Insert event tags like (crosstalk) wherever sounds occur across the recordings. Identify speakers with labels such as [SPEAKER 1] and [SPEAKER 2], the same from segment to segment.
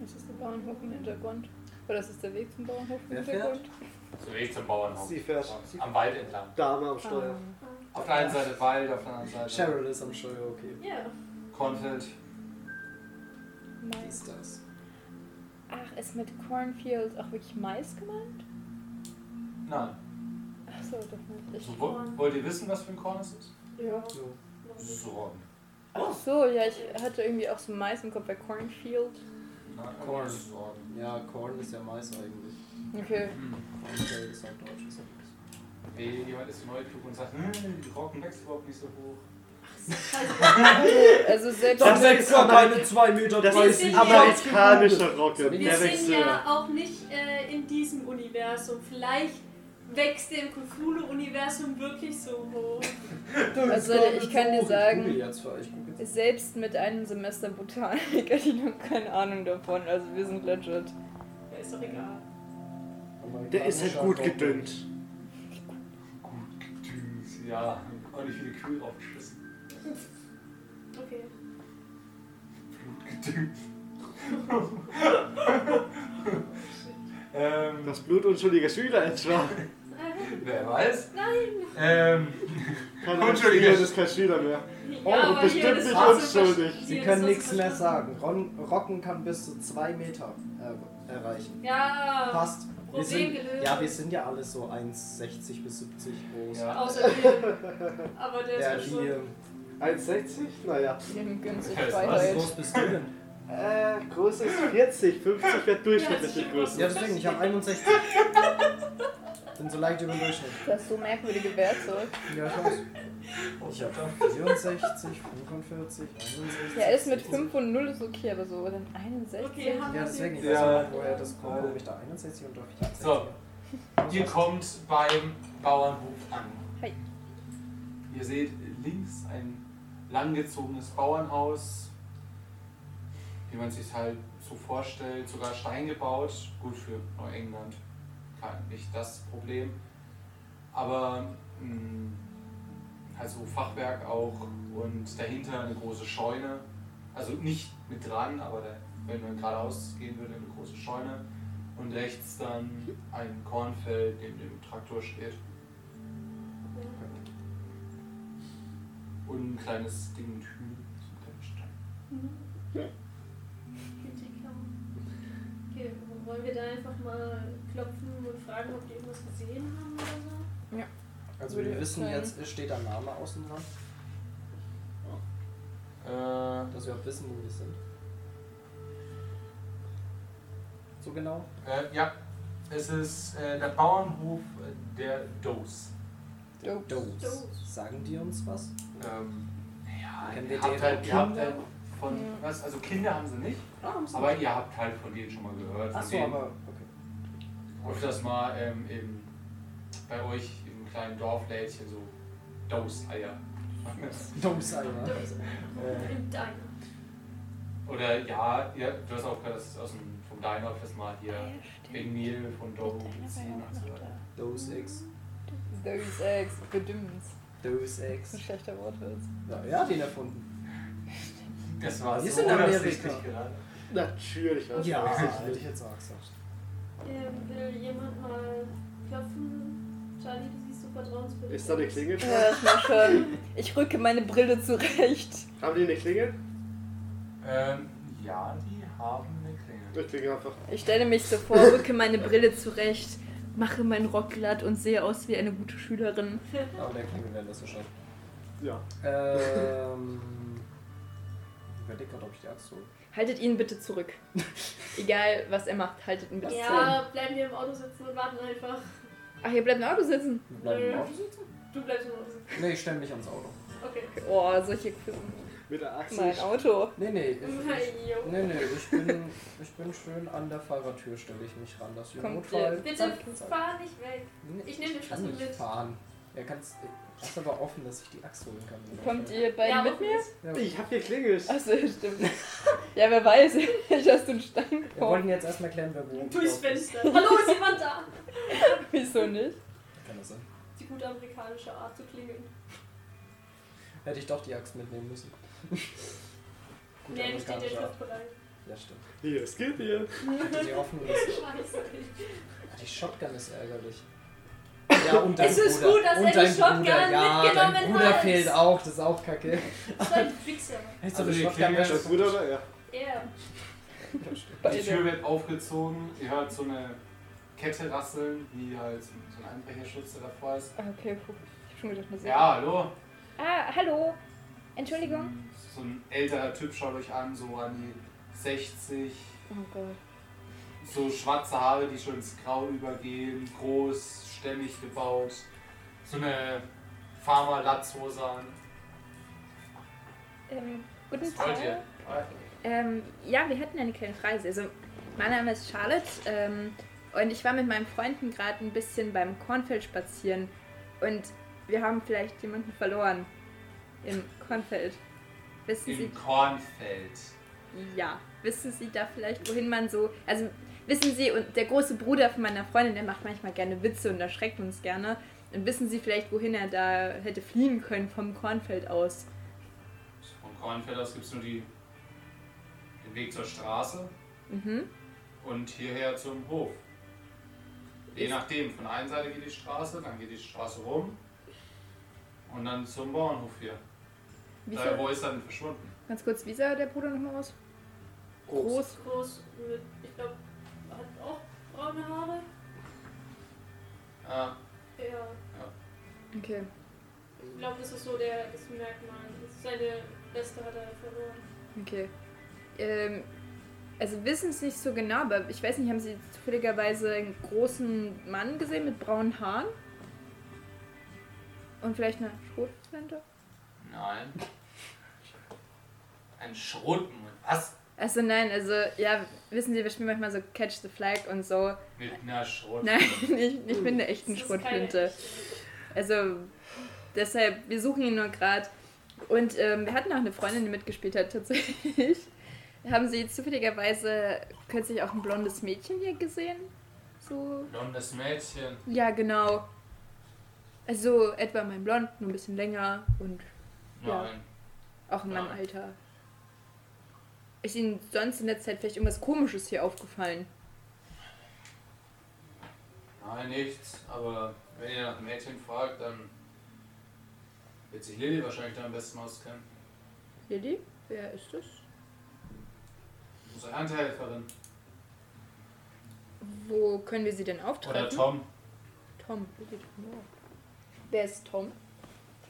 [SPEAKER 1] Das ist der Bauernhof im Hintergrund. Oder das ist der Weg zum Bauernhof im
[SPEAKER 2] Wer fährt?
[SPEAKER 1] Hintergrund.
[SPEAKER 3] So eh zum Bauernhof.
[SPEAKER 2] Sie fährt. Sie
[SPEAKER 3] Am Wald entlang.
[SPEAKER 2] Dame am Steuer.
[SPEAKER 3] Auf der einen Seite Wald, auf der anderen Seite
[SPEAKER 2] Cheryl ist am Steuer, okay.
[SPEAKER 4] Ja.
[SPEAKER 3] Kornfeld.
[SPEAKER 1] Ah,
[SPEAKER 2] Die
[SPEAKER 1] Mais.
[SPEAKER 2] ist das.
[SPEAKER 1] Ach, ist mit Cornfield auch wirklich Mais gemeint?
[SPEAKER 3] Nein.
[SPEAKER 1] Ach so, doch nicht. Ich-
[SPEAKER 3] So, wo- wollt ihr wissen, was für ein Korn es ist?
[SPEAKER 4] Ja.
[SPEAKER 2] So.
[SPEAKER 3] So.
[SPEAKER 1] Ach so, ja, ich hatte irgendwie auch so Mais im Kopf bei Cornfield.
[SPEAKER 3] Nein,
[SPEAKER 2] Korn.
[SPEAKER 3] Sorgen.
[SPEAKER 2] Ja, Korn ist ja Mais eigentlich.
[SPEAKER 1] Okay.
[SPEAKER 3] Hm.
[SPEAKER 2] Kornfeld ist halt deutsch. Ist halt
[SPEAKER 3] Nee, jemand ist neu klug und sagt, hm, die Roggen wächst überhaupt nicht so hoch.
[SPEAKER 1] Also selbst.
[SPEAKER 2] Dann
[SPEAKER 1] Ach
[SPEAKER 2] wächst er meine 2 Meter
[SPEAKER 5] Das
[SPEAKER 4] Wir
[SPEAKER 5] ist
[SPEAKER 4] sind
[SPEAKER 5] die
[SPEAKER 4] ja-
[SPEAKER 5] amerikanische Rocke.
[SPEAKER 2] Wir
[SPEAKER 4] Wir
[SPEAKER 5] Der
[SPEAKER 4] sind
[SPEAKER 5] Wechsel.
[SPEAKER 4] ja auch nicht äh, in diesem Universum. Vielleicht wächst der im Cthulhu-Universum wirklich so hoch.
[SPEAKER 1] Also, ich kann dir sagen-
[SPEAKER 2] Ich google jetzt für euch. Ich google jetzt.
[SPEAKER 1] Selbst mit einem Semester Botanik, (laughs) die haben keine Ahnung davon. Also wir sind legit.
[SPEAKER 4] Ja, Ist doch egal.
[SPEAKER 5] Der ist halt gut gedünnt.
[SPEAKER 3] Gut gedüngt, ja. Auch nicht viele Kühe aufgeschissen.
[SPEAKER 4] Okay.
[SPEAKER 3] Gut gedüngt. (laughs) ähm,
[SPEAKER 5] Das Blut unschuldiger Schüler etwa.
[SPEAKER 4] Äh,
[SPEAKER 3] wer weiß?
[SPEAKER 4] nein.
[SPEAKER 3] Ähm,
[SPEAKER 5] Keine
[SPEAKER 3] Unschuldiger.
[SPEAKER 5] Unschuldiger ist kein Schüler mehr.
[SPEAKER 4] Ja,
[SPEAKER 5] Oh,
[SPEAKER 4] aber
[SPEAKER 5] bestimmt
[SPEAKER 4] hier, das
[SPEAKER 5] nicht
[SPEAKER 4] war so
[SPEAKER 5] unschuldig.
[SPEAKER 4] versch-
[SPEAKER 2] Sie
[SPEAKER 4] hier,
[SPEAKER 2] können
[SPEAKER 4] das war so
[SPEAKER 2] nichts mehr
[SPEAKER 4] versch-
[SPEAKER 2] sagen. Ron, Rocken kann bis zu 2 Meter äh, erreichen.
[SPEAKER 4] Ja.
[SPEAKER 1] Ah,
[SPEAKER 2] Passt. Wir
[SPEAKER 4] Problem
[SPEAKER 2] sind,
[SPEAKER 4] gelöst.
[SPEAKER 2] ja, wir sind ja alle so 1,60 bis 70 groß.
[SPEAKER 3] ja.
[SPEAKER 4] Außer
[SPEAKER 2] (laughs)
[SPEAKER 4] dir. Aber der ist
[SPEAKER 2] Ja, die,
[SPEAKER 4] verschwunden.
[SPEAKER 5] 1,60? Naja.
[SPEAKER 1] Die haben günstig
[SPEAKER 3] Okay, das war's.
[SPEAKER 2] wie
[SPEAKER 1] Freiheit.
[SPEAKER 2] groß bist du denn?
[SPEAKER 5] Äh, Größe ist 40. 50 wird durchschnittliche
[SPEAKER 2] Ja,
[SPEAKER 5] Größe.
[SPEAKER 2] deswegen, ich habe 61. Bin so leicht über den Durchschnitt.
[SPEAKER 1] Das ist so merkwürdige Werte.
[SPEAKER 2] Ja, ich weiß. Ich habe 64, 45, 61.
[SPEAKER 1] Ja, ist mit 5 und 0 ist okay, aber so dann 61.
[SPEAKER 4] Okay, haben
[SPEAKER 2] Ja,
[SPEAKER 4] wir
[SPEAKER 2] deswegen, ich
[SPEAKER 3] Ja.
[SPEAKER 2] weiß auch nicht, woher das kommt,
[SPEAKER 3] Ja.
[SPEAKER 2] warum ich Also, da 61 und da 64.
[SPEAKER 3] So. ihr kommt beim Bauernhof an.
[SPEAKER 1] Hi.
[SPEAKER 3] Ihr seht links ein langgezogenes Bauernhaus, wie man sich halt so vorstellt, sogar Stein gebaut. Gut für Neuengland, kein- nicht das Problem. Aber mh, halt so Fachwerk auch und dahinter eine große Scheune. Also nicht mit dran, aber da, wenn man geradeaus gehen würde, eine große Scheune. Und rechts dann ein Kornfeld, neben dem Traktor steht. Und ein kleines Ding mit Hühn. So ein kleiner Stein.
[SPEAKER 4] Mhm. Okay, wollen wir da einfach mal klopfen und fragen, ob die irgendwas gesehen haben oder so?
[SPEAKER 2] Also wir wissen jetzt, es steht ein Name außen dran,
[SPEAKER 3] Äh,
[SPEAKER 2] dass wir auch wissen, wo wir sind. So genau?
[SPEAKER 3] äh, ja, es ist äh, der Bauernhof äh, der Doos.
[SPEAKER 1] Dope.
[SPEAKER 2] Dos.
[SPEAKER 4] Dos.
[SPEAKER 2] Sagen die uns was?
[SPEAKER 3] Ähm, ja,
[SPEAKER 2] Kennen wir
[SPEAKER 3] ihr habt
[SPEAKER 2] deren
[SPEAKER 3] halt, ihr habt
[SPEAKER 2] Kinder?
[SPEAKER 3] halt von,
[SPEAKER 1] Ja.
[SPEAKER 3] was, also Kinder haben sie nicht, aber ihr habt halt von denen schon mal gehört. Von
[SPEAKER 2] Achso,
[SPEAKER 3] denen
[SPEAKER 2] aber okay.
[SPEAKER 3] öfters mal ähm, im, bei euch im kleinen Dorflädchen so Doos-Eier.
[SPEAKER 2] Dos, Alter.
[SPEAKER 4] Dos. In deiner.
[SPEAKER 3] Oder ja, ihr, du hast auch gehört, dass es aus dem, vom Diner das mal hier wegen Mehl von Dough beziehen und so weiter.
[SPEAKER 2] Dos X.
[SPEAKER 1] Those Eggs, bedimmt.
[SPEAKER 2] Dos
[SPEAKER 1] Das ist ein
[SPEAKER 2] X.
[SPEAKER 1] schlechter Wortwitz.
[SPEAKER 2] Ja, wer hat den erfunden?
[SPEAKER 3] Das war
[SPEAKER 2] Wir
[SPEAKER 3] so
[SPEAKER 2] sind in
[SPEAKER 3] unabsichtlich
[SPEAKER 2] Amerika.
[SPEAKER 3] gerade.
[SPEAKER 5] Natürlich. was
[SPEAKER 2] Ja,
[SPEAKER 5] weiß ich.
[SPEAKER 2] hätte ich jetzt auch gesagt.
[SPEAKER 4] Ähm, will jemand mal klopfen? Charlie, du siehst so vertrauenswürdig
[SPEAKER 5] Ist da eine
[SPEAKER 4] aus.
[SPEAKER 5] Klingel?
[SPEAKER 1] Ja, das war schon. Ich rücke meine Brille zurecht.
[SPEAKER 5] Haben die eine Klingel?
[SPEAKER 3] Ähm, ja, die haben eine Klingel.
[SPEAKER 2] Äh,
[SPEAKER 5] Ich klinge einfach.
[SPEAKER 1] Ich stelle mich so vor, rücke meine Brille zurecht, mache meinen Rock glatt und sehe aus wie eine gute Schülerin.
[SPEAKER 2] Aber der Klingel wäre das so schade.
[SPEAKER 5] Ja.
[SPEAKER 2] Ähm. Ich überleg grad, ob ich die Axt hole.
[SPEAKER 1] Haltet ihn bitte (laughs) zurück. Egal, was er macht, haltet ihn bitte zurück.
[SPEAKER 4] Ja, bleiben wir im Auto sitzen und warten einfach.
[SPEAKER 1] Ach, hier bleibt ein Auto sitzen.
[SPEAKER 2] Wir bleiben im
[SPEAKER 4] Nö.
[SPEAKER 2] Auto sitzen?
[SPEAKER 4] Du bleibst im Auto sitzen.
[SPEAKER 2] Nee, ich stelle mich ans Auto.
[SPEAKER 4] Okay.
[SPEAKER 1] Oh, solche Quizen.
[SPEAKER 5] Mit der Axt.
[SPEAKER 1] Mein Auto.
[SPEAKER 2] Nee, nee.
[SPEAKER 4] (laughs)
[SPEAKER 2] Ich, ich,
[SPEAKER 4] Hey, yo.
[SPEAKER 2] nee, nee, ich bin, ich bin schön an der Fahrertür, stelle ich mich ran, dass wir
[SPEAKER 1] Kommt
[SPEAKER 2] Notfall.
[SPEAKER 1] ihr-
[SPEAKER 4] äh, Bitte
[SPEAKER 2] Zack, zack.
[SPEAKER 4] fahr nicht weg.
[SPEAKER 2] Nee,
[SPEAKER 4] ich nehm den
[SPEAKER 2] kann
[SPEAKER 4] Schlüssel
[SPEAKER 2] nicht
[SPEAKER 4] mit.
[SPEAKER 2] fahren. Ja, kannst. äh, Das ist aber offen, dass ich die Axt holen kann.
[SPEAKER 1] Kommt ihr beiden mit mir?
[SPEAKER 2] Ja, wir
[SPEAKER 5] Ich hab hier klingelt.
[SPEAKER 1] Achso, (laughs) stimmt. Ja, wer weiß, (laughs) ich hast du einen Stein
[SPEAKER 2] wollten
[SPEAKER 1] bekommen.
[SPEAKER 2] jetzt erstmal klären, wer wo
[SPEAKER 4] Durchs
[SPEAKER 2] drauf ist.
[SPEAKER 4] Fenster. Hallo, ist jemand da?
[SPEAKER 1] Wieso nicht?
[SPEAKER 2] Kann das sein?
[SPEAKER 4] Die gute amerikanische Art zu klingeln.
[SPEAKER 2] Hätte ich doch die Axt mitnehmen müssen. (laughs)
[SPEAKER 4] Nee,
[SPEAKER 2] Gut,
[SPEAKER 4] steht der
[SPEAKER 2] amerikanische Art.
[SPEAKER 4] Schrift bereit.
[SPEAKER 2] das stimmt.
[SPEAKER 5] Hier, es geht hier.
[SPEAKER 2] Die Hoffnung ist.
[SPEAKER 4] Scheiße.
[SPEAKER 2] Die Shotgun ist ärgerlich. Ja, und dein
[SPEAKER 4] Es ist
[SPEAKER 2] Bruder.
[SPEAKER 4] gut, dass
[SPEAKER 2] und
[SPEAKER 4] er die
[SPEAKER 2] dein
[SPEAKER 4] Shotgun
[SPEAKER 2] Bruder. Ja, dein
[SPEAKER 4] mitgenommen
[SPEAKER 2] Bruder
[SPEAKER 4] hat.
[SPEAKER 2] fehlt auch, das ist auch kacke.
[SPEAKER 4] So ein Fixer.
[SPEAKER 2] Hättest
[SPEAKER 3] Also
[SPEAKER 2] du
[SPEAKER 3] wir
[SPEAKER 2] eine Shotgun
[SPEAKER 3] kriegen
[SPEAKER 2] gehabt?
[SPEAKER 3] jetzt-
[SPEAKER 5] Dein Bruder oder er?
[SPEAKER 4] Er.
[SPEAKER 3] Die Tür wird aufgezogen, ihr hört so eine Kette rasseln, wie halt so ein Einbrecherschutz, der davor ist.
[SPEAKER 1] Ah, Okay, puh. Ich hab schon gedacht, was
[SPEAKER 3] Ja, hallo.
[SPEAKER 1] Ah, hallo. Entschuldigung.
[SPEAKER 3] So ein älterer Typ schaut euch an, so an die 60,
[SPEAKER 1] Oh Gott.
[SPEAKER 3] so schwarze Haare, die schon ins Grau übergehen, groß, stämmig gebaut, so eine Farmer-Latzhose an.
[SPEAKER 1] Ähm, guten
[SPEAKER 3] Was wollt ihr?
[SPEAKER 1] Tag. Ähm, ja, wir hatten eine kleine Reise. Also, mein Name ist Charlotte ähm, und ich war mit meinen Freunden gerade ein bisschen beim Kornfeld spazieren und wir haben vielleicht jemanden verloren im Kornfeld. Wissen Sie,
[SPEAKER 3] Im Kornfeld.
[SPEAKER 1] ja, wissen Sie da vielleicht, wohin man so, also wissen Sie, und der große Bruder von meiner Freundin, der macht manchmal gerne Witze und erschreckt uns gerne. Und wissen Sie vielleicht, wohin er da hätte fliehen können vom Kornfeld aus?
[SPEAKER 3] Vom Kornfeld aus gibt es nur die, den Weg zur Straße
[SPEAKER 1] Mhm.
[SPEAKER 3] und hierher zum Hof. Je nachdem, von einer Seite geht die Straße, dann geht die Straße rum und dann zum Bauernhof hier.
[SPEAKER 1] Wie
[SPEAKER 3] Da,
[SPEAKER 1] sah,
[SPEAKER 3] wo ist er denn verschwunden?
[SPEAKER 1] ganz kurz, wie sah der Bruder nochmal aus? Groß.
[SPEAKER 4] Groß mit, ich glaube, hat auch braune Haare.
[SPEAKER 3] Ah,
[SPEAKER 4] Ja.
[SPEAKER 1] Okay.
[SPEAKER 4] Ich glaube, das ist so der, das Merkmal. Das ist seine Weste hat er verloren.
[SPEAKER 1] Okay. Ähm, also wissen es nicht so genau, aber ich weiß nicht, haben Sie zufälligerweise einen großen Mann gesehen mit braunen Haaren? Und vielleicht eine Schrotflinte?
[SPEAKER 3] nein. Ein Schrotmund. Was?
[SPEAKER 1] Also nein, also ja, wissen Sie, wir spielen manchmal so Catch the Flag und so.
[SPEAKER 3] Mit einer Schrotmund.
[SPEAKER 1] Nein, (laughs) ich, ich bin der echten
[SPEAKER 4] Das ist keine
[SPEAKER 1] Schrotflinte.
[SPEAKER 4] echte.
[SPEAKER 1] Also deshalb, wir suchen ihn nur gerade. Und ähm, wir hatten auch eine Freundin, die mitgespielt hat tatsächlich. (laughs) Haben Sie zufälligerweise kürzlich auch ein blondes Mädchen hier gesehen? So
[SPEAKER 3] Blondes Mädchen.
[SPEAKER 1] Ja, genau. Also etwa mein Blond, nur ein bisschen länger und Ja.
[SPEAKER 3] Nein.
[SPEAKER 1] auch in meinem
[SPEAKER 3] Ja.
[SPEAKER 1] Alter. Ist Ihnen sonst in der Zeit vielleicht irgendwas Komisches hier aufgefallen?
[SPEAKER 3] Nein, nichts. Aber wenn ihr nach einem Mädchen fragt, dann wird sich Lilly wahrscheinlich da am besten auskennen.
[SPEAKER 1] Lilly? Wer ist das?
[SPEAKER 3] Unsere Erntehelferin.
[SPEAKER 1] Wo können wir sie denn
[SPEAKER 3] Oder
[SPEAKER 1] auftreiben?
[SPEAKER 3] Tom.
[SPEAKER 1] Tom. Lilly, Tom. ja. Wer ist Tom?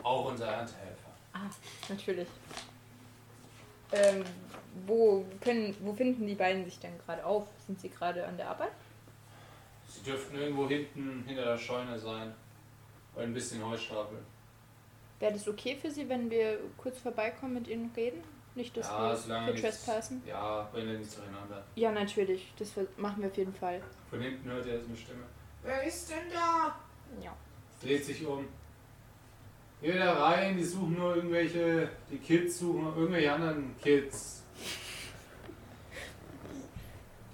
[SPEAKER 3] Auch unser Erntehelfer.
[SPEAKER 1] Ah, Natürlich. Ähm, wo, können, wo finden die beiden sich denn gerade auf? Sind sie gerade an der Arbeit?
[SPEAKER 3] Sie dürften irgendwo hinten hinter der Scheune sein. Und ein bisschen Heu stapeln.
[SPEAKER 1] Wäre das okay für Sie, wenn wir kurz vorbeikommen mit Ihnen reden? Nicht, dass
[SPEAKER 3] ja,
[SPEAKER 1] wir
[SPEAKER 3] solange
[SPEAKER 1] für
[SPEAKER 3] nichts,
[SPEAKER 1] Trespassen?
[SPEAKER 3] Ja, wenn ihr nichts zueinander.
[SPEAKER 1] Ja, natürlich. Das ver- machen wir auf jeden Fall.
[SPEAKER 3] Von hinten hört ihr jetzt eine Stimme.
[SPEAKER 1] Ja.
[SPEAKER 3] dreht sich um. Geh da rein, die suchen nur irgendwelche, die Kids suchen irgendwelche anderen Kids.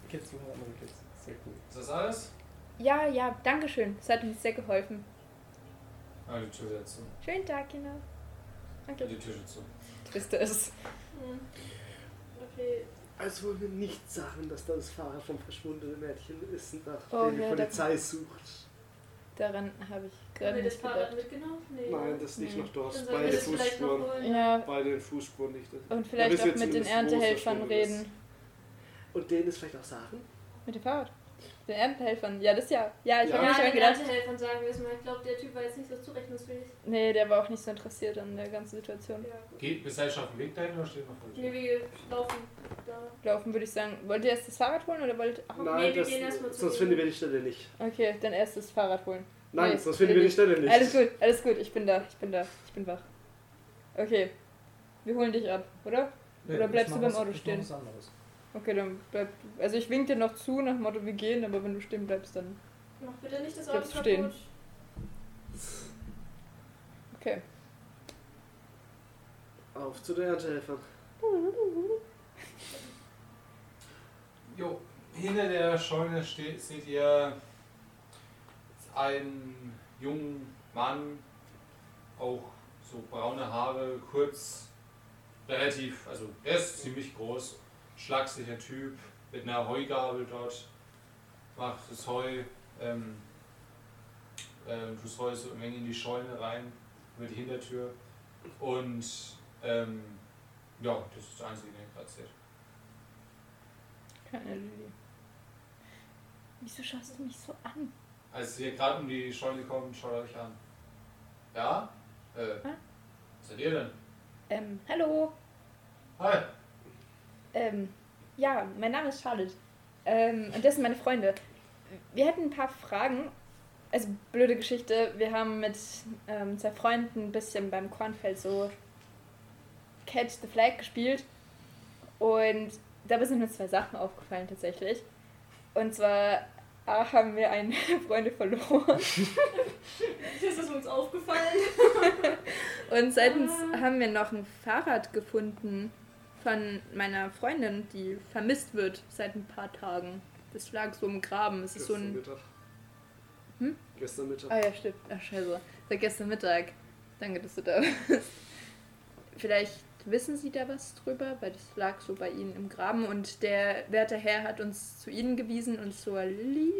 [SPEAKER 2] Kids suchen andere Kids. Sehr cool.
[SPEAKER 3] Ist das alles?
[SPEAKER 1] Ja, ja, danke schön. Das hat uns sehr geholfen.
[SPEAKER 3] Ah, die Tür wird zu.
[SPEAKER 1] Schönen Tag, Kinder. Danke.
[SPEAKER 3] Die Tür wird zu.
[SPEAKER 1] Ist es.
[SPEAKER 4] Hm. Okay.
[SPEAKER 5] Also wollen wir nicht sagen, dass da das Fahrrad vom verschwundenen Mädchen ist, nach
[SPEAKER 1] Oh,
[SPEAKER 5] dem die
[SPEAKER 1] ja, da-
[SPEAKER 5] Polizei sucht.
[SPEAKER 1] Daran habe ich
[SPEAKER 4] Haben
[SPEAKER 1] gerade
[SPEAKER 4] wir das
[SPEAKER 1] nicht
[SPEAKER 4] Fahrrad
[SPEAKER 1] gedacht.
[SPEAKER 4] mitgenommen? Nee.
[SPEAKER 5] Nein, das nicht
[SPEAKER 1] Nee.
[SPEAKER 5] nach
[SPEAKER 4] Dann
[SPEAKER 5] dort.
[SPEAKER 4] sollten wir
[SPEAKER 5] Beide
[SPEAKER 4] das vielleicht noch
[SPEAKER 5] Fußspuren.
[SPEAKER 4] holen.
[SPEAKER 1] Ja,
[SPEAKER 5] Beide den Fußspuren nicht.
[SPEAKER 1] und
[SPEAKER 5] Da
[SPEAKER 1] vielleicht
[SPEAKER 5] wissen wir
[SPEAKER 1] auch mit den
[SPEAKER 5] zumindest, wo es
[SPEAKER 1] Erntehelfern
[SPEAKER 5] verschwunden ist.
[SPEAKER 1] reden.
[SPEAKER 5] Und denen es vielleicht auch sagen?
[SPEAKER 1] Mit dem Fahrrad? Den Erntehelfern? Ja, das ja. Ja, ich
[SPEAKER 5] Ja.
[SPEAKER 1] habe mir
[SPEAKER 4] Ja,
[SPEAKER 1] schon mal
[SPEAKER 4] den
[SPEAKER 1] gedacht.
[SPEAKER 4] Erntehelfern sagen wir es mal. Ich glaube, der Typ war jetzt nicht so zurechnungsfähig.
[SPEAKER 1] Nee, der war auch nicht so interessiert an der ganzen Situation.
[SPEAKER 4] Ja, gut.
[SPEAKER 3] Geht bis auf den Weg dahin oder steht noch vor der
[SPEAKER 4] Nee,
[SPEAKER 3] Tür?
[SPEAKER 4] wir laufen da.
[SPEAKER 1] Laufen würde ich sagen. Wollt ihr erst das Fahrrad holen oder wollt ihr.
[SPEAKER 4] Nein, wir gehen erstmal zu
[SPEAKER 5] sonst
[SPEAKER 4] denen.
[SPEAKER 5] finden wir die Stelle nicht.
[SPEAKER 1] Okay, dann erst das Fahrrad holen.
[SPEAKER 5] Nein,
[SPEAKER 1] Nee,
[SPEAKER 5] sonst finden wir die Stelle nicht.
[SPEAKER 1] Alles gut, alles gut. Ich bin da, ich bin da, ich bin wach. Okay. Wir holen dich ab, oder? Oder
[SPEAKER 2] ich
[SPEAKER 1] bleibst
[SPEAKER 2] mach
[SPEAKER 1] du beim
[SPEAKER 2] was-
[SPEAKER 1] Auto
[SPEAKER 2] ich mach
[SPEAKER 1] stehen?
[SPEAKER 2] was anderes.
[SPEAKER 1] Okay, dann bleib. Also ich wink dir noch zu nach dem Motto, wir gehen, aber wenn du stehen bleibst, dann.
[SPEAKER 4] Mach bitte nicht das Auto
[SPEAKER 1] Bleibst
[SPEAKER 4] kaputt. (laughs)
[SPEAKER 1] stehen. Okay.
[SPEAKER 5] Auf zu den Erntehelfern.
[SPEAKER 3] Jo, hinter der Scheune steht, seht ihr einen jungen Mann, auch so braune Haare, kurz, relativ, also er ist ziemlich groß, schlagsicher Typ mit einer Heugabel dort, macht das Heu, ähm, ähm, tut das Heu so eine Menge in die Scheune rein, über die Hintertür. Und ähm, ja, das ist das Einzige, was ich gerade sehe.
[SPEAKER 1] Keine Lüge. Wieso schaust du mich so an?
[SPEAKER 3] Als wir gerade um die Scheune kommen, schaut er euch an. Ja? Äh,
[SPEAKER 1] Hä?
[SPEAKER 3] was seid ihr denn?
[SPEAKER 1] Ähm, hallo.
[SPEAKER 3] Hi!
[SPEAKER 1] Ähm, ja, mein Name ist Charlotte. Ähm, und das sind meine Freunde. Wir hätten ein paar Fragen. Also, blöde Geschichte. Wir haben mit ähm, zwei Freunden ein bisschen beim Kornfeld so Catch the Flag gespielt. Und dabei sind uns zwei Sachen aufgefallen, tatsächlich. Und zwar A, haben wir einen (laughs) Freunde verloren.
[SPEAKER 4] Das ist uns aufgefallen.
[SPEAKER 1] Und seitens
[SPEAKER 4] Ah.
[SPEAKER 1] haben wir noch ein Fahrrad gefunden von meiner Freundin, die vermisst wird seit ein paar Tagen. Das lag so im Graben. Es ist so
[SPEAKER 5] Gestern
[SPEAKER 1] ein.
[SPEAKER 5] Mittag.
[SPEAKER 1] Hm?
[SPEAKER 5] Gestern Mittag.
[SPEAKER 1] Ah ja, stimmt. Ach scheiße. Seit gestern Mittag. Danke, dass du da bist. Vielleicht wissen sie da was drüber, weil das lag so bei ihnen im Graben und der werte Herr hat uns zu ihnen gewiesen und zur Lilly.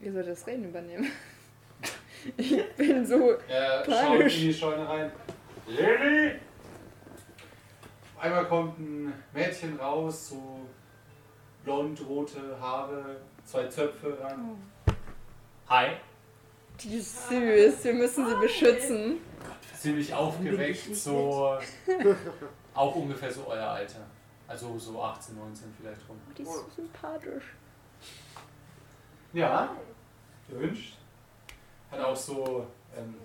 [SPEAKER 1] Ihr sollt das Reden übernehmen. (laughs) Ich bin so.
[SPEAKER 3] Er schaut in
[SPEAKER 1] Panisch.
[SPEAKER 3] die Scheune rein. Lilly! Auf Einmal kommt ein Mädchen raus, so blond-rote Haare, zwei Zöpfe ran.
[SPEAKER 5] Oh.
[SPEAKER 3] Hi.
[SPEAKER 1] Die ist süß, wir müssen sie beschützen.
[SPEAKER 3] Ziemlich aufgeweckt, so (laughs) auch ungefähr so euer Alter. Also so 18, 19 vielleicht rum.
[SPEAKER 1] Oh, die ist so sympathisch.
[SPEAKER 3] Ja, gewünscht. Hat auch so ähm,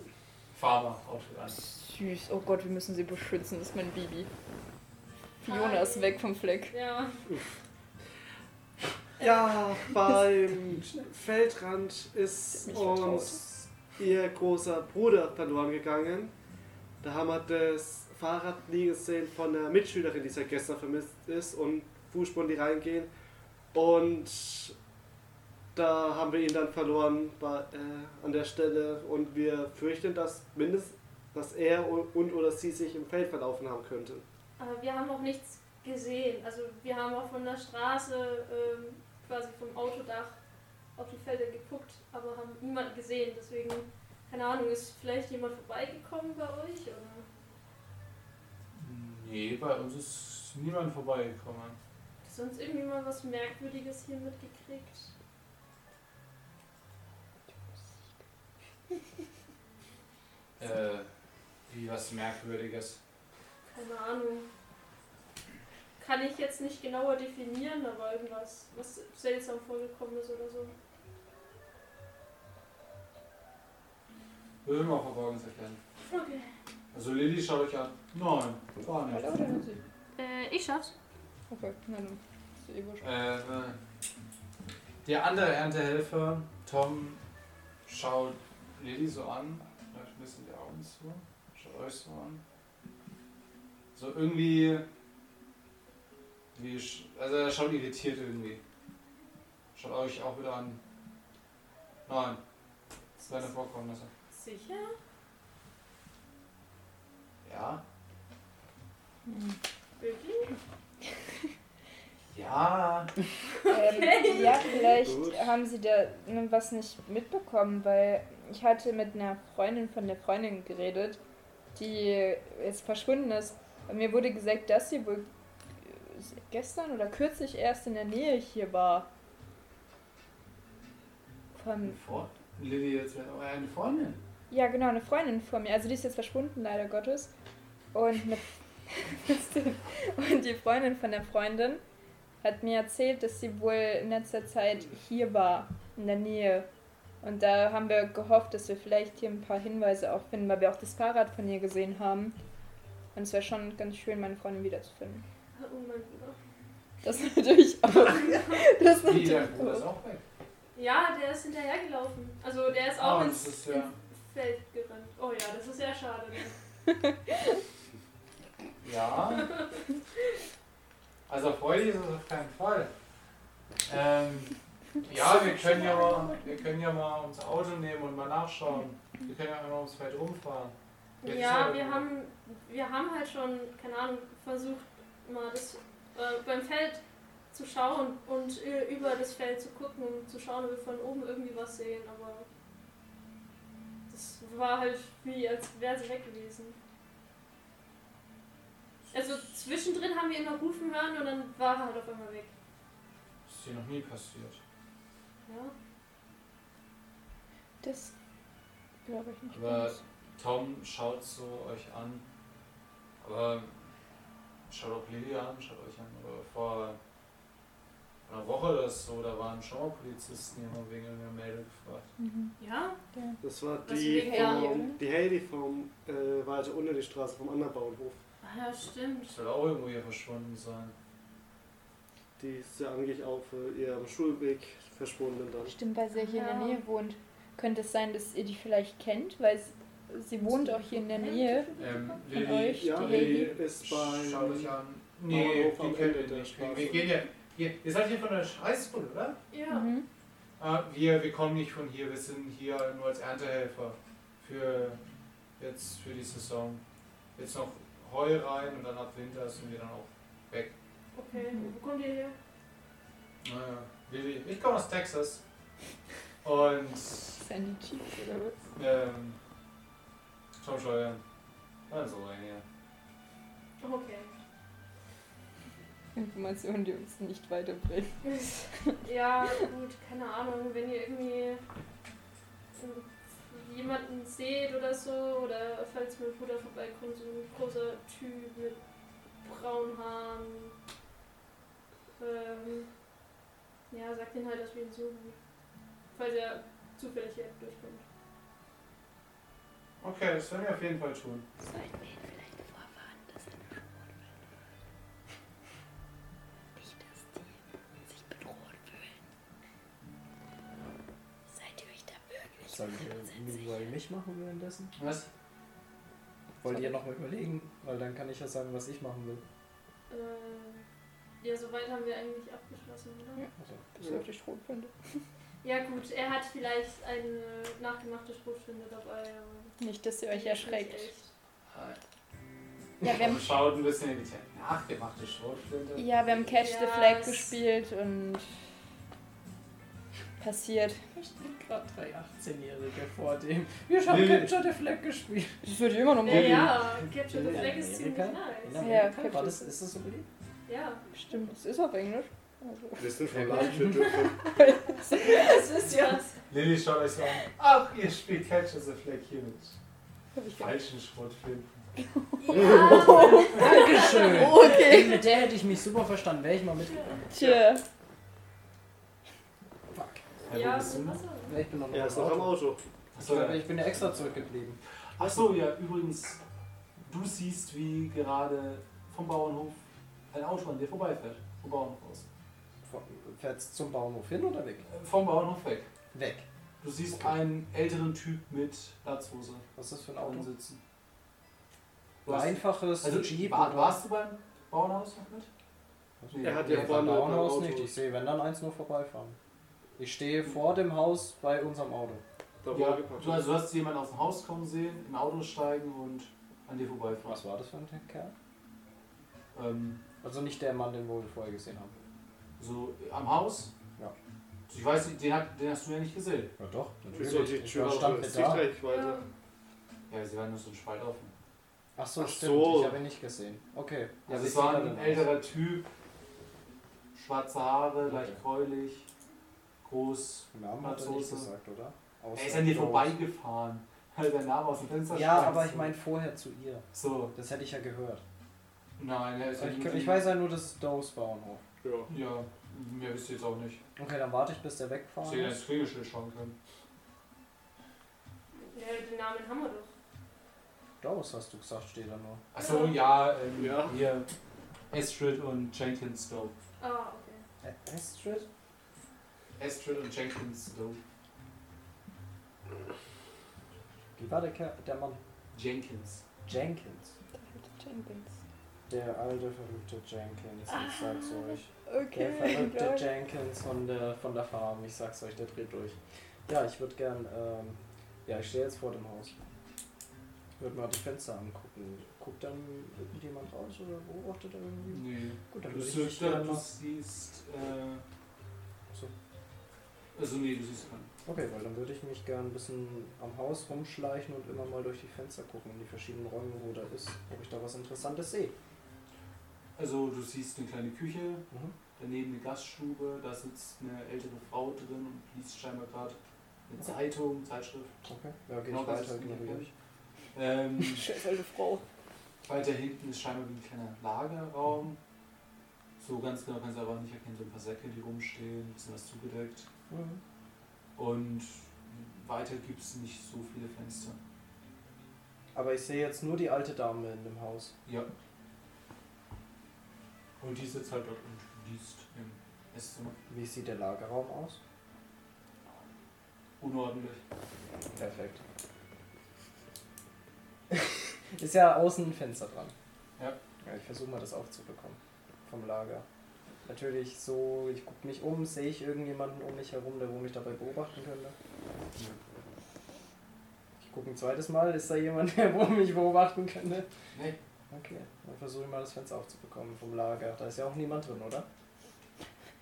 [SPEAKER 3] Farmer-Outfit an.
[SPEAKER 1] Süß, oh Gott, wir müssen sie beschützen, das ist mein Baby. Fiona ist weg vom Fleck.
[SPEAKER 4] Ja.
[SPEAKER 1] (laughs)
[SPEAKER 5] Ja, beim Feldrand ist
[SPEAKER 1] mich vertraut.
[SPEAKER 5] uns ihr großer Bruder verloren gegangen. Da haben wir das Fahrrad liegen sehen von einer Mitschülerin, die seit gestern vermisst ist und Fußspuren, die reingehen. Und da haben wir ihn dann verloren bei, äh, an der Stelle und wir fürchten, dass mindestens dass er und, und oder sie sich im Feld verlaufen haben könnte.
[SPEAKER 4] Aber wir haben auch nichts gesehen. Also wir haben auch von der Straße, ähm, quasi vom Autodach auf die Felder geguckt, aber haben niemanden gesehen. Deswegen, keine Ahnung, ist vielleicht jemand vorbeigekommen bei euch? Oder?
[SPEAKER 3] Nee, bei uns ist niemand vorbeigekommen.
[SPEAKER 4] Hat sonst irgendjemand was Merkwürdiges hier mitgekriegt?
[SPEAKER 3] Äh, wie was Merkwürdiges.
[SPEAKER 4] Keine Ahnung. Kann ich jetzt nicht genauer definieren, aber irgendwas, was seltsam vorgekommen ist oder so.
[SPEAKER 3] Würde mir auch verborgenes erklären.
[SPEAKER 4] Okay.
[SPEAKER 3] Also Lilly schaut euch an. Nein, gar nicht.
[SPEAKER 4] Äh, ich schaff's.
[SPEAKER 1] Okay, na dann. Ist eh wurscht.
[SPEAKER 3] Äh, äh, der andere Erntehelfer, Tom, schaut Lilly so an, läuft ein bisschen die Augen zu, schaut euch so an. So irgendwie. Wie, sch- also er schaut irritiert irgendwie. Schaut euch auch wieder an. Nein, das wäre eine Vorkommnisse.
[SPEAKER 4] Sicher?
[SPEAKER 3] Ja?
[SPEAKER 1] Hm.
[SPEAKER 4] Wirklich?
[SPEAKER 3] Ja.
[SPEAKER 1] Ähm, ja, vielleicht
[SPEAKER 5] Gut.
[SPEAKER 1] haben sie da ne, was nicht mitbekommen, weil ich hatte mit einer Freundin von der Freundin geredet, die jetzt verschwunden ist. Und mir wurde gesagt, dass sie wohl gestern oder kürzlich erst in der Nähe hier war. Von
[SPEAKER 3] Vor Lilly jetzt wäre eine Freundin.
[SPEAKER 1] Ja, genau, eine Freundin von mir. Also die ist jetzt verschwunden, leider Gottes. Und, eine Was denn? (laughs) und die Freundin von der Freundin hat mir erzählt, dass sie wohl in letzter Zeit hier war, in der Nähe. Und da haben wir gehofft, dass wir vielleicht hier ein paar Hinweise auch finden, weil wir auch das Fahrrad von ihr gesehen haben. Und es wäre schon ganz schön, meine Freundin wiederzufinden.
[SPEAKER 4] Oh mein Gott.
[SPEAKER 1] Das natürlich auch. Das
[SPEAKER 3] Wie,
[SPEAKER 1] natürlich
[SPEAKER 3] der Bruder ist
[SPEAKER 1] auch.
[SPEAKER 3] auch weg.
[SPEAKER 4] Ja, der ist hinterhergelaufen. Also der ist auch
[SPEAKER 3] Ah,
[SPEAKER 4] ins
[SPEAKER 3] das ist ja.
[SPEAKER 4] Feld gerannt. Oh ja, das ist sehr schade. ne?
[SPEAKER 3] (laughs) Ja. (laughs) Also freudig ist es auf keinen Fall. Ähm, ja, wir können ja, mal, wir können ja mal uns Auto nehmen und mal nachschauen. Wir können ja mal ums Feld rumfahren. Jetzt ist
[SPEAKER 4] Ja,
[SPEAKER 3] er-
[SPEAKER 4] wir haben, wir haben halt schon, keine Ahnung, versucht mal das, äh, beim Feld zu schauen und äh, über das Feld zu gucken, um zu schauen, ob wir von oben irgendwie was sehen, aber das war halt wie, als wäre sie weg gewesen. Also zwischendrin haben wir immer rufen hören und dann war er halt auf einmal weg.
[SPEAKER 3] Das ist dir noch nie passiert.
[SPEAKER 4] Ja?
[SPEAKER 6] Das glaube ich nicht.
[SPEAKER 3] Aber Tom schaut so euch an. Aber schaut auch Lilia an, schaut euch an. Aber vor einer Woche oder so, da waren schon mal Polizisten, die haben wegen einer Meldung gefragt.
[SPEAKER 6] Mhm.
[SPEAKER 4] Ja?
[SPEAKER 5] Das war
[SPEAKER 4] Was
[SPEAKER 5] die
[SPEAKER 4] wegen
[SPEAKER 6] Haley,
[SPEAKER 5] vom, die Haley vom äh, war also unter die Straße vom anderen Bauernhof.
[SPEAKER 4] Ah, ja, stimmt.
[SPEAKER 3] Ich soll auch irgendwo hier verschwunden sein.
[SPEAKER 5] Die ist ja angeblich auf äh, ihrem Schulweg verschwunden dann.
[SPEAKER 6] Stimmt, weil sie ja hier in
[SPEAKER 4] Ja.
[SPEAKER 6] der Nähe wohnt. Könnte es sein, dass ihr die vielleicht kennt, weil sie, sie wohnt auch hier in der Nähe.
[SPEAKER 3] Ähm,
[SPEAKER 6] Von euch?
[SPEAKER 3] Lilly,
[SPEAKER 5] Ja,
[SPEAKER 6] Die
[SPEAKER 5] die
[SPEAKER 6] Haley?
[SPEAKER 5] ist bei.
[SPEAKER 3] schaut euch an. Nee,
[SPEAKER 5] Bauernhof
[SPEAKER 3] die
[SPEAKER 5] am
[SPEAKER 3] kennt
[SPEAKER 5] Ende
[SPEAKER 3] ihr
[SPEAKER 5] der
[SPEAKER 3] nicht.
[SPEAKER 5] Straße.
[SPEAKER 3] Wir gehen ja. Hier, ihr seid hier von der Scheißschule, oder?
[SPEAKER 4] Ja.
[SPEAKER 6] Mhm.
[SPEAKER 3] Ah, wir, wir kommen nicht von hier, wir sind hier nur als Erntehelfer für jetzt für die Saison. Jetzt noch Heu rein und dann ab Winter sind wir dann auch.
[SPEAKER 4] Okay, wo kommt ihr her?
[SPEAKER 3] Naja, Willi, ich komme aus Texas. Und
[SPEAKER 6] Sandy Cheeks oder was?
[SPEAKER 3] ähm, Tom Scheuer. Also, Dann so rein hier.
[SPEAKER 4] Okay.
[SPEAKER 6] Informationen, die uns nicht weiterbringen.
[SPEAKER 4] ja, gut, keine Ahnung, wenn ihr irgendwie so jemanden seht oder so, oder falls mein Bruder vorbeikommt, so ein großer Typ mit braunen Haaren. Ähm, ja, sagt ihn halt, dass wir ihn suchen. Falls er zufällig hier durchkommt.
[SPEAKER 3] Okay, das werden wir auf jeden Fall tun.
[SPEAKER 6] Sollten wir ihn vielleicht vorwarnen, dass er bedroht wird? Nicht, dass die sich bedroht fühlen. Seid ihr euch da wirklich
[SPEAKER 2] Sollen wir wollen mich machen währenddessen?
[SPEAKER 3] Was?
[SPEAKER 2] Wollt ihr nochmal überlegen? Weil dann kann ich ja sagen, was ich machen will.
[SPEAKER 4] Äh, ja, soweit haben wir eigentlich abgeschlossen, oder?
[SPEAKER 2] Also,
[SPEAKER 6] Das sollte ich rot finde.
[SPEAKER 4] Ja, gut, er hat vielleicht eine nachgemachte Schrotflinte dabei. aber
[SPEAKER 6] Nicht, dass ihr
[SPEAKER 4] die
[SPEAKER 6] euch
[SPEAKER 4] ist nicht
[SPEAKER 6] erschreckt.
[SPEAKER 4] echt.
[SPEAKER 6] Ja, wir
[SPEAKER 3] Tom
[SPEAKER 6] haben,
[SPEAKER 3] schaut ein bisschen in die Tech. Nachgemachte Schrotflinte.
[SPEAKER 6] ja, wir haben Catch the
[SPEAKER 4] Ja,
[SPEAKER 6] Flag
[SPEAKER 4] es-
[SPEAKER 6] gespielt und passiert.
[SPEAKER 2] Ich bin gerade drei 18-Jährige vor dem. Wir
[SPEAKER 3] haben
[SPEAKER 2] haben
[SPEAKER 3] Nee.
[SPEAKER 2] Capture the Flag gespielt.
[SPEAKER 6] Das wird immer noch
[SPEAKER 4] Ja,
[SPEAKER 3] Nee.
[SPEAKER 6] mal.
[SPEAKER 4] ja, Capture the
[SPEAKER 2] Ja,
[SPEAKER 4] Flag ist ziemlich
[SPEAKER 2] Amerika.
[SPEAKER 4] nice.
[SPEAKER 6] Ja, Capture
[SPEAKER 2] war das,
[SPEAKER 6] the-
[SPEAKER 2] ist das so beliebt?
[SPEAKER 4] Ja,
[SPEAKER 1] (laughs)
[SPEAKER 6] Stimmt, es ist auf Englisch. Also.
[SPEAKER 5] Wir sind
[SPEAKER 2] von
[SPEAKER 4] das ist ja.
[SPEAKER 3] Lilly schaut euch so an. Ach, ihr spielt Catch the Flag hier mit
[SPEAKER 6] Hab ich
[SPEAKER 2] Halt,
[SPEAKER 6] gedacht.
[SPEAKER 3] falschen Schrotflinten.
[SPEAKER 4] ja.
[SPEAKER 2] Dankeschön.
[SPEAKER 6] Okay.
[SPEAKER 2] Mit der hätte ich mich super verstanden. Wäre ich mal mitgegangen.
[SPEAKER 6] Tja.
[SPEAKER 2] Fuck.
[SPEAKER 4] Ja,
[SPEAKER 3] bist du?
[SPEAKER 4] was auch
[SPEAKER 2] Ja, Ich bin noch
[SPEAKER 5] Er ist noch am Auto.
[SPEAKER 2] Ich,
[SPEAKER 3] Achso,
[SPEAKER 2] glaub,
[SPEAKER 3] ja.
[SPEAKER 2] ich bin ja extra zurückgeblieben.
[SPEAKER 3] Achso, ja, übrigens, du siehst, wie gerade vom Bauernhof ein Auto an dir vorbeifährt. Vom Bauernhof aus.
[SPEAKER 2] Fährt's zum Bauernhof hin oder weg?
[SPEAKER 3] Äh, Vom Bauernhof weg.
[SPEAKER 2] Weg.
[SPEAKER 3] Du siehst einen älteren Typ mit Latzhose
[SPEAKER 2] Was ist das für ein
[SPEAKER 3] drin
[SPEAKER 2] Auto?
[SPEAKER 3] sitzen. Du
[SPEAKER 2] Ein
[SPEAKER 3] hast-
[SPEAKER 2] einfaches
[SPEAKER 3] also,
[SPEAKER 2] Jeep.
[SPEAKER 3] war,
[SPEAKER 2] oder-
[SPEAKER 3] warst du beim Bauernhaus noch mit?
[SPEAKER 2] Also,
[SPEAKER 3] Nee,
[SPEAKER 5] Er hat
[SPEAKER 3] nee,
[SPEAKER 5] ja
[SPEAKER 2] beim
[SPEAKER 5] vorne beim
[SPEAKER 2] Bauernhaus
[SPEAKER 5] Auto.
[SPEAKER 2] nicht. Ich sehe, wenn dann eins nur vorbeifahren. Ich stehe vor dem Haus bei unserem Auto.
[SPEAKER 5] Da
[SPEAKER 3] Ja,
[SPEAKER 5] war
[SPEAKER 3] du,
[SPEAKER 5] gepackt.
[SPEAKER 3] also, du hast jemanden aus dem Haus kommen sehen, im Auto steigen und an dir vorbeifahren.
[SPEAKER 2] Was war das für ein Kerl?
[SPEAKER 3] Ähm,
[SPEAKER 2] Also nicht der Mann, den wir vorher gesehen haben.
[SPEAKER 3] so äh, am Haus?
[SPEAKER 2] Ja.
[SPEAKER 3] Ich weiß nicht, den, hat, den hast du ja nicht gesehen.
[SPEAKER 2] Ja doch,
[SPEAKER 5] Wieso die
[SPEAKER 2] Ich
[SPEAKER 5] Tür
[SPEAKER 2] war- stand
[SPEAKER 5] auf
[SPEAKER 2] mit
[SPEAKER 3] halt
[SPEAKER 2] da.
[SPEAKER 5] Sichtreichweite?
[SPEAKER 3] Ja, sie waren nur so ein Spalt offen.
[SPEAKER 2] Ach so,
[SPEAKER 5] Ach
[SPEAKER 2] stimmt.
[SPEAKER 5] so.
[SPEAKER 2] Ich habe ihn nicht gesehen. Okay. Also
[SPEAKER 3] Ja,
[SPEAKER 2] wie
[SPEAKER 3] das
[SPEAKER 2] sieht
[SPEAKER 3] Also war
[SPEAKER 2] er denn
[SPEAKER 3] ein
[SPEAKER 2] aus?
[SPEAKER 3] älterer Typ, schwarze Haare, leicht
[SPEAKER 2] Okay.
[SPEAKER 3] gräulich, groß.
[SPEAKER 2] Namen hat er nicht
[SPEAKER 3] Franzose.
[SPEAKER 2] gesagt, oder? Außer
[SPEAKER 3] Er ist an dir
[SPEAKER 2] groß.
[SPEAKER 3] vorbeigefahren, (laughs) weil dein Name aus dem Fenster
[SPEAKER 2] Ja,
[SPEAKER 3] stand.
[SPEAKER 2] aber ich meine vorher zu ihr.
[SPEAKER 3] So,
[SPEAKER 2] Das hätte ich ja gehört.
[SPEAKER 3] nein, er ist ja
[SPEAKER 2] Ich,
[SPEAKER 3] nur
[SPEAKER 2] ich
[SPEAKER 3] die-
[SPEAKER 2] weiß ja nur, das ist Dose Bauernhof.
[SPEAKER 5] Ja.
[SPEAKER 3] Ja, mehr wisst ihr jetzt auch nicht.
[SPEAKER 2] Okay, dann warte ich, bis der
[SPEAKER 3] Ich
[SPEAKER 2] wegfahren
[SPEAKER 3] hätte
[SPEAKER 2] ist.
[SPEAKER 3] das Kriegeschild schauen können.
[SPEAKER 4] Ja, den Namen haben wir doch.
[SPEAKER 2] Dose, hast du gesagt, steht da nur.
[SPEAKER 3] Achso, ja, ähm,
[SPEAKER 5] Ja.
[SPEAKER 3] hier Astrid und Jenkins Doe.
[SPEAKER 4] Ah, okay.
[SPEAKER 2] Ä- Äh, Astrid?
[SPEAKER 3] Astrid und Jenkins Doe.
[SPEAKER 2] Wie war der Kerl? Der Mann?
[SPEAKER 3] Jenkins.
[SPEAKER 2] Jenkins.
[SPEAKER 6] Jenkins.
[SPEAKER 2] Der alte verrückte Jenkins, ich sag's euch. Der
[SPEAKER 6] Okay.
[SPEAKER 2] verrückte Jenkins von der, von der Farm, ich sag's euch, der dreht durch. Ja, ich würde gern, ähm, ja, ich stehe jetzt vor dem Haus. Ich würde mal die Fenster angucken. Guckt dann irgendjemand raus oder beobachtet er irgendwie?
[SPEAKER 3] Nee.
[SPEAKER 2] Gut, dann
[SPEAKER 3] Du,
[SPEAKER 2] würde ich mich
[SPEAKER 3] siehst,
[SPEAKER 2] gerne
[SPEAKER 3] du
[SPEAKER 2] mal.
[SPEAKER 3] siehst. Äh,
[SPEAKER 2] So.
[SPEAKER 3] also, nee, du siehst keinen.
[SPEAKER 2] Okay, weil dann würde ich mich gern ein bisschen am Haus rumschleichen und immer mal durch die Fenster gucken, in die verschiedenen Räume, wo da ist, ob ich da was Interessantes sehe.
[SPEAKER 3] Also, du siehst eine kleine Küche,
[SPEAKER 2] Mhm.
[SPEAKER 3] daneben eine Gaststube, da sitzt eine ältere Frau drin und liest scheinbar gerade eine Zeitung, Zeitschrift.
[SPEAKER 2] Okay, ja, gehe
[SPEAKER 3] Genau,
[SPEAKER 2] ich
[SPEAKER 3] das ist
[SPEAKER 2] weiter,
[SPEAKER 3] die
[SPEAKER 2] ignoriere ich.
[SPEAKER 1] (laughs)
[SPEAKER 3] Ähm,
[SPEAKER 1] Scheiß alte Frau.
[SPEAKER 3] weiter hinten ist scheinbar wie ein kleiner Lagerraum. So ganz genau kannst du aber nicht erkennen, so ein paar Säcke, die rumstehen, ein bisschen was zugedeckt.
[SPEAKER 2] Mhm.
[SPEAKER 3] Und weiter gibt es nicht so viele Fenster.
[SPEAKER 2] Aber ich sehe jetzt nur die alte Dame in dem Haus.
[SPEAKER 3] Ja. Und die sitzt halt dort und liest im Esszimmer.
[SPEAKER 2] Wie sieht der Lagerraum aus?
[SPEAKER 3] Unordentlich.
[SPEAKER 2] Perfekt. (laughs) Ist ja außen ein Fenster dran.
[SPEAKER 3] Ja.
[SPEAKER 2] ja ich versuche mal das aufzubekommen. Vom Lager. Natürlich so, ich gucke mich um, sehe ich irgendjemanden um mich herum, der wo mich dabei beobachten könnte. Ich gucke ein zweites Mal, ist da jemand, (laughs) der wo mich beobachten könnte?
[SPEAKER 3] Nee.
[SPEAKER 2] Okay, dann versuche ich mal das Fenster aufzubekommen vom Lager. Da ist ja auch niemand drin, oder?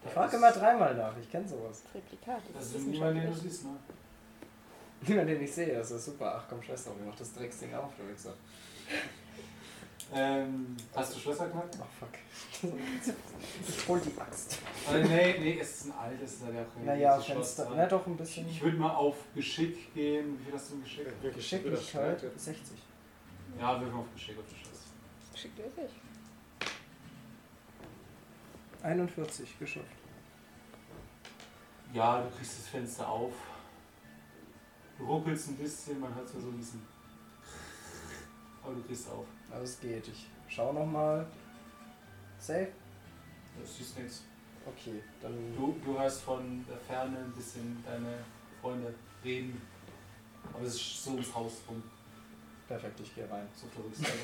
[SPEAKER 3] Da
[SPEAKER 2] Ich frage
[SPEAKER 3] ist-
[SPEAKER 2] immer dreimal nach, ich kenne sowas. (laughs)
[SPEAKER 1] Das Replikat.
[SPEAKER 3] Das ist
[SPEAKER 1] ist
[SPEAKER 3] niemand, den du
[SPEAKER 1] wissenschaftlich.
[SPEAKER 3] siehst, ne?
[SPEAKER 2] Niemand, den ich sehe, das ist super. Ach komm, scheiß drauf, ich mach das Drecksding auf, du Wichser.
[SPEAKER 3] Ähm, hast du Schlösser knackt?
[SPEAKER 2] Ach Oh,
[SPEAKER 1] (laughs)
[SPEAKER 2] fuck. Ich hol die Axt.
[SPEAKER 3] Äh, nee, nee, es ist ein altes, da der auch kein
[SPEAKER 2] Naja,
[SPEAKER 3] großes Schloss
[SPEAKER 2] Fenster. ne?
[SPEAKER 3] dran.
[SPEAKER 2] Na doch, ein
[SPEAKER 3] Ich-
[SPEAKER 2] bisschen.
[SPEAKER 3] Ich würde mal auf Geschick gehen. Wie viel hast du denn Geschick? halt.
[SPEAKER 2] Geschicklichkeit. 60.
[SPEAKER 3] Ja, wir auf Geschick auf das Schloss.
[SPEAKER 1] Schickt ihr sich.
[SPEAKER 2] 41 geschafft.
[SPEAKER 3] Ja, du kriegst das Fenster auf. Du ruckelst ein bisschen, man hört zwar so diesen. Aber du kriegst auf.
[SPEAKER 2] Also es geht. Ich schau nochmal. Safe?
[SPEAKER 3] Du siehst nichts.
[SPEAKER 2] Okay, dann.
[SPEAKER 3] Du, du hörst von der Ferne ein bisschen deine Freunde reden. Aber es ist so ums Haus rum,
[SPEAKER 2] Perfekt, ich gehe rein.
[SPEAKER 3] so auf der Rückseite.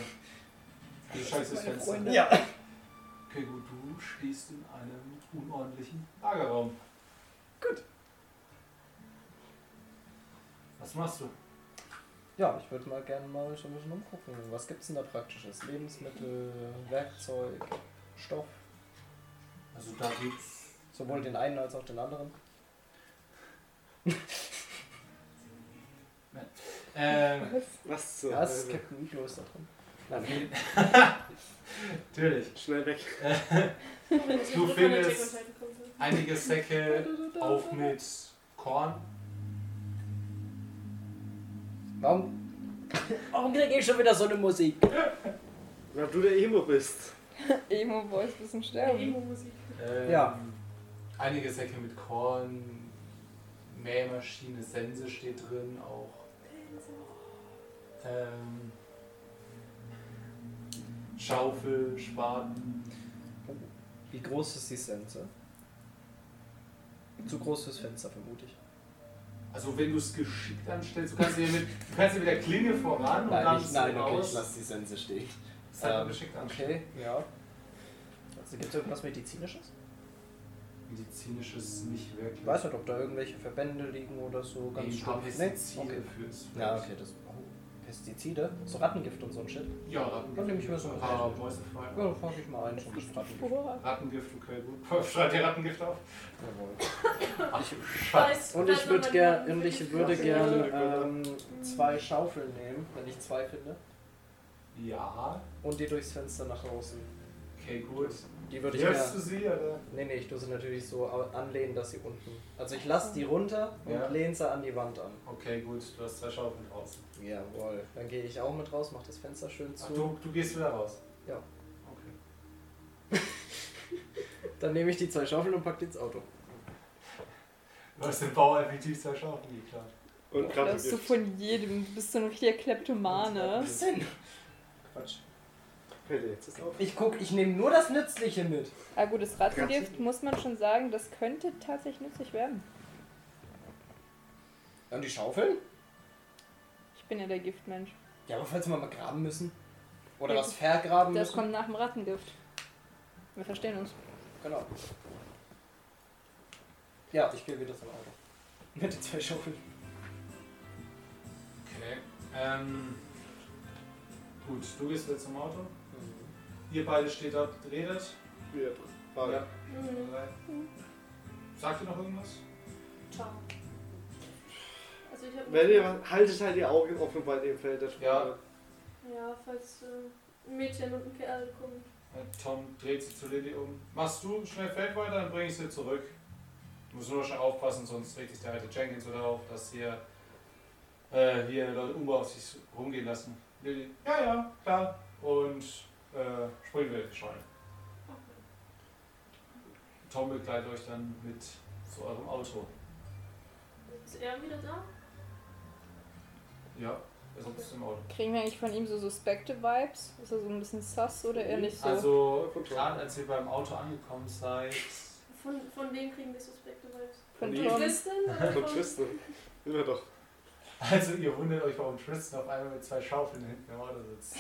[SPEAKER 3] Du scheißt das
[SPEAKER 1] Meine
[SPEAKER 3] Fenster.
[SPEAKER 1] Freunde.
[SPEAKER 2] Ja.
[SPEAKER 3] Okay, gut, du stehst in einem unordentlichen Lagerraum.
[SPEAKER 2] Gut.
[SPEAKER 3] Was machst du?
[SPEAKER 2] Ja, ich würde mal gerne mal so ein bisschen umgucken. Was gibt's denn da praktisches? Lebensmittel, Werkzeug, Stoff.
[SPEAKER 3] Also da gibt's.
[SPEAKER 2] Sowohl den einen als auch den anderen.
[SPEAKER 3] Ähm,
[SPEAKER 5] Was zur
[SPEAKER 2] Das
[SPEAKER 5] Hölle?
[SPEAKER 2] Captain Iglo ist da drin.
[SPEAKER 3] natürlich.
[SPEAKER 5] Schnell weg.
[SPEAKER 3] Du findest- Einige Säcke
[SPEAKER 2] Äh,
[SPEAKER 3] auf mit Korn.
[SPEAKER 2] Warum?
[SPEAKER 1] Warum kriege ich schon wieder so eine Musik?
[SPEAKER 5] Weil du der Emo bist.
[SPEAKER 1] Emo Boys müssen sterben.
[SPEAKER 4] Emo-Musik.
[SPEAKER 3] Ähm,
[SPEAKER 2] Ja.
[SPEAKER 3] Einige Säcke mit Korn. Mähmaschine, Sense steht drin auch. Ähm, Schaufel, Spaten.
[SPEAKER 2] Wie groß ist die Sense? Zu groß fürs Fenster, vermute ich.
[SPEAKER 3] Also wenn du es geschickt anstellst, du kannst dir mit, du kannst dir mit der Klinge voran und dann
[SPEAKER 2] ich-
[SPEAKER 3] raus.
[SPEAKER 2] die Sense stehen.
[SPEAKER 3] Das hat man
[SPEAKER 2] Ähm,
[SPEAKER 3] geschickt anstellen.
[SPEAKER 2] Okay, ja. Also gibt es irgendwas Medizinisches?
[SPEAKER 3] Medizinisches nicht
[SPEAKER 2] Ich
[SPEAKER 3] wirklich.
[SPEAKER 2] weiß nicht, ob da irgendwelche Verbände liegen oder so. Ganz
[SPEAKER 3] Ich habe
[SPEAKER 2] stumpf.
[SPEAKER 3] Pestizide
[SPEAKER 2] Nee?
[SPEAKER 3] fürs.
[SPEAKER 2] Okay. Ja, okay, das. Oh, Pestizide? So Rattengift und so ein Shit.
[SPEAKER 3] Ja, Rattengift.
[SPEAKER 2] Dann nehme ich mir so
[SPEAKER 3] ein
[SPEAKER 2] ein
[SPEAKER 3] paar
[SPEAKER 2] paar
[SPEAKER 3] Mäusefallen.
[SPEAKER 2] Ja, dann frag ich mal ein, so ein bisschen Rattengift.
[SPEAKER 1] Boah.
[SPEAKER 3] Rattengift, okay, (laughs) gut. Schreib dir Rattengift auf.
[SPEAKER 2] Jawohl.
[SPEAKER 3] Schatz.
[SPEAKER 2] Und ich, würd ger und ich würde
[SPEAKER 5] Ja,
[SPEAKER 2] gerne ähm, zwei Schaufeln nehmen, wenn ich zwei finde.
[SPEAKER 3] Ja,
[SPEAKER 2] Und die durchs Fenster nach außen.
[SPEAKER 3] okay, gut.
[SPEAKER 2] Die würde ich
[SPEAKER 3] Wirfst du
[SPEAKER 2] gerne.
[SPEAKER 3] sie, oder?
[SPEAKER 2] Nee, nee, ich tue sie natürlich so au- anlehnen, dass sie unten. Also ich lasse die runter und
[SPEAKER 3] Ja.
[SPEAKER 2] lehne sie an die Wand an.
[SPEAKER 3] Okay, gut, Oh, du hast zwei Schaufeln draußen.
[SPEAKER 2] Jawohl. Dann gehe ich auch mit raus, mach das Fenster schön
[SPEAKER 3] Ach,
[SPEAKER 2] zu.
[SPEAKER 3] du, du gehst wieder raus.
[SPEAKER 2] Ja.
[SPEAKER 3] Okay.
[SPEAKER 2] Dann nehme ich die zwei Schaufeln und pack die ins Auto.
[SPEAKER 3] Du hast dem Bauer effektiv zwei Schaufeln geklaut.
[SPEAKER 5] Und
[SPEAKER 1] Da bist du
[SPEAKER 5] Krabbengift.
[SPEAKER 1] von jedem. Du bist so ein richtiger Kleptomane.
[SPEAKER 3] Was
[SPEAKER 2] denn?
[SPEAKER 3] Quatsch.
[SPEAKER 5] Hör dir jetzt das auf.
[SPEAKER 2] Ich guck, ich nehme nur das Nützliche mit.
[SPEAKER 1] Ah, gut, das Rattengift muss man schon sagen, das könnte tatsächlich nützlich werden.
[SPEAKER 2] Und die Schaufeln?
[SPEAKER 1] Ich bin ja der Giftmensch.
[SPEAKER 2] Ja, aber falls wir mal graben müssen. Oder
[SPEAKER 1] Ja,
[SPEAKER 2] was vergraben
[SPEAKER 1] Das
[SPEAKER 2] müssen.
[SPEAKER 1] kommt nach dem Rattengift. Wir verstehen uns.
[SPEAKER 2] Genau. Ja, ich gehe wieder zum Auto. Mit den zwei Schaufeln.
[SPEAKER 3] Okay. Ähm, Gut, du gehst wieder zum Auto. Ihr beide steht da, redet.
[SPEAKER 5] Ja, Frage.
[SPEAKER 3] Ja. Äh,
[SPEAKER 4] Mhm.
[SPEAKER 3] Sagt ihr noch irgendwas?
[SPEAKER 4] Ciao. Also ich hab
[SPEAKER 5] Wenn ihr was, haltet halt die Augen offen bei dem Feld der Sprache.
[SPEAKER 4] Ja, falls äh, ein Mädchen und ein Kerl kommen.
[SPEAKER 3] Ja, Äh, Tom dreht sich zu Lilly um. Machst du schnell Feld weiter, dann bringe ich sie zurück. Du musst nur schon aufpassen, sonst regt sich der alte Jenkins wieder auf, dass hier, äh, hier Leute Umbau auf sich rumgehen lassen. Lilly, ja, ja, klar. Und äh, springen wir in die Scheune. Tom begleitet euch dann mit zu eurem Auto.
[SPEAKER 4] Ist er wieder da?
[SPEAKER 3] Ja, er sitzt im Auto.
[SPEAKER 1] Kriegen wir eigentlich von ihm so suspekte Vibes? Ist er so ein bisschen sass oder eher nicht so?
[SPEAKER 3] Also, gerade als ihr beim Auto angekommen seid,
[SPEAKER 4] Von, von wem kriegen wir suspekte Vibes?
[SPEAKER 1] von
[SPEAKER 5] Nee.
[SPEAKER 1] Tom?
[SPEAKER 5] (laughs)
[SPEAKER 4] Tristan? oder
[SPEAKER 5] Von
[SPEAKER 4] von-
[SPEAKER 5] Tristan. Immer doch.
[SPEAKER 3] also ihr wundert euch, warum Tristan auf einmal mit zwei Schaufeln hinten im Auto sitzt.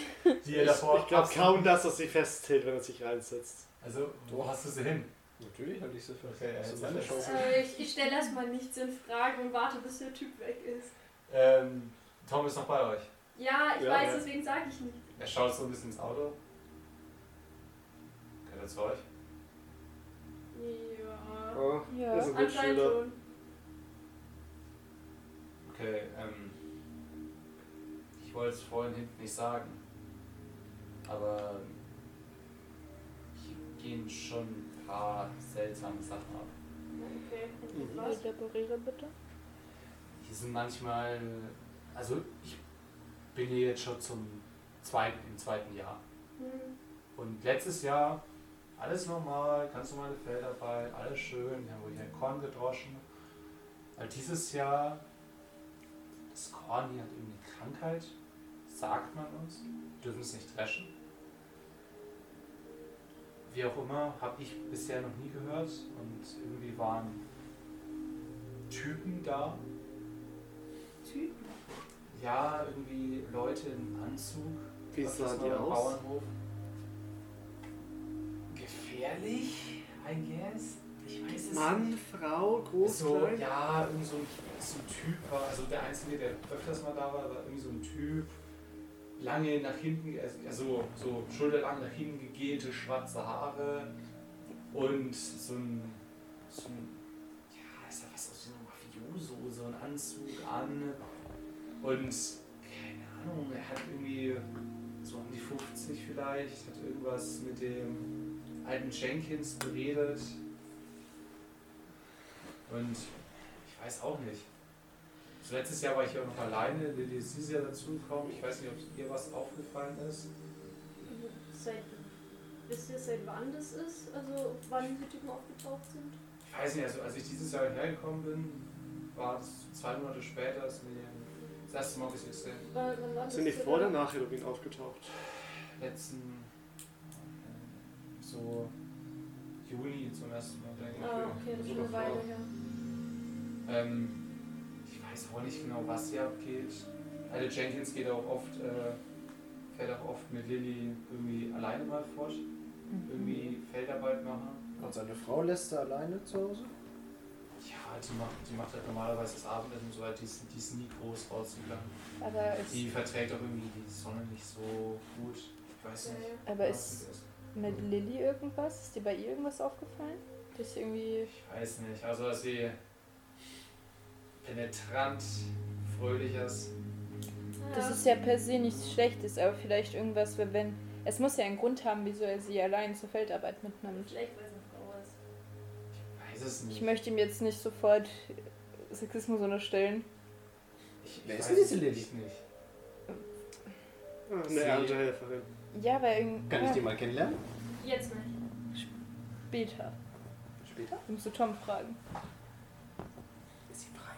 [SPEAKER 3] Die ihr davor
[SPEAKER 5] ich glaube
[SPEAKER 3] absolut-
[SPEAKER 5] kaum, dass er sich festhält, wenn er sich reinsetzt.
[SPEAKER 3] Also, wo hast du sie hin?
[SPEAKER 2] Natürlich hatte ich sie für
[SPEAKER 3] Okay,
[SPEAKER 2] das ist
[SPEAKER 3] also
[SPEAKER 2] meine
[SPEAKER 3] das-
[SPEAKER 2] Chance.
[SPEAKER 4] Äh, ich ich stelle erstmal nichts in Frage und warte, bis der Typ weg ist.
[SPEAKER 3] Ähm, Tom ist noch bei euch.
[SPEAKER 4] Ja, ich
[SPEAKER 5] Ja,
[SPEAKER 4] weiß,
[SPEAKER 3] ja.
[SPEAKER 4] deswegen sage ich nicht.
[SPEAKER 3] Er schaut so ein bisschen ins Auto. Gehört er zu euch?
[SPEAKER 4] Ja.
[SPEAKER 5] Oh,
[SPEAKER 1] Ja.
[SPEAKER 5] ist ein
[SPEAKER 4] Anscheinend
[SPEAKER 5] Mitschüler.
[SPEAKER 4] schon.
[SPEAKER 3] Okay, ähm. Ich wollte es vorhin hinten nicht sagen. Aber. Hier gehen schon ein paar seltsame Sachen ab.
[SPEAKER 4] Okay.
[SPEAKER 5] Mhm.
[SPEAKER 4] Was?
[SPEAKER 1] Elaboriere bitte.
[SPEAKER 3] Die sind manchmal. Also, ich bin hier jetzt schon zum zweiten, im zweiten Jahr.
[SPEAKER 4] Hm.
[SPEAKER 3] Und letztes Jahr alles normal, ganz normale Feldarbeit, alles schön, wir haben wohl hier Korn gedroschen. Aber dieses Jahr, das Korn hier hat irgendeine Krankheit, sagt man uns, dürfen es nicht dreschen. Wie auch immer, habe ich bisher noch nie gehört und irgendwie waren Typen da.
[SPEAKER 4] Typen?
[SPEAKER 3] Ja, irgendwie Leute im Anzug.
[SPEAKER 5] Wie
[SPEAKER 3] Das
[SPEAKER 5] sahen
[SPEAKER 3] ist
[SPEAKER 5] die
[SPEAKER 3] mal ein
[SPEAKER 5] aus?
[SPEAKER 3] Bauernhof. Gefährlich, I guess. Ich weiß es
[SPEAKER 5] Mann, Frau, groß,
[SPEAKER 3] so,
[SPEAKER 5] klein.
[SPEAKER 3] ja, irgend so ein, so ein Typ war, also der Einzige, der öfters mal da war, war irgendwie so ein Typ, lange nach hinten, ge- also so schulterlang nach hinten gegelte, schwarze Haare und so ein, so ein ja, ist ja was aus dem Mafioso, so ein Anzug an und keine Ahnung, er hat irgendwie so um die 50 vielleicht, hat irgendwas mit dem alten Jenkins beredet. Und ich weiß auch nicht. So letztes Jahr war ich ja auch noch alleine, Lilly ist dieses Jahr dazugekommen. Ich weiß nicht, ob ihr was aufgefallen ist.
[SPEAKER 4] Seit, wisst ihr, seit wann das ist? Also wann die Typen aufgetaucht sind?
[SPEAKER 3] Ich weiß nicht, also als ich dieses Jahr hergekommen bin, war es zwei Monate später, dass mir das erste Mal gesehen ist.
[SPEAKER 4] Wann, wann war das
[SPEAKER 5] Sind die
[SPEAKER 4] so
[SPEAKER 5] vor oder
[SPEAKER 4] lang?
[SPEAKER 5] nach Halloween aufgetaucht?
[SPEAKER 3] Letzten äh, so Juni zum ersten Mal, denke ich.
[SPEAKER 4] Ah, okay, das ist schon eine
[SPEAKER 3] Sogar vor.
[SPEAKER 4] Weile her.
[SPEAKER 3] Ähm, ich weiß auch nicht genau, was hier abgeht. Also Jenkins geht auch oft, äh, fährt auch oft mit Lilly irgendwie alleine mal fort. Irgendwie Feldarbeit machen.
[SPEAKER 2] Und seine Frau lässt er alleine zu Hause?
[SPEAKER 3] Ja, die macht, die macht halt normalerweise das Abendessen und so weiter. Die ist, die ist nie groß rausgegangen.
[SPEAKER 1] Aber ist
[SPEAKER 3] Die verträgt auch irgendwie die Sonne nicht so gut. Ich weiß nicht.
[SPEAKER 4] Ja,
[SPEAKER 1] Aber
[SPEAKER 3] was
[SPEAKER 1] ist-
[SPEAKER 3] das ist.
[SPEAKER 1] mit Lilly irgendwas? Ist dir bei ihr irgendwas aufgefallen? Dass sie irgendwie.
[SPEAKER 3] Ich weiß nicht. Also, dass sie penetrant, fröhlich ist.
[SPEAKER 4] ja.
[SPEAKER 1] Das ist ja per se nichts Schlechtes, aber vielleicht irgendwas, wenn- wenn. Es muss ja einen Grund haben, wieso er sie allein zur Feldarbeit mitnimmt.
[SPEAKER 4] Vielleicht, genau weil es eine Frau ist.
[SPEAKER 3] Ich weiß es nicht.
[SPEAKER 1] Ich möchte ihm jetzt nicht sofort Sexismus unterstellen.
[SPEAKER 3] ich,
[SPEAKER 2] Wer
[SPEAKER 3] ich
[SPEAKER 2] ist
[SPEAKER 3] weiß
[SPEAKER 2] denn diese
[SPEAKER 3] es
[SPEAKER 2] Lilly?
[SPEAKER 3] echt
[SPEAKER 1] (clears throat)
[SPEAKER 3] nicht.
[SPEAKER 5] Ah,
[SPEAKER 3] Sie-
[SPEAKER 5] Eine Erntehelferin.
[SPEAKER 1] Ja, weil irgendwie.
[SPEAKER 2] Kann ich die
[SPEAKER 1] ah,
[SPEAKER 2] mal kennenlernen?
[SPEAKER 4] Jetzt nicht.
[SPEAKER 1] später.
[SPEAKER 2] Später?
[SPEAKER 1] Musst du um Tom fragen.
[SPEAKER 2] Ist sie frei?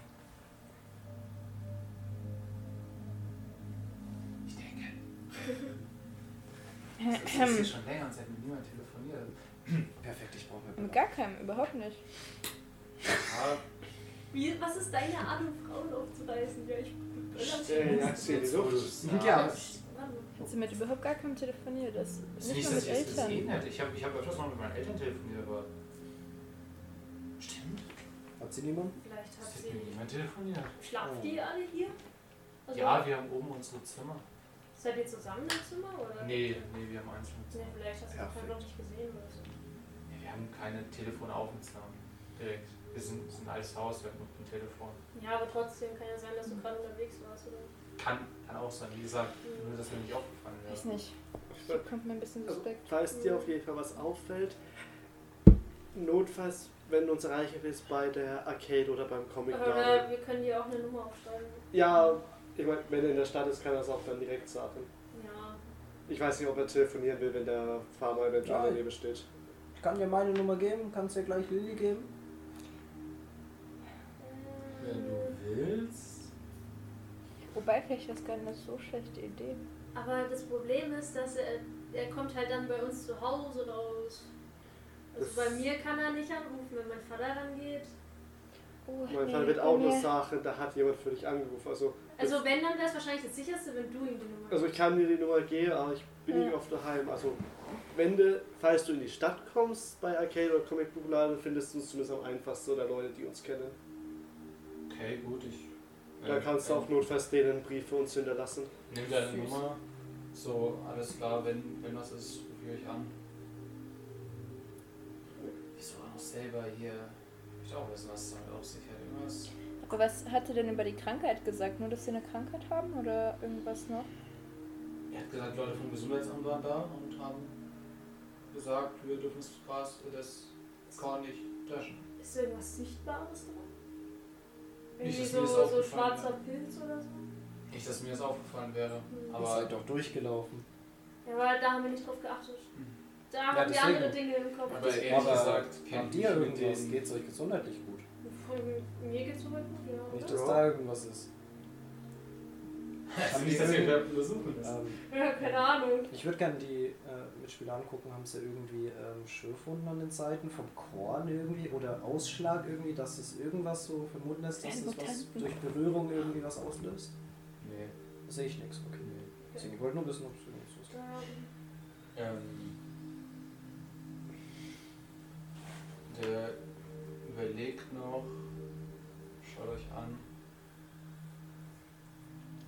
[SPEAKER 3] Ich denke. Das ist hier schon länger und es hat mit niemand telefoniert.
[SPEAKER 2] Perfekt, ich brauche
[SPEAKER 1] Mit
[SPEAKER 2] mir
[SPEAKER 1] gar keinem, überhaupt nicht.
[SPEAKER 3] Ja,
[SPEAKER 4] Wie, was ist deine Art, um Frauen aufzureißen? Ja, ich
[SPEAKER 5] Stell die Axt in die Luft.
[SPEAKER 2] Ja.
[SPEAKER 4] Mann,
[SPEAKER 1] Hat sie mit überhaupt gar keinem telefoniert. Das
[SPEAKER 3] Es
[SPEAKER 1] nicht
[SPEAKER 3] ist nicht,
[SPEAKER 1] mal
[SPEAKER 3] dass
[SPEAKER 1] mit
[SPEAKER 3] ich es
[SPEAKER 1] Eltern.
[SPEAKER 3] gesehen hätte. Ich habe ich hab öfters mal mit meinen Eltern telefoniert, aber. Stimmt,
[SPEAKER 2] Hat sie niemanden?
[SPEAKER 4] Vielleicht hat
[SPEAKER 3] es hat mit
[SPEAKER 4] sie.
[SPEAKER 3] niemand telefoniert.
[SPEAKER 4] Schlaft die alle hier? Also,
[SPEAKER 3] Ja, wir haben oben unsere Zimmer.
[SPEAKER 4] Seid ihr zusammen im Zimmer? Oder?
[SPEAKER 3] Nee, nee, wir haben einzelne
[SPEAKER 4] Nee,
[SPEAKER 3] Zimmer.
[SPEAKER 4] vielleicht hast du
[SPEAKER 2] Perfekt.
[SPEAKER 4] ihn noch nicht gesehen oder so.
[SPEAKER 3] Nee, wir haben keine Telefonaufnahmen direkt. Wir sind, sind ein altes Haus, wir haben noch ein Telefon.
[SPEAKER 4] Ja, aber trotzdem kann ja sein, dass du
[SPEAKER 3] Mhm.
[SPEAKER 4] gerade unterwegs warst. Oder?
[SPEAKER 3] Kann, kann auch sein, wie gesagt, nur dass mir nicht aufgefallen
[SPEAKER 1] Weiß
[SPEAKER 3] wäre.
[SPEAKER 1] nicht. Kommt mir ein bisschen
[SPEAKER 5] Also,
[SPEAKER 1] suspekt.
[SPEAKER 5] falls dir auf jeden Fall was auffällt, notfalls, wenn du uns erreichen willst, bei der Arcade oder beim Comic
[SPEAKER 4] Aber
[SPEAKER 5] Laden.
[SPEAKER 4] wir können dir auch eine Nummer aufschreiben.
[SPEAKER 5] Ja, ich meine, wenn er in der Stadt ist, kann er es auch dann direkt sagen.
[SPEAKER 4] Ja.
[SPEAKER 5] Ich weiß nicht, ob er telefonieren will, wenn der Farmer eventuell
[SPEAKER 2] Nein.
[SPEAKER 5] daneben steht.
[SPEAKER 2] Ich kann dir meine Nummer geben, kannst dir gleich Lilly geben.
[SPEAKER 3] Wenn du willst.
[SPEAKER 1] Wobei, vielleicht wäre es gar nicht so schlechte Idee.
[SPEAKER 4] Aber das Problem ist, dass er, er kommt halt dann bei uns zu Hause raus. Also
[SPEAKER 5] Das-
[SPEAKER 4] bei mir kann er nicht anrufen, wenn mein Vater rangeht.
[SPEAKER 1] Oh,
[SPEAKER 5] Mein
[SPEAKER 1] nee,
[SPEAKER 5] Vater wird
[SPEAKER 1] bei
[SPEAKER 5] auch nur
[SPEAKER 1] mir-
[SPEAKER 5] sagen, da hat jemand für dich angerufen. Also,
[SPEAKER 4] Also wenn, dann wäre es wahrscheinlich das sicherste, wenn du ihm die Nummer
[SPEAKER 5] also ich kann dir die Nummer geben, aber ich bin
[SPEAKER 1] Ja.
[SPEAKER 5] nicht oft daheim. Also wenn du, falls du in die Stadt kommst bei Arcade oder Comic Book Laden, findest du es zumindest am einfachsten oder Leute, die uns kennen.
[SPEAKER 3] Okay, gut, ich. ähm,
[SPEAKER 5] Da kannst du auch notfalls denen einen Brief für uns hinterlassen.
[SPEAKER 3] Nimm deine
[SPEAKER 6] Süß.
[SPEAKER 3] Nummer. So, alles klar, wenn, wenn was ist, ruf ich euch an. Wieso auch noch selber hier? Ich möchte auch wissen, was es damit auf sich hat. Irgendwas.
[SPEAKER 1] Aber was hat er denn über die Krankheit gesagt? Nur, dass sie eine Krankheit haben oder irgendwas noch?
[SPEAKER 3] Er hat gesagt, Leute vom Gesundheitsamt waren da und haben gesagt, wir dürfen das Gras, das Korn nicht löschen.
[SPEAKER 4] Ist da irgendwas Sichtbares dran?
[SPEAKER 3] Nicht,
[SPEAKER 4] Irgendwie
[SPEAKER 3] dass
[SPEAKER 4] so,
[SPEAKER 3] mir das
[SPEAKER 4] so
[SPEAKER 3] aufgefallen
[SPEAKER 4] schwarzer
[SPEAKER 3] wäre.
[SPEAKER 4] Pilz oder so?
[SPEAKER 3] Nicht, dass mir das aufgefallen wäre.
[SPEAKER 4] Mhm.
[SPEAKER 2] Ihr seid
[SPEAKER 3] Aber
[SPEAKER 2] doch durchgelaufen.
[SPEAKER 4] Ja, aber da haben wir nicht drauf geachtet.
[SPEAKER 3] Mhm.
[SPEAKER 4] Da haben wir
[SPEAKER 2] deswegen.
[SPEAKER 4] andere Dinge im Kopf.
[SPEAKER 3] Aber ehrlich gesagt, kenn
[SPEAKER 2] habt
[SPEAKER 3] ich
[SPEAKER 2] ihr
[SPEAKER 3] mich mit
[SPEAKER 2] irgendwas?
[SPEAKER 3] (laughs) denen.
[SPEAKER 2] Geht's euch gesundheitlich gut?
[SPEAKER 4] Von mir geht's soweit gut, ja.
[SPEAKER 2] Nicht,
[SPEAKER 4] Oder?
[SPEAKER 2] dass
[SPEAKER 5] Ja.
[SPEAKER 2] da irgendwas ist.
[SPEAKER 3] Also
[SPEAKER 2] Haben
[SPEAKER 3] nicht,
[SPEAKER 2] die
[SPEAKER 3] dass wir
[SPEAKER 2] irgendwie-
[SPEAKER 3] irgendwer besuchen müssen.
[SPEAKER 2] Ähm,
[SPEAKER 4] Ja, keine Ahnung.
[SPEAKER 2] ich würde gerne die äh, Mitspieler angucken, haben sie irgendwie ähm, Schürfwunden an den Seiten vom Korn irgendwie oder Ausschlag irgendwie, dass es irgendwas so vermuten lässt, dass es was
[SPEAKER 1] Mutanten.
[SPEAKER 2] durch Berührung irgendwie was auslöst?
[SPEAKER 3] Nee,
[SPEAKER 2] Da Sehe ich nichts, okay.
[SPEAKER 3] nee.
[SPEAKER 2] Deswegen, ich wollte nur wissen, ob es irgendwas ist.
[SPEAKER 4] Ähm,
[SPEAKER 3] Ähm, der überlegt noch. Schaut euch an.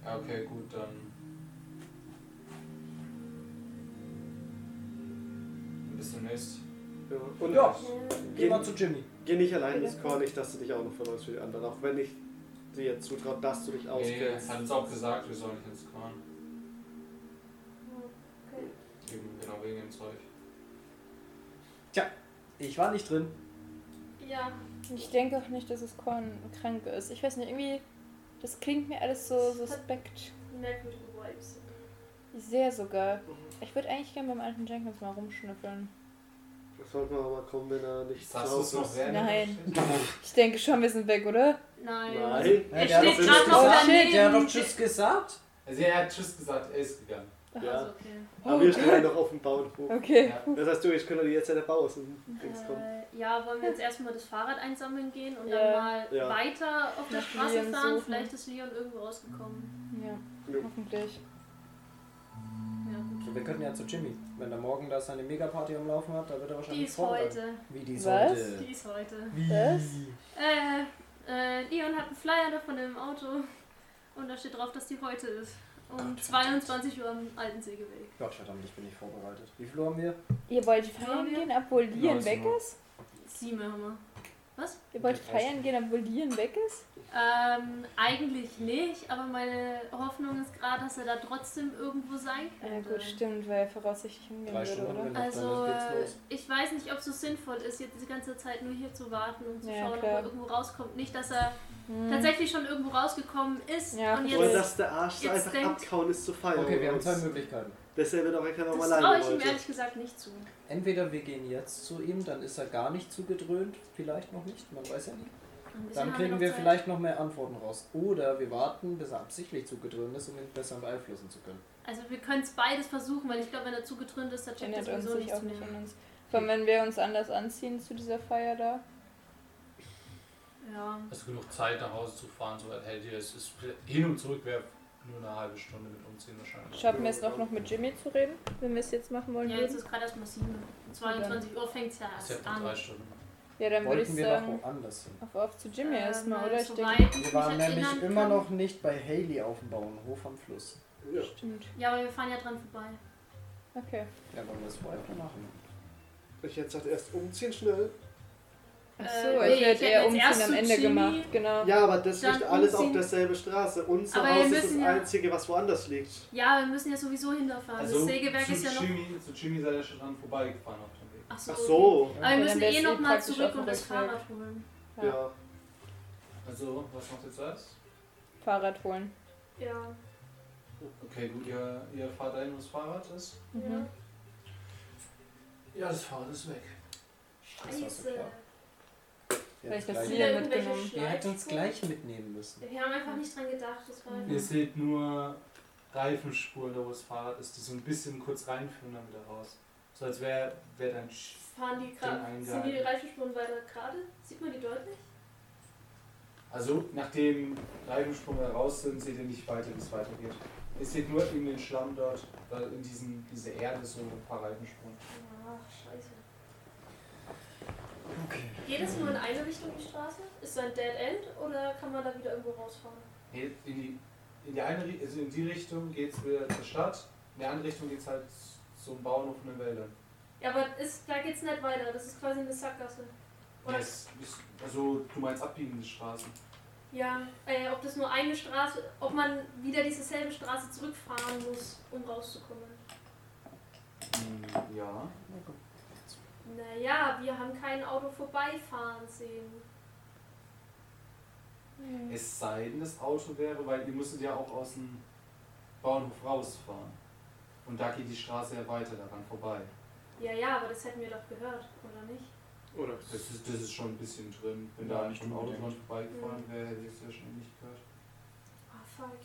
[SPEAKER 3] Ja, okay, gut, dann. Ein bisschen Mist.
[SPEAKER 5] Ja. Und
[SPEAKER 2] Ja.
[SPEAKER 4] ähm,
[SPEAKER 2] Geh mal zu Jimmy.
[SPEAKER 5] geh nicht allein ins Korn, nicht, dass du dich auch noch verläufst für die anderen. Auch wenn ich dir zutraue, dass du dich
[SPEAKER 3] Nee, er
[SPEAKER 5] auskennst.
[SPEAKER 3] hat uns auch gesagt, wir sollen nicht ins Korn.
[SPEAKER 4] okay.
[SPEAKER 3] Eben, genau wegen dem Zeug.
[SPEAKER 2] Ich war nicht drin.
[SPEAKER 4] Ja,
[SPEAKER 1] Ich denke auch nicht, dass es Korn krank ist. Ich weiß nicht, irgendwie, das klingt mir alles so suspekt.
[SPEAKER 4] merkwürdige Vibes.
[SPEAKER 1] Sehr sogar. Ich würde eigentlich gerne beim alten Jenkins mal rumschnüffeln.
[SPEAKER 5] Das sollte man aber kommen, wenn er nicht zu
[SPEAKER 3] Sagst du es
[SPEAKER 5] Hause
[SPEAKER 3] noch
[SPEAKER 5] ist.
[SPEAKER 3] während?
[SPEAKER 1] Nein. Ich denke schon, wir sind weg, oder?
[SPEAKER 4] Nein.
[SPEAKER 5] Nein.
[SPEAKER 2] Ja,
[SPEAKER 4] Er
[SPEAKER 2] der hat
[SPEAKER 4] steht
[SPEAKER 2] doch
[SPEAKER 4] gerade
[SPEAKER 2] Tschüss
[SPEAKER 4] noch
[SPEAKER 2] gesagt.
[SPEAKER 4] daneben.
[SPEAKER 2] Der hat doch Tschüss gesagt.
[SPEAKER 3] Also er hat Tschüss gesagt, er ist
[SPEAKER 1] (laughs)
[SPEAKER 3] gegangen.
[SPEAKER 1] Ach,
[SPEAKER 5] Ja.
[SPEAKER 4] Also, okay.
[SPEAKER 5] Aber wir stehen ja noch auf dem
[SPEAKER 1] (laughs)
[SPEAKER 5] Bauernhof.
[SPEAKER 1] Okay.
[SPEAKER 3] Ja.
[SPEAKER 5] Das heißt, du, ich könnte jetzt in der Pause Dings kommen.
[SPEAKER 4] Äh, ja, wollen wir jetzt erstmal das Fahrrad einsammeln gehen und
[SPEAKER 1] Ja.
[SPEAKER 4] dann mal
[SPEAKER 5] Ja.
[SPEAKER 4] weiter auf der
[SPEAKER 1] Nach
[SPEAKER 4] Straße
[SPEAKER 1] Leon
[SPEAKER 4] fahren?
[SPEAKER 1] suchen.
[SPEAKER 4] Vielleicht ist Leon irgendwo rausgekommen.
[SPEAKER 1] Ja,
[SPEAKER 5] Jo.
[SPEAKER 1] hoffentlich.
[SPEAKER 4] Ja, gut.
[SPEAKER 2] Wir könnten ja zu Jimmy. Wenn er morgen da seine Megaparty am Laufen hat, da wird er
[SPEAKER 4] Die
[SPEAKER 2] wahrscheinlich
[SPEAKER 4] ist
[SPEAKER 2] vorbereitet.
[SPEAKER 4] heute.
[SPEAKER 2] Wie die
[SPEAKER 1] Was?
[SPEAKER 2] sollte.
[SPEAKER 4] Die ist heute.
[SPEAKER 2] Wie?
[SPEAKER 1] Was?
[SPEAKER 4] Äh, äh, Leon hat einen Flyer davon im Auto und da steht drauf, dass die heute ist.
[SPEAKER 2] Ah,
[SPEAKER 4] Um 22 Uhr am Alten Sägeweg.
[SPEAKER 2] Gott verdammt, ich bin nicht vorbereitet. Wie viel Uhr haben wir?
[SPEAKER 1] Ihr wollt feiern gehen, obwohl Lien
[SPEAKER 3] 19
[SPEAKER 1] weg
[SPEAKER 3] Uhr.
[SPEAKER 1] ist?
[SPEAKER 4] Sieben haben wir.
[SPEAKER 1] Ihr wollt
[SPEAKER 3] Ja, weiß
[SPEAKER 1] feiern gehen, obwohl Lien weg ist?
[SPEAKER 4] Ähm, eigentlich nicht, aber meine Hoffnung ist gerade, dass er da trotzdem irgendwo sein
[SPEAKER 1] Ja
[SPEAKER 4] könnte.
[SPEAKER 1] gut, stimmt, weil er voraussichtlich hingehen
[SPEAKER 2] Drei Stunden
[SPEAKER 1] würde,
[SPEAKER 2] haben wir
[SPEAKER 1] oder?
[SPEAKER 2] noch,
[SPEAKER 4] Also,
[SPEAKER 2] dann
[SPEAKER 4] äh,
[SPEAKER 2] geht's los.
[SPEAKER 4] ich weiß nicht, ob es so sinnvoll ist, jetzt die ganze Zeit nur hier zu warten und zu
[SPEAKER 1] Ja,
[SPEAKER 4] schauen, ob
[SPEAKER 1] klar.
[SPEAKER 4] er irgendwo rauskommt. Nicht, dass er
[SPEAKER 1] Hm.
[SPEAKER 4] tatsächlich schon irgendwo rausgekommen ist
[SPEAKER 1] Ja,
[SPEAKER 4] und
[SPEAKER 1] verstehe.
[SPEAKER 5] Oder
[SPEAKER 4] jetzt das
[SPEAKER 5] dass der Arsch so
[SPEAKER 4] jetzt
[SPEAKER 5] einfach
[SPEAKER 4] denkt-
[SPEAKER 5] abkauen ist zu feiern.
[SPEAKER 2] Okay, wir haben
[SPEAKER 5] Und
[SPEAKER 2] zwei Möglichkeiten.
[SPEAKER 5] Deshalb wird auch keiner nochmal
[SPEAKER 4] traue ich ihm
[SPEAKER 5] alleine
[SPEAKER 4] ehrlich gesagt nicht zu.
[SPEAKER 2] Entweder wir gehen jetzt zu ihm, dann ist er gar nicht zugedröhnt, vielleicht noch nicht, man weiß ja nie.
[SPEAKER 4] Ein bisschen haben
[SPEAKER 2] Dann kriegen
[SPEAKER 4] noch
[SPEAKER 2] wir
[SPEAKER 4] Zeit.
[SPEAKER 2] vielleicht noch mehr Antworten raus. Oder wir warten, bis er absichtlich zugedröhnt ist, um ihn besser beeinflussen zu können.
[SPEAKER 4] Also wir können es beides versuchen, weil ich glaube, wenn er zugetrönt ist, dann checkt er
[SPEAKER 1] Erinnert uns
[SPEAKER 4] sowieso
[SPEAKER 1] sich
[SPEAKER 4] nichts
[SPEAKER 1] auch
[SPEAKER 4] mehr.
[SPEAKER 1] nicht an uns. Vor allem, wenn wir uns anders anziehen zu dieser Feier da.
[SPEAKER 4] Ja.
[SPEAKER 3] Hast du genug Zeit nach Hause zu fahren, so weit hält ihr es. Ist, hin und zurück wäre nur eine halbe Stunde mit umziehen wahrscheinlich.
[SPEAKER 1] Schaffen wir es noch, noch mit Jimmy zu reden, wenn wir es jetzt machen wollen
[SPEAKER 4] ja, jetzt
[SPEAKER 1] würden?
[SPEAKER 4] ist gerade erst mal 7. 22 Uhr fängt es ja
[SPEAKER 3] Das
[SPEAKER 4] erst
[SPEAKER 3] ist ja noch
[SPEAKER 4] an.
[SPEAKER 3] drei Stunden.
[SPEAKER 1] Ja, dann würde ich
[SPEAKER 2] Wollten wir
[SPEAKER 1] sagen,
[SPEAKER 2] noch woanders hin.
[SPEAKER 1] auf, auf zu Jimmy
[SPEAKER 4] Ähm,
[SPEAKER 1] erstmal, oder? Ich denke,
[SPEAKER 4] soweit ich
[SPEAKER 2] Wir
[SPEAKER 4] mich
[SPEAKER 2] waren
[SPEAKER 4] jetzt
[SPEAKER 2] nämlich
[SPEAKER 4] erinnern
[SPEAKER 2] immer
[SPEAKER 4] kann-
[SPEAKER 2] noch nicht bei Haley auf dem Bauernhof am Fluss.
[SPEAKER 5] Ja.
[SPEAKER 1] Stimmt.
[SPEAKER 4] Ja, aber wir fahren ja dran vorbei.
[SPEAKER 1] Okay.
[SPEAKER 2] Ja, wollen wir das vorher noch machen?
[SPEAKER 5] Ich hätte gesagt, erst umziehen schnell.
[SPEAKER 1] Ach
[SPEAKER 4] Äh,
[SPEAKER 1] so,
[SPEAKER 4] nee,
[SPEAKER 1] ich hätte
[SPEAKER 4] ich hätte
[SPEAKER 1] eher
[SPEAKER 4] jetzt
[SPEAKER 1] Umziehen
[SPEAKER 4] erst
[SPEAKER 1] am Ende
[SPEAKER 4] Zucchini.
[SPEAKER 1] gemacht. Genau.
[SPEAKER 5] Ja, aber das
[SPEAKER 4] Dann
[SPEAKER 5] liegt alles auf
[SPEAKER 4] umziehen.
[SPEAKER 5] derselbe Straße. Unser
[SPEAKER 4] Aber wir
[SPEAKER 5] Haus ist das
[SPEAKER 4] müssen ja-
[SPEAKER 5] einzige, was woanders liegt.
[SPEAKER 4] Ja, wir müssen ja sowieso hinterfahren. Also das Sägewerk
[SPEAKER 3] Also, zu
[SPEAKER 4] ist ja noch.
[SPEAKER 3] Jimmy, zu Jimmy seid ihr schon dran vorbeigefahren auf dem Weg.
[SPEAKER 4] Ach so.
[SPEAKER 5] Ach so.
[SPEAKER 4] Aber
[SPEAKER 1] Ja,
[SPEAKER 4] wir
[SPEAKER 1] dann
[SPEAKER 4] müssen
[SPEAKER 1] wär's
[SPEAKER 4] eh
[SPEAKER 1] eh
[SPEAKER 4] nochmal
[SPEAKER 1] praktisch auf
[SPEAKER 4] zurück
[SPEAKER 1] dem
[SPEAKER 4] und das
[SPEAKER 1] Rückweg.
[SPEAKER 4] Fahrrad holen.
[SPEAKER 1] Ja.
[SPEAKER 5] ja.
[SPEAKER 3] Also, was macht jetzt das?
[SPEAKER 1] Fahrrad holen.
[SPEAKER 4] Ja.
[SPEAKER 3] Okay, gut, ihr, ihr fahrt dahin, wo das Fahrrad ist.
[SPEAKER 4] äh,
[SPEAKER 1] Mhm.
[SPEAKER 3] Ja, das Fahrrad ist weg.
[SPEAKER 2] Das war so
[SPEAKER 4] Scheiße.
[SPEAKER 2] klar. Wir
[SPEAKER 1] Vielleicht
[SPEAKER 2] hätten
[SPEAKER 1] das
[SPEAKER 2] gleich-
[SPEAKER 4] Wieder
[SPEAKER 1] Lieder
[SPEAKER 4] irgendwelche
[SPEAKER 1] mitgenommen.
[SPEAKER 2] wir hätten uns
[SPEAKER 4] Schleifspuren.
[SPEAKER 2] gleich mitnehmen müssen.
[SPEAKER 4] Wir haben einfach nicht dran gedacht, das war
[SPEAKER 3] Ihr seht nur Reifenspuren, da wo das Fahrrad ist, die so ein bisschen kurz reinführen und dann wieder raus. So als wäre wär dein Sch
[SPEAKER 4] Fahren die
[SPEAKER 3] Den
[SPEAKER 4] gerade.
[SPEAKER 3] einen
[SPEAKER 4] Sind die
[SPEAKER 3] gehalten.
[SPEAKER 4] Reifenspuren weiter gerade? Sieht man die deutlich?
[SPEAKER 3] Also, nachdem Reifensprung da raus sind, seht ihr nicht weiter, wie es weitergeht. Ihr seht nur in den Schlamm dort, da in diesen, diese Erde so ein paar Reifenspuren.
[SPEAKER 4] Ach, scheiße.
[SPEAKER 2] Okay.
[SPEAKER 4] Geht es nur in eine Richtung die Straße? Ist da ein Dead End oder kann man da wieder irgendwo rausfahren?
[SPEAKER 3] Nee, In die, in die eine Ri- also in die Richtung geht es wieder zur Stadt, in die andere Richtung geht es halt zum Bauernhof in den Wäldern.
[SPEAKER 4] Ja, aber ist, da geht's nicht weiter. Das ist quasi eine Sackgasse. Oder?
[SPEAKER 3] Yes. Also, du meinst abbiegende Straßen.
[SPEAKER 4] Ja, äh, ob das nur eine Straße, ob man wieder diese selbe Straße zurückfahren muss, um rauszukommen.
[SPEAKER 3] Hm, ja.
[SPEAKER 4] Naja, wir haben kein Auto vorbeifahren sehen.
[SPEAKER 1] Mhm.
[SPEAKER 3] Es sei denn, das Auto wäre, weil ihr müsstet ja auch aus dem Bauernhof rausfahren. Und da geht die Straße ja weiter daran vorbei.
[SPEAKER 4] Ja, ja, aber das hätten wir doch gehört, oder nicht?
[SPEAKER 5] Oder?
[SPEAKER 3] Das ist, das ist schon ein bisschen drin. Wenn da nicht ein Auto dran vorbeigefahren wäre, hätte ich es ja schon nicht gehört.
[SPEAKER 4] Ah, fuck.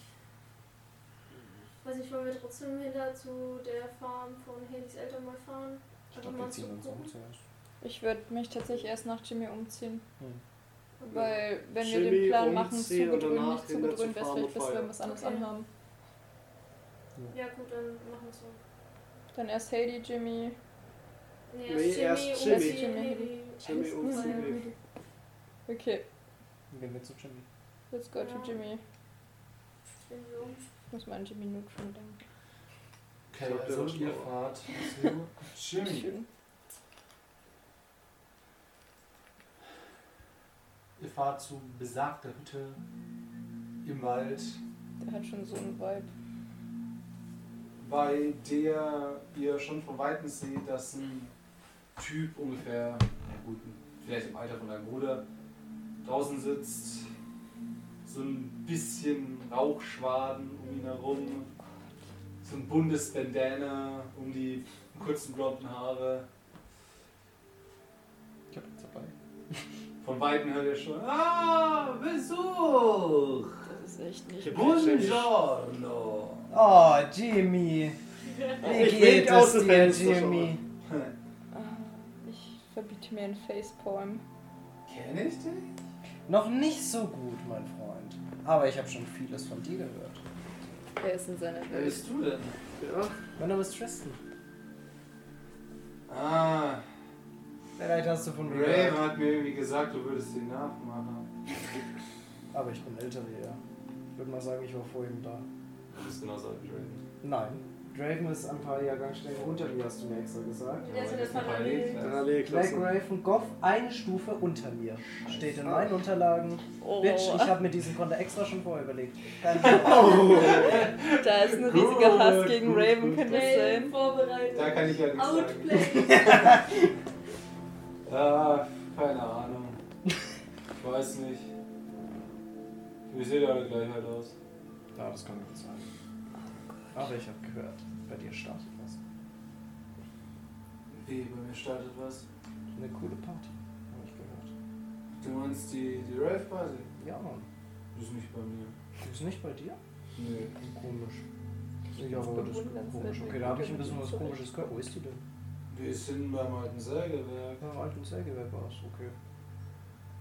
[SPEAKER 4] Weiß nicht, wollen wir trotzdem hinter zu der Farm von Helys Eltern mal fahren?
[SPEAKER 2] Ich glaube, wir ziehen uns um zuerst.
[SPEAKER 1] Ich würde mich tatsächlich erst nach Jimmy umziehen.
[SPEAKER 2] Hm.
[SPEAKER 1] Weil, wenn wir
[SPEAKER 5] Jimmy
[SPEAKER 1] den Plan machen,
[SPEAKER 5] umziehen und
[SPEAKER 1] zugedröhnt,
[SPEAKER 5] danach
[SPEAKER 1] nicht
[SPEAKER 5] hinter
[SPEAKER 1] zugedröhnt,
[SPEAKER 5] zur
[SPEAKER 1] wäre es
[SPEAKER 5] Farm
[SPEAKER 1] vielleicht
[SPEAKER 5] und
[SPEAKER 1] besser, wenn
[SPEAKER 5] feiern.
[SPEAKER 1] wir was anderes
[SPEAKER 4] Okay.
[SPEAKER 1] anhaben.
[SPEAKER 4] Ja, gut, dann machen wir so.
[SPEAKER 1] Dann erst Heidi, Jimmy.
[SPEAKER 4] Nee,
[SPEAKER 5] Nee, erst
[SPEAKER 4] erst
[SPEAKER 5] Jimmy.
[SPEAKER 4] Jimmy,
[SPEAKER 1] Jimmy.
[SPEAKER 4] Heli.
[SPEAKER 5] Jimmy und
[SPEAKER 4] Alles klar.
[SPEAKER 5] Jimmy.
[SPEAKER 1] Okay,
[SPEAKER 2] Gehen wir zu Jimmy.
[SPEAKER 1] let's go
[SPEAKER 4] Ja.
[SPEAKER 1] to Jimmy.
[SPEAKER 4] Entschuldigung.
[SPEAKER 1] Ich muss mal an Jimmy Neutron denken.
[SPEAKER 5] Ich
[SPEAKER 3] Okay,
[SPEAKER 5] glaub, der
[SPEAKER 3] also
[SPEAKER 5] wird
[SPEAKER 3] ihr
[SPEAKER 5] schlauer.
[SPEAKER 3] fahrt zu (laughs) Jimmy.
[SPEAKER 1] Schön.
[SPEAKER 3] Ihr fahrt zu besagter Hütte im Wald,
[SPEAKER 1] Der hat schon so einen Vibe.
[SPEAKER 3] bei der ihr schon von Weitem seht, dass ein Typ ungefähr, na gut, vielleicht im Alter von deinem Bruder, draußen sitzt, so ein bisschen Rauchschwaden um ihn herum, so ein buntes Bandana um die kurzen blonden Haare.
[SPEAKER 2] Ich hab nichts dabei.
[SPEAKER 3] Von Weitem hört ihr schon, ah, Besuch!
[SPEAKER 1] Das ist echt
[SPEAKER 5] Ich
[SPEAKER 1] nicht.
[SPEAKER 5] hab wahrscheinlich-
[SPEAKER 3] Buongiorno!
[SPEAKER 2] Oh, Jimmy. Wie
[SPEAKER 5] Ich wink
[SPEAKER 2] geht
[SPEAKER 5] aus
[SPEAKER 2] es
[SPEAKER 5] dem
[SPEAKER 2] dir,
[SPEAKER 5] Fenster schon mal.
[SPEAKER 2] Jimmy?
[SPEAKER 1] Ah, ich verbiete mir ein Facepalm.
[SPEAKER 3] Kenn ich dich?
[SPEAKER 2] Noch nicht so gut, mein Freund. Aber ich habe schon vieles von dir gehört.
[SPEAKER 1] Er ist in seiner
[SPEAKER 3] Wer
[SPEAKER 1] Welt.
[SPEAKER 3] bist du denn?
[SPEAKER 5] Ja.
[SPEAKER 2] Mein Name ist Tristan.
[SPEAKER 3] Ah,
[SPEAKER 2] Vielleicht hast du von mir
[SPEAKER 3] Raven
[SPEAKER 2] gehört.
[SPEAKER 3] hat mir irgendwie gesagt, du würdest den nachmachen.
[SPEAKER 2] Aber ich bin älter wie er. Ich würde mal sagen, ich war vor ihm da.
[SPEAKER 3] Du bist genauso alt wie Raven.
[SPEAKER 2] Nein. Draven ist ein paar Jahrgangsstellen unter mir, hast du mir extra gesagt.
[SPEAKER 4] Der ist in der
[SPEAKER 5] Ja,
[SPEAKER 4] Parallel.
[SPEAKER 5] nee,
[SPEAKER 2] Black
[SPEAKER 5] klasse.
[SPEAKER 2] Raven und Goff eine Stufe unter mir. Steht in meinen Unterlagen.
[SPEAKER 1] Oh,
[SPEAKER 2] Bitch, ich habe mir diesen Konter extra schon vorher überlegt. (laughs) Kein Plan.
[SPEAKER 1] (laughs) da ist ein riesiger
[SPEAKER 3] Gut,
[SPEAKER 1] Hass gegen
[SPEAKER 3] gut,
[SPEAKER 1] Raven,
[SPEAKER 3] gut.
[SPEAKER 1] kann das
[SPEAKER 4] Raven
[SPEAKER 1] sein?
[SPEAKER 4] vorbereitet.
[SPEAKER 3] Da kann ich ja nichts sagen. (laughs)
[SPEAKER 4] Outplay.
[SPEAKER 3] Ah, keine Ahnung. Ich weiß nicht. Wie seht ihr alle gleich halt aus?
[SPEAKER 2] Ja, das kann gut sein. Ah, Aber ich habe gehört, bei dir startet was.
[SPEAKER 3] Wie, bei mir startet was?
[SPEAKER 2] Eine coole Party, habe ich gehört.
[SPEAKER 3] Du meinst die, die Rave-Party?
[SPEAKER 2] Ja, Mann.
[SPEAKER 3] Das ist nicht bei mir.
[SPEAKER 2] Ist nicht bei dir?
[SPEAKER 3] Nee.
[SPEAKER 2] Komisch. Ja, aber das ist komisch. Okay, da habe ich ein bisschen was komisches gehört. Wo ist die denn?
[SPEAKER 3] Die ist hinten beim alten Sägewerk.
[SPEAKER 2] Ja, Äh, alten Sägewerk war es, okay.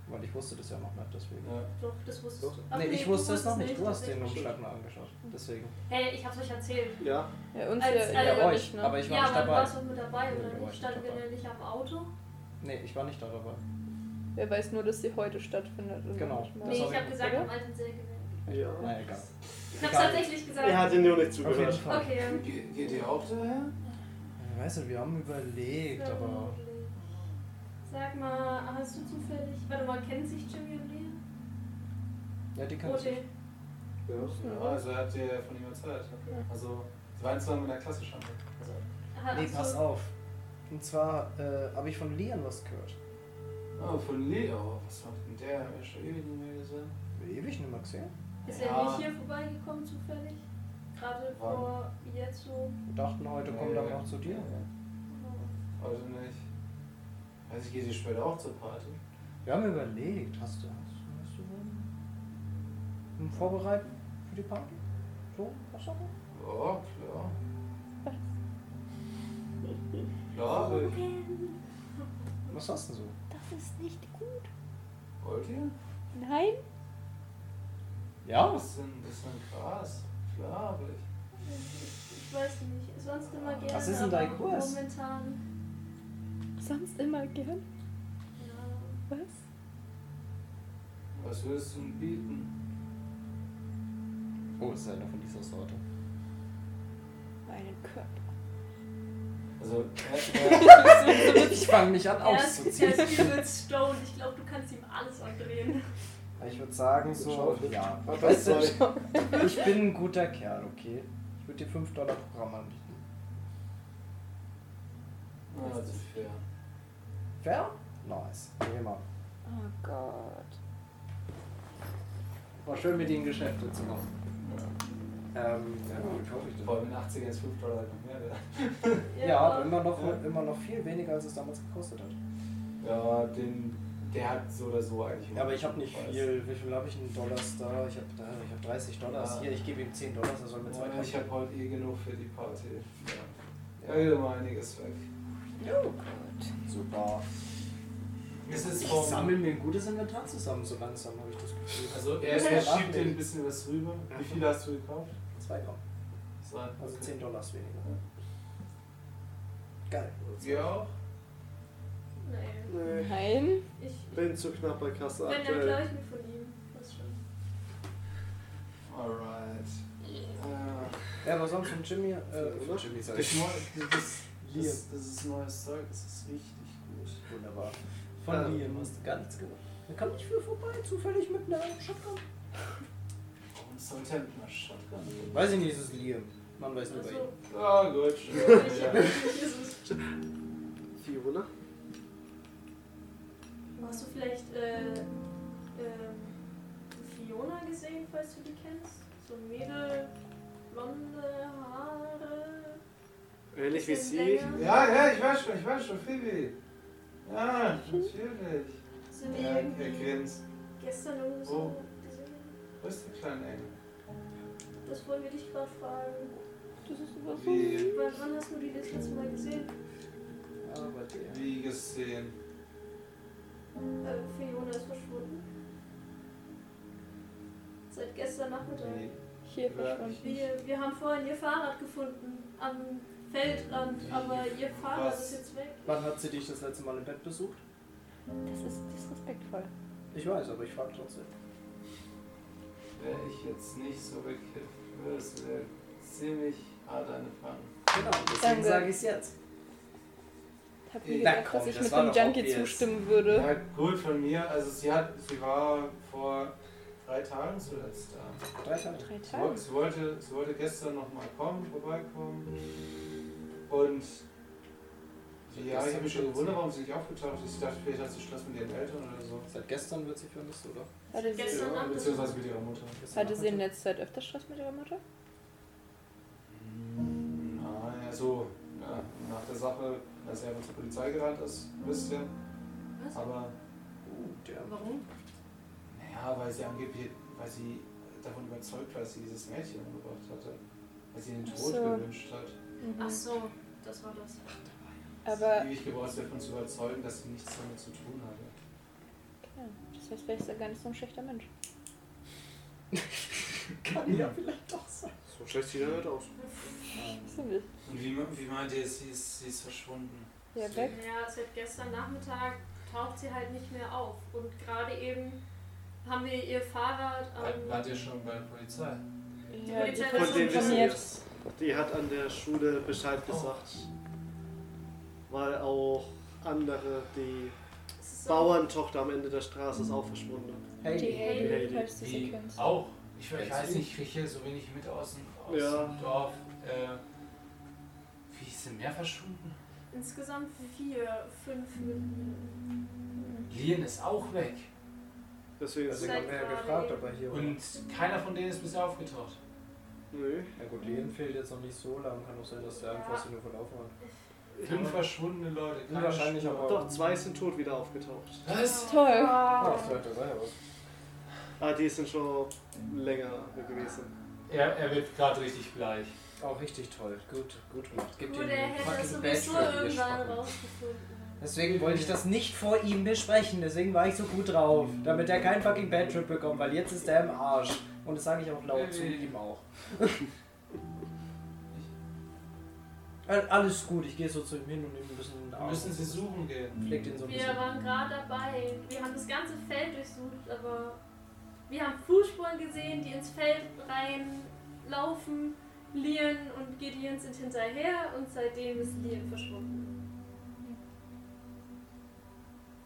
[SPEAKER 2] Weil ich wusste das ja noch nicht, deswegen.
[SPEAKER 3] Ja.
[SPEAKER 4] Doch, das wusstest du. Ach
[SPEAKER 2] nee, ich
[SPEAKER 4] du
[SPEAKER 2] wusste es noch nicht. Du hast
[SPEAKER 4] wusstest
[SPEAKER 2] den
[SPEAKER 4] nicht.
[SPEAKER 2] Umschlag mal angeschaut. Deswegen.
[SPEAKER 4] Hey, ich hab's euch erzählt.
[SPEAKER 5] Ja.
[SPEAKER 1] Ja, uns
[SPEAKER 4] Als-
[SPEAKER 1] ja,
[SPEAKER 4] als-
[SPEAKER 1] ja
[SPEAKER 4] Ja,
[SPEAKER 1] euch, ne?
[SPEAKER 2] Aber ich war
[SPEAKER 4] ja,
[SPEAKER 2] nicht
[SPEAKER 4] aber du
[SPEAKER 2] dabei.
[SPEAKER 4] warst doch mit dabei,
[SPEAKER 2] Nee,
[SPEAKER 4] oder
[SPEAKER 2] da war
[SPEAKER 4] nicht?
[SPEAKER 2] ich
[SPEAKER 4] Standen wir
[SPEAKER 2] dabei.
[SPEAKER 4] denn nicht am Auto?
[SPEAKER 2] Nee, ich war nicht da dabei.
[SPEAKER 1] Wer weiß nur, dass sie heute stattfindet. und
[SPEAKER 2] Genau.
[SPEAKER 1] nicht ne?
[SPEAKER 2] Das
[SPEAKER 1] morgen.
[SPEAKER 4] nee,
[SPEAKER 2] hab
[SPEAKER 4] ich
[SPEAKER 2] ich
[SPEAKER 4] habe gesagt,
[SPEAKER 2] nicht,
[SPEAKER 1] oder?
[SPEAKER 4] am alten Sägewerk.
[SPEAKER 5] Ja.
[SPEAKER 2] Na egal.
[SPEAKER 4] Ich hab's tatsächlich gesagt.
[SPEAKER 5] Er hat dir nur
[SPEAKER 2] Auf
[SPEAKER 5] nicht
[SPEAKER 2] jeden
[SPEAKER 5] zugehört.
[SPEAKER 2] Fall.
[SPEAKER 4] Okay, ja.
[SPEAKER 3] Geht, geht ihr auch daher?
[SPEAKER 2] Ich weiß nicht, wir haben überlegt, aber
[SPEAKER 4] Sag mal, hast du zufällig. Warte mal, kennen sich Jimmy und Lea?
[SPEAKER 2] ja, die kann
[SPEAKER 4] Rote.
[SPEAKER 3] Ja, also habt ihr von ihm erzählt. Also, sie waren zusammen in der Klasse schon. Also,
[SPEAKER 4] Aha,
[SPEAKER 2] Nee,
[SPEAKER 4] ach
[SPEAKER 2] pass
[SPEAKER 4] so.
[SPEAKER 2] auf. Und zwar äh, habe ich von Lian was gehört.
[SPEAKER 3] oh, von Leo. Was macht denn der? Hab ich schon ewig nicht mehr gesehen.
[SPEAKER 2] Ewig nicht mehr gesehen.
[SPEAKER 4] Ist
[SPEAKER 3] Ja.
[SPEAKER 4] er nicht hier vorbeigekommen zufällig? Gerade
[SPEAKER 3] Wann?
[SPEAKER 4] vor jetzt so. oh,
[SPEAKER 2] Wir dachten, heute kommt er mal zu dir.
[SPEAKER 3] Heute nicht. Weiß ich, geht ihr später auch zur Party?
[SPEAKER 2] Wir haben überlegt, hast du, hast du, hast du wohl ein Vorbereiten für die Party? So, was auch immer?
[SPEAKER 3] Ja, klar. Klar, aber ich-
[SPEAKER 2] Was hast du denn so?
[SPEAKER 1] Das ist nicht gut.
[SPEAKER 3] wollt ihr?
[SPEAKER 1] Nein?
[SPEAKER 3] Ja, das ist ein bisschen krass. Klar, aber ich.
[SPEAKER 4] Ich weiß nicht. Sonst immer gerne.
[SPEAKER 2] Was ist denn dein
[SPEAKER 4] aber
[SPEAKER 2] Kurs?
[SPEAKER 4] Momentan.
[SPEAKER 1] Sonst immer gern.
[SPEAKER 4] Ja.
[SPEAKER 1] Was?
[SPEAKER 3] Was würdest du denn bieten?
[SPEAKER 2] Oh, ist einer von dieser Sorte.
[SPEAKER 1] Meinen Körper.
[SPEAKER 3] Also, äh, äh,
[SPEAKER 2] Also, ich fange mich an
[SPEAKER 4] Er ist, er
[SPEAKER 2] auszuziehen.
[SPEAKER 4] ist übelst stoned. Ich glaube, du kannst ihm alles
[SPEAKER 2] (laughs)
[SPEAKER 4] andrehen.
[SPEAKER 2] Ich würde sagen,
[SPEAKER 5] Schau,
[SPEAKER 2] so,
[SPEAKER 5] bitte.
[SPEAKER 2] ja.
[SPEAKER 5] Was
[SPEAKER 2] Weißt
[SPEAKER 5] soll ich?
[SPEAKER 2] du, ich bin ein guter Kerl, okay? Ich würde dir 5 Dollar Programm anbieten.
[SPEAKER 3] na, das ist fair.
[SPEAKER 2] Fair? Nice. Wie immer.
[SPEAKER 1] Oh Gott.
[SPEAKER 2] War schön, mit ihnen Geschäfte zu machen. Ähm, ja, wie kaufe ich
[SPEAKER 3] Vor allem in den 80ern ist 5 Dollar noch mehr wert.
[SPEAKER 2] Ja, aber immer noch,
[SPEAKER 3] Ja.
[SPEAKER 2] immer noch viel weniger, als es damals gekostet hat.
[SPEAKER 3] Ja, den, der hat so oder so eigentlich.
[SPEAKER 2] Ja, aber ich habe nicht
[SPEAKER 3] Preis.
[SPEAKER 2] viel. Wie viel habe ich in Dollars da? Ich habe ich hab 30 Dollars
[SPEAKER 3] Ja.
[SPEAKER 2] hier. Ich gebe ihm 10 Dollars, er soll mir zwei
[SPEAKER 3] Ja, Äh, ich
[SPEAKER 2] kaufen.
[SPEAKER 3] habe heute eh genug für die Party. Ja, ja wieder mal einiges weg.
[SPEAKER 1] Oh Gott.
[SPEAKER 2] Super.
[SPEAKER 3] Es ist
[SPEAKER 2] Ich
[SPEAKER 3] vom,
[SPEAKER 2] sammle mir ein gutes Inventar zusammen, so langsam habe ich das Gefühl. Also
[SPEAKER 3] Also, er,
[SPEAKER 2] Ja,
[SPEAKER 3] er
[SPEAKER 2] mach
[SPEAKER 3] schiebt dir
[SPEAKER 2] nicht.
[SPEAKER 3] ein bisschen was rüber. Wie viel hast du gekauft?
[SPEAKER 2] 2 Gramm.
[SPEAKER 3] Zwei.
[SPEAKER 2] Also
[SPEAKER 3] Okay.
[SPEAKER 2] 10 Dollars weniger. Geil.
[SPEAKER 3] Sie auch?
[SPEAKER 4] Nein.
[SPEAKER 5] Nee,
[SPEAKER 1] Nein?
[SPEAKER 4] Ich,
[SPEAKER 5] bin zu knapp bei Kasse
[SPEAKER 4] Wenn, dann
[SPEAKER 5] aktuell.
[SPEAKER 2] äh,
[SPEAKER 4] glaube ich mir von ihm. Das schon.
[SPEAKER 3] Alright. Äh,
[SPEAKER 2] Ja, aber sonst von Jimmy. Äh,
[SPEAKER 5] Oder?
[SPEAKER 2] von Jimmy sag
[SPEAKER 3] das,
[SPEAKER 2] ich.
[SPEAKER 3] neu- das,
[SPEAKER 2] Liam.
[SPEAKER 3] das, das ist neues Zeug, das ist richtig gut.
[SPEAKER 2] Wunderbar. Ähm.
[SPEAKER 5] Ja.
[SPEAKER 2] Von mir hast du gar nichts gemacht. Da kam nicht viel vorbei, zufällig mit einer Shotgun.
[SPEAKER 3] Warum sollte er mit einer Shotgun gehen?
[SPEAKER 2] Weiß ich nicht, es ist Liam. Man weiß nur bei ihm.
[SPEAKER 4] Also,
[SPEAKER 3] Ah, gut. (laughs)
[SPEAKER 4] ich
[SPEAKER 3] Ja.
[SPEAKER 4] habe Jesus.
[SPEAKER 5] Fiona?
[SPEAKER 4] Hast du vielleicht äh, ähm, Fiona gesehen, falls du die kennst? So ein Mädel, blonde Haare.
[SPEAKER 5] Ähnlich wie
[SPEAKER 4] bisschen
[SPEAKER 5] sie.
[SPEAKER 4] länger.
[SPEAKER 3] ja, ja, ich weiß schon, ich weiß schon, Phoebe. Ja, natürlich.
[SPEAKER 4] Sind die
[SPEAKER 3] Ja, Oh. er
[SPEAKER 4] irgendwie
[SPEAKER 3] kennt's.
[SPEAKER 4] gestern oder so gesehen?
[SPEAKER 3] Wo ist der kleine Engel?
[SPEAKER 4] Das wollen wir dich gerade fragen.
[SPEAKER 1] Das ist immer so.
[SPEAKER 3] Wie,
[SPEAKER 4] Wann wann hast du die das letzte Mal gesehen?
[SPEAKER 2] Ja, bei dir.
[SPEAKER 3] wie gesehen?
[SPEAKER 4] Äh, Fiona ist verschwunden. Seit gestern Nachmittag.
[SPEAKER 3] Wie,
[SPEAKER 1] Hier verschwunden.
[SPEAKER 4] Wir, wir haben vorhin ihr Fahrrad gefunden am Feldrand, aber ihr Fahrrad
[SPEAKER 3] Was?
[SPEAKER 4] ist jetzt weg.
[SPEAKER 2] Wann hat sie dich das letzte Mal im Bett besucht?
[SPEAKER 1] Das ist disrespektvoll.
[SPEAKER 2] Ich weiß, aber ich frage trotzdem.
[SPEAKER 3] wäre ich jetzt nicht so bekifft, wäre es wär ziemlich hart eine Frage.
[SPEAKER 2] Genau,
[SPEAKER 1] Danke.
[SPEAKER 2] deswegen sage ich es jetzt.
[SPEAKER 1] Ich hab nie
[SPEAKER 3] Na
[SPEAKER 1] gedacht,
[SPEAKER 2] komm,
[SPEAKER 1] dass ich
[SPEAKER 2] das
[SPEAKER 1] mit
[SPEAKER 2] war
[SPEAKER 1] dem
[SPEAKER 2] doch
[SPEAKER 1] Junkie
[SPEAKER 2] obvious.
[SPEAKER 1] zustimmen würde.
[SPEAKER 3] Ja, gut von mir. Also sie hat, sie war vor drei Tagen zuletzt da.
[SPEAKER 2] Drei Tage.
[SPEAKER 1] Drei
[SPEAKER 3] Sie, woll-
[SPEAKER 1] Tage.
[SPEAKER 3] sie, wollte, sie wollte gestern nochmal kommen, vorbeikommen. Und ja, ich habe mich schon gewundert, warum sie nicht aufgetaucht ist. Ich dachte, vielleicht hat sie Stress mit ihren Eltern oder so.
[SPEAKER 2] Seit gestern wird sie vermisst, oder?
[SPEAKER 1] Hatte sie,
[SPEAKER 4] Gestern
[SPEAKER 3] Ja,
[SPEAKER 4] Abend.
[SPEAKER 3] beziehungsweise mit ihrer Mutter.
[SPEAKER 2] Gestern
[SPEAKER 1] hatte sie in
[SPEAKER 2] Nachmittag.
[SPEAKER 1] letzter Zeit öfter Stress mit ihrer Mutter?
[SPEAKER 3] Nein, also ja, nach der Sache, als er zur Polizei gerannt ist, ein bisschen.
[SPEAKER 4] Was?
[SPEAKER 3] Aber
[SPEAKER 2] Uh, der.
[SPEAKER 4] Warum?
[SPEAKER 3] Naja, weil sie angeblich, weil sie davon überzeugt war, dass sie dieses Mädchen umgebracht hatte. Weil sie den
[SPEAKER 1] Ach
[SPEAKER 3] Tod
[SPEAKER 1] so.
[SPEAKER 3] gewünscht hat.
[SPEAKER 4] Ach so, das war das.
[SPEAKER 1] Aber
[SPEAKER 3] Ewig gebraucht, sie davon zu überzeugen, dass sie nichts damit zu tun hatte.
[SPEAKER 1] ja, das heißt, vielleicht ist er gar nicht so ein schlechter Mensch.
[SPEAKER 2] Kann ja vielleicht doch sein.
[SPEAKER 5] So schlecht sieht er nicht aus.
[SPEAKER 1] Ziemlich.
[SPEAKER 3] Und wie, wie meint ihr, sie ist, sie ist verschwunden?
[SPEAKER 1] Ja, weg.
[SPEAKER 4] Ja, seit gestern Nachmittag taucht sie halt nicht mehr auf. Und gerade eben haben wir ihr Fahrrad ähm,
[SPEAKER 1] Ähm,
[SPEAKER 3] Wart-
[SPEAKER 4] an.
[SPEAKER 3] Wart ihr schon bei der Polizei?
[SPEAKER 1] Ja, die
[SPEAKER 4] Polizei
[SPEAKER 5] Von
[SPEAKER 4] wird
[SPEAKER 5] dem wissen
[SPEAKER 1] informiert.
[SPEAKER 5] wir's. Die hat an der Schule Bescheid gesagt. Weil auch andere, die
[SPEAKER 4] Es ist so-
[SPEAKER 5] Bauerntochter am Ende der Straße ist auch verschwunden.
[SPEAKER 1] Die
[SPEAKER 2] Hey,
[SPEAKER 1] Haley,
[SPEAKER 5] Haley.
[SPEAKER 1] falls du sie
[SPEAKER 3] Die
[SPEAKER 1] kennst.
[SPEAKER 3] auch. Ich, ich weiß nicht, ich kriege hier so wenig mit aus dem, aus
[SPEAKER 5] Ja.
[SPEAKER 3] dem Dorf. Äh, wie ist denn mehr verschwunden?
[SPEAKER 4] Insgesamt vier, fünf Minuten.
[SPEAKER 3] Lien ist auch weg.
[SPEAKER 5] Deswegen ist
[SPEAKER 2] deswegen
[SPEAKER 5] sie.
[SPEAKER 2] haben wir ja gefragt, ob er hier war.
[SPEAKER 3] Und keiner von denen ist bisher aufgetaucht.
[SPEAKER 5] Nö.
[SPEAKER 2] Na gut, Lehen fehlt jetzt noch nicht so lang, kann auch sein, dass der einfach so nur verlaufen hat.
[SPEAKER 3] Fünf verschwundene Leute. keine
[SPEAKER 2] Wahrscheinlich
[SPEAKER 3] Spur.
[SPEAKER 2] aber.
[SPEAKER 5] Doch, zwei sind tot wieder aufgetaucht.
[SPEAKER 3] Was?
[SPEAKER 1] Toll.
[SPEAKER 2] Ah, vielleicht hat er ja was.
[SPEAKER 5] Ah, die sind schon länger gewesen.
[SPEAKER 3] Er, er wird gerade richtig bleich.
[SPEAKER 2] Auch richtig toll. Gut, gut gemacht. Gib
[SPEAKER 4] Nur
[SPEAKER 2] ihm
[SPEAKER 4] der
[SPEAKER 2] den
[SPEAKER 4] hätte
[SPEAKER 2] fucking
[SPEAKER 4] es sowieso
[SPEAKER 2] Badge, wenn ihr
[SPEAKER 4] irgendwann
[SPEAKER 2] schwachen.
[SPEAKER 4] rausgefunden.
[SPEAKER 2] Deswegen wollte ich das nicht vor ihm besprechen, deswegen war ich so gut drauf, damit er keinen fucking Bad Trip bekommt, weil jetzt ist er im Arsch. Und das sage ich auch laut zu ihm auch. (laughs) Äh, Alles gut, ich gehe so zu ihm hin und nehme ein bisschen in den
[SPEAKER 3] Wir
[SPEAKER 2] Arm.
[SPEAKER 3] müssen sie suchen gehen.
[SPEAKER 2] Pflegt ihn so ein
[SPEAKER 4] Wir
[SPEAKER 2] bisschen.
[SPEAKER 4] waren gerade dabei. Wir haben das ganze Feld durchsucht, aber wir haben Fußspuren gesehen, die ins Feld reinlaufen. Lien und Gideon sind hinterher und seitdem ist Lien verschwunden.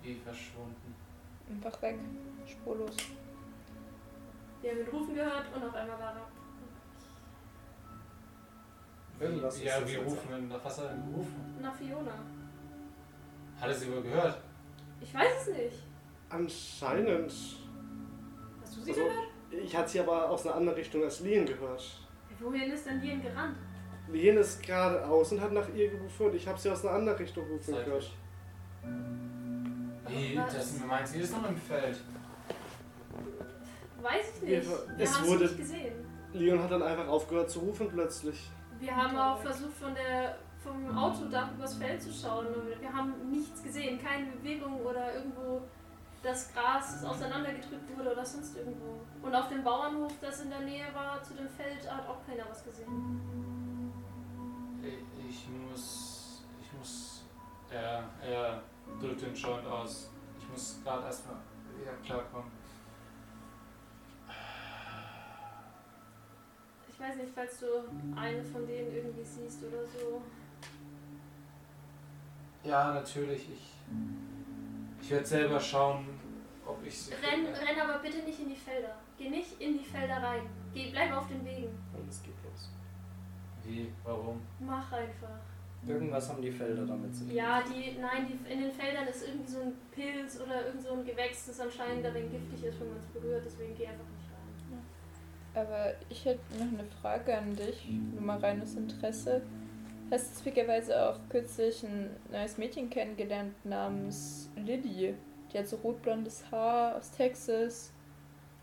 [SPEAKER 3] Wie verschwunden?
[SPEAKER 1] Mhm. Einfach weg. Spurlos.
[SPEAKER 4] Wir haben ihn rufen gehört und auf einmal war er.
[SPEAKER 2] Irgendwas ist
[SPEAKER 3] ja,
[SPEAKER 2] das
[SPEAKER 3] wir
[SPEAKER 2] jetzt.
[SPEAKER 3] rufen ihn. Nach was hat er denn gerufen?
[SPEAKER 4] Na, Fiona.
[SPEAKER 3] Hat er sie wohl gehört?
[SPEAKER 4] Ich weiß es nicht.
[SPEAKER 5] Anscheinend.
[SPEAKER 4] Hast du sie
[SPEAKER 5] Also,
[SPEAKER 4] gehört?
[SPEAKER 5] ich hatte sie aber aus einer anderen Richtung als Lien gehört.
[SPEAKER 4] Wohin ist denn Lien gerannt?
[SPEAKER 5] Lien ist geradeaus und hat nach ihr gerufen und ich habe sie aus einer anderen Richtung rufen gehört.
[SPEAKER 3] Seitlich. Wie?
[SPEAKER 4] Was?
[SPEAKER 3] Das meint sie ist noch im Feld.
[SPEAKER 4] Weiß ich
[SPEAKER 5] Wir-
[SPEAKER 4] nicht. Wir
[SPEAKER 5] es
[SPEAKER 4] haben
[SPEAKER 5] wurde-
[SPEAKER 4] sie nicht gesehen.
[SPEAKER 5] Leon hat dann einfach aufgehört zu rufen plötzlich.
[SPEAKER 4] Wir haben auch versucht, von der, vom Autodach übers Feld zu schauen. aber Wir haben nichts gesehen, keine Bewegung oder irgendwo das Gras, das auseinandergedrückt wurde oder sonst irgendwo. Und auf dem Bauernhof, das in der Nähe war, zu dem Feld, hat auch keiner was gesehen.
[SPEAKER 3] Ich muss. Ich muss. Er, er drückt den Joint aus. Ich muss gerade erstmal wieder klarkommen.
[SPEAKER 4] Ich weiß nicht, falls du eine von denen irgendwie siehst oder so.
[SPEAKER 3] Ja, natürlich. Ich. Ich werde selber schauen, ob ich sie.
[SPEAKER 4] Renn,
[SPEAKER 3] finde.
[SPEAKER 4] renn aber bitte nicht in die Felder. Geh nicht in die Felder rein. Geh, bleib auf den Wegen.
[SPEAKER 2] Und es geht los.
[SPEAKER 3] Wie? Warum?
[SPEAKER 4] Mach einfach.
[SPEAKER 2] Irgendwas haben die Felder damit zu tun.
[SPEAKER 4] Ja, die, nein, die, in den Feldern ist irgendwie so ein Pilz oder irgend so ein Gewächs, das anscheinend darin giftig ist, wenn man es berührt, deswegen geh einfach nicht rein.
[SPEAKER 1] Aber ich hätte noch eine Frage an dich, nur mal reines Interesse. Hast du zufälligerweise auch kürzlich ein neues Mädchen kennengelernt namens Liddy? Die hat so rotblondes Haar aus Texas,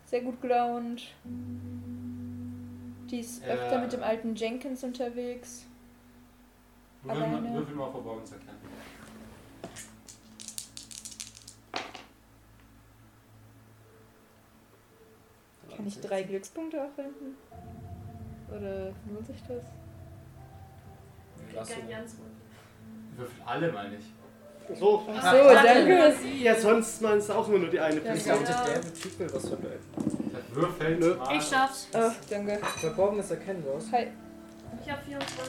[SPEAKER 1] sehr gut gelaunt. Die ist
[SPEAKER 3] Ja.
[SPEAKER 1] öfter mit dem alten Jenkins unterwegs.
[SPEAKER 3] Würfel mal,
[SPEAKER 1] Alleine.
[SPEAKER 3] würfel mal Verborgenes erkennen.
[SPEAKER 1] Kann ich drei Glückspunkte aufwenden? Oder lohnt sich das?
[SPEAKER 2] Lass
[SPEAKER 4] Kein
[SPEAKER 2] ihn.
[SPEAKER 4] ganz gut.
[SPEAKER 3] Würfel alle, meine ich.
[SPEAKER 5] So,
[SPEAKER 1] Ach so, danke.
[SPEAKER 5] ja, sonst meinst du auch immer nur die eine
[SPEAKER 1] Ja,
[SPEAKER 2] Ich
[SPEAKER 5] Person.
[SPEAKER 2] dachte, der Typ will was verbergen.
[SPEAKER 3] Das würfelt
[SPEAKER 5] Nö.
[SPEAKER 3] mal.
[SPEAKER 4] schaff's.
[SPEAKER 1] Oh, danke. halt
[SPEAKER 2] Verborgenes erkennen wir was?
[SPEAKER 1] Hi.
[SPEAKER 4] Ich hab 24.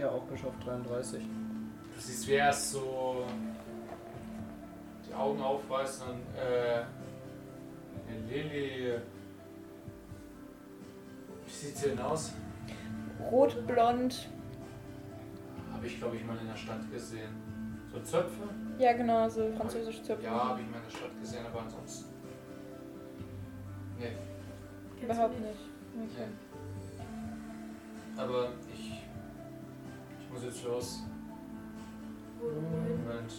[SPEAKER 2] Ja, auch geschafft, 33.
[SPEAKER 3] Du siehst, wie er erst so die Augen aufreißt und dann äh, Lilly. Wie sieht sie denn aus?
[SPEAKER 1] Rotblond.
[SPEAKER 3] Habe ich, glaube ich, mal in der Stadt gesehen. So Zöpfe?
[SPEAKER 1] Ja, genau, so französisch Zöpfe.
[SPEAKER 3] Ja, habe ich mal in der Stadt gesehen, aber ansonsten. Nee,
[SPEAKER 4] Kennst du
[SPEAKER 1] Überhaupt
[SPEAKER 4] die?
[SPEAKER 1] nicht. Okay.
[SPEAKER 3] nee. Aber ich. Ich muss jetzt los.
[SPEAKER 4] Wo- wohin?
[SPEAKER 3] Moment.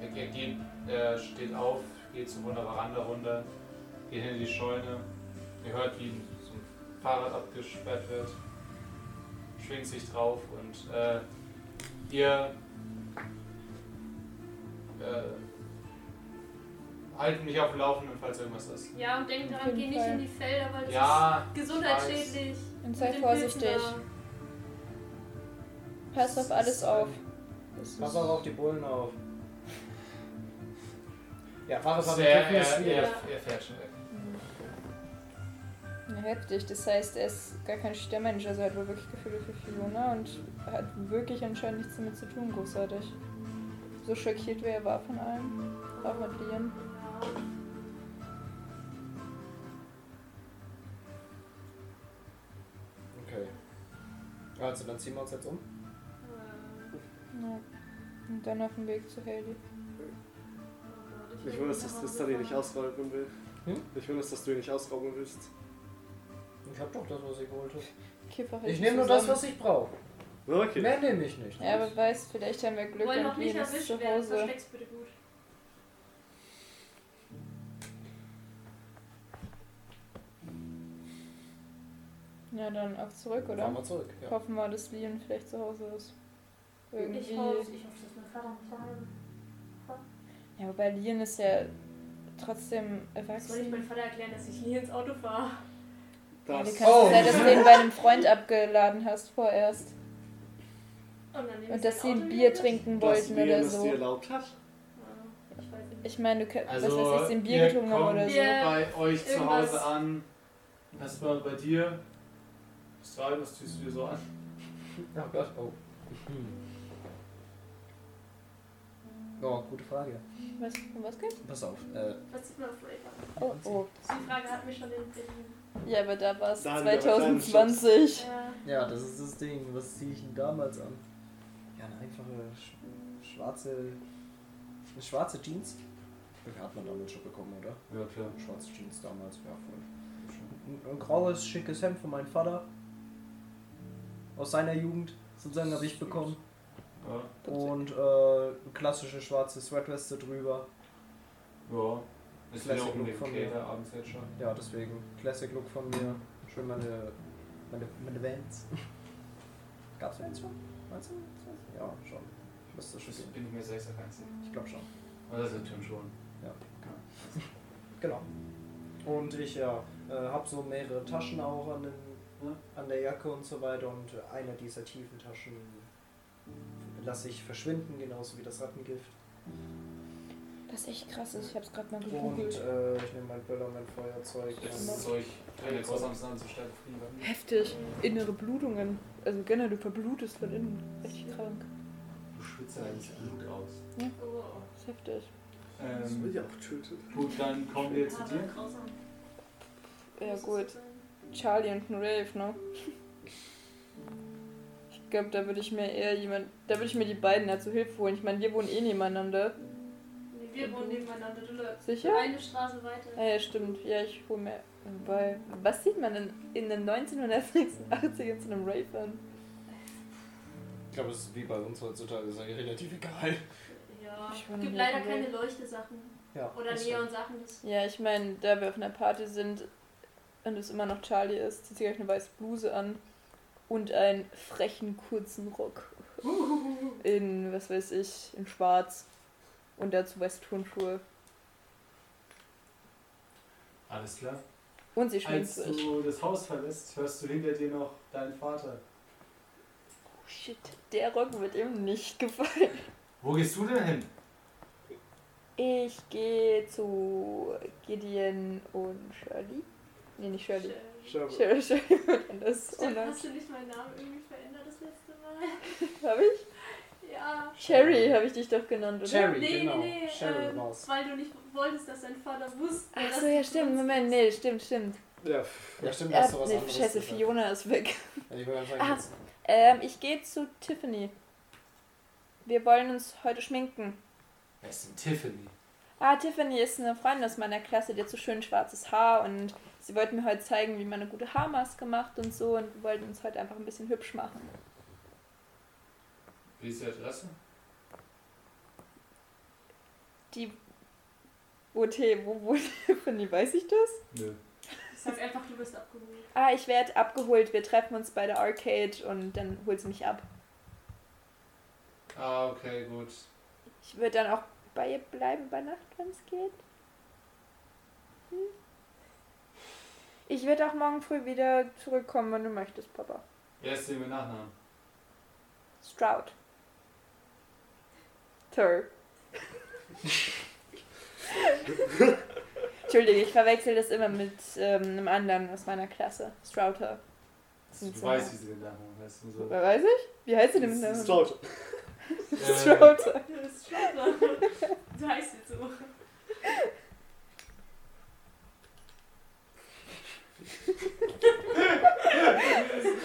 [SPEAKER 3] Er, er, geht, er steht auf, geht zu einer Veranda runter, geht in die Scheune. Ihr hört, wie so ein Fahrrad abgesperrt wird. Schwingt sich drauf und äh, ihr äh, haltet mich auf dem Laufenden, falls irgendwas ist.
[SPEAKER 4] Ja, und denk
[SPEAKER 1] Auf
[SPEAKER 4] daran, geh
[SPEAKER 1] jeden
[SPEAKER 4] nicht
[SPEAKER 1] Fall.
[SPEAKER 4] in die Felder, weil das
[SPEAKER 3] Ja,
[SPEAKER 4] ist gesundheitsschädlich.
[SPEAKER 1] Und sei
[SPEAKER 4] Mit den
[SPEAKER 1] vorsichtig.
[SPEAKER 4] Pilzen
[SPEAKER 1] Pass auf alles auf.
[SPEAKER 2] Papa raucht die Bullen auf. Ja, Fahrrad
[SPEAKER 3] ich weiß.
[SPEAKER 2] haben
[SPEAKER 3] Er,
[SPEAKER 2] wir
[SPEAKER 3] er,
[SPEAKER 2] schwierig.
[SPEAKER 3] er, er fährt schon weg.
[SPEAKER 1] Mhm. heftig. Das heißt, er ist gar kein Sternmensch, also er hat wohl wirklich Gefühle für Fiona und hat wirklich anscheinend nichts damit zu tun, großartig. So schockiert wie er war von allem. Auch mit Liam.
[SPEAKER 4] Ja.
[SPEAKER 2] Okay. Also, dann ziehen wir uns jetzt um.
[SPEAKER 4] Äh,
[SPEAKER 1] Ja. Und dann auf dem Weg zu Haley.
[SPEAKER 5] Ich will, dass das, das Sunny nicht ausrauben will.
[SPEAKER 2] Hm?
[SPEAKER 5] Ich will, dass das du ihn nicht ausrauben willst.
[SPEAKER 2] Ich hab doch das, was ich wollte.
[SPEAKER 1] Kiffer hält
[SPEAKER 2] Ich
[SPEAKER 1] ihn
[SPEAKER 2] nehme nur das,
[SPEAKER 1] zusammen.
[SPEAKER 2] was ich brauche.
[SPEAKER 5] Okay.
[SPEAKER 2] Mehr nehme ich nicht.
[SPEAKER 1] Ja, aber weißt, vielleicht haben wir Glück
[SPEAKER 4] Wollen noch
[SPEAKER 1] und
[SPEAKER 4] nicht
[SPEAKER 1] Liam ist
[SPEAKER 4] erwischt
[SPEAKER 1] zu
[SPEAKER 4] werden.
[SPEAKER 1] Hause.
[SPEAKER 4] Versteck's bitte gut.
[SPEAKER 1] Ja, dann auch zurück,
[SPEAKER 2] Fahren
[SPEAKER 1] oder?
[SPEAKER 2] wir zurück. Ja.
[SPEAKER 1] Hoffen wir, dass Liam vielleicht zu Hause ist. Irgendwie.
[SPEAKER 4] Ich hoffe, ich hoffe, dass mein Vater nicht daheim
[SPEAKER 1] Ja, wobei Liam ist ja trotzdem
[SPEAKER 4] ist. Soll ich
[SPEAKER 1] erwachsen.
[SPEAKER 4] meinem Vater erklären, dass ich nie ins Auto fahre?
[SPEAKER 1] Ja, du
[SPEAKER 5] Das.
[SPEAKER 1] kannst
[SPEAKER 2] Oh.
[SPEAKER 1] ja, dass du den bei einem Freund abgeladen hast vorerst.
[SPEAKER 4] Und, dann nehme ich
[SPEAKER 1] Und dass sie
[SPEAKER 4] sein
[SPEAKER 1] ein
[SPEAKER 4] Auto
[SPEAKER 1] Bier
[SPEAKER 4] wieder mit?
[SPEAKER 1] trinken
[SPEAKER 5] dass
[SPEAKER 1] wollten
[SPEAKER 5] Liam
[SPEAKER 1] oder
[SPEAKER 5] es dir
[SPEAKER 1] so.
[SPEAKER 5] erlaubt hat.
[SPEAKER 4] Ja, Ich weiß nicht.
[SPEAKER 1] Ich meine, du kannst,
[SPEAKER 3] Also,
[SPEAKER 1] was weiß ich, sie ein Bier
[SPEAKER 3] ihr
[SPEAKER 1] getrunken haben
[SPEAKER 3] kommt-
[SPEAKER 1] oder so.
[SPEAKER 4] Ja.
[SPEAKER 3] bei euch zu
[SPEAKER 4] Irgendwas.
[SPEAKER 3] Hause an. Erstmal bei dir. Strahl, was tust du dir so an?
[SPEAKER 2] Oh Gott, oh. Oh, gute Frage.
[SPEAKER 1] Was, um was geht's?
[SPEAKER 2] Pass auf. Äh,
[SPEAKER 4] Was sieht man auf Flavor?
[SPEAKER 1] Oh, oh.
[SPEAKER 4] Die Frage hat mich schon in den.
[SPEAKER 1] Ja, aber da war es
[SPEAKER 5] Da haben wir aber keinen
[SPEAKER 1] 2020.
[SPEAKER 4] Äh,
[SPEAKER 2] ja, das ist das Ding. Was ziehe ich denn damals an? Ja, eine einfache sch schwarze. Eine schwarze Jeans. Hat man damals schon bekommen, oder?
[SPEAKER 3] Ja, klar.
[SPEAKER 2] Schwarze Jeans damals, ja voll. Ein, ein graues, schickes Hemd von meinem Vater. Aus seiner Jugend, sozusagen, habe ich bekommen.
[SPEAKER 3] Ja,
[SPEAKER 2] Und äh, eine klassische schwarze Sweatweste drüber.
[SPEAKER 3] ja. Ist ja
[SPEAKER 2] Classic
[SPEAKER 3] auch ein
[SPEAKER 2] Look von mir.
[SPEAKER 3] Cater abends jetzt schon.
[SPEAKER 2] Ja, deswegen. Classic Look von mir. Schön meine, meine, meine Vans. (laughs) Gab's Vans schon? Meinst du? Ja, schon. Müsste schon
[SPEAKER 3] Ich
[SPEAKER 2] gehen.
[SPEAKER 3] bin ich mir selbst auf eins.
[SPEAKER 2] Ich glaube schon.
[SPEAKER 3] Ah, Das ist natürlich schon.
[SPEAKER 2] Genau. Und ich ja, äh, habe so mehrere Taschen auch an, den, ne, an der Jacke und so weiter. Und eine dieser tiefen Taschen lasse ich verschwinden, genauso wie das Rattengift.
[SPEAKER 1] Das ist echt krass, ist. ich hab's gerade mal
[SPEAKER 2] Und
[SPEAKER 1] gegoogelt.
[SPEAKER 2] äh, ich nehme mein Böller, mein Feuerzeug. ähm,
[SPEAKER 3] Das
[SPEAKER 2] mein-
[SPEAKER 3] ist euch eine Großamtsnamen zu stellen. Frieden.
[SPEAKER 1] Heftig. Innere Blutungen. Also generell, du verblutest von innen. Echt krank.
[SPEAKER 3] Du schwitzt ja eigentlich Blut aus.
[SPEAKER 4] oh.
[SPEAKER 1] Das ist heftig.
[SPEAKER 5] Das will
[SPEAKER 3] Ähm,
[SPEAKER 5] ich auch töten.
[SPEAKER 3] gut, dann kommen wir zu
[SPEAKER 4] Aber
[SPEAKER 3] dir.
[SPEAKER 4] äh, grausam.
[SPEAKER 1] Ja,
[SPEAKER 4] Muss es
[SPEAKER 1] gut.
[SPEAKER 4] sein.
[SPEAKER 1] Charlie und ein Rave, ne? Ich glaube, da würde ich mir eher jemand. Da würde ich mir die beiden dazu Hilfe holen. Ich meine, wir wohnen eh nebeneinander.
[SPEAKER 4] Nee, wir wohnen nebeneinander, du läufst.
[SPEAKER 1] Sicher?
[SPEAKER 4] Eine Straße weiter.
[SPEAKER 1] Ja, ja, stimmt. Ja, ich hole mir. Weil. Was sieht man denn in den 1986 zu einem Rave an?
[SPEAKER 2] Ich glaube, es ist wie bei uns heutzutage, ist eigentlich relativ egal.
[SPEAKER 4] Ja,
[SPEAKER 1] Ich wohne
[SPEAKER 4] gibt
[SPEAKER 1] in
[SPEAKER 4] leider
[SPEAKER 1] Norddeutschland.
[SPEAKER 4] keine Leuchtesachen.
[SPEAKER 2] Ja,
[SPEAKER 4] Oder
[SPEAKER 2] das stimmt.
[SPEAKER 4] Neon-Sachen. Das
[SPEAKER 1] Ja, ich meine, da wir auf einer Party sind und es immer noch Charlie ist, zieht sie gleich eine weiße Bluse an und einen frechen, kurzen Rock. In, was weiß ich, in schwarz. Und dazu weiße Turnschuhe.
[SPEAKER 3] Alles klar.
[SPEAKER 1] Und sie schminkt
[SPEAKER 3] Als
[SPEAKER 1] sich.
[SPEAKER 3] du das Haus verlässt, hörst du hinter dir noch deinen Vater.
[SPEAKER 1] Oh, Shit, der Rock wird ihm nicht gefallen.
[SPEAKER 3] Wo gehst du denn hin?
[SPEAKER 1] Ich gehe zu Gideon und Shirley. Nee, nicht Shirley.
[SPEAKER 5] Schau mal.
[SPEAKER 1] Shirley, Shirley wird anders. Oh
[SPEAKER 4] Stimmt,
[SPEAKER 1] nein.
[SPEAKER 4] äh, hast du nicht meinen Namen irgendwie verändert das letzte Mal? (laughs)
[SPEAKER 1] Hab ich?
[SPEAKER 4] Ja.
[SPEAKER 1] Cherry habe ich dich doch genannt, oder?
[SPEAKER 2] Cherry,
[SPEAKER 4] nee,
[SPEAKER 2] genau.
[SPEAKER 4] nee, nee,
[SPEAKER 2] Sherry
[SPEAKER 4] ähm,
[SPEAKER 2] war's.
[SPEAKER 4] weil du nicht wolltest, dass dein Vater wusste.
[SPEAKER 1] Ach
[SPEAKER 4] dass
[SPEAKER 1] so, ja,
[SPEAKER 4] du
[SPEAKER 1] stimmt.
[SPEAKER 4] sonst-
[SPEAKER 1] Moment, nee, stimmt, stimmt.
[SPEAKER 5] Ja.
[SPEAKER 1] (laughs)
[SPEAKER 2] Ja, stimmt,
[SPEAKER 1] Äh,
[SPEAKER 2] hast du was
[SPEAKER 1] nee,
[SPEAKER 2] anderes.
[SPEAKER 1] Scheiße,
[SPEAKER 2] gesagt.
[SPEAKER 1] Fiona ist weg.
[SPEAKER 2] Ja, ich würde einfach
[SPEAKER 1] Ah.
[SPEAKER 2] jetzt-
[SPEAKER 1] Ähm, ich gehe zu Tiffany. Wir wollen uns heute schminken.
[SPEAKER 3] Wer ist denn Tiffany?
[SPEAKER 1] Ah, Tiffany ist eine Freundin aus meiner Klasse, die hat so schön schwarzes Haar und sie wollte mir heute zeigen, wie man eine gute Haarmaske macht und so und wir wollten uns heute einfach ein bisschen hübsch machen.
[SPEAKER 3] Wie ist die Adresse?
[SPEAKER 1] Die. Wo, T- wo, (laughs) wo Tiffany, weiß ich das?
[SPEAKER 3] Nö.
[SPEAKER 4] Sag einfach, du
[SPEAKER 1] (laughs)
[SPEAKER 4] wirst abgeholt.
[SPEAKER 1] Ah, ich werde abgeholt, wir treffen uns bei der Arcade und dann holt sie mich ab.
[SPEAKER 3] Ah, okay, gut.
[SPEAKER 1] Ich würde dann auch bei ihr bleiben bei Nacht, wenn es geht. Hm? Ich werde auch morgen früh wieder zurückkommen, wenn du möchtest, Papa.
[SPEAKER 3] Wer ist denn mit Nachnamen?
[SPEAKER 1] Stroud. Tur. Entschuldige, ich verwechsel das immer mit ähm, einem anderen aus meiner Klasse. Strouter. Das sind
[SPEAKER 3] Ich
[SPEAKER 1] so-
[SPEAKER 3] weiß, wie sie den Namen heißt und so.
[SPEAKER 1] Wer weiß ich? Wie heißt sie denn?
[SPEAKER 5] Das ist laut.
[SPEAKER 1] (laughs)
[SPEAKER 3] Äh, (laughs)
[SPEAKER 1] Strouter.
[SPEAKER 4] Das ist schon so. heißt jetzt so.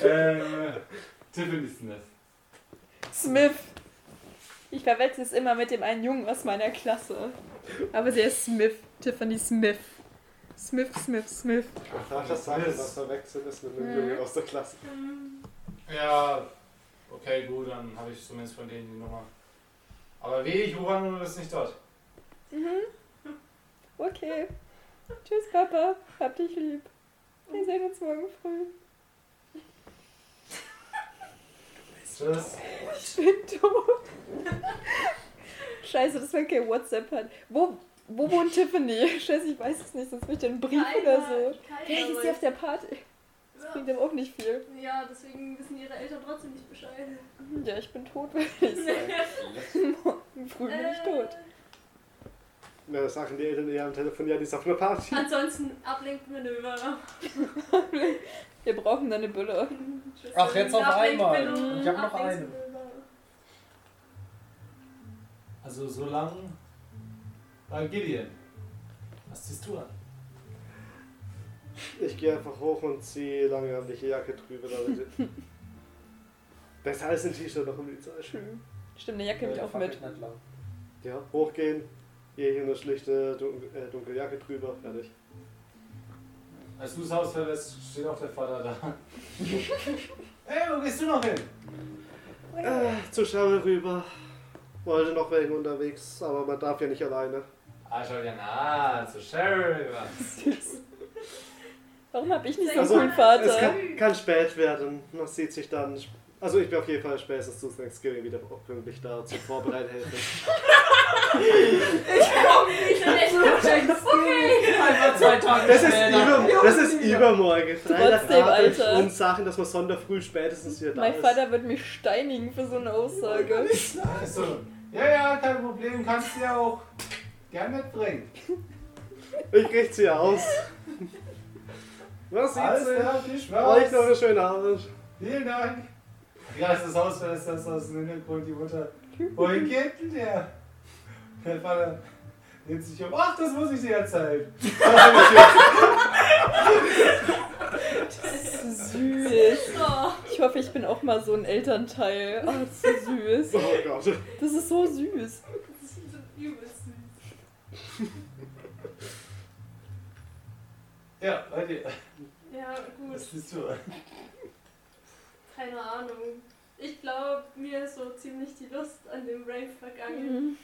[SPEAKER 3] äh, Tiffany Smith.
[SPEAKER 1] Smith. Ich verwechsel es immer mit dem einen Jungen aus meiner Klasse. Aber sie ist Smith. Tiffany Smith. Smith, Smith, Smith.
[SPEAKER 5] Darf das sagen, was verwechseln ist mit einem Jungen aus der Klasse?
[SPEAKER 4] Ähm,
[SPEAKER 3] Ja, okay, gut, dann habe ich zumindest von denen die Nummer. Aber weh, ich Uranu ist nicht dort.
[SPEAKER 1] Mhm. Okay. Tschüss, Papa. Hab dich lieb. Wir sehen uns morgen früh.
[SPEAKER 3] Tschüss.
[SPEAKER 1] Ich bin tot. Scheiße, dass man kein WhatsApp hat. Wo, wo wohnt Tiffany? (laughs) Scheiße, ich weiß es nicht, sonst möchte ich einen Brief oder so.
[SPEAKER 4] keiner
[SPEAKER 1] Vielleicht ist sie auf der Party. Das
[SPEAKER 4] weiß.
[SPEAKER 1] bringt aber auch nicht viel.
[SPEAKER 4] Ja, deswegen wissen ihre Eltern trotzdem nicht Bescheid.
[SPEAKER 2] (laughs)
[SPEAKER 1] Hm, Ja, ich bin tot, würde ich sagen. Morgen früh bin ich
[SPEAKER 4] Äh,
[SPEAKER 1] tot.
[SPEAKER 5] Na, das sagen die Eltern eher am Telefon, ja, die ist auf einer Party.
[SPEAKER 4] Ansonsten Ablenkmanöver.
[SPEAKER 1] Wir brauchen eine Bülle.
[SPEAKER 4] Tschüss.
[SPEAKER 2] Ach, jetzt auf einmal.
[SPEAKER 4] Ablenkmanöver,
[SPEAKER 2] Ich hab noch
[SPEAKER 4] Ablenkmanöver. (laughs)
[SPEAKER 3] Also so lang. Äh, Gideon. Was ziehst du an?
[SPEAKER 5] Ich gehe einfach hoch und ziehe langärmliche Jacke drüber. Damit Besser als ein T-Shirt noch um die Zeit.
[SPEAKER 1] Stimmt, eine Jacke
[SPEAKER 2] Äh,
[SPEAKER 1] mit
[SPEAKER 2] der
[SPEAKER 1] auch (laughs)
[SPEAKER 2] Fackel
[SPEAKER 1] mit.
[SPEAKER 2] knallt lang.
[SPEAKER 5] Ja, hochgehen. Hier hier eine schlichte dunkel, äh, dunkle Jacke drüber. Fertig.
[SPEAKER 3] Als du das Haus verlässt, steht auch der
[SPEAKER 1] (laughs)
[SPEAKER 3] Vater da. Ey, wo gehst du noch hin?
[SPEAKER 5] Äh, zur Schau rüber. Wollte noch wegen unterwegs, aber man darf ja nicht alleine.
[SPEAKER 3] Ah, schau dir an, zu Sherry.
[SPEAKER 1] Warum hab ich nicht so einen
[SPEAKER 4] Also,
[SPEAKER 1] coolen
[SPEAKER 5] Es (laughs)
[SPEAKER 1] Vater?
[SPEAKER 5] kann, kann spät werden. Man sieht sich dann. sp- Also ich bin auf jeden Fall spätestens zu Thanksgiving wieder pünktlich da zur
[SPEAKER 1] (laughs)
[SPEAKER 5] Vorbereitung helfen.
[SPEAKER 4] Ich bin echt verrückt.
[SPEAKER 2] Einfach zwei Tage
[SPEAKER 5] Das ist,
[SPEAKER 2] später.
[SPEAKER 5] über, das ist übermorgen. Freitagabend
[SPEAKER 1] Alter.
[SPEAKER 5] und Sachen, dass man Sonntag früh spätestens wieder da
[SPEAKER 1] Mein
[SPEAKER 5] ist.
[SPEAKER 1] Vater wird mich steinigen für so eine Aussage.
[SPEAKER 3] Also, ja, ja, kein Problem, kannst du ja auch gern mitbringen.
[SPEAKER 5] Ich richte sie aus. Was sieht's
[SPEAKER 3] Alles
[SPEAKER 5] denn?
[SPEAKER 3] klar, viel
[SPEAKER 5] Euch noch
[SPEAKER 3] Spaß.
[SPEAKER 5] einen schönen Abend.
[SPEAKER 3] Vielen Dank. Ja, als das Haus verlässt, hast du aus dem Hintergrund die Mutter. Wohin geht denn der? Der Vater dreht sich um. Ach, das muss ich dir erzählen.
[SPEAKER 1] Das ist (laughs) süß.
[SPEAKER 4] Oh,
[SPEAKER 1] Ich hoffe, ich bin auch mal so ein Elternteil. Oh, das ist so süß.
[SPEAKER 5] Oh Gott.
[SPEAKER 1] Das ist so süß.
[SPEAKER 4] das ist so übelst süß.
[SPEAKER 3] Ja, Leute,
[SPEAKER 4] Ja, gut.
[SPEAKER 3] was siehst du?
[SPEAKER 4] Keine Ahnung. Ich glaube, mir ist so ziemlich die Lust an dem Rave
[SPEAKER 1] Mhm.
[SPEAKER 4] vergangen.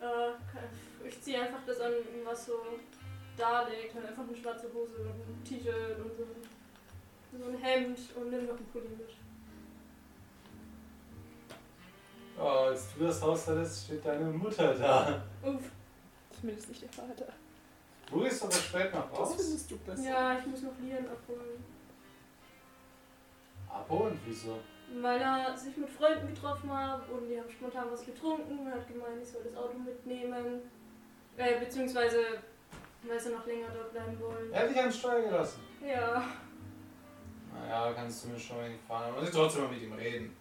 [SPEAKER 4] Äh, ich ziehe einfach das an, was so da liegt. Halt einfach eine schwarze Hose und ein T-Shirt und so ein, so ein Hemd und nimm noch einen Pulli mit.
[SPEAKER 3] Oh, als du das Haus verlässt, steht deine Mutter da.
[SPEAKER 4] Uff.
[SPEAKER 1] Zumindest nicht der Vater.
[SPEAKER 3] Du gehst aber spät nach
[SPEAKER 2] Das
[SPEAKER 3] raus.
[SPEAKER 2] findest du besser.
[SPEAKER 4] Ja, ich muss noch Lian abholen.
[SPEAKER 3] Abo und wieso?
[SPEAKER 4] Weil er sich mit Freunden getroffen hat und die haben spontan was getrunken und hat gemeint, ich soll das Auto mitnehmen. Äh, beziehungsweise, weil sie noch länger dort bleiben wollen.
[SPEAKER 3] Er hat dich an den Steuer gelassen.
[SPEAKER 4] Ja,
[SPEAKER 3] Naja, kannst du mir schon wenig fahren. Aber ich trotzdem mal mit ihm reden.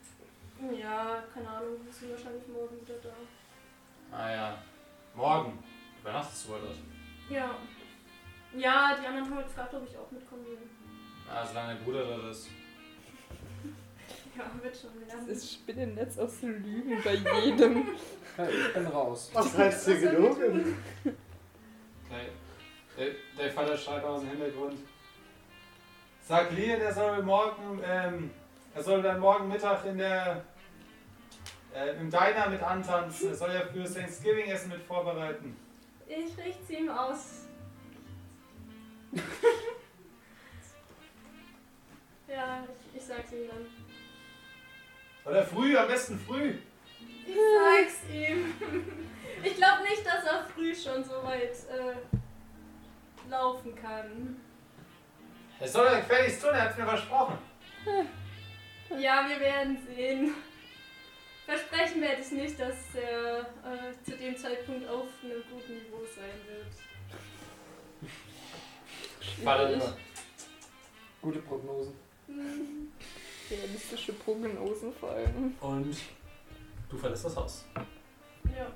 [SPEAKER 4] ja, keine Ahnung, wir sind wahrscheinlich morgen wieder da.
[SPEAKER 3] Naja, Ah morgen. Übernachtest du wohl dort.
[SPEAKER 4] Ja. Ja, die anderen haben halt gefragt, ob ich auch mitkommen will.
[SPEAKER 3] Na, Ah, solange dein Bruder dort ist.
[SPEAKER 4] (laughs) Ja, wird schon wieder.
[SPEAKER 1] Das ist Spinnennetz aus Lügen bei jedem. (laughs)
[SPEAKER 2] Hey, ich bin raus.
[SPEAKER 5] Was heißt hier genug?
[SPEAKER 3] Okay. Der, der Vater schreit aus dem Hintergrund. Sag Lian, er soll morgen, ähm, er soll dann morgen Mittag in der, äh, im Diner mit antanzen. Er soll ja fürs Thanksgiving-Essen mit vorbereiten.
[SPEAKER 4] Ich richte sie ihm aus. (laughs) ja, ich, ich sag's ihm dann. (laughs)
[SPEAKER 3] Oder früh, am besten früh.
[SPEAKER 4] Ich sag's ihm. (laughs) Ich glaube nicht, dass er früh schon so weit äh, laufen kann.
[SPEAKER 3] Er soll ja gefälligst tun, er hat's mir versprochen.
[SPEAKER 4] Ja, wir werden sehen. Versprechen werde ich nicht, dass äh, er äh, zu dem Zeitpunkt auf einem guten Niveau sein wird.
[SPEAKER 3] Ich war da über.
[SPEAKER 2] Gute Prognosen.
[SPEAKER 4] Hm,
[SPEAKER 1] Realistische Prognosen folgen.
[SPEAKER 7] Und du verlässt das Haus.
[SPEAKER 4] ja.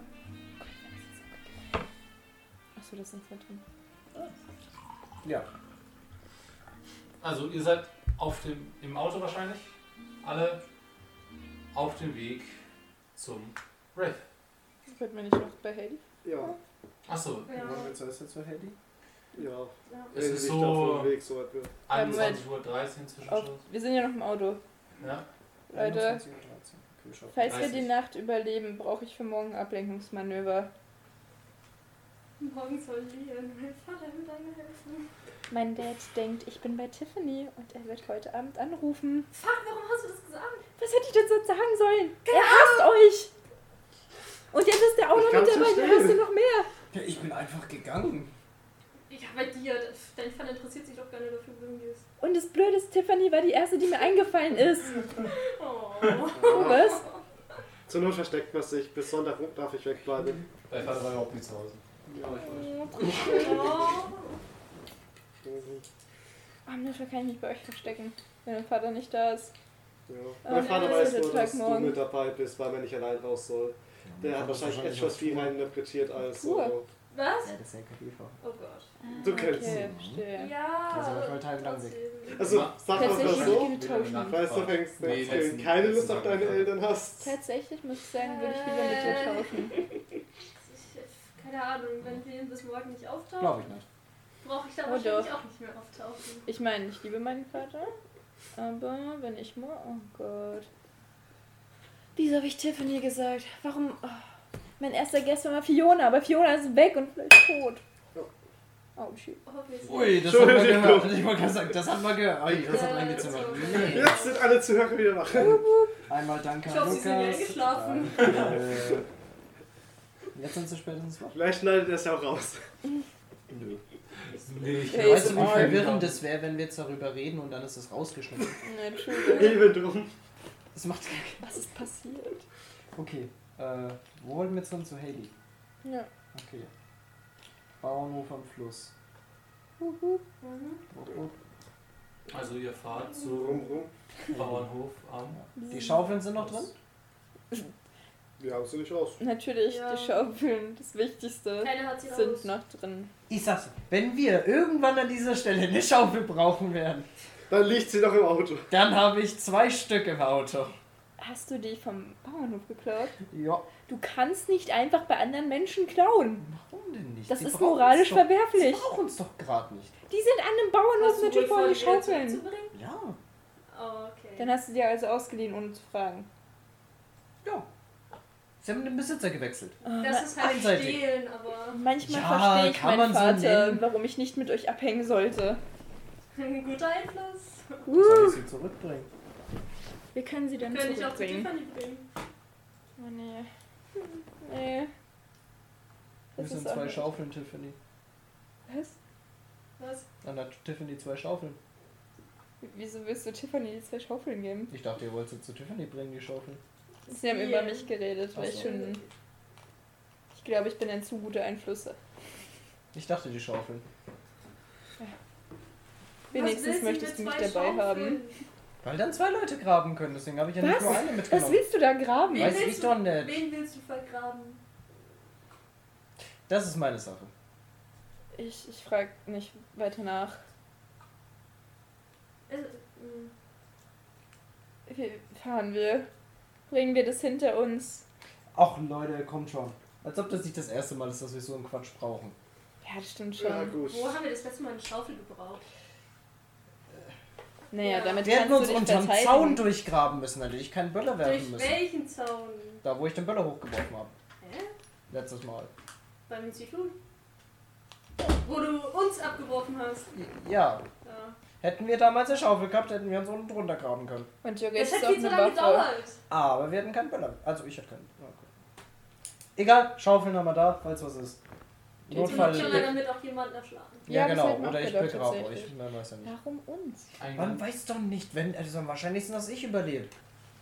[SPEAKER 1] Achso, das ist nicht mehr drin.
[SPEAKER 2] Ja.
[SPEAKER 7] Also ihr seid auf dem, im Auto wahrscheinlich alle auf dem Weg zum Wraith.
[SPEAKER 1] Wollten wir nicht noch bei Heidi?
[SPEAKER 5] Ja,
[SPEAKER 7] Achso,
[SPEAKER 2] Wollen
[SPEAKER 4] ja.
[SPEAKER 2] wir zuerst jetzt zu Handy?
[SPEAKER 5] ja.
[SPEAKER 7] es
[SPEAKER 5] Wenn
[SPEAKER 7] ist
[SPEAKER 5] ich da auf dem
[SPEAKER 7] so
[SPEAKER 5] Weg so weit wird.
[SPEAKER 7] 21.13 Uhr inzwischen
[SPEAKER 1] Auf,
[SPEAKER 7] schon.
[SPEAKER 1] wir sind ja noch im Auto.
[SPEAKER 7] Ja,
[SPEAKER 1] Leute.
[SPEAKER 2] 21 Uhr 13. Okay, schaffen
[SPEAKER 1] Falls wir
[SPEAKER 7] 30.
[SPEAKER 1] die Nacht überleben, brauche ich für morgen ein Ablenkungsmanöver.
[SPEAKER 4] Morgen soll Lian mein Vater mit deiner helfen.
[SPEAKER 1] Mein Dad denkt, ich bin bei Tiffany und er wird heute Abend anrufen.
[SPEAKER 4] Fuck, warum hast du das gesagt?
[SPEAKER 1] Was hätte ich denn sonst sagen sollen? er hasst euch! Und jetzt ist der auch noch
[SPEAKER 5] Ich
[SPEAKER 1] mit
[SPEAKER 5] kann's
[SPEAKER 1] dabei, der
[SPEAKER 5] verstehen.
[SPEAKER 1] hasst ihn noch mehr.
[SPEAKER 2] wir. Ja, ich bin einfach gegangen.
[SPEAKER 4] Ja, bei dir. Dein Vater interessiert sich doch gar nicht dafür, worum du bist.
[SPEAKER 1] Und das Blöde ist, Tiffany war die erste, die mir eingefallen ist.
[SPEAKER 4] Oh.
[SPEAKER 1] Was?
[SPEAKER 5] Zur Not versteckt man sich. Bis Sonntag darf ich wegbleiben.
[SPEAKER 3] Dein Vater war überhaupt nicht zu Hause.
[SPEAKER 5] Ja, ich weiß.
[SPEAKER 4] Oh.
[SPEAKER 5] Mhm.
[SPEAKER 1] Am Ah, dafür kann ich mich bei euch verstecken, wenn mein Vater nicht da ist.
[SPEAKER 5] Ja.
[SPEAKER 1] Aber
[SPEAKER 5] Mein Vater
[SPEAKER 1] Oh das
[SPEAKER 5] weiß
[SPEAKER 1] wird
[SPEAKER 5] nur,
[SPEAKER 1] der
[SPEAKER 5] dass
[SPEAKER 1] Tag
[SPEAKER 5] du
[SPEAKER 1] morgen.
[SPEAKER 5] mit dabei bist, weil man nicht allein raus soll. Der hat wahrscheinlich etwas viel reininterpretiert als.
[SPEAKER 1] Tour.
[SPEAKER 5] so.
[SPEAKER 4] Was?
[SPEAKER 2] Ja, das ist ja kein Eva.
[SPEAKER 4] Oh Gott.
[SPEAKER 5] Du kennst
[SPEAKER 1] Ah, Okay, verstehe.
[SPEAKER 4] Ja.
[SPEAKER 2] Also, ich wollte halt lang weg.
[SPEAKER 4] trotzdem.
[SPEAKER 5] Also,
[SPEAKER 3] Ja.
[SPEAKER 5] sag mal
[SPEAKER 1] Tatsächlich
[SPEAKER 5] so.
[SPEAKER 1] gehen tauschen.
[SPEAKER 5] Weißt du, fängst du
[SPEAKER 3] Nee,
[SPEAKER 5] jetzt
[SPEAKER 3] letzten-
[SPEAKER 5] keine Lust
[SPEAKER 3] letzten
[SPEAKER 5] auf deine
[SPEAKER 3] Tag.
[SPEAKER 5] Eltern hast.
[SPEAKER 1] Tatsächlich muss ich sagen, würde ich lieber mit dir tauschen.
[SPEAKER 4] Ich- Keine Ahnung, wenn Lian bis morgen nicht auftaucht,
[SPEAKER 2] Glaube ich nicht.
[SPEAKER 4] brauche ich da
[SPEAKER 1] Oh,
[SPEAKER 4] wahrscheinlich auch nicht mehr auftauchen.
[SPEAKER 1] Ich meine, ich liebe meinen Vater, aber wenn ich mal. Oh Gott. Wieso habe ich Tiffany gesagt? Warum. Oh, mein erster Gast war mal Fiona, aber Fiona ist weg und vielleicht tot. Oh, Autschi.
[SPEAKER 4] Hoffentlich.
[SPEAKER 2] Ui, das hat man
[SPEAKER 5] Entschuldigung.
[SPEAKER 2] gehört. Ich wollte gerade sagen, das hat man gehört. Ui, das hat
[SPEAKER 4] Ja,
[SPEAKER 2] reingezimmert.
[SPEAKER 4] das
[SPEAKER 2] Nee.
[SPEAKER 5] Jetzt sind alle Zuhörer wieder wach.
[SPEAKER 2] (laughs) Einmal danke
[SPEAKER 4] Ich
[SPEAKER 2] an
[SPEAKER 4] hoffe, sie
[SPEAKER 2] Lukas.
[SPEAKER 4] sind wieder eingeschlafen.
[SPEAKER 2] (laughs) Danke. Jetzt sind sie spätestens wach.
[SPEAKER 5] Vielleicht schneidet er es ja
[SPEAKER 1] (laughs)
[SPEAKER 5] auch raus.
[SPEAKER 2] Nö.
[SPEAKER 7] nee, ich
[SPEAKER 1] Hey,
[SPEAKER 7] weiß
[SPEAKER 2] Weißt
[SPEAKER 1] ist in
[SPEAKER 2] du, wie
[SPEAKER 7] nicht,
[SPEAKER 1] Ordnung.
[SPEAKER 2] verwirrend das wäre, wenn wir jetzt darüber reden und dann ist es rausgeschnitten?
[SPEAKER 1] Entschuldigung.
[SPEAKER 5] Eben drum.
[SPEAKER 2] Das macht gar
[SPEAKER 1] Was ist passiert?
[SPEAKER 2] Okay, äh, wo wollten wir jetzt dann zu Haley?
[SPEAKER 1] Ja.
[SPEAKER 2] Okay. Bauernhof am Fluss.
[SPEAKER 4] Mhm.
[SPEAKER 7] Also ihr fahrt
[SPEAKER 5] Rum,
[SPEAKER 7] zum
[SPEAKER 5] rum.
[SPEAKER 7] Bauernhof am
[SPEAKER 2] Die Schaufeln sind noch drin?
[SPEAKER 5] Wir haben sie nicht raus.
[SPEAKER 1] Natürlich,
[SPEAKER 4] Ja.
[SPEAKER 1] die Schaufeln, das Wichtigste,
[SPEAKER 4] Keiner hat sie raus.
[SPEAKER 1] sind noch drin.
[SPEAKER 2] Ich sag's, wenn wir irgendwann an dieser Stelle eine Schaufel brauchen werden,
[SPEAKER 5] Dann liegt sie noch im Auto.
[SPEAKER 2] dann habe ich zwei Stück im Auto.
[SPEAKER 1] Hast du die vom Bauernhof geklaut?
[SPEAKER 2] Ja.
[SPEAKER 1] Du kannst nicht einfach bei anderen Menschen klauen.
[SPEAKER 2] Warum denn nicht?
[SPEAKER 1] Das
[SPEAKER 2] Die
[SPEAKER 1] ist
[SPEAKER 2] brauchen's
[SPEAKER 1] moralisch
[SPEAKER 2] doch- Die
[SPEAKER 1] verwerflich.
[SPEAKER 2] brauchen uns doch gerade nicht.
[SPEAKER 1] Die sind an einem Bauernhof
[SPEAKER 4] Hast du
[SPEAKER 1] natürlich
[SPEAKER 4] wohl
[SPEAKER 1] vorhin
[SPEAKER 4] vor, die
[SPEAKER 1] die
[SPEAKER 4] wieder
[SPEAKER 1] Schaufeln.
[SPEAKER 4] zurückzubringen?
[SPEAKER 2] Ja.
[SPEAKER 4] Oh, okay.
[SPEAKER 1] Dann hast du dir also ausgeliehen, ohne zu fragen.
[SPEAKER 2] Ja. Sie haben den Besitzer gewechselt.
[SPEAKER 1] Hm.
[SPEAKER 4] das ist halt
[SPEAKER 2] einseitig.
[SPEAKER 4] stehlen, aber
[SPEAKER 1] Ah,
[SPEAKER 4] (laughs)
[SPEAKER 1] Manchmal
[SPEAKER 2] Ja,
[SPEAKER 1] verstehe ich
[SPEAKER 2] kann
[SPEAKER 1] meinen
[SPEAKER 2] man so
[SPEAKER 1] Vater,
[SPEAKER 2] nennen.
[SPEAKER 1] warum ich nicht mit euch abhängen sollte.
[SPEAKER 4] ein guter Einfluss.
[SPEAKER 2] Soll
[SPEAKER 1] Uh,
[SPEAKER 2] ich sie zurückbringen?
[SPEAKER 1] wir können sie dann
[SPEAKER 4] Könnte ich auch zu
[SPEAKER 1] zurückbringen.
[SPEAKER 4] Tiffany bringen.
[SPEAKER 1] Oh nee. Nee.
[SPEAKER 2] Wir
[SPEAKER 1] Das
[SPEAKER 2] sind
[SPEAKER 1] ist auch
[SPEAKER 2] zwei
[SPEAKER 1] nicht-
[SPEAKER 2] Schaufeln, Tiffany.
[SPEAKER 1] Was?
[SPEAKER 4] Was?
[SPEAKER 2] Dann hat Tiffany zwei Schaufeln.
[SPEAKER 1] Wieso willst du Tiffany die zwei Schaufeln geben?
[SPEAKER 2] Ich dachte, ihr wollt sie zu Tiffany bringen, die Schaufeln.
[SPEAKER 1] Sie haben
[SPEAKER 4] Hier.
[SPEAKER 1] über mich geredet, weil
[SPEAKER 2] Ach
[SPEAKER 1] ich
[SPEAKER 2] so.
[SPEAKER 1] schon. Ich glaube, ich bin ein zu guter Einfluss.
[SPEAKER 2] Ich dachte, die Schaufeln.
[SPEAKER 4] Was will
[SPEAKER 1] Wenigstens
[SPEAKER 4] sie
[SPEAKER 1] möchtest du
[SPEAKER 4] mit
[SPEAKER 1] mich
[SPEAKER 4] zwei
[SPEAKER 1] dabei
[SPEAKER 4] Schaufeln?
[SPEAKER 1] haben.
[SPEAKER 2] Weil dann zwei Leute graben können, deswegen habe ich ja
[SPEAKER 1] Was?
[SPEAKER 2] nicht nur eine
[SPEAKER 1] Was
[SPEAKER 2] mitgenommen.
[SPEAKER 1] willst du da graben?
[SPEAKER 4] Wen
[SPEAKER 2] Genau. Weiß
[SPEAKER 4] willst
[SPEAKER 2] ich
[SPEAKER 4] du-
[SPEAKER 2] doch nicht.
[SPEAKER 4] Wen willst du vergraben?
[SPEAKER 2] Das ist meine Sache.
[SPEAKER 1] Ich, ich frage nicht weiter nach.
[SPEAKER 4] Also, mh.
[SPEAKER 1] Wir fahren wir. Bringen wir das hinter uns.
[SPEAKER 2] Ach Leute, kommt schon. Als ob das nicht das erste Mal ist, dass wir so einen Quatsch brauchen.
[SPEAKER 1] Ja, das stimmt schon.
[SPEAKER 5] Ja, gut.
[SPEAKER 4] Wo haben wir das letzte Mal eine Schaufel gebraucht?
[SPEAKER 1] Naja,
[SPEAKER 4] Ja.
[SPEAKER 1] damit
[SPEAKER 2] Wir hätten
[SPEAKER 1] kannst
[SPEAKER 2] uns
[SPEAKER 1] du dich
[SPEAKER 2] unterm
[SPEAKER 1] verteidigen.
[SPEAKER 2] Zaun durchgraben müssen, dann hätte ich keinen Böller werfen
[SPEAKER 4] Durch
[SPEAKER 2] müssen.
[SPEAKER 4] welchen Zaun?
[SPEAKER 2] Da, wo ich den Böller hochgeworfen habe.
[SPEAKER 4] Hä?
[SPEAKER 2] Letztes Mal.
[SPEAKER 4] Beim Zyklon? Wo du uns abgeworfen hast.
[SPEAKER 2] Ja.
[SPEAKER 4] Ja.
[SPEAKER 2] Hätten wir damals eine Schaufel gehabt, hätten wir uns unten drunter graben können.
[SPEAKER 1] Und Jürgen
[SPEAKER 4] Das
[SPEAKER 1] ist
[SPEAKER 4] hat
[SPEAKER 1] auch
[SPEAKER 4] viel zu
[SPEAKER 1] eine
[SPEAKER 4] lange
[SPEAKER 1] Waffe.
[SPEAKER 4] gedauert.
[SPEAKER 2] Aber wir hatten keinen Böller. Also ich hatte keinen. Ja, okay. Egal, Schaufeln haben wir da, falls was ist.
[SPEAKER 1] Jetzt
[SPEAKER 4] Und hat
[SPEAKER 2] Notfall. äh,
[SPEAKER 4] schon damit auch jemanden erschlagen.
[SPEAKER 1] Ja,
[SPEAKER 2] Ja,
[SPEAKER 1] das
[SPEAKER 2] genau.
[SPEAKER 1] hätten wir
[SPEAKER 2] Oder
[SPEAKER 1] auch
[SPEAKER 2] ich
[SPEAKER 1] gedacht,
[SPEAKER 2] begrabe euch.
[SPEAKER 1] tatsächlich.
[SPEAKER 2] Man weiß ja nicht.
[SPEAKER 1] Warum uns?
[SPEAKER 2] Man
[SPEAKER 7] Eingang.
[SPEAKER 2] weiß doch nicht, wenn. Also am wahrscheinlichsten, dass ich überlebe.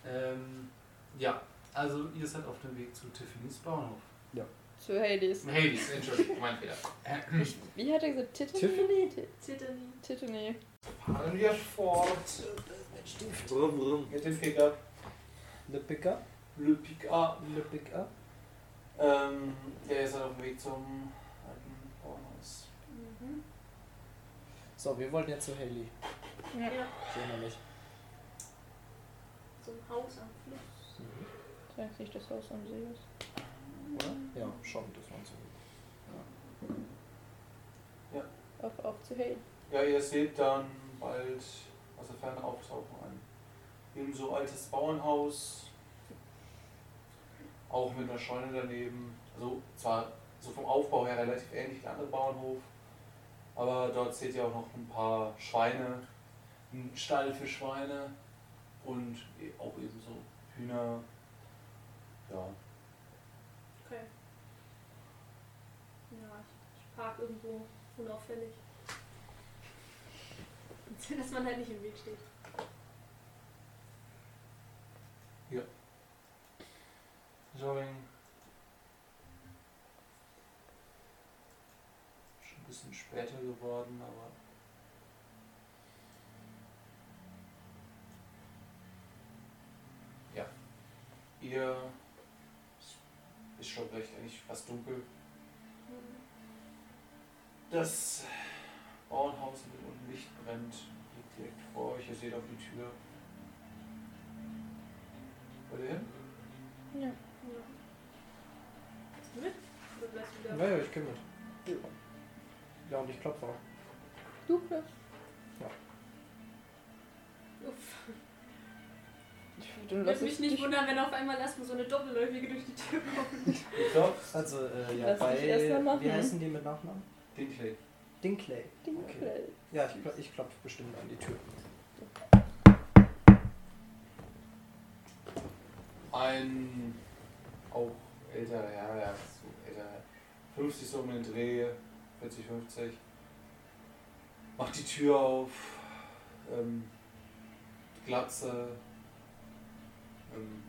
[SPEAKER 7] Ähm, ja, also ihr seid auf dem Weg zu Tiffany's Bauernhof.
[SPEAKER 1] Zu Hades.
[SPEAKER 7] Hades, Entschuldigung, mein Fehler.
[SPEAKER 1] Wie hat er gesagt? Titel?
[SPEAKER 2] Tiffany?
[SPEAKER 4] Zittern.
[SPEAKER 1] Titel,
[SPEAKER 3] Fahren wir fort
[SPEAKER 1] Äh,
[SPEAKER 5] Brumm, brumm.
[SPEAKER 3] mit dem Pickup.
[SPEAKER 2] Le Pickup?
[SPEAKER 3] Le Pickup.
[SPEAKER 2] Le Pickup?
[SPEAKER 3] Ähm, der ist auf dem Weg zum alten Bauernhaus.
[SPEAKER 4] Mhm.
[SPEAKER 2] So, wir wollten jetzt zu Haley.
[SPEAKER 4] Ja,
[SPEAKER 2] Ich erinnere mich.
[SPEAKER 4] so ein Haus am Fluss.
[SPEAKER 1] Sagt sich das Haus am See ist.
[SPEAKER 2] Oder? Ja, schon, das waren so.
[SPEAKER 1] Auf, auf zu Hades.
[SPEAKER 3] Ja, ihr seht dann bald aus der Ferne auftauchen ein eben so altes Bauernhaus, auch mit einer Scheune daneben. Also zwar so vom Aufbau her relativ ähnlich wie der andere Bauernhof, aber dort seht ihr auch noch ein paar Schweine, einen Stall für Schweine und e- auch eben so Hühner. Ja,
[SPEAKER 4] Okay. Ja, ich, ich park irgendwo unauffällig. (laughs) Dass man halt nicht im Weg steht.
[SPEAKER 3] Jogging. Schon ein bisschen später geworden, aber. Ja. Ihr. es Ist schon recht eigentlich fast dunkel.
[SPEAKER 4] Mhm.
[SPEAKER 3] Das Bauernhaus mit unten Licht brennt. Liegt direkt vor euch. Ihr seht auf die Tür. Wollt ihr hin?
[SPEAKER 1] Ja.
[SPEAKER 4] Ja. Bist du mit? Oder bleibst du wieder?
[SPEAKER 2] Naja, ich kümmere. Ja, und ich klopfe auch.
[SPEAKER 1] Du glaubst.
[SPEAKER 4] Uff.
[SPEAKER 1] Ich würde
[SPEAKER 4] Würde
[SPEAKER 1] lassen.
[SPEAKER 4] mich nicht wundern, wenn auf einmal erstmal so eine Doppelläufige durch die Tür kommt.
[SPEAKER 3] Ihr klopft.
[SPEAKER 2] Also, äh, ja,
[SPEAKER 1] Lass
[SPEAKER 2] bei.
[SPEAKER 1] mich erst mal machen.
[SPEAKER 2] Wie heißen die mit Nachnamen?
[SPEAKER 3] Dinkley.
[SPEAKER 2] Dinkley.
[SPEAKER 1] Ding
[SPEAKER 2] Okay.
[SPEAKER 1] okay.
[SPEAKER 2] Ja, ich, kl- ich klopfe bestimmt an die Tür.
[SPEAKER 3] ein auch älterer Herr, ja, so älter, 50 so um den Dreh, 40, 50, macht die Tür auf, ähm, Glatze, ähm,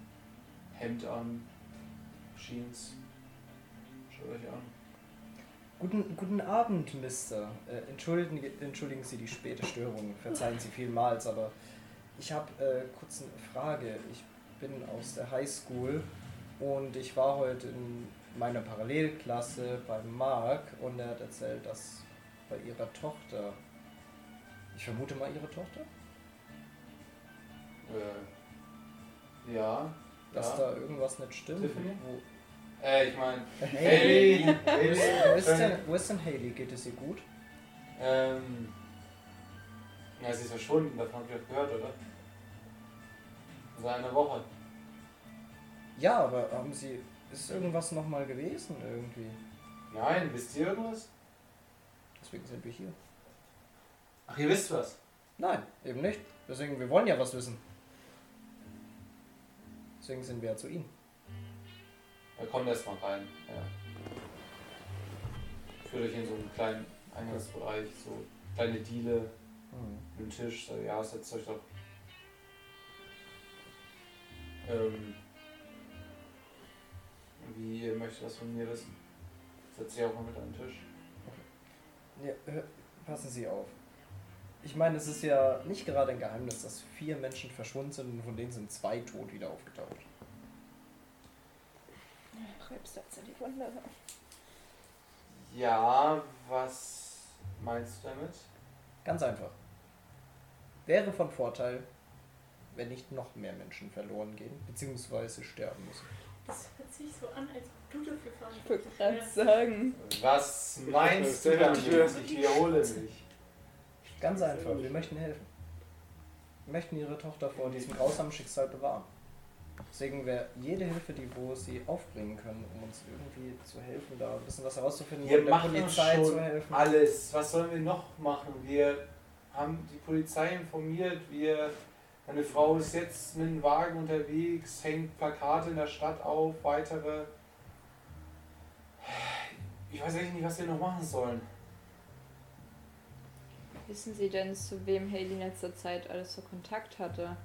[SPEAKER 3] Hemd an, Jeans, schaut euch an.
[SPEAKER 2] Guten, guten Abend, Mister. Äh, entschuldigen, entschuldigen Sie die späte Störung. Verzeihen Sie vielmals, aber ich habe äh, kurz eine Frage. Ich bin aus der Highschool und ich war heute in meiner Parallelklasse bei Mark und er hat erzählt, dass bei ihrer Tochter, ich vermute mal ihre Tochter,
[SPEAKER 3] Äh, ja,
[SPEAKER 2] dass
[SPEAKER 3] ja.
[SPEAKER 2] da irgendwas nicht stimmt.
[SPEAKER 3] Tiffany?
[SPEAKER 2] Wo,
[SPEAKER 3] Äh, ich meine,
[SPEAKER 2] Haley! Wo ist,
[SPEAKER 3] Haley,
[SPEAKER 2] wo ist denn, wo ist denn Haley? Geht es ihr gut?
[SPEAKER 3] Ähm. Ja, sie ist verschwunden, davon habt ihr doch gehört, oder? Seit einer Woche.
[SPEAKER 2] Ja, aber haben Sie, ist irgendwas nochmal gewesen irgendwie?
[SPEAKER 3] Nein, wisst ihr irgendwas?
[SPEAKER 2] Deswegen sind wir hier.
[SPEAKER 3] Ach, ihr wisst was.
[SPEAKER 2] Nein, eben nicht. Deswegen, wir wollen ja was wissen. Deswegen sind wir ja zu Ihnen.
[SPEAKER 3] Ja, kommt erst mal rein. Ja. Führt euch in so einen kleinen Eingangsbereich, so kleine Diele, einen Tisch, so, ja, setzt euch doch. Ähm. Wie ihr möchtet das von mir wissen? Setzt ihr auch mal mit an den Tisch.
[SPEAKER 2] Ja, hör- passen Sie auf. Ich meine, es ist ja nicht gerade ein Geheimnis, dass vier Menschen verschwunden sind und von denen sind zwei tot wieder aufgetaucht.
[SPEAKER 1] Reibst du die Wunder.
[SPEAKER 3] Ja, was meinst du damit?
[SPEAKER 2] Ganz einfach. Wäre von Vorteil, wenn nicht noch mehr Menschen verloren gehen, beziehungsweise sterben müssen.
[SPEAKER 4] Das hört sich so an, als ob du dafür fahren
[SPEAKER 1] Ich wollte gerade
[SPEAKER 4] würdest.
[SPEAKER 1] sagen.
[SPEAKER 3] Was meinst du
[SPEAKER 5] Ich
[SPEAKER 3] damit?
[SPEAKER 5] verstehe.
[SPEAKER 3] Ich wiederhole mich.
[SPEAKER 2] Ganz einfach, wir möchten helfen. Wir möchten ihre Tochter vor diesem grausamen Schicksal bewahren. Deswegen wäre jede Hilfe, die wir sie aufbringen können, um uns irgendwie zu helfen, da ein bisschen was herauszufinden,
[SPEAKER 3] Wir
[SPEAKER 2] und
[SPEAKER 3] machen schon
[SPEAKER 2] zu helfen.
[SPEAKER 3] Alles, was sollen wir noch machen? Wir haben die Polizei informiert, wir. Meine Frau ist jetzt mit dem Wagen unterwegs, hängt Plakate in der Stadt auf, weitere. Ich weiß eigentlich nicht, was wir noch machen sollen.
[SPEAKER 1] Wissen Sie denn, zu wem Haley in letzter Zeit alles so Kontakt hatte?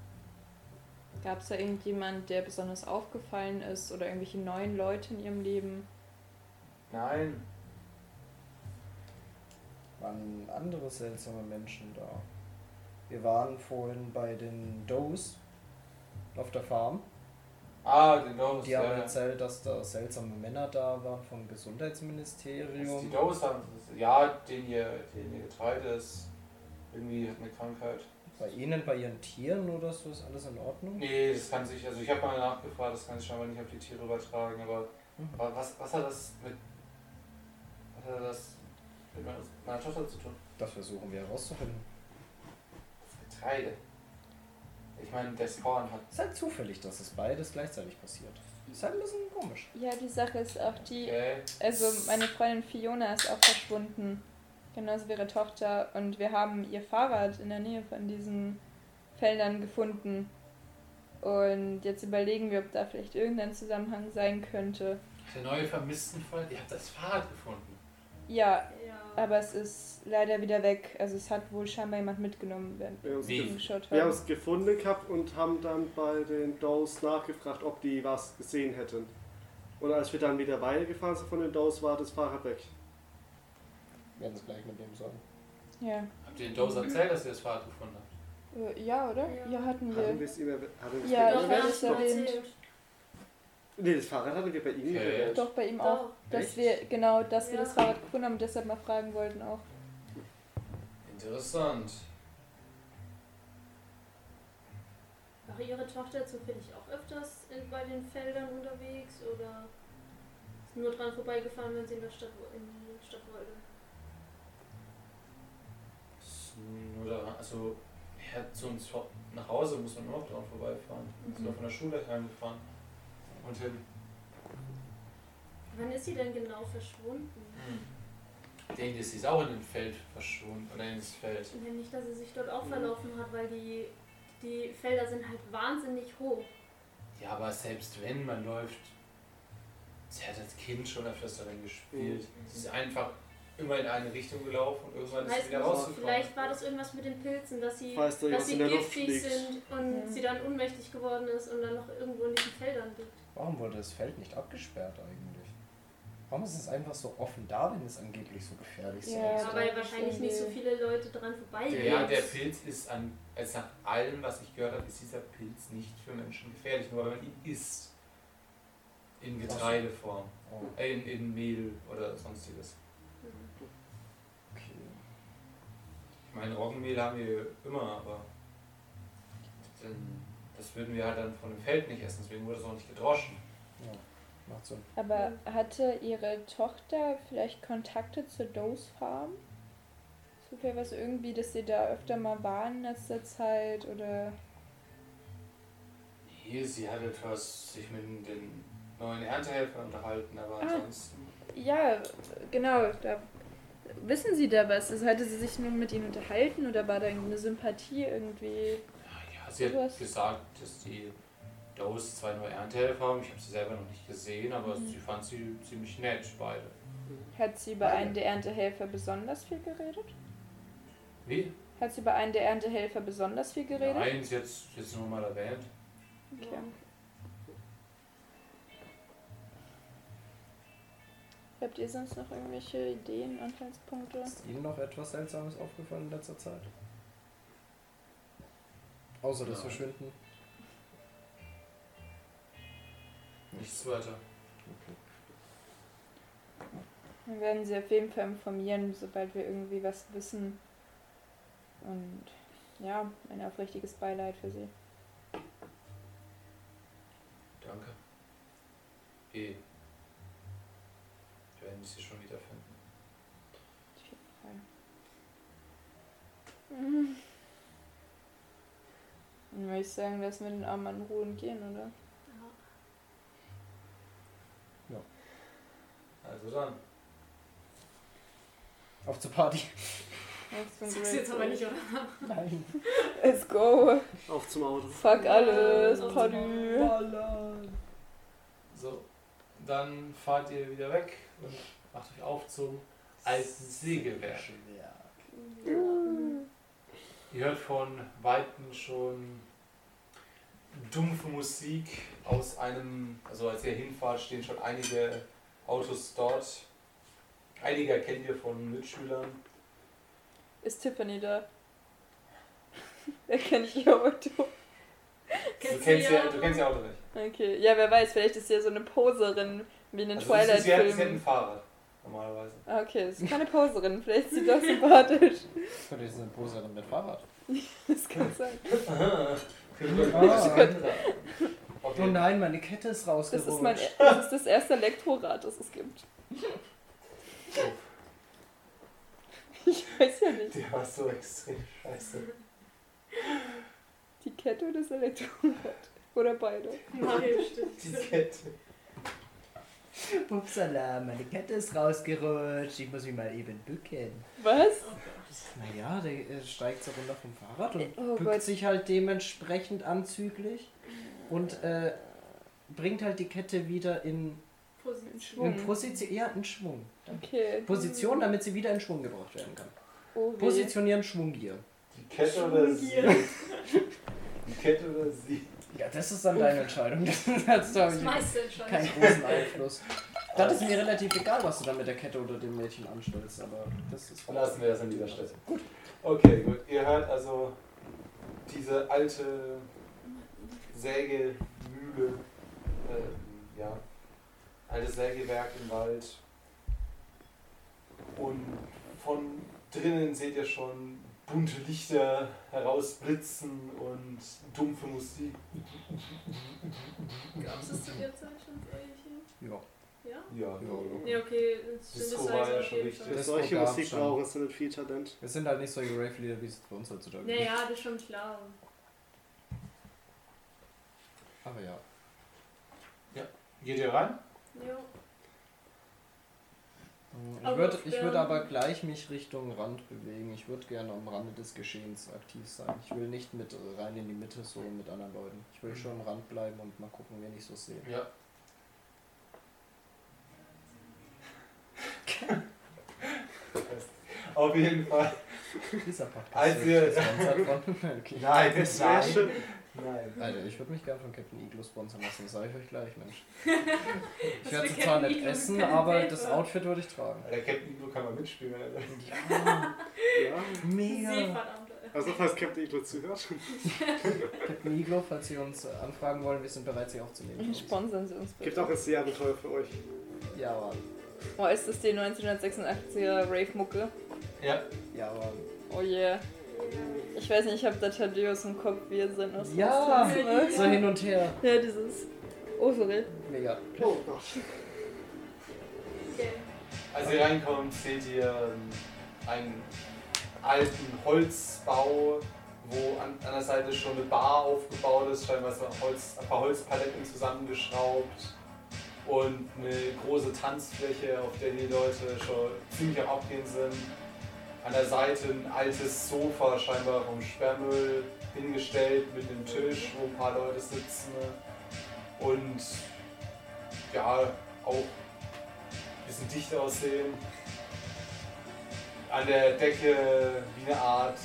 [SPEAKER 1] Gab es da irgendjemand, der besonders aufgefallen ist oder irgendwelche neuen Leute in ihrem Leben?
[SPEAKER 8] Nein.
[SPEAKER 2] waren andere seltsame Menschen da. Wir waren vorhin bei den Does auf der Farm.
[SPEAKER 8] Ah, den Doris.
[SPEAKER 2] Die haben
[SPEAKER 8] ja. Das
[SPEAKER 2] erzählt, dass da seltsame Männer da waren vom
[SPEAKER 8] ist die
[SPEAKER 2] Gesundheitsministerium.
[SPEAKER 8] Doris haben. Ja, den hier, den hier Getreide ist. Irgendwie hat eine Krankheit.
[SPEAKER 2] Bei ihnen, bei ihren Tieren oder so ist alles in Ordnung?
[SPEAKER 8] Nee, das kann sich, also ich habe mal nachgefragt, das kann sich scheinbar nicht auf die Tiere übertragen, aber
[SPEAKER 2] Mhm.
[SPEAKER 8] wa- was, was hat das mit. Was hat das mit meiner, meiner Tochter zu tun?
[SPEAKER 2] Das versuchen wir herauszufinden.
[SPEAKER 8] Das Getreide. Ich meine, der Spawn hat.
[SPEAKER 2] Es ist halt zufällig, dass es beides gleichzeitig passiert. Ist halt ein bisschen komisch.
[SPEAKER 1] Ja, die Sache ist auch die,
[SPEAKER 8] Okay.
[SPEAKER 1] also meine Freundin Fiona ist auch verschwunden. Genauso wie ihre Tochter. Und wir haben ihr Fahrrad in der Nähe von diesen Feldern gefunden. Und jetzt überlegen wir, ob da vielleicht irgendein Zusammenhang sein könnte.
[SPEAKER 3] Der neue Vermisstenfall, ihr habt das Fahrrad gefunden.
[SPEAKER 1] Ja,
[SPEAKER 4] Ja.
[SPEAKER 1] aber es ist leider wieder weg. Also es hat wohl scheinbar jemand mitgenommen, während
[SPEAKER 5] Wir haben es
[SPEAKER 3] Wie?
[SPEAKER 5] ge-
[SPEAKER 1] wir geschaut
[SPEAKER 5] wir haben
[SPEAKER 1] haben.
[SPEAKER 5] es gefunden gehabt und haben dann bei den Dows nachgefragt, ob die was gesehen hätten. Und als wir dann wieder weitergefahren sind von den Dows, war das Fahrrad weg.
[SPEAKER 2] Wir werden es gleich mitnehmen sollen.
[SPEAKER 1] Ja.
[SPEAKER 3] Habt ihr den Dose erzählt, dass ihr das Fahrrad gefunden habt?
[SPEAKER 1] Äh, Ja, oder?
[SPEAKER 4] Ja.
[SPEAKER 1] Ja, hatten
[SPEAKER 5] Hatten wir
[SPEAKER 1] wir.
[SPEAKER 5] es ihm erwähnt?
[SPEAKER 1] Ja,
[SPEAKER 4] Doch,
[SPEAKER 1] ich
[SPEAKER 4] wir
[SPEAKER 1] werde
[SPEAKER 4] haben
[SPEAKER 1] es
[SPEAKER 4] schon
[SPEAKER 1] erwähnt.
[SPEAKER 4] erzählt.
[SPEAKER 5] Nee, das Fahrrad hatten wir bei ihm nicht
[SPEAKER 3] Okay.
[SPEAKER 5] erwähnt.
[SPEAKER 1] Doch, bei ihm auch.
[SPEAKER 4] Doch.
[SPEAKER 1] Dass
[SPEAKER 3] Echt?
[SPEAKER 1] wir, genau, dass wir
[SPEAKER 4] Ja.
[SPEAKER 1] das Fahrrad gefunden haben, deshalb mal fragen wollten auch.
[SPEAKER 3] Interessant.
[SPEAKER 4] War Ihre Tochter zufällig auch öfters in, bei den Feldern unterwegs oder ist nur dran vorbeigefahren, wenn sie in, der Stadt, wo- in die Stadt wollte?
[SPEAKER 3] Das ist Nur da, also, ja, zu uns vor- nach Hause muss man immer noch dran vorbeifahren. Wir sind
[SPEAKER 1] Mhm.
[SPEAKER 3] doch von der Schule heimgefahren. Und hin.
[SPEAKER 4] Wann ist sie denn genau verschwunden?
[SPEAKER 3] Ich denke, sie ist auch in den Feld verschwunden. Oder ins Feld.
[SPEAKER 4] Ich meine nicht, dass sie sich dort
[SPEAKER 5] Mhm.
[SPEAKER 4] auch verlaufen hat, weil die, die Felder sind halt wahnsinnig hoch.
[SPEAKER 3] Ja, aber selbst wenn man läuft, sie hat als Kind schon öfters darin gespielt. Sie ist einfach immer in eine Richtung gelaufen und irgendwann ist sie
[SPEAKER 4] Weiß
[SPEAKER 3] wieder
[SPEAKER 4] nicht,
[SPEAKER 3] rausgekommen.
[SPEAKER 4] vielleicht war das irgendwas mit den Pilzen, dass sie,
[SPEAKER 5] Falls da
[SPEAKER 4] dass
[SPEAKER 5] jemand
[SPEAKER 4] sie
[SPEAKER 5] in der Luft
[SPEAKER 4] giftig
[SPEAKER 5] liegt.
[SPEAKER 4] sind und
[SPEAKER 1] Ja.
[SPEAKER 4] sie dann ohnmächtig geworden ist und dann noch irgendwo in diesen Feldern liegt.
[SPEAKER 2] Warum wurde das Feld nicht abgesperrt eigentlich? Warum ist es einfach so offen da, wenn es angeblich so gefährlich
[SPEAKER 1] Ja,
[SPEAKER 2] sein
[SPEAKER 4] Ja,
[SPEAKER 2] soll?
[SPEAKER 4] weil
[SPEAKER 1] das
[SPEAKER 4] wahrscheinlich
[SPEAKER 1] ist
[SPEAKER 4] nicht so
[SPEAKER 1] irgendwie-
[SPEAKER 4] viele Leute dran vorbeigehen.
[SPEAKER 3] Der, ja, der Pilz ist an, also nach allem, was ich gehört habe, ist dieser Pilz nicht für Menschen gefährlich, nur weil man ihn isst. In Getreideform,
[SPEAKER 2] Oh,
[SPEAKER 3] äh, in, in Mehl oder sonstiges.
[SPEAKER 4] Mhm.
[SPEAKER 2] okay.
[SPEAKER 3] Ich meine, Roggenmehl haben wir immer, aber dann, das würden wir halt dann von dem Feld nicht essen, deswegen wurde es auch nicht gedroschen.
[SPEAKER 2] Ja, macht Sinn.
[SPEAKER 1] Aber hatte ihre Tochter vielleicht Kontakte zur Dose Farm? Zufälligerweise irgendwie, dass sie da öfter mal waren in letzter Zeit oder.
[SPEAKER 3] Nee, sie hat etwas sich mit den neuen Erntehelfern unterhalten,
[SPEAKER 1] Ah.
[SPEAKER 3] aber ansonsten.
[SPEAKER 1] Ja, genau. Da wissen Sie da was? Also hatte sie sich nur mit ihnen unterhalten oder war da irgendeine Sympathie irgendwie?
[SPEAKER 3] Ja, ja, sie hat
[SPEAKER 1] Du hast-
[SPEAKER 3] gesagt, dass die Dose zwei neue Erntehelfer haben. Ich habe sie selber noch nicht gesehen, aber
[SPEAKER 1] Mhm.
[SPEAKER 3] sie fand sie ziemlich nett, beide.
[SPEAKER 1] Hat sie über einen der Erntehelfer besonders viel geredet?
[SPEAKER 3] Wie?
[SPEAKER 1] Hat sie über einen der Erntehelfer besonders viel geredet?
[SPEAKER 3] Nein, sie hat es jetzt nur mal erwähnt.
[SPEAKER 1] Okay. Habt ihr sonst noch irgendwelche Ideen, Anhaltspunkte?
[SPEAKER 2] Ist Ihnen noch etwas Seltsames aufgefallen in letzter Zeit? Außer das
[SPEAKER 3] Nein.
[SPEAKER 2] Verschwinden.
[SPEAKER 3] Nichts weiter.
[SPEAKER 1] Wir werden sie auf jeden Fall informieren, sobald wir irgendwie was wissen. Und ja, ein aufrichtiges Beileid für sie.
[SPEAKER 3] Danke. Eh. Wir werden sie schon wiederfinden.
[SPEAKER 1] Mhm. Dann würde ich sagen, lassen wir den armen Mann ruhen gehen, oder?
[SPEAKER 4] Ja.
[SPEAKER 3] Also dann.
[SPEAKER 2] Auf zur Party.
[SPEAKER 1] (laughs) Let's
[SPEAKER 4] Das ist jetzt aber nicht, oder?
[SPEAKER 2] Nein.
[SPEAKER 1] Let's go!
[SPEAKER 5] Auf zum Auto.
[SPEAKER 1] Fuck alles!
[SPEAKER 4] Ja,
[SPEAKER 1] Party!
[SPEAKER 3] So. Dann fahrt ihr wieder weg und macht euch auf zum alten Sägewerk. Ihr hört von Weitem schon dumpfe Musik aus einem, also als ihr hinfahrt, stehen schon einige Autos dort Einige erkennen wir von Mitschülern.
[SPEAKER 1] Ist Tiffany da? (laughs) Erkenne ich ihr Auto?
[SPEAKER 3] Du kennst, ja, du kennst ja auch nicht.
[SPEAKER 1] Okay, ja, wer weiß, vielleicht ist sie ja so eine Poserin, wie in den
[SPEAKER 3] Also sie, sie, hat, sie hat ein
[SPEAKER 1] Twilight-Filmen.
[SPEAKER 3] Fahrrad, normalerweise.
[SPEAKER 1] Ah, Okay, das ist keine Poserin, vielleicht ist sie doch sympathisch.
[SPEAKER 2] Vielleicht ist eine Poserin mit Fahrrad.
[SPEAKER 1] Das kann sein.
[SPEAKER 9] Oh
[SPEAKER 3] Okay.
[SPEAKER 9] nein, meine Kette ist
[SPEAKER 1] Das ist, mein, e-
[SPEAKER 9] rausgerutscht.
[SPEAKER 1] das ist das erste Elektrorad, das es gibt. Ich weiß ja nicht.
[SPEAKER 3] Die Oh, war so extrem scheiße.
[SPEAKER 1] Die Kette oder das Elektrorad? Oder beide?
[SPEAKER 4] Mario stimmt.
[SPEAKER 3] Die Kette.
[SPEAKER 9] Upsala, meine Kette ist rausgerutscht. Ich muss mich mal eben bücken.
[SPEAKER 1] Was?
[SPEAKER 9] Naja, der äh, steigt so runter vom Fahrrad und
[SPEAKER 1] Oh
[SPEAKER 9] bückt
[SPEAKER 1] Gott.
[SPEAKER 9] sich halt dementsprechend anzüglich und äh, bringt halt die Kette wieder in,
[SPEAKER 4] Position.
[SPEAKER 9] in,
[SPEAKER 1] Schwung. Mhm.
[SPEAKER 9] Position, ja, in Schwung.
[SPEAKER 1] Okay.
[SPEAKER 9] Position, damit sie wieder in Schwung gebracht werden kann.
[SPEAKER 1] Oh, weh.
[SPEAKER 9] Positionieren Schwunggier.
[SPEAKER 3] Die Kette oder sie? (laughs) Die Kette oder sie?
[SPEAKER 9] Ja, das ist dann deine Entscheidung. (laughs) Das habe
[SPEAKER 4] Das meiste entscheidet.
[SPEAKER 9] keinen großen Einfluss. Das ist mir relativ egal, was du da mit der Kette oder dem Mädchen anstellst, aber das ist
[SPEAKER 3] Lassen wir das an dieser Stelle. Gut. Okay, gut. Ihr hört also diese alte Sägemühle, ähm, ja, altes Sägewerk im Wald. Und von drinnen seht ihr schon bunte Lichter herausblitzen und dumpfe Musik.
[SPEAKER 4] Gab es das zu der Zeit schon solche?
[SPEAKER 9] Ja.
[SPEAKER 4] Ja?
[SPEAKER 3] Ja,
[SPEAKER 4] Ja, okay, ein
[SPEAKER 3] war
[SPEAKER 4] Synthesizer
[SPEAKER 3] ja
[SPEAKER 4] auf
[SPEAKER 3] schon
[SPEAKER 4] jeden
[SPEAKER 3] wichtig.
[SPEAKER 5] Für
[SPEAKER 4] Fall.
[SPEAKER 9] Das
[SPEAKER 5] solche
[SPEAKER 9] gab's
[SPEAKER 5] Musik
[SPEAKER 9] schon.
[SPEAKER 5] brauchen sie nicht viel Talent.
[SPEAKER 2] Wir sind halt nicht solche Rave-Lieder, wie es bei uns heutzutage gibt.
[SPEAKER 4] Naja, das ist schon klar.
[SPEAKER 2] Aber ja.
[SPEAKER 3] Geht ihr rein?
[SPEAKER 4] Ja.
[SPEAKER 2] Ich
[SPEAKER 4] Aber
[SPEAKER 2] würde
[SPEAKER 4] auf
[SPEAKER 2] Ähm, ich
[SPEAKER 4] der-
[SPEAKER 2] würd aber gleich mich Richtung Rand bewegen. Ich würde gerne am Rande des Geschehens aktiv sein. Ich will nicht mit äh, rein in die Mitte so mit anderen Leuten. Ich will schon am Rand bleiben und mal gucken, wen ich so sehe.
[SPEAKER 3] Ja. (laughs) Auf jeden Fall.
[SPEAKER 2] (laughs) Dieser Podcast.
[SPEAKER 3] Als
[SPEAKER 2] wird
[SPEAKER 3] wir-
[SPEAKER 2] gesponsert von- Also, (laughs) okay.
[SPEAKER 3] Nein,
[SPEAKER 5] Das wäre schön.
[SPEAKER 3] Nein.
[SPEAKER 2] Alter, ich würde mich gerne von Captain Iglo sponsern lassen, das sage ich euch
[SPEAKER 4] (laughs)
[SPEAKER 2] gleich, Mensch. Ich
[SPEAKER 4] Das wir
[SPEAKER 2] werde es zwar
[SPEAKER 4] Captain
[SPEAKER 2] nicht
[SPEAKER 4] Iglo
[SPEAKER 2] essen,
[SPEAKER 4] können,
[SPEAKER 2] aber
[SPEAKER 4] selber.
[SPEAKER 2] das Outfit würde ich (laughs) tragen.
[SPEAKER 3] Der Captain Iglo kann mal mitspielen. Alter.
[SPEAKER 5] Ja.
[SPEAKER 9] Mega!
[SPEAKER 4] Seefahrtabenteuer.
[SPEAKER 5] Also falls Captain Iglo zuhört.
[SPEAKER 2] Captain Iglo, falls Sie uns äh, anfragen wollen, wir sind bereit, Sie aufzunehmen.
[SPEAKER 1] Sponsern sie uns
[SPEAKER 5] Gibt
[SPEAKER 1] bitte.
[SPEAKER 5] auch ein sehr Abenteuer für euch.
[SPEAKER 2] Ja, aber.
[SPEAKER 1] Oh, ist das die 1986er Rave-Mucke?
[SPEAKER 3] Ja.
[SPEAKER 2] Ja, aber.
[SPEAKER 1] Oh yeah. Ich weiß nicht, ich habe da Thaddeus im Kopf, wie er sein aus.
[SPEAKER 2] Ja!
[SPEAKER 1] Ne?
[SPEAKER 2] So hin und her.
[SPEAKER 1] Ja, dieses. Oh, sorry.
[SPEAKER 2] Mega.
[SPEAKER 5] Oh Gott.
[SPEAKER 4] Okay.
[SPEAKER 3] Als ihr reinkommt, seht ihr ähm, einen alten Holzbau, wo an, an der Seite schon eine Bar aufgebaut ist, scheinbar so Holz, ein paar Holzpaletten zusammengeschraubt und eine große Tanzfläche, auf der die Leute schon ziemlich am Abgehen sind. An der Seite ein altes Sofa, scheinbar vom Sperrmüll, hingestellt mit einem Tisch, wo ein paar Leute sitzen. Und ja, auch bisschen dicht aussehen. An der Decke wie eine Art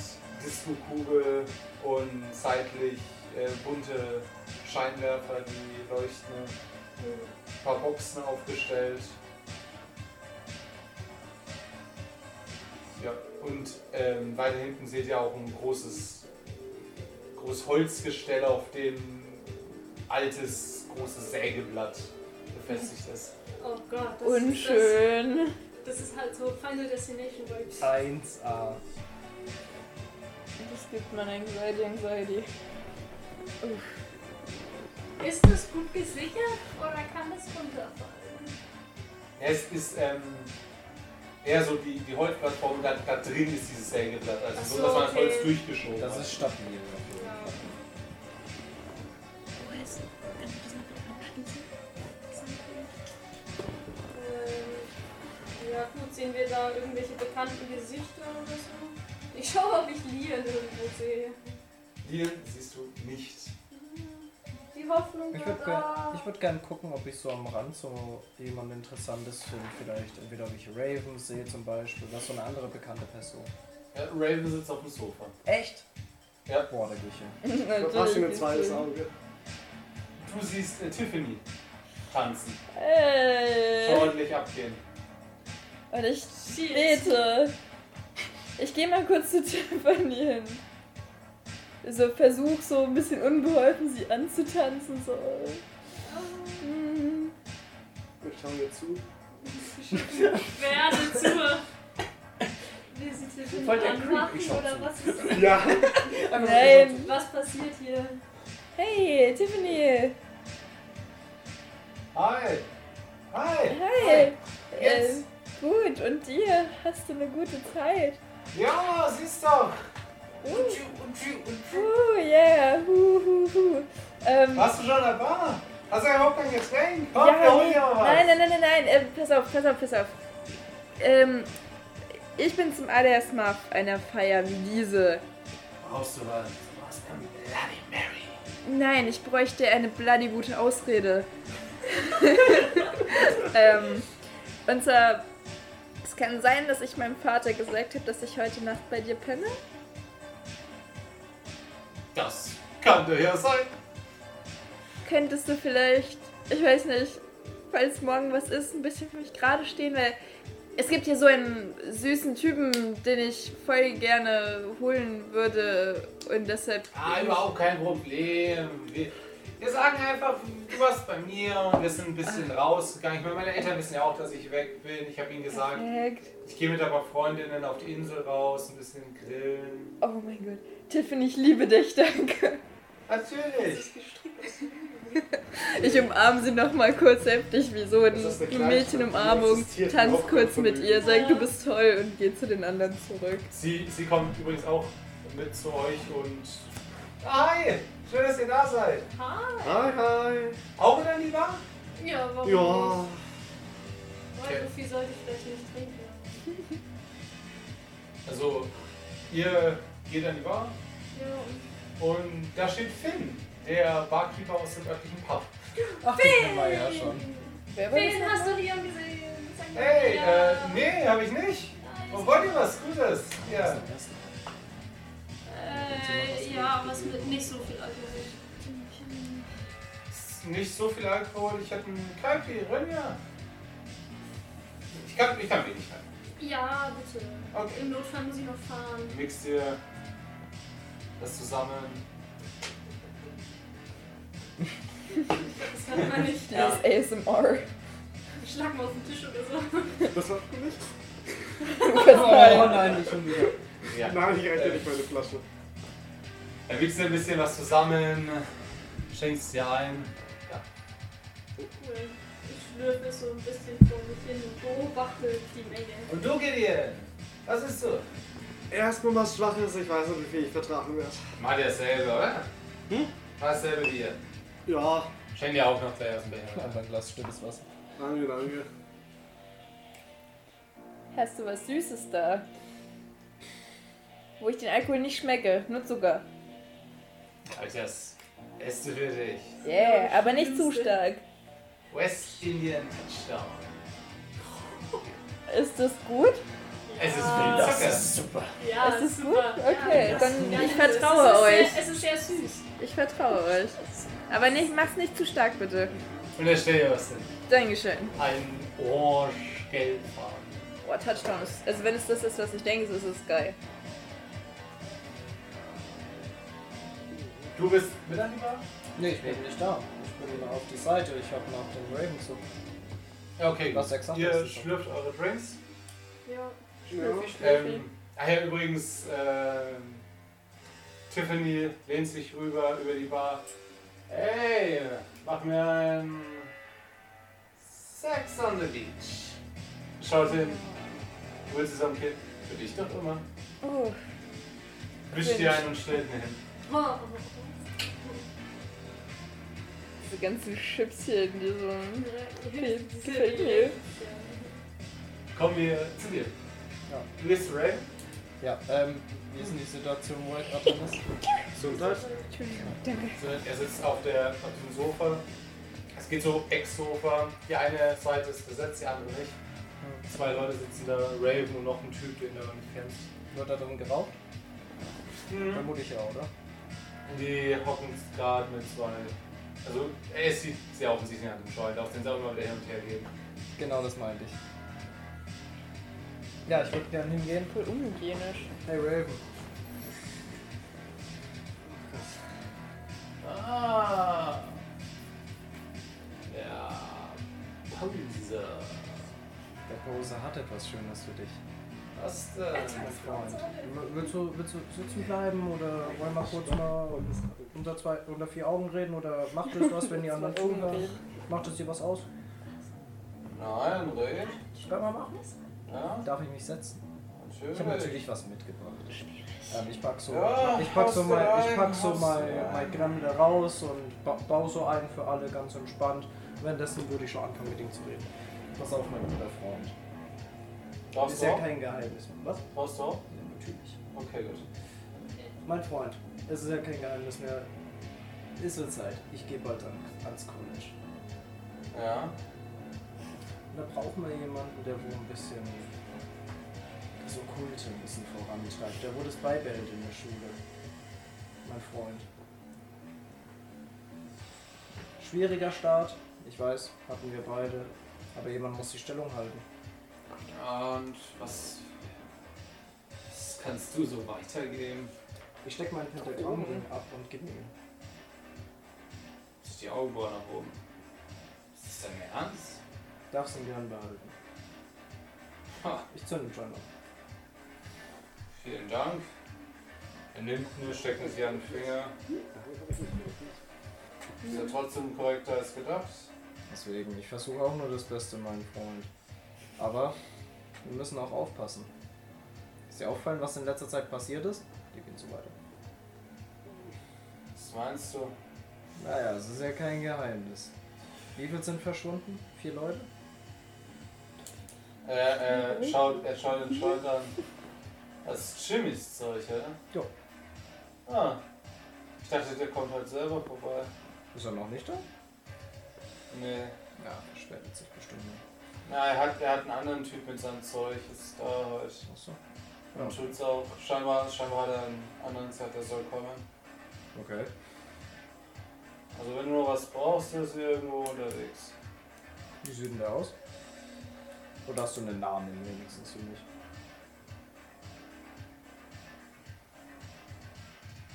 [SPEAKER 3] Disco-Kugel und seitlich äh, bunte Scheinwerfer, die leuchten. äh, Ein paar Boxen aufgestellt. Ja, und ähm, weiter hinten seht ihr auch ein großes, großes Holzgestell, auf dem altes, großes Sägeblatt befestigt ist.
[SPEAKER 4] Oh Gott, das ist
[SPEAKER 1] Unschön.
[SPEAKER 4] das, das ist halt so Final Destination Vibes.
[SPEAKER 9] 1A.
[SPEAKER 1] Das gibt man Anxiety, Anxiety.
[SPEAKER 4] Ist das gut gesichert oder kann das runterfallen?
[SPEAKER 3] Ja, es ist ähm, eher so die, die Holzplattform, da, da drin ist dieses Sägeblatt. Also
[SPEAKER 4] Ach
[SPEAKER 3] so,
[SPEAKER 4] so,
[SPEAKER 3] dass man das
[SPEAKER 4] okay.
[SPEAKER 3] Holz durchgeschoben
[SPEAKER 2] Das
[SPEAKER 3] hat.
[SPEAKER 2] ist stabil. auf jeden Fall.
[SPEAKER 4] Ähm, ja gut, sehen wir da irgendwelche bekannten Gesichter oder so? Ich schaue, ob ich Lian irgendwo sehe.
[SPEAKER 3] Hier siehst du nicht.
[SPEAKER 4] Die Hoffnung
[SPEAKER 2] Ich
[SPEAKER 4] war
[SPEAKER 2] würde
[SPEAKER 4] da.
[SPEAKER 2] gerne würd gern gucken, ob ich so am Rand so jemand Interessantes finde. Vielleicht entweder ob ich Raven sehe zum Beispiel oder so eine andere bekannte Person.
[SPEAKER 3] Ja, Raven sitzt auf dem Sofa.
[SPEAKER 2] Echt?
[SPEAKER 3] Ja.
[SPEAKER 2] Boah, da gehe ich hin.
[SPEAKER 5] Verpasst ihm ein
[SPEAKER 1] geht's
[SPEAKER 5] zweites
[SPEAKER 1] schön.
[SPEAKER 5] Auge.
[SPEAKER 3] Du siehst äh, Tiffany tanzen. Schon
[SPEAKER 1] Ey.
[SPEAKER 3] ordentlich abgehen.
[SPEAKER 1] Und ich
[SPEAKER 4] Shit.
[SPEAKER 1] bete. Ich gehe mal kurz zu (laughs) Tiffany hin. So versuch so ein bisschen unbeholfen sie anzutanzen. So. Hm.
[SPEAKER 5] Ich schaue ihr zu.
[SPEAKER 4] (laughs) Werde zur. Wie sie Tiffany
[SPEAKER 2] Voll der
[SPEAKER 4] anmachen
[SPEAKER 2] Creepy-Shot
[SPEAKER 4] oder
[SPEAKER 2] so.
[SPEAKER 4] was, ist,
[SPEAKER 5] Ja.
[SPEAKER 1] Nein.
[SPEAKER 4] was passiert hier?
[SPEAKER 1] Hey, Tiffany.
[SPEAKER 3] Hi! Hi!
[SPEAKER 1] Hi.
[SPEAKER 3] Yes.
[SPEAKER 1] Ähm, gut, und dir? Hast du eine gute Zeit?
[SPEAKER 3] Ja, siehst du!
[SPEAKER 1] Uh, yeah. Hu, hu, hu. Ähm,
[SPEAKER 3] Warst du schon an der Bar? Hast du überhaupt kein Getränk? Komm,
[SPEAKER 1] Ja,
[SPEAKER 3] wir holen
[SPEAKER 1] nee.
[SPEAKER 3] dir mal was!
[SPEAKER 1] Nein, nein, nein, nein, nein. Äh, pass auf, pass auf, pass auf. Ähm, ich bin zum allerersten Mal auf einer Feier wie diese.
[SPEAKER 3] Brauchst du was? Du hast keine Bloody Mary.
[SPEAKER 1] Nein, ich bräuchte eine bloody gute Ausrede. (laughs) ähm, und zwar, es kann sein, dass ich meinem Vater gesagt habe, dass ich heute Nacht bei dir penne.
[SPEAKER 3] Das kann doch ja sein.
[SPEAKER 1] Könntest du vielleicht, ich weiß nicht, falls morgen was ist, ein bisschen für mich gerade stehen, weil es gibt hier so einen süßen Typen, den ich voll gerne holen würde und deshalb.
[SPEAKER 3] Ah, überhaupt kein Problem. Wir, wir sagen einfach, du warst bei mir und wir sind ein bisschen rausgegangen. Ich meine, meine Eltern wissen ja auch, dass ich weg bin. Ich habe ihnen gesagt,
[SPEAKER 1] Perfekt.
[SPEAKER 3] ich gehe mit ein paar Freundinnen auf die Insel raus, ein bisschen grillen.
[SPEAKER 1] Oh mein Gott. Tiffany, ich liebe dich, danke.
[SPEAKER 3] Natürlich.
[SPEAKER 1] Ich umarme sie nochmal kurz heftig, wie so ein,
[SPEAKER 5] Das ist eine
[SPEAKER 1] die
[SPEAKER 5] kleine Stadt, die
[SPEAKER 1] Mädchenumarmung.
[SPEAKER 5] existiert
[SPEAKER 1] Tanz
[SPEAKER 5] überhaupt
[SPEAKER 1] kurz
[SPEAKER 5] kein
[SPEAKER 1] mit ihr,
[SPEAKER 5] Vermögen.
[SPEAKER 1] sag du bist toll und geh zu den anderen zurück.
[SPEAKER 3] Sie, sie kommt übrigens auch mit zu euch und... Ah, Hi, schön, dass ihr da seid.
[SPEAKER 4] Ha?
[SPEAKER 5] Hi, hi.
[SPEAKER 3] Auch wieder in die Bar?
[SPEAKER 4] Ja,
[SPEAKER 1] Oh.
[SPEAKER 4] warum
[SPEAKER 5] Ja.
[SPEAKER 4] nicht? Weil so viel sollte ich vielleicht nicht trinken.
[SPEAKER 3] Also, ihr geht an die Bar
[SPEAKER 4] Ja, und
[SPEAKER 3] und da steht Finn, der Barkeeper aus dem örtlichen Pub.
[SPEAKER 2] Ach, das war ja schon.
[SPEAKER 1] Wer war
[SPEAKER 4] Wen
[SPEAKER 1] das?
[SPEAKER 4] hast du Leon gesehen? Sag mal,
[SPEAKER 3] Hey,
[SPEAKER 4] ja.
[SPEAKER 3] äh, nee, hab ich nicht. Oh, wollt ihr was Gutes? Ja.
[SPEAKER 4] Äh, ja, was mit nicht so viel Alkohol.
[SPEAKER 3] Ist Nicht so viel Alkohol, ich hatte einen Caipirinha. Ich kann, ich kann wenig halten.
[SPEAKER 4] Ja, bitte.
[SPEAKER 3] Okay.
[SPEAKER 4] Im Notfall muss ich noch fahren.
[SPEAKER 3] Mix dir das zusammen.
[SPEAKER 4] Das kann man nicht.
[SPEAKER 1] Das ist ASMR.
[SPEAKER 4] Schlag mal auf den Tisch oder so.
[SPEAKER 5] Das war für mich.
[SPEAKER 2] Oh nein, nicht schon wieder.
[SPEAKER 3] Ja.
[SPEAKER 5] Nein, ich rette nicht meine Flasche.
[SPEAKER 3] Dann mixt dir ein bisschen was zusammen, schenkst dir ein.
[SPEAKER 4] Cool. Ich schlürfe so ein bisschen vor mich hin und beobachte die Menge.
[SPEAKER 3] Und du, Gideon, was ist so?
[SPEAKER 5] Erstmal was Schwaches, ich weiß nicht, wie viel ich vertragen werde.
[SPEAKER 3] Mach dir dasselbe, oder?
[SPEAKER 5] Hm?
[SPEAKER 3] Mach dasselbe Bier.
[SPEAKER 5] Ja,
[SPEAKER 3] Schenk dir auch noch zwei aus dem Becher.
[SPEAKER 2] Aber ein Glas stilles Wasser.
[SPEAKER 5] danke, danke.
[SPEAKER 1] Hast du was Süßes da? Wo ich den Alkohol nicht schmecke, nur Zucker.
[SPEAKER 3] Hab ich das Beste für dich.
[SPEAKER 1] Yeah,
[SPEAKER 4] Ja,
[SPEAKER 1] aber nicht zu
[SPEAKER 4] schlimmste.
[SPEAKER 1] stark.
[SPEAKER 3] West Indian Touchdown.
[SPEAKER 1] Ist das gut?
[SPEAKER 3] Es ist
[SPEAKER 2] Ah.
[SPEAKER 4] Ja.
[SPEAKER 3] viel Zucker.
[SPEAKER 2] super.
[SPEAKER 4] Ja,
[SPEAKER 1] ist es gut?
[SPEAKER 4] super.
[SPEAKER 1] Okay,
[SPEAKER 4] Ja.
[SPEAKER 1] dann
[SPEAKER 4] Ja,
[SPEAKER 1] ich
[SPEAKER 4] es ist-
[SPEAKER 1] vertraue
[SPEAKER 4] es
[SPEAKER 1] euch.
[SPEAKER 4] ist Sehr, es ist sehr süß.
[SPEAKER 1] Ich vertraue euch. Aber nicht, mach's nicht zu stark, bitte.
[SPEAKER 3] Und da stell dir was hin.
[SPEAKER 1] Dankeschön.
[SPEAKER 3] Ein orange-gelbfarben.
[SPEAKER 1] Boah, Touchdown ist. Also, wenn es das ist, was ich denke, ist es geil.
[SPEAKER 3] Du bist mit an die Bar?
[SPEAKER 2] Nee, ich bin nicht da. Ich bin wieder auf die Seite. Ich habe nach dem Raven zu.
[SPEAKER 3] Ja, okay.
[SPEAKER 2] Was sagst du?
[SPEAKER 3] Ihr schlürft eure Drinks.
[SPEAKER 4] Ja.
[SPEAKER 5] Ja.
[SPEAKER 3] Ähm, ach ja, übrigens, ähm, Tiffany lehnt sich rüber über die Bar. Hey, mach mir ein Sex on the Beach. Schaut hin. Du willst zusammen Kind? Für dich doch immer.
[SPEAKER 1] Oh,
[SPEAKER 3] Wisch dir ein und stellt mir hin.
[SPEAKER 4] Oh,
[SPEAKER 1] diese ganzen Chips hier in diesem. gefällt
[SPEAKER 4] Gefällt
[SPEAKER 1] mir.
[SPEAKER 3] Kommen wir zu dir.
[SPEAKER 2] Ja.
[SPEAKER 3] Du gehst zu Ray.
[SPEAKER 2] Ja, ähm, wie ist denn die Situation, wo er gerade drin ist?
[SPEAKER 5] Gesundheit.
[SPEAKER 1] Entschuldigung, danke.
[SPEAKER 3] Er sitzt auf, der, auf diesem Sofa. Es geht so Ex-Sofa. Die eine Seite ist besetzt, die andere nicht.
[SPEAKER 2] Hm.
[SPEAKER 3] Zwei Leute sitzen da, Raven und noch ein Typ, den du noch nicht kennst.
[SPEAKER 2] Wird da drin geraucht? Vermutlich ja, oder?
[SPEAKER 3] Und Die hocken gerade mit zwei. Also, er sieht
[SPEAKER 10] Genau
[SPEAKER 3] sehr offensichtlich nach dem Scheu, auf den sie auch immer wieder hin und her gehen.
[SPEAKER 2] Genau das meinte ich.
[SPEAKER 10] Ja, ich würde gerne hingehen.
[SPEAKER 1] Voll unhygienisch.
[SPEAKER 10] Hey Raven.
[SPEAKER 11] Ah. Ja. Pause.
[SPEAKER 2] Der Pose hat etwas Schönes für dich.
[SPEAKER 11] Was denn?
[SPEAKER 10] Mein Freund. W- Willst du, willst du sitzen bleiben oder wollen wir kurz mal unter, zwei, unter vier Augen reden oder macht es was, wenn die anderen zuhören? Macht es dir was aus?
[SPEAKER 3] Nein, red.
[SPEAKER 10] Kann man machen?
[SPEAKER 3] Ja,
[SPEAKER 2] Darf ich mich setzen? Ich habe
[SPEAKER 3] natürlich.
[SPEAKER 2] natürlich was mitgebracht. Ähm, ich pack so,
[SPEAKER 3] Ja,
[SPEAKER 10] Ich pack so,
[SPEAKER 3] hast
[SPEAKER 10] mein,
[SPEAKER 3] du
[SPEAKER 10] ich
[SPEAKER 3] einen,
[SPEAKER 10] pack so
[SPEAKER 3] hast du
[SPEAKER 10] mein,
[SPEAKER 3] einen.
[SPEAKER 10] mein Gremlin raus und ba baue so einen für alle ganz entspannt. Währenddessen würde ich schon anfangen mit ihm zu reden.
[SPEAKER 2] pass auf, mein guter Freund.
[SPEAKER 3] Brauchst
[SPEAKER 10] Ist
[SPEAKER 3] du
[SPEAKER 10] ja
[SPEAKER 3] auch?
[SPEAKER 10] kein Geheimnis. Was?
[SPEAKER 3] Brauchst du auch?
[SPEAKER 10] Natürlich.
[SPEAKER 3] Okay, gut.
[SPEAKER 10] Mein Freund, es ist ja kein Geheimnis mehr. Es wird Zeit. Ich gehe bald an, ans College.
[SPEAKER 3] Ja.
[SPEAKER 10] Da brauchen wir jemanden, der wo ein bisschen das Okkulte ein bisschen vorantreibt. Der wurde es beibehält in der Schule. Mein Freund. Schwieriger Start, ich weiß, hatten wir beide. Aber jemand muss die Stellung halten.
[SPEAKER 11] Und was, was kannst du so weitergeben?
[SPEAKER 10] Ich steck meinen Pentagrammring ab und gib ihm.
[SPEAKER 11] Ist die Augenbraue nach oben. Ist das dein Ernst?
[SPEAKER 10] Darfst ihn gern behalten.
[SPEAKER 11] Ha.
[SPEAKER 10] Ich zünde schon noch.
[SPEAKER 11] Vielen Dank.
[SPEAKER 3] Er nimmt nur, steckt es hier an den Finger. Ist ja trotzdem korrekter als gedacht.
[SPEAKER 2] Deswegen, ich versuche auch nur das Beste, mein Freund. Aber wir müssen auch aufpassen. Ist dir auffallen, was in letzter Zeit passiert ist? Wir gehen so weiter.
[SPEAKER 3] Was meinst du?
[SPEAKER 2] Naja, es ist ja kein Geheimnis. Wie viele sind verschwunden? Vier Leute?
[SPEAKER 3] Er, er, schaut, er schaut den Schalt an. Das ist Jimmys Zeug, oder?
[SPEAKER 10] Jo.
[SPEAKER 3] Ah. Ich dachte, der kommt heute selber vorbei.
[SPEAKER 2] Ist er noch nicht da?
[SPEAKER 3] Nee.
[SPEAKER 2] Ja, verspätet sich bestimmt. noch.
[SPEAKER 3] Na, er hat, er hat einen anderen Typ mit seinem Zeug, ist da heute.
[SPEAKER 2] Achso.
[SPEAKER 3] Und Schulz auch. Scheinbar, scheinbar hat er einen anderen gesagt, er soll kommen.
[SPEAKER 2] Okay.
[SPEAKER 3] Also wenn du noch was brauchst, ist er irgendwo unterwegs.
[SPEAKER 2] Wie sieht denn der aus? Oder hast du einen Namen wenigstens für mich?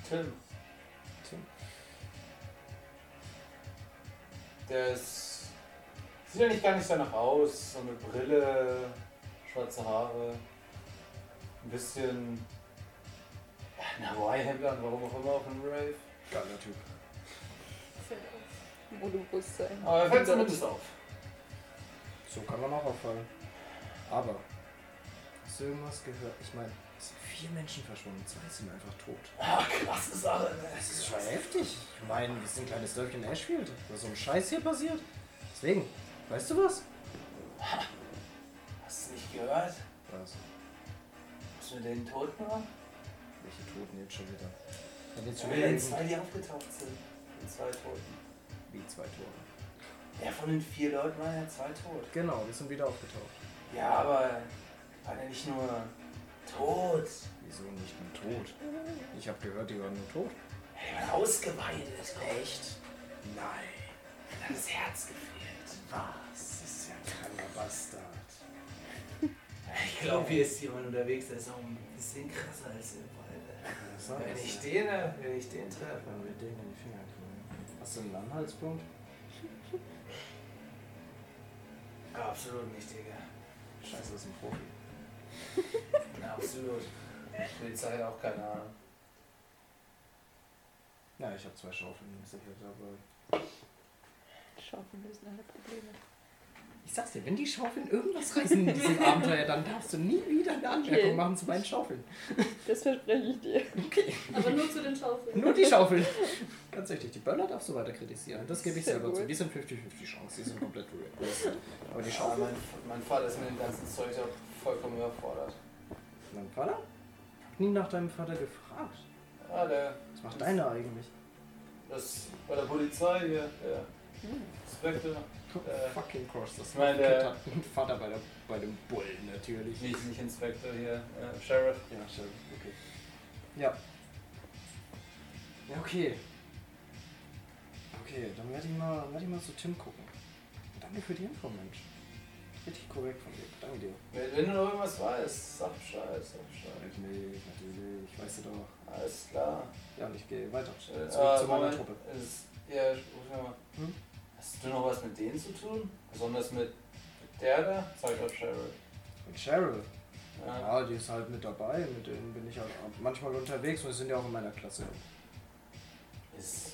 [SPEAKER 3] Tim.
[SPEAKER 2] Tim.
[SPEAKER 3] Der ist. Sieht ja nicht gar nicht danach aus. So eine Brille, schwarze Haare. Ein bisschen. Er hat Ein Hawaii-Hemd an, warum auch immer, auf einem Rave.
[SPEAKER 2] Geiler Typ.
[SPEAKER 1] Modebewusstsein.
[SPEAKER 3] Aber er fällt zumindest auf.
[SPEAKER 2] So kann man auch auffallen. Aber, hast du irgendwas gehört? Ich meine, es sind vier Menschen verschwunden, zwei sind einfach tot.
[SPEAKER 3] Ah, krasse Sache.
[SPEAKER 2] Das ist schon heftig. Ich meine, wir sind ein kleines Dörfchen Ashfield. Was ist so ein Scheiß hier passiert? Deswegen, weißt du was?
[SPEAKER 3] Hast du nicht gehört,
[SPEAKER 2] Was?
[SPEAKER 3] was mit den Toten war?
[SPEAKER 2] Welche Toten jetzt schon wieder? Hat jetzt schon
[SPEAKER 3] Ja,
[SPEAKER 2] wieder
[SPEAKER 3] die
[SPEAKER 2] zwei.
[SPEAKER 3] zwei, die aufgetaucht sind. Die zwei Toten.
[SPEAKER 2] Wie zwei Tore.
[SPEAKER 3] Ja, von den vier Leuten waren ja zwei tot.
[SPEAKER 2] Genau, wir sind wieder aufgetaucht.
[SPEAKER 3] Ja, aber war der nicht nur tot,
[SPEAKER 2] Wieso nicht nur tot? Ich habe gehört, die waren nur tot.
[SPEAKER 3] der war ausgeweidet. Echt?
[SPEAKER 2] Nein.
[SPEAKER 3] Hat das Herz gefehlt.
[SPEAKER 2] Was? Das ist ja ein kranker Bastard.
[SPEAKER 11] Ich glaube, hier ist jemand unterwegs, der ist auch ein bisschen krasser als ihr beide.
[SPEAKER 2] Was
[SPEAKER 11] Wenn ich
[SPEAKER 2] soll's?
[SPEAKER 11] den,
[SPEAKER 3] äh,
[SPEAKER 11] wenn ich den treffe.
[SPEAKER 2] Wenn wir den in die Finger kriegen. Hast du einen Anhaltspunkt?
[SPEAKER 11] Absolut nicht, Digga.
[SPEAKER 2] Scheiße, das ist ein Profi.
[SPEAKER 11] Na, absolut. Polizei hat auch keine Ahnung.
[SPEAKER 2] Ja, ich habe zwei Schaufeln sicher dabei.
[SPEAKER 1] Schaufeln lösen alle Probleme.
[SPEAKER 2] Ich sag's dir, wenn die Schaufeln irgendwas reißen in (laughs) diesem Abenteuer, dann darfst du nie wieder eine Anmerkung
[SPEAKER 1] Okay.
[SPEAKER 2] machen zu meinen Schaufeln.
[SPEAKER 1] Das verspreche ich dir.
[SPEAKER 4] Aber nur zu den Schaufeln.
[SPEAKER 2] Nur
[SPEAKER 1] (laughs)
[SPEAKER 2] die Schaufeln. Ganz richtig, die Böller darfst du weiter kritisieren. Das gebe ich
[SPEAKER 1] Sehr
[SPEAKER 2] selber
[SPEAKER 1] gut.
[SPEAKER 2] zu. Die sind 50-50 Chance, die sind komplett real. Aber die
[SPEAKER 3] Ja,
[SPEAKER 2] Schaufeln.
[SPEAKER 3] mein, mein Vater ist mit dem ganzen Zeug da vollkommen überfordert.
[SPEAKER 2] Mein Vater? Ich hab nie nach deinem Vater gefragt.
[SPEAKER 3] Ja, Ah, der,
[SPEAKER 2] Was macht deiner eigentlich?
[SPEAKER 3] das bei der Polizei hier, der Inspektor. Äh,
[SPEAKER 2] Fucking cross, das
[SPEAKER 3] ich meine,
[SPEAKER 2] Kind
[SPEAKER 3] der,
[SPEAKER 2] hat einen Vater bei, der, bei dem Bullen natürlich.
[SPEAKER 3] nicht, nicht Inspektor hier, äh, Sheriff.
[SPEAKER 2] Ja, stimmt. Okay. Ja. Ja, okay. Okay, dann werde ich, mal- werd ich mal zu Tim gucken. Danke für die Info, Mensch. Richtig korrekt von dir. Danke dir.
[SPEAKER 3] Wenn, wenn du noch irgendwas weißt, sag Bescheid, sag Bescheid.
[SPEAKER 2] Natürlich, natürlich. Weißt du doch.
[SPEAKER 3] Alles klar.
[SPEAKER 2] Ja, und ich gehe weiter.
[SPEAKER 3] Äh,
[SPEAKER 2] Zurück zu
[SPEAKER 3] äh,
[SPEAKER 2] meiner
[SPEAKER 3] Moment.
[SPEAKER 2] Truppe.
[SPEAKER 3] Ist, ja, ich ruf mal.
[SPEAKER 2] Hm?
[SPEAKER 3] Hast du noch was mit denen zu tun? Besonders mit der da? Sag ich auf Cheryl.
[SPEAKER 2] Und Cheryl.
[SPEAKER 3] Ja.
[SPEAKER 2] Ja, die ist halt mit dabei. Mit denen bin ich halt auch manchmal unterwegs und die sind ja auch in meiner Klasse.
[SPEAKER 3] Ist.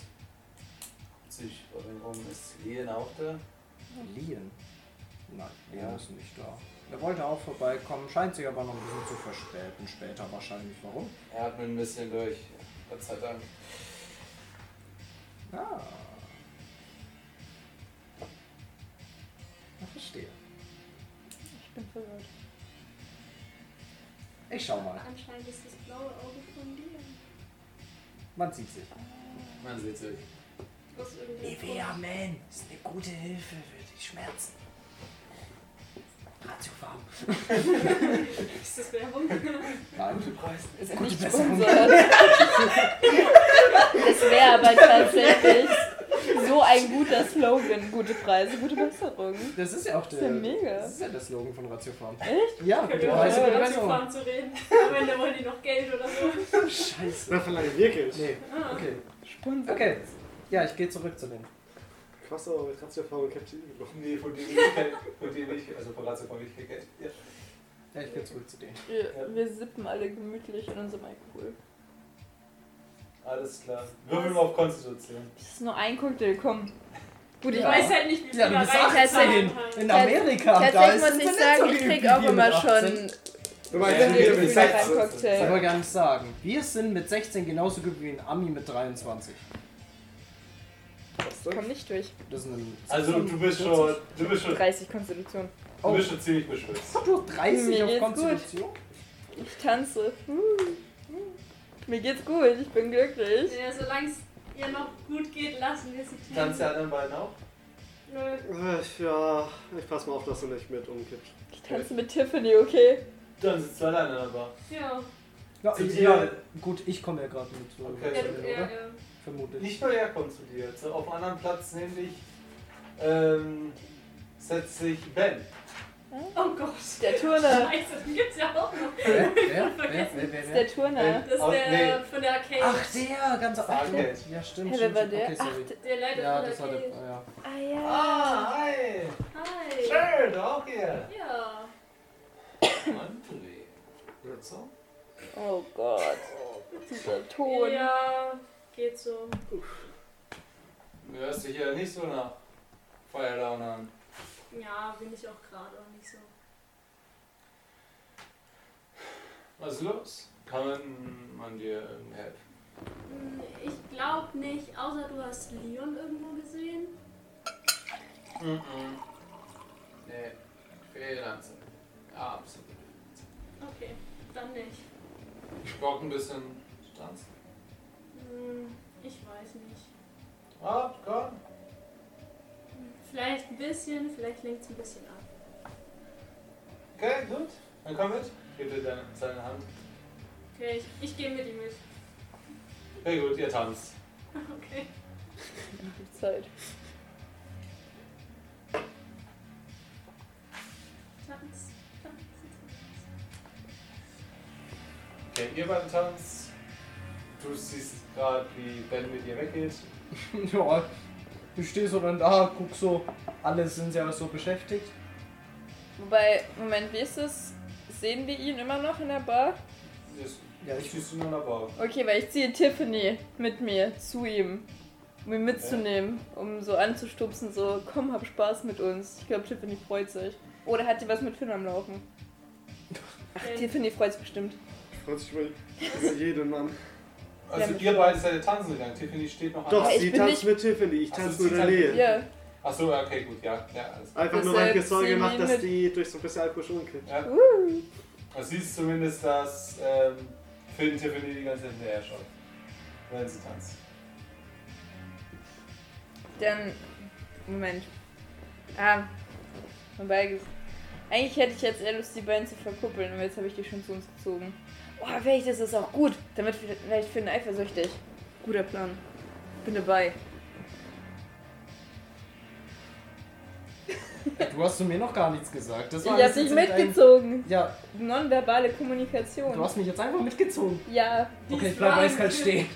[SPEAKER 3] Sich, warum ist Lien auch da?
[SPEAKER 2] Lien? Nein, Lien
[SPEAKER 3] Ja.
[SPEAKER 2] ist nicht da. Er wollte auch vorbeikommen, scheint sich aber noch ein bisschen zu verspäten. Später wahrscheinlich. Warum?
[SPEAKER 3] Er hat mir ein bisschen durch. Gott sei Dank.
[SPEAKER 2] Ah. Ich verstehe.
[SPEAKER 1] Ich bin verwirrt.
[SPEAKER 2] Ich schau mal.
[SPEAKER 4] Anscheinend ist das blaue Auge von dir.
[SPEAKER 2] Man sieht sich.
[SPEAKER 3] Man sieht sich.
[SPEAKER 4] Aus irgendeinem Grund.
[SPEAKER 2] Man ist eine gute Hilfe für die Schmerzen. Ratiofarm.
[SPEAKER 4] Ist
[SPEAKER 1] (laughs)
[SPEAKER 4] das Werbung?
[SPEAKER 2] Nein, du
[SPEAKER 1] Ist
[SPEAKER 2] Gute
[SPEAKER 1] nicht
[SPEAKER 2] Besserung.
[SPEAKER 1] sponsert. das wäre aber tatsächlich so ein guter Slogan. Gute Preise, gute Besserung.
[SPEAKER 2] Das ist ja auch der.
[SPEAKER 1] ja mega.
[SPEAKER 2] Das ist ja der Slogan von Ratiofarm.
[SPEAKER 1] Echt?
[SPEAKER 2] Ja,
[SPEAKER 4] Können
[SPEAKER 2] gute
[SPEAKER 4] wir
[SPEAKER 2] Preise,
[SPEAKER 4] mal
[SPEAKER 2] gute
[SPEAKER 4] über
[SPEAKER 2] Ration.
[SPEAKER 4] Ratiofarm zu reden? Am Ende wollen die noch Geld oder so.
[SPEAKER 2] Scheiße. Ah.
[SPEAKER 5] Dann verlangen wir Geld.
[SPEAKER 2] Nee, okay. Okay. Ja, ich gehe zurück zu denen.
[SPEAKER 5] Crossover mit Ratioform und Captain Evil.
[SPEAKER 3] Nee, von dem ich kein, von dem ich, also von Ratio von dem ich kein Geld. Ja.
[SPEAKER 2] Ja, ich gehe zurück zu denen.
[SPEAKER 1] Wir, wir sippen alle gemütlich in unserem Alkohol.
[SPEAKER 3] Alles klar. Würfel mal auf Konstitution.
[SPEAKER 1] Das ist nur ein Cocktail, komm.
[SPEAKER 12] Gut, ich
[SPEAKER 2] Ja.
[SPEAKER 12] weiß.
[SPEAKER 4] Weiß halt nicht, wie viel
[SPEAKER 2] Ja, du
[SPEAKER 4] da
[SPEAKER 2] bist
[SPEAKER 4] reingezahlt
[SPEAKER 2] 18
[SPEAKER 4] haben.
[SPEAKER 2] in
[SPEAKER 1] Tats-
[SPEAKER 2] Amerika. da ist
[SPEAKER 1] Tatsächlich muss
[SPEAKER 2] es
[SPEAKER 1] ich
[SPEAKER 2] nicht so
[SPEAKER 1] sagen, ich
[SPEAKER 2] viel
[SPEAKER 1] krieg
[SPEAKER 2] wie
[SPEAKER 1] auch
[SPEAKER 2] wir
[SPEAKER 1] immer
[SPEAKER 2] mit 18.
[SPEAKER 1] schon
[SPEAKER 5] Du
[SPEAKER 3] Ja,
[SPEAKER 5] meinst,
[SPEAKER 3] wir
[SPEAKER 5] wir
[SPEAKER 3] sind
[SPEAKER 5] mit
[SPEAKER 1] Gefühle beim
[SPEAKER 5] 16.
[SPEAKER 2] Das
[SPEAKER 1] Cocktail.
[SPEAKER 2] wollte ich gar nicht sagen. Wir sind mit 16 genauso gut wie ein Ami mit 23.
[SPEAKER 1] Ich komm nicht durch.
[SPEAKER 2] Das ist ein
[SPEAKER 3] Also du bist schon, du bist schon,
[SPEAKER 1] 30 Konstitution.
[SPEAKER 3] du
[SPEAKER 2] Oh,
[SPEAKER 3] bist schon ziemlich beschwipst.
[SPEAKER 2] du 30
[SPEAKER 1] Mir
[SPEAKER 2] auf
[SPEAKER 1] geht's
[SPEAKER 2] Konstitution?
[SPEAKER 1] Ich tanze. Uh. Mir geht's gut, ich bin glücklich.
[SPEAKER 4] Ja, solange es ihr noch gut geht, lassen wir sie
[SPEAKER 3] Tanzt der anderen beiden auch?
[SPEAKER 4] Nö.
[SPEAKER 5] Ach, Ja, ich pass mal auf, dass du nicht mit um umkippst.
[SPEAKER 1] Ich tanze mit Tiffany, okay?
[SPEAKER 3] Dann sitzt du alleine aber.
[SPEAKER 4] Ja.
[SPEAKER 2] Ja,
[SPEAKER 3] Zu
[SPEAKER 2] ich-
[SPEAKER 3] dir.
[SPEAKER 2] ja, gut, ich komme ja gerade mit. So
[SPEAKER 3] Okay.
[SPEAKER 4] Ja,
[SPEAKER 2] oder?
[SPEAKER 4] du, ja, ja.
[SPEAKER 2] Vermutlich.
[SPEAKER 3] Nicht nur er kommt zu dir. Zu- Auf einem anderen Platz nämlich ähm, setzt sich Ben.
[SPEAKER 4] Oh Gott. (laughs)
[SPEAKER 1] Der Turner.
[SPEAKER 4] Scheiße, den gibt's ja auch noch.
[SPEAKER 2] Wer? Wer? Wer? Wer? Wer?
[SPEAKER 1] Das ist
[SPEAKER 2] wer?
[SPEAKER 1] der Turner.
[SPEAKER 4] Das ist
[SPEAKER 3] Oh,
[SPEAKER 4] der von der Arcade.
[SPEAKER 2] Ach, der ganz
[SPEAKER 3] Sag
[SPEAKER 2] der-
[SPEAKER 3] jetzt.
[SPEAKER 2] Ja, stimmt.
[SPEAKER 1] Hä, wer
[SPEAKER 2] stimmt,
[SPEAKER 1] war
[SPEAKER 2] stimmt.
[SPEAKER 1] der?
[SPEAKER 2] Okay, sorry.
[SPEAKER 4] Der Leiter
[SPEAKER 2] Ja,
[SPEAKER 4] von
[SPEAKER 2] das
[SPEAKER 4] der
[SPEAKER 2] war der.
[SPEAKER 4] Arcade.
[SPEAKER 2] Ja.
[SPEAKER 1] Ah ja.
[SPEAKER 3] Ah, hi!
[SPEAKER 4] Hi.
[SPEAKER 3] Jared, auch hier!
[SPEAKER 4] Ja.
[SPEAKER 3] André. Geht's so?
[SPEAKER 1] Oh Gott. Dieser Ton.
[SPEAKER 4] Ja, geht so.
[SPEAKER 3] Du hörst dich ja nicht so nach Feuerlaune an.
[SPEAKER 4] Ja, bin ich auch gerade auch nicht so.
[SPEAKER 3] Was ist los? Kann man dir ähm, helfen?
[SPEAKER 4] Hm, Ich glaub nicht, außer du hast Leon irgendwo gesehen.
[SPEAKER 3] Mhm. Nee, Fehlanze. Ja, absolut.
[SPEAKER 4] Okay, dann nicht.
[SPEAKER 3] Ich bock ein bisschen Tanz.
[SPEAKER 4] Hm, Ich weiß nicht.
[SPEAKER 3] Ah, komm.
[SPEAKER 4] Vielleicht ein bisschen, vielleicht lenkt es ein bisschen ab.
[SPEAKER 3] Okay, gut. Dann komm mit. Gib dir deine, seine Hand.
[SPEAKER 4] Okay, ich, ich gehe mit ihm mit.
[SPEAKER 3] Sehr gut, ihr tanzt.
[SPEAKER 4] Okay.
[SPEAKER 1] Gute Zeit.
[SPEAKER 4] (laughs) Tanz, tanz, tanz.
[SPEAKER 3] Okay, ihr beiden tanzt. Du siehst gerade, wie Ben mit dir weggeht.
[SPEAKER 2] Ja, (laughs) du stehst so dann da, guck so, alle sind ja so beschäftigt.
[SPEAKER 1] Wobei, Moment, wie ist es? Sehen wir ihn immer noch in der Bar?
[SPEAKER 3] Jetzt-
[SPEAKER 2] Ja, ich
[SPEAKER 3] siehst du nur dabei.
[SPEAKER 1] Okay, weil ich ziehe Tiffany mit mir zu ihm, um ihn mitzunehmen, um so anzustupsen, so komm, hab Spaß mit uns. Ich glaube, Tiffany freut sich. Oder hat die was mit Finn am Laufen? Ach,
[SPEAKER 4] Ben.
[SPEAKER 1] Tiffany freut sich bestimmt.
[SPEAKER 5] Freut sich wohl über jeden Mann.
[SPEAKER 1] (laughs)
[SPEAKER 3] Also ihr beide seid ja tanzen gegangen. Tiffany steht noch
[SPEAKER 5] Doch,
[SPEAKER 1] Aber Ah, ich
[SPEAKER 5] sie
[SPEAKER 1] bin
[SPEAKER 5] tanzt
[SPEAKER 1] nicht-
[SPEAKER 5] mit Tiffany, ich
[SPEAKER 3] Ach so,
[SPEAKER 5] tanze
[SPEAKER 3] sie
[SPEAKER 5] nur in der
[SPEAKER 3] tanzt-
[SPEAKER 5] Nähe.
[SPEAKER 1] Ja,
[SPEAKER 3] Achso, okay, gut, ja. also. ja alles.
[SPEAKER 5] Einfach nur, weil
[SPEAKER 1] Deshalb
[SPEAKER 5] ich mir Sorge
[SPEAKER 1] ziehen wir
[SPEAKER 5] gemacht,
[SPEAKER 1] ihn
[SPEAKER 5] dass
[SPEAKER 1] mit.
[SPEAKER 5] die durch so ein bisschen Alkohol schon kriegt.
[SPEAKER 3] Ja. Du siehst zumindest, dass ähm, Finn Tiffany die ganze Zeit hinterher schaut. Wenn sie tanzt.
[SPEAKER 1] dann. Moment. Ah. Wobei. Eigentlich hätte ich jetzt eher Lust, die beiden zu verkuppeln, aber jetzt habe ich die schon zu uns gezogen. Oh, vielleicht ist das auch gut. Damit vielleicht Finn eifersüchtig. Guter Plan. Bin dabei.
[SPEAKER 2] Du hast zu mir noch gar nichts gesagt. Das
[SPEAKER 1] Ich
[SPEAKER 2] war
[SPEAKER 1] hab
[SPEAKER 2] alles
[SPEAKER 1] dich
[SPEAKER 2] jetzt dein-
[SPEAKER 1] mitgezogen.
[SPEAKER 2] Ja,
[SPEAKER 1] Nonverbale Kommunikation.
[SPEAKER 2] du hast mich jetzt einfach mitgezogen.
[SPEAKER 1] ja,
[SPEAKER 2] Okay, ich bleib eiskalt stehen.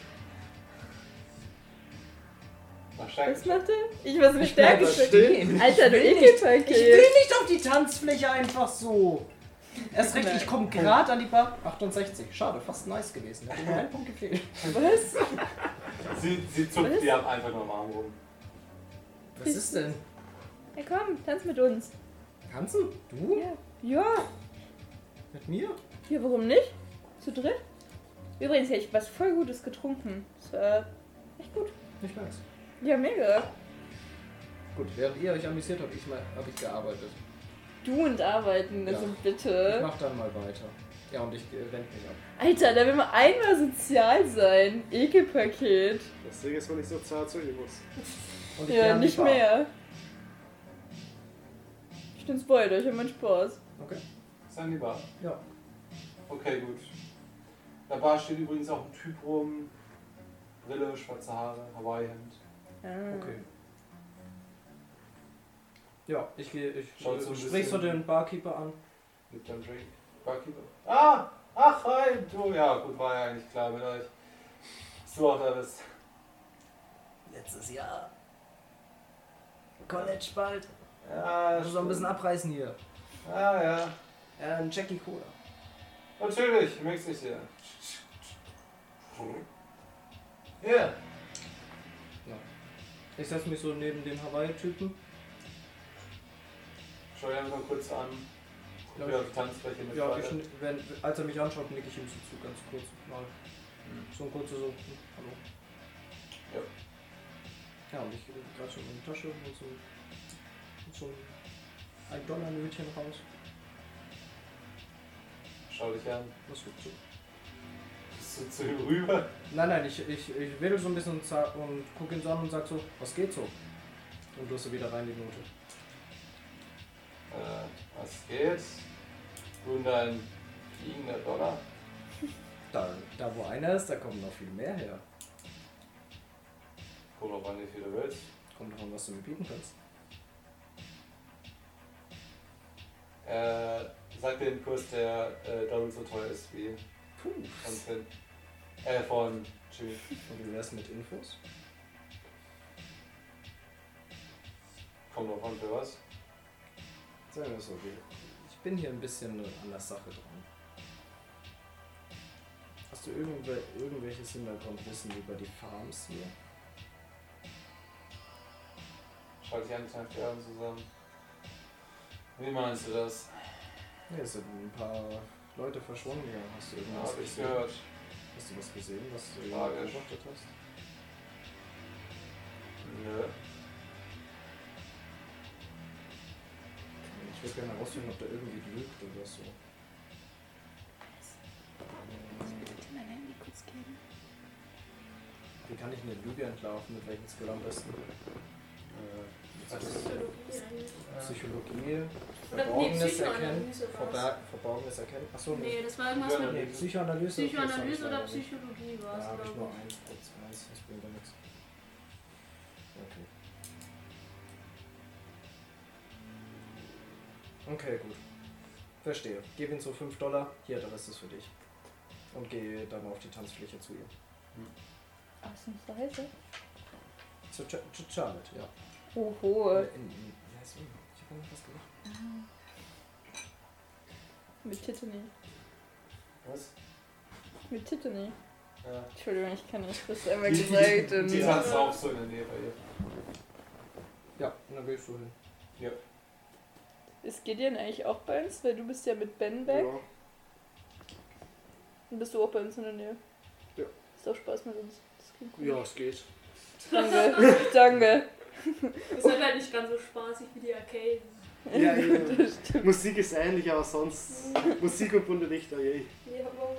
[SPEAKER 3] Nach
[SPEAKER 1] was
[SPEAKER 3] Stärke.
[SPEAKER 1] macht er? Ich war so eine
[SPEAKER 2] Ich bleib
[SPEAKER 1] Stärke.
[SPEAKER 2] da
[SPEAKER 1] für-
[SPEAKER 2] stehen.
[SPEAKER 1] Alter, du
[SPEAKER 2] Ich will
[SPEAKER 1] Ekelpaket.
[SPEAKER 2] nicht auf die Tanzfläche einfach so. Erst recht, ich komme gerade an die Bar. 68, schade, fast nice gewesen. Da hat mir ein Punkt gefehlt.
[SPEAKER 1] Was?
[SPEAKER 3] Sie, sie zupft die ab einfach nur am Arm rum.
[SPEAKER 2] Was ist denn?
[SPEAKER 1] Na komm, tanz mit uns.
[SPEAKER 2] Tanzen? Du?
[SPEAKER 1] Ja. Ja.
[SPEAKER 2] Mit mir?
[SPEAKER 1] Ja, warum nicht? Zu dritt? Übrigens hätte ich was voll Gutes getrunken. Das war echt gut.
[SPEAKER 2] Ich weiß.
[SPEAKER 1] Ja, mega.
[SPEAKER 2] Gut, während ihr euch amüsiert habt, ich mal, hab ich gearbeitet.
[SPEAKER 1] Du und arbeiten, also
[SPEAKER 2] Ja. Ich
[SPEAKER 1] bitte.
[SPEAKER 2] mach dann mal weiter. Ja, und ich äh, wende mich ab.
[SPEAKER 1] Alter, da will man einmal sozial sein. Ekelpaket.
[SPEAKER 5] Deswegen ist man nicht sozial zu Ibus.
[SPEAKER 2] Und ich geh
[SPEAKER 1] Ja,
[SPEAKER 2] an die
[SPEAKER 1] nicht
[SPEAKER 2] Bar.
[SPEAKER 1] mehr. Stimmt's bei euch, hat man Spaß.
[SPEAKER 3] Ist an die Bar.
[SPEAKER 2] Ja.
[SPEAKER 3] Okay, gut. Da Bar steht übrigens auch ein Typ rum. Brille, schwarze Haare, Hawaii-Hemd.
[SPEAKER 1] Ah.
[SPEAKER 2] Okay. Ja, ich gehe, ich äh,
[SPEAKER 3] Schaut so ein
[SPEAKER 2] sprich
[SPEAKER 3] bisschen-
[SPEAKER 2] so den Barkeeper an.
[SPEAKER 3] Mit dem Drake. Barkeeper. Ah! Ach, hi! Du, ja, gut, war ja eigentlich klar mit euch. Dass du auch da bist.
[SPEAKER 2] Letztes Jahr. College bald.
[SPEAKER 3] Ja,
[SPEAKER 2] Also so ein bisschen abreißen hier.
[SPEAKER 3] Ah, ja.
[SPEAKER 2] Äh, ein Jackie Cola.
[SPEAKER 3] Natürlich, mix ich dir. Hier.
[SPEAKER 2] Ich setze mich so neben den Hawaii-Typen.
[SPEAKER 3] Schau dir einfach kurz an. Guck dir auf die Tanzfläche mit
[SPEAKER 2] Ja,
[SPEAKER 3] weiter.
[SPEAKER 2] ich, schn- wenn, als er mich anschaut, nicke ich ihm so zu, ganz kurz. Mal. So ein kurzes so, hm, hallo.
[SPEAKER 3] Ja.
[SPEAKER 2] Ja, und ich äh, greife so in meine Tasche und so, und so ein Dollar-Nötchen raus.
[SPEAKER 3] Schau dich an.
[SPEAKER 2] Was gibt's so?
[SPEAKER 3] Bist du zu ihm rüber?
[SPEAKER 2] Nein, nein, ich, ich, ich wedel so ein bisschen und, sag- und gucke ihn so an und sag so, was geht so? Und du hast so wieder rein die Note.
[SPEAKER 3] Äh, was geht? Du und dein fliegender Dollar?
[SPEAKER 2] Da, da wo einer ist, da kommen noch viel mehr her.
[SPEAKER 3] Guck mal, wann wie viel du willst.
[SPEAKER 2] Kommt doch an, was du mir bieten kannst.
[SPEAKER 3] Äh, sag dir den Kurs, der äh, doppelt so teuer ist wie
[SPEAKER 2] Puh.
[SPEAKER 3] von Finn. Äh, von Jimmy.
[SPEAKER 2] Und wie wär's mit Infos?
[SPEAKER 3] Kommt drauf an, für was?
[SPEAKER 2] Sagen wir es so, wir- ich bin hier ein bisschen an der Sache dran. Hast du irgendwel irgendwelches Hintergrundwissen über die Farms hier?
[SPEAKER 3] Schau dich an, kneift die Augen zusammen. Wie meinst du das?
[SPEAKER 2] Ne, es sind ein paar Leute verschwunden gegangen. Hast du
[SPEAKER 3] Ja,
[SPEAKER 2] irgendwas
[SPEAKER 3] hab ich
[SPEAKER 2] gesehen?
[SPEAKER 3] gehört.
[SPEAKER 2] Hast du was gesehen, was du
[SPEAKER 3] Frage.
[SPEAKER 2] beobachtet hast?
[SPEAKER 3] Nö.
[SPEAKER 2] Ich würde gerne herausfinden, ob da irgendwie lügt oder so. Ähm, Wie kann ich eine Lüge entlarven? Mit welchem Skill am besten? Äh,
[SPEAKER 3] Das-
[SPEAKER 2] Psychologie,
[SPEAKER 4] Oder- nee,
[SPEAKER 2] Verborgenes erkennen.
[SPEAKER 4] Psychoanalyse war's.
[SPEAKER 2] Verber Verborgenes erkennen. Achso,
[SPEAKER 4] Nee, das war irgendwas mit
[SPEAKER 2] Nee, Psychoanalyse. das hab ich
[SPEAKER 4] Psychoanalyse oder
[SPEAKER 2] leider nicht.
[SPEAKER 4] Psychologie war
[SPEAKER 2] Ja,
[SPEAKER 4] es,
[SPEAKER 2] habe ich nur
[SPEAKER 4] glaube
[SPEAKER 2] eins, kurz eins, das bringt ja nichts. Okay. Okay, gut. Verstehe. Gib ihm so 5 Dollar. Hier, der Rest ist für dich. Und geh dann auf die Tanzfläche zu ihr.
[SPEAKER 1] Ausnahmsweise.
[SPEAKER 2] Zu, Ch zu Charlotte, ja.
[SPEAKER 1] Oho.
[SPEAKER 2] In, in, wie heißt sie? Ich habe noch was gemacht.
[SPEAKER 1] Mit Tiffany.
[SPEAKER 3] Was?
[SPEAKER 1] Mit Tiffany.
[SPEAKER 3] Ja.
[SPEAKER 1] Entschuldigung, ich kann nicht. Das einmal
[SPEAKER 3] Die- die-
[SPEAKER 1] gesagt.
[SPEAKER 3] Die
[SPEAKER 1] Und
[SPEAKER 3] tanzt auch so in der Nähe bei ihr.
[SPEAKER 2] Ja, und dann geh ich so hin.
[SPEAKER 1] es geht dir denn eigentlich auch bei uns, weil du bist ja mit Ben weg.
[SPEAKER 5] Ja.
[SPEAKER 1] Dann bist du auch bei uns in der Nähe.
[SPEAKER 5] Ja.
[SPEAKER 1] Ist auch Spaß mit uns. Das klingt gut.
[SPEAKER 5] ja, es geht.
[SPEAKER 1] Danke. Danke.
[SPEAKER 4] ich. Ist halt nicht ganz so spaßig wie die Arcade.
[SPEAKER 5] Ja, ja.
[SPEAKER 1] Das stimmt.
[SPEAKER 5] Musik ist ähnlich, aber
[SPEAKER 1] (laughs)
[SPEAKER 5] sonst. Musik und bunte Lichter, yay.
[SPEAKER 4] Ja, aber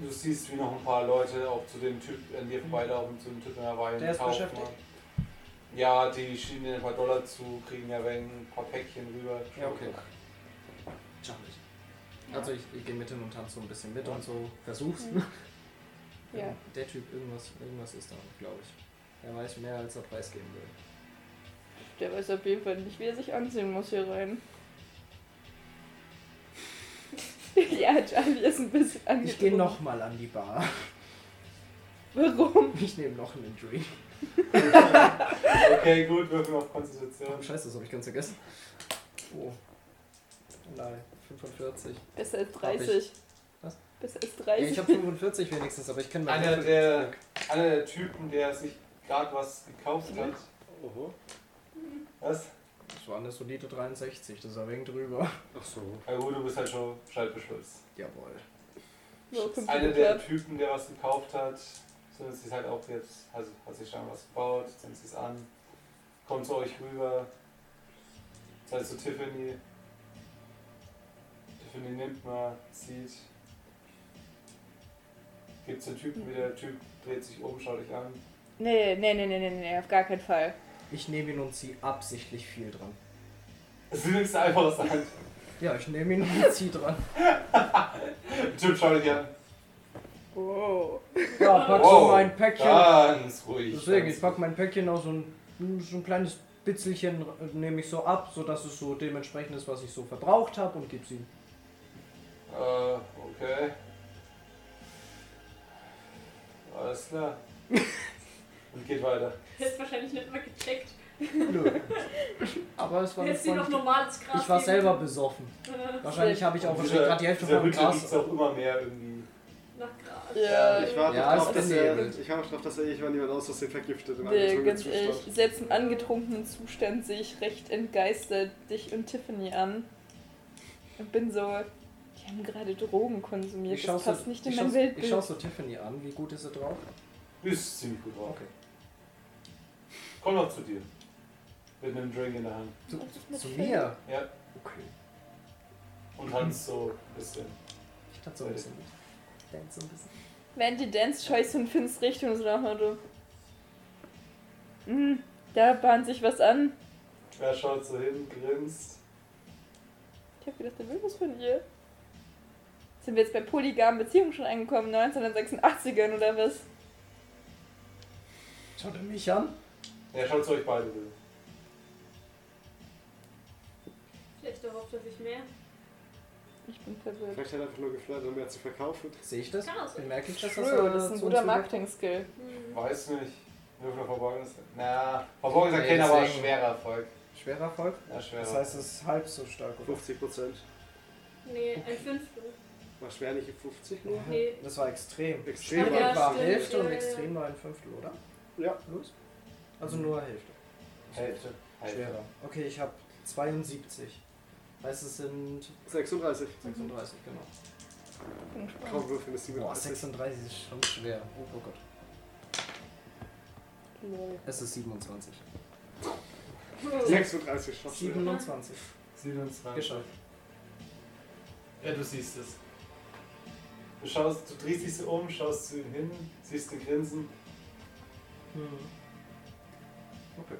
[SPEAKER 3] Du siehst, wie noch ein paar Leute auch zu dem Typ an dir vorbeilaufen, zu dem Typ in Hawaii.
[SPEAKER 2] Der ist
[SPEAKER 3] kaufen.
[SPEAKER 2] beschäftigt.
[SPEAKER 3] Ja, die schieben dir ein paar Dollar zu, kriegen ja wenn ein paar Päckchen rüber.
[SPEAKER 2] Ja, okay. Charlotte. Also ich, ich gehe mit hin und tanze so ein bisschen mit und so. Versuch's.
[SPEAKER 1] (laughs) Mhm.
[SPEAKER 2] (laughs)
[SPEAKER 1] Ja.
[SPEAKER 2] Der Typ, irgendwas, irgendwas ist da, glaube ich. Er weiß mehr, als er preisgeben will.
[SPEAKER 1] Der weiß auf jeden Fall nicht, wie er sich anziehen muss hier rein. (laughs) ja, Charlie ist ein bisschen angetrunken.
[SPEAKER 2] Ich gehe nochmal an die Bar. (laughs)
[SPEAKER 1] Warum?
[SPEAKER 2] Ich nehme noch einen Drink.
[SPEAKER 7] Okay, gut, würfel auf Konstitution.
[SPEAKER 2] Oh, scheiße, das habe ich ganz vergessen. Oh. Nein, 45.
[SPEAKER 1] Besser als
[SPEAKER 2] Hab ich.
[SPEAKER 1] 30.
[SPEAKER 2] Was?
[SPEAKER 1] Besser als
[SPEAKER 2] Ja,
[SPEAKER 1] 30.
[SPEAKER 2] ich habe 45 wenigstens, aber ich kann meinen
[SPEAKER 7] Einer
[SPEAKER 2] Würfel-
[SPEAKER 7] der, einer der Typen, der sich gerade was gekauft
[SPEAKER 2] Hm?
[SPEAKER 7] hat.
[SPEAKER 5] Oho.
[SPEAKER 7] Was?
[SPEAKER 2] Das war eine solide 63, das ist ein wenig drüber. (laughs)
[SPEAKER 5] Ach so.
[SPEAKER 7] Na gut, du bist halt schon Bescheid beschulzt.
[SPEAKER 2] Jawohl.
[SPEAKER 1] so, kommt
[SPEAKER 7] Einer
[SPEAKER 1] die
[SPEAKER 7] der
[SPEAKER 1] Club.
[SPEAKER 7] Typen, der was gekauft hat, zündet sich halt auch jetzt, also hat sich schon was gebaut, zündet sich's an, kommt zu euch rüber, seid zu Tiffany. Tiffany nimmt mal, zieht, gibt den Typen wieder, der Typ dreht sich um, schaut euch an. (laughs)
[SPEAKER 1] Nee, nee, nee, nee, nee, nee, auf gar keinen Fall.
[SPEAKER 2] Ich nehme ihn und ziehe absichtlich viel dran.
[SPEAKER 7] Das ist nichts einfaches an.
[SPEAKER 2] Ja, ich nehme ihn und ziehe dran.
[SPEAKER 7] Der Typ schaut euch an.
[SPEAKER 1] Wow.
[SPEAKER 2] (laughs) Ja, pack
[SPEAKER 7] Wow.
[SPEAKER 2] so mein Päckchen.
[SPEAKER 7] Ganz ruhig.
[SPEAKER 2] Deswegen,
[SPEAKER 7] ganz
[SPEAKER 2] ich pack mein Päckchen aus und so ein kleines Bitzelchen äh, nehme ich so ab, sodass es so dementsprechend ist, was ich so verbraucht habe und gib's ihm.
[SPEAKER 7] Äh, okay.
[SPEAKER 2] (laughs)
[SPEAKER 7] Alles klar. Und geht weiter.
[SPEAKER 4] Hättest wahrscheinlich nicht mal gecheckt.
[SPEAKER 2] Nö. (laughs) Aber es war eine
[SPEAKER 4] Hättest du noch
[SPEAKER 2] freundliche...
[SPEAKER 4] normales Gras.
[SPEAKER 2] Ich war
[SPEAKER 4] gegeben.
[SPEAKER 2] selber besoffen.
[SPEAKER 4] Äh,
[SPEAKER 2] Wahrscheinlich habe ich auch
[SPEAKER 7] Und
[SPEAKER 2] wahrscheinlich gerade die Hälfte
[SPEAKER 7] dieser
[SPEAKER 2] von dem
[SPEAKER 7] Hütte liegt's
[SPEAKER 2] Gras.
[SPEAKER 7] auch immer mehr irgendwie.
[SPEAKER 4] Nach Gras.
[SPEAKER 1] Ja,
[SPEAKER 5] Ich warte
[SPEAKER 2] Ja,
[SPEAKER 5] drauf,
[SPEAKER 2] ist
[SPEAKER 5] dass er,
[SPEAKER 2] unnebelnd.
[SPEAKER 5] ich warte drauf, dass er irgendwann jemand aus Versehen vergiftet im
[SPEAKER 1] Nee,
[SPEAKER 5] angezogenen
[SPEAKER 1] ganz ehrlich,
[SPEAKER 5] Zustand.
[SPEAKER 1] selbst im angetrunkenen Zustand sehe ich recht entgeistert dich und Tiffany an. Und bin so, die haben gerade Drogen konsumiert,
[SPEAKER 2] Ich schaue
[SPEAKER 1] das
[SPEAKER 2] so,
[SPEAKER 1] passt nicht in
[SPEAKER 2] ich
[SPEAKER 1] mein
[SPEAKER 2] schau's- ich schau's
[SPEAKER 1] Weltbild.
[SPEAKER 2] so Tiffany an. Wie gut ist sie drauf?
[SPEAKER 7] Ist ziemlich gut drauf.
[SPEAKER 2] Okay.
[SPEAKER 7] Komm noch zu dir. Mit einem Drink in der Hand.
[SPEAKER 2] Zu,
[SPEAKER 1] Das ist
[SPEAKER 2] zu
[SPEAKER 1] nicht
[SPEAKER 2] mir?
[SPEAKER 7] Ja.
[SPEAKER 2] Okay.
[SPEAKER 7] Und Hans so ein bisschen.
[SPEAKER 2] Ich tat so ein bisschen mit. Dance so ein bisschen.
[SPEAKER 1] Während die Dance scheiße und Finns Richtung so nach dem Motto. "Hm, da bahnt sich was an.
[SPEAKER 7] Er schaut so hin, grinst.
[SPEAKER 1] Ich hab gedacht, der will was von ihr. Sind wir jetzt bei polygamen Beziehungen schon angekommen, 1986ern oder was?
[SPEAKER 2] Schaut er mich an?
[SPEAKER 7] Er schaut zu euch beide hin.
[SPEAKER 4] Vielleicht erhofft er sich mehr.
[SPEAKER 1] Ich bin verwirrt.
[SPEAKER 5] Vielleicht hat er einfach nur geflirtet, um mehr zu verkaufen.
[SPEAKER 2] Sehe ich das?
[SPEAKER 4] Kann auch sein.
[SPEAKER 2] Merke ich das? dass
[SPEAKER 1] True,
[SPEAKER 2] er
[SPEAKER 1] das ist ein
[SPEAKER 2] zu uns
[SPEAKER 1] guter
[SPEAKER 2] rüber-
[SPEAKER 1] Marketing-Skill.
[SPEAKER 4] Hm.
[SPEAKER 7] Weiß nicht. Würfel auf Verborgenes. Na, Verborgenes erkennen,
[SPEAKER 2] Nee,
[SPEAKER 7] aber ein
[SPEAKER 2] deswegen-
[SPEAKER 7] schwerer Erfolg.
[SPEAKER 2] Schwerer Erfolg?
[SPEAKER 7] Ja, schwerer.
[SPEAKER 2] Das heißt, es ist halb so stark, oder?
[SPEAKER 5] 50 Prozent.
[SPEAKER 4] Nee, ein Fünftel.
[SPEAKER 5] War schwer nicht in 50 nur?
[SPEAKER 4] Nee.
[SPEAKER 2] Das war extrem.
[SPEAKER 4] Ja,
[SPEAKER 5] Extrem weit.
[SPEAKER 2] war
[SPEAKER 4] stimmt,
[SPEAKER 2] Hälfte
[SPEAKER 4] ja,
[SPEAKER 2] und
[SPEAKER 4] ja.
[SPEAKER 2] extrem war ein Fünftel, oder?
[SPEAKER 5] Ja.
[SPEAKER 2] Los? Also nur Hälfte.
[SPEAKER 7] Hälfte. Hälfte.
[SPEAKER 2] Schwerer. Okay, ich habe 72. Heißt, es sind
[SPEAKER 5] 36.
[SPEAKER 2] 36, genau.
[SPEAKER 1] Bin
[SPEAKER 5] Kaum
[SPEAKER 1] gespannt.
[SPEAKER 5] Würfel mit 37.
[SPEAKER 2] 36 ist schon schwer. Oh, oh Gott.
[SPEAKER 1] Lol.
[SPEAKER 2] Es ist 27.
[SPEAKER 5] 36 schafft er.
[SPEAKER 2] 27.
[SPEAKER 7] 27.
[SPEAKER 2] Geschafft.
[SPEAKER 13] Ja, du siehst es.
[SPEAKER 7] Du schaust, du drehst dich so um, schaust zu ihm hin, siehst ihn grinsen.
[SPEAKER 2] Hm. Okay.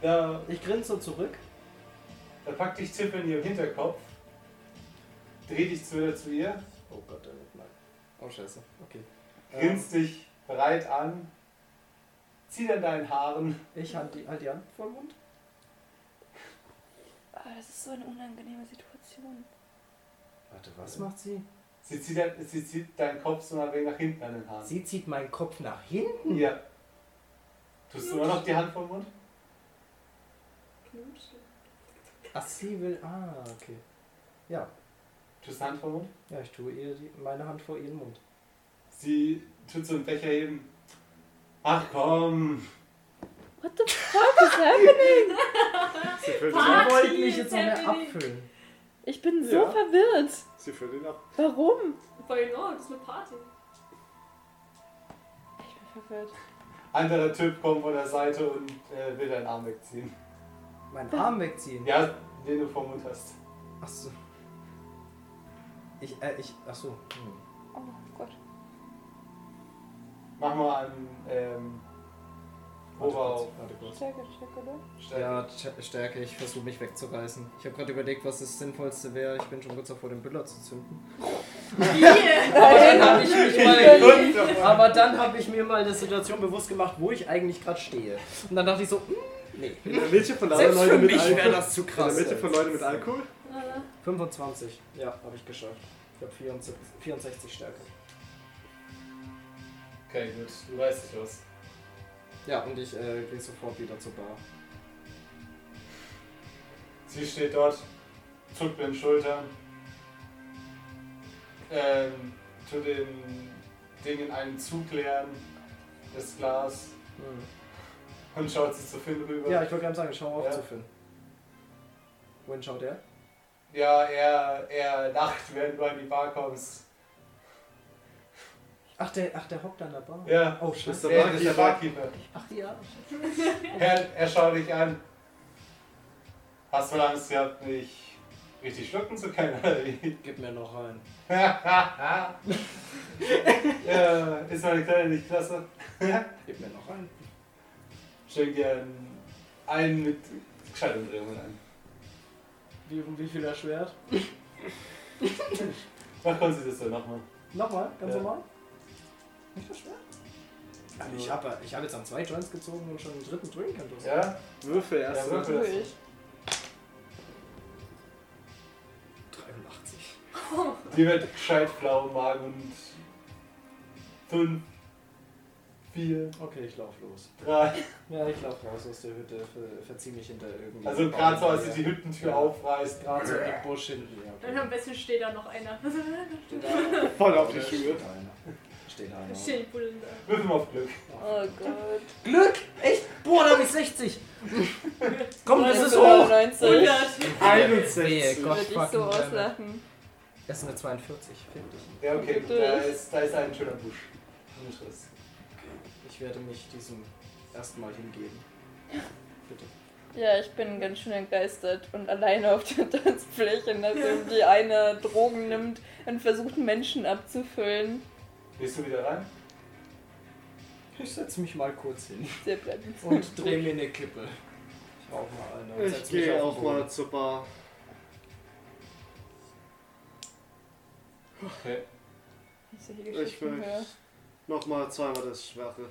[SPEAKER 7] Da,
[SPEAKER 2] Ich grinse zurück.
[SPEAKER 7] da packt dich Tiffany im Hinterkopf, dreh dich zu- wieder zu ihr,
[SPEAKER 2] Oh Gott, der wird mal. Oh, scheiße. Okay.
[SPEAKER 7] grinst dich bereit an, zieht an deinen Haaren.
[SPEAKER 2] Ich halt die, halt die Hand vor den Mund.
[SPEAKER 1] Ah, das ist so eine unangenehme Situation.
[SPEAKER 2] Warte, was macht sie?
[SPEAKER 7] Sie zieht, dein- sie zieht deinen Kopf so ein wenig nach hinten an den Haaren.
[SPEAKER 2] Sie zieht meinen Kopf nach hinten.
[SPEAKER 7] Ja. Tust du immer noch die Hand vom Mund?
[SPEAKER 4] Knutschen.
[SPEAKER 2] Ach, sie will. Ah, okay. Ja.
[SPEAKER 7] Tust du die Hand vom Mund?
[SPEAKER 2] Ja, ich tue ihr die, meine Hand vor ihren Mund.
[SPEAKER 7] Sie tut so einen Becher heben. Ach komm,
[SPEAKER 1] What the fuck is happening?
[SPEAKER 5] Sie füllt ihn ab.
[SPEAKER 4] Party
[SPEAKER 2] Sie wollte mich jetzt noch
[SPEAKER 4] ist
[SPEAKER 2] mehr
[SPEAKER 4] happening.
[SPEAKER 2] abfüllen.
[SPEAKER 1] Ich bin so
[SPEAKER 5] Ja.
[SPEAKER 1] verwirrt.
[SPEAKER 5] Sie füllt ihn ab.
[SPEAKER 1] Warum?
[SPEAKER 4] Voll in Ordnung, das ist eine Party.
[SPEAKER 1] Ich bin verwirrt.
[SPEAKER 7] anderer Typ kommt von der Seite und äh, will deinen Arm wegziehen.
[SPEAKER 2] Meinen Arm wegziehen.
[SPEAKER 7] Ja, den du vom Mund hast.
[SPEAKER 2] Ach so. Ich, äh, ich, ach so. Hm.
[SPEAKER 1] Oh Gott.
[SPEAKER 7] Mach mal einen ähm, Oberau.
[SPEAKER 2] Warte kurz.
[SPEAKER 1] Stärke, check, oder?
[SPEAKER 7] Stärke.
[SPEAKER 2] Ja, Ch- Stärke, ich versuche mich wegzureißen. Ich habe gerade überlegt, was das Sinnvollste wäre. Ich bin schon kurz davor, den Büller zu zünden. Aber dann habe ich, mich mal- aber dann hab ich mir mal eine Situation bewusst gemacht, wo ich eigentlich gerade stehe. Und dann dachte ich so, hm, Nee.
[SPEAKER 5] In der Mitte von lauter
[SPEAKER 2] Selbst für
[SPEAKER 5] Leuten mit
[SPEAKER 2] mich wäre
[SPEAKER 5] Alkohol.
[SPEAKER 2] das zu
[SPEAKER 5] In der
[SPEAKER 2] krass.
[SPEAKER 5] Mitte von
[SPEAKER 2] ey.
[SPEAKER 5] Leuten mit Alkohol?
[SPEAKER 4] Äh,
[SPEAKER 2] 25. Ja, habe ich geschafft. Ich habe 64, 64 Stärke.
[SPEAKER 7] Okay, gut. Du reißt dich aus.
[SPEAKER 2] Ja, und ich äh, gehe sofort wieder zur Bar.
[SPEAKER 7] Sie steht dort, zuckt mit den Schultern, ähm, tut den Ding in einen Zug leeren, das Glas, und schaut sich zu Finn rüber.
[SPEAKER 2] Hm. Ja, ich wollte gerade sagen, schau auf
[SPEAKER 7] Ja.
[SPEAKER 2] zu Finn. Wohin schaut er?
[SPEAKER 7] Ja, er, er lacht, während du an die Bar kommst.
[SPEAKER 2] Ach, der, ach, der hockt an der Bar.
[SPEAKER 7] Ja,
[SPEAKER 2] Oh,
[SPEAKER 5] Das ist
[SPEAKER 2] scheiße.
[SPEAKER 5] der
[SPEAKER 7] er ist der
[SPEAKER 5] Barkeeper.
[SPEAKER 7] Barkeeper.
[SPEAKER 2] Ach ja.
[SPEAKER 7] Er, er schaut dich an. Hast du Angst gehabt, mich richtig schlucken zu können, oder wie?
[SPEAKER 2] Gib mir noch einen.
[SPEAKER 7] (laughs) ja, ist meine Kleine nicht klasse?
[SPEAKER 2] Gib mir noch einen.
[SPEAKER 7] Stell dir einen- einen mit Gescheitumdrehungen an.
[SPEAKER 2] Wie, um wie viel erschwert?
[SPEAKER 7] Mach kurz das so nochmal.
[SPEAKER 2] Nochmal, ganz
[SPEAKER 7] Ja.
[SPEAKER 2] normal. Nicht erschwert? Also ich habe ich hab jetzt an zwei Joints gezogen und schon den dritten drücken kann. du.
[SPEAKER 7] Ja?
[SPEAKER 5] Würfel
[SPEAKER 7] Ja,
[SPEAKER 5] erst.
[SPEAKER 7] würfel das.
[SPEAKER 2] 83.
[SPEAKER 7] Die wird gescheit blau im Magen und. 5, 4,
[SPEAKER 2] Okay, ich lauf los.
[SPEAKER 7] 3.
[SPEAKER 2] Ja, ich lauf raus aus der Hütte, ver, verzieh mich hinter irgendwie.
[SPEAKER 7] Also, gerade so, als du die Hüttentür
[SPEAKER 2] Ja.
[SPEAKER 7] aufreißt.
[SPEAKER 2] Gerade so im Busch hinten. Ja,
[SPEAKER 4] Dann am besten steht da noch einer. (laughs)
[SPEAKER 5] Voll auf die Schuhe.
[SPEAKER 2] Steht einer. Steht einer.
[SPEAKER 4] Steht die Bullen da.
[SPEAKER 7] Würfel mal auf Glück.
[SPEAKER 1] Oh Gott.
[SPEAKER 2] Glück! Echt? Boah, da hab ich 60! Komm, das ist hoch!
[SPEAKER 1] 19.
[SPEAKER 5] 61.
[SPEAKER 2] Gott,
[SPEAKER 1] Würde ich
[SPEAKER 2] fucking
[SPEAKER 1] so
[SPEAKER 2] damn it.
[SPEAKER 4] ne?
[SPEAKER 1] auslachen.
[SPEAKER 2] Das ist eine 42, finde ich.
[SPEAKER 7] Ja, okay.
[SPEAKER 1] Durch.
[SPEAKER 7] Da ist, da ist ein schöner Busch. Ein Schuss.
[SPEAKER 2] Ich werde mich diesem ersten Mal hingeben. Bitte.
[SPEAKER 1] Ja, ich bin ganz schön entgeistert und alleine auf der (laughs) Tanzfläche, nachdem die eine Drogen nimmt und versucht, Menschen abzufüllen.
[SPEAKER 7] Gehst du wieder rein?
[SPEAKER 2] Ich setze mich mal kurz hin
[SPEAKER 1] Sehr bleiben.
[SPEAKER 2] und drehe mir eine Kippe. Ich rauche mal eine und
[SPEAKER 5] Ich
[SPEAKER 2] setz mich
[SPEAKER 5] gehe
[SPEAKER 2] auf
[SPEAKER 5] auch
[SPEAKER 2] den Boden.
[SPEAKER 5] mal zur Bar.
[SPEAKER 7] Okay.
[SPEAKER 5] Ich will nochmal zweimal das Schwache.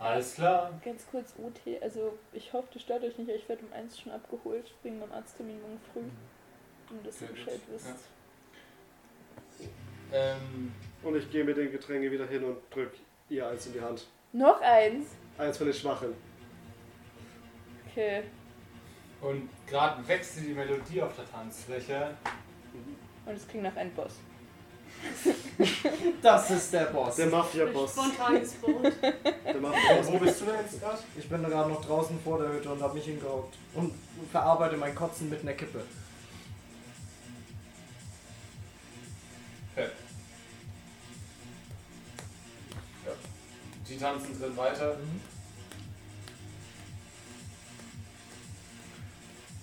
[SPEAKER 7] Alles klar.
[SPEAKER 1] Ganz kurz, OT, also ich hoffe, das stört euch nicht, aber ich werde um eins schon abgeholt, wegen meinem Arzttermin morgen früh. Und dass ihr
[SPEAKER 7] Mhm. Sehr gut,
[SPEAKER 1] Bescheid
[SPEAKER 7] ja.
[SPEAKER 1] wisst.
[SPEAKER 7] Ähm,
[SPEAKER 5] Und ich gehe mit den Getränken wieder hin und drück ihr eins in die Hand.
[SPEAKER 1] Noch eins?
[SPEAKER 5] Eins von den Schwachen.
[SPEAKER 1] Okay.
[SPEAKER 7] und gerade wechselt die Melodie auf der Tanzfläche.
[SPEAKER 1] Und es klingt nach einem Boss.
[SPEAKER 2] Das ist der Boss.
[SPEAKER 5] Der Mafia-Boss.
[SPEAKER 4] Spontan gespawnt.
[SPEAKER 5] Der Mafia-Boss.
[SPEAKER 7] Wo bist du denn jetzt gerade?
[SPEAKER 2] Ich bin gerade noch draußen vor der Hütte und habe mich hingehockt. Und verarbeite mein Kotzen mit einer Kippe.
[SPEAKER 7] Okay. Ja. Die tanzen drin weiter.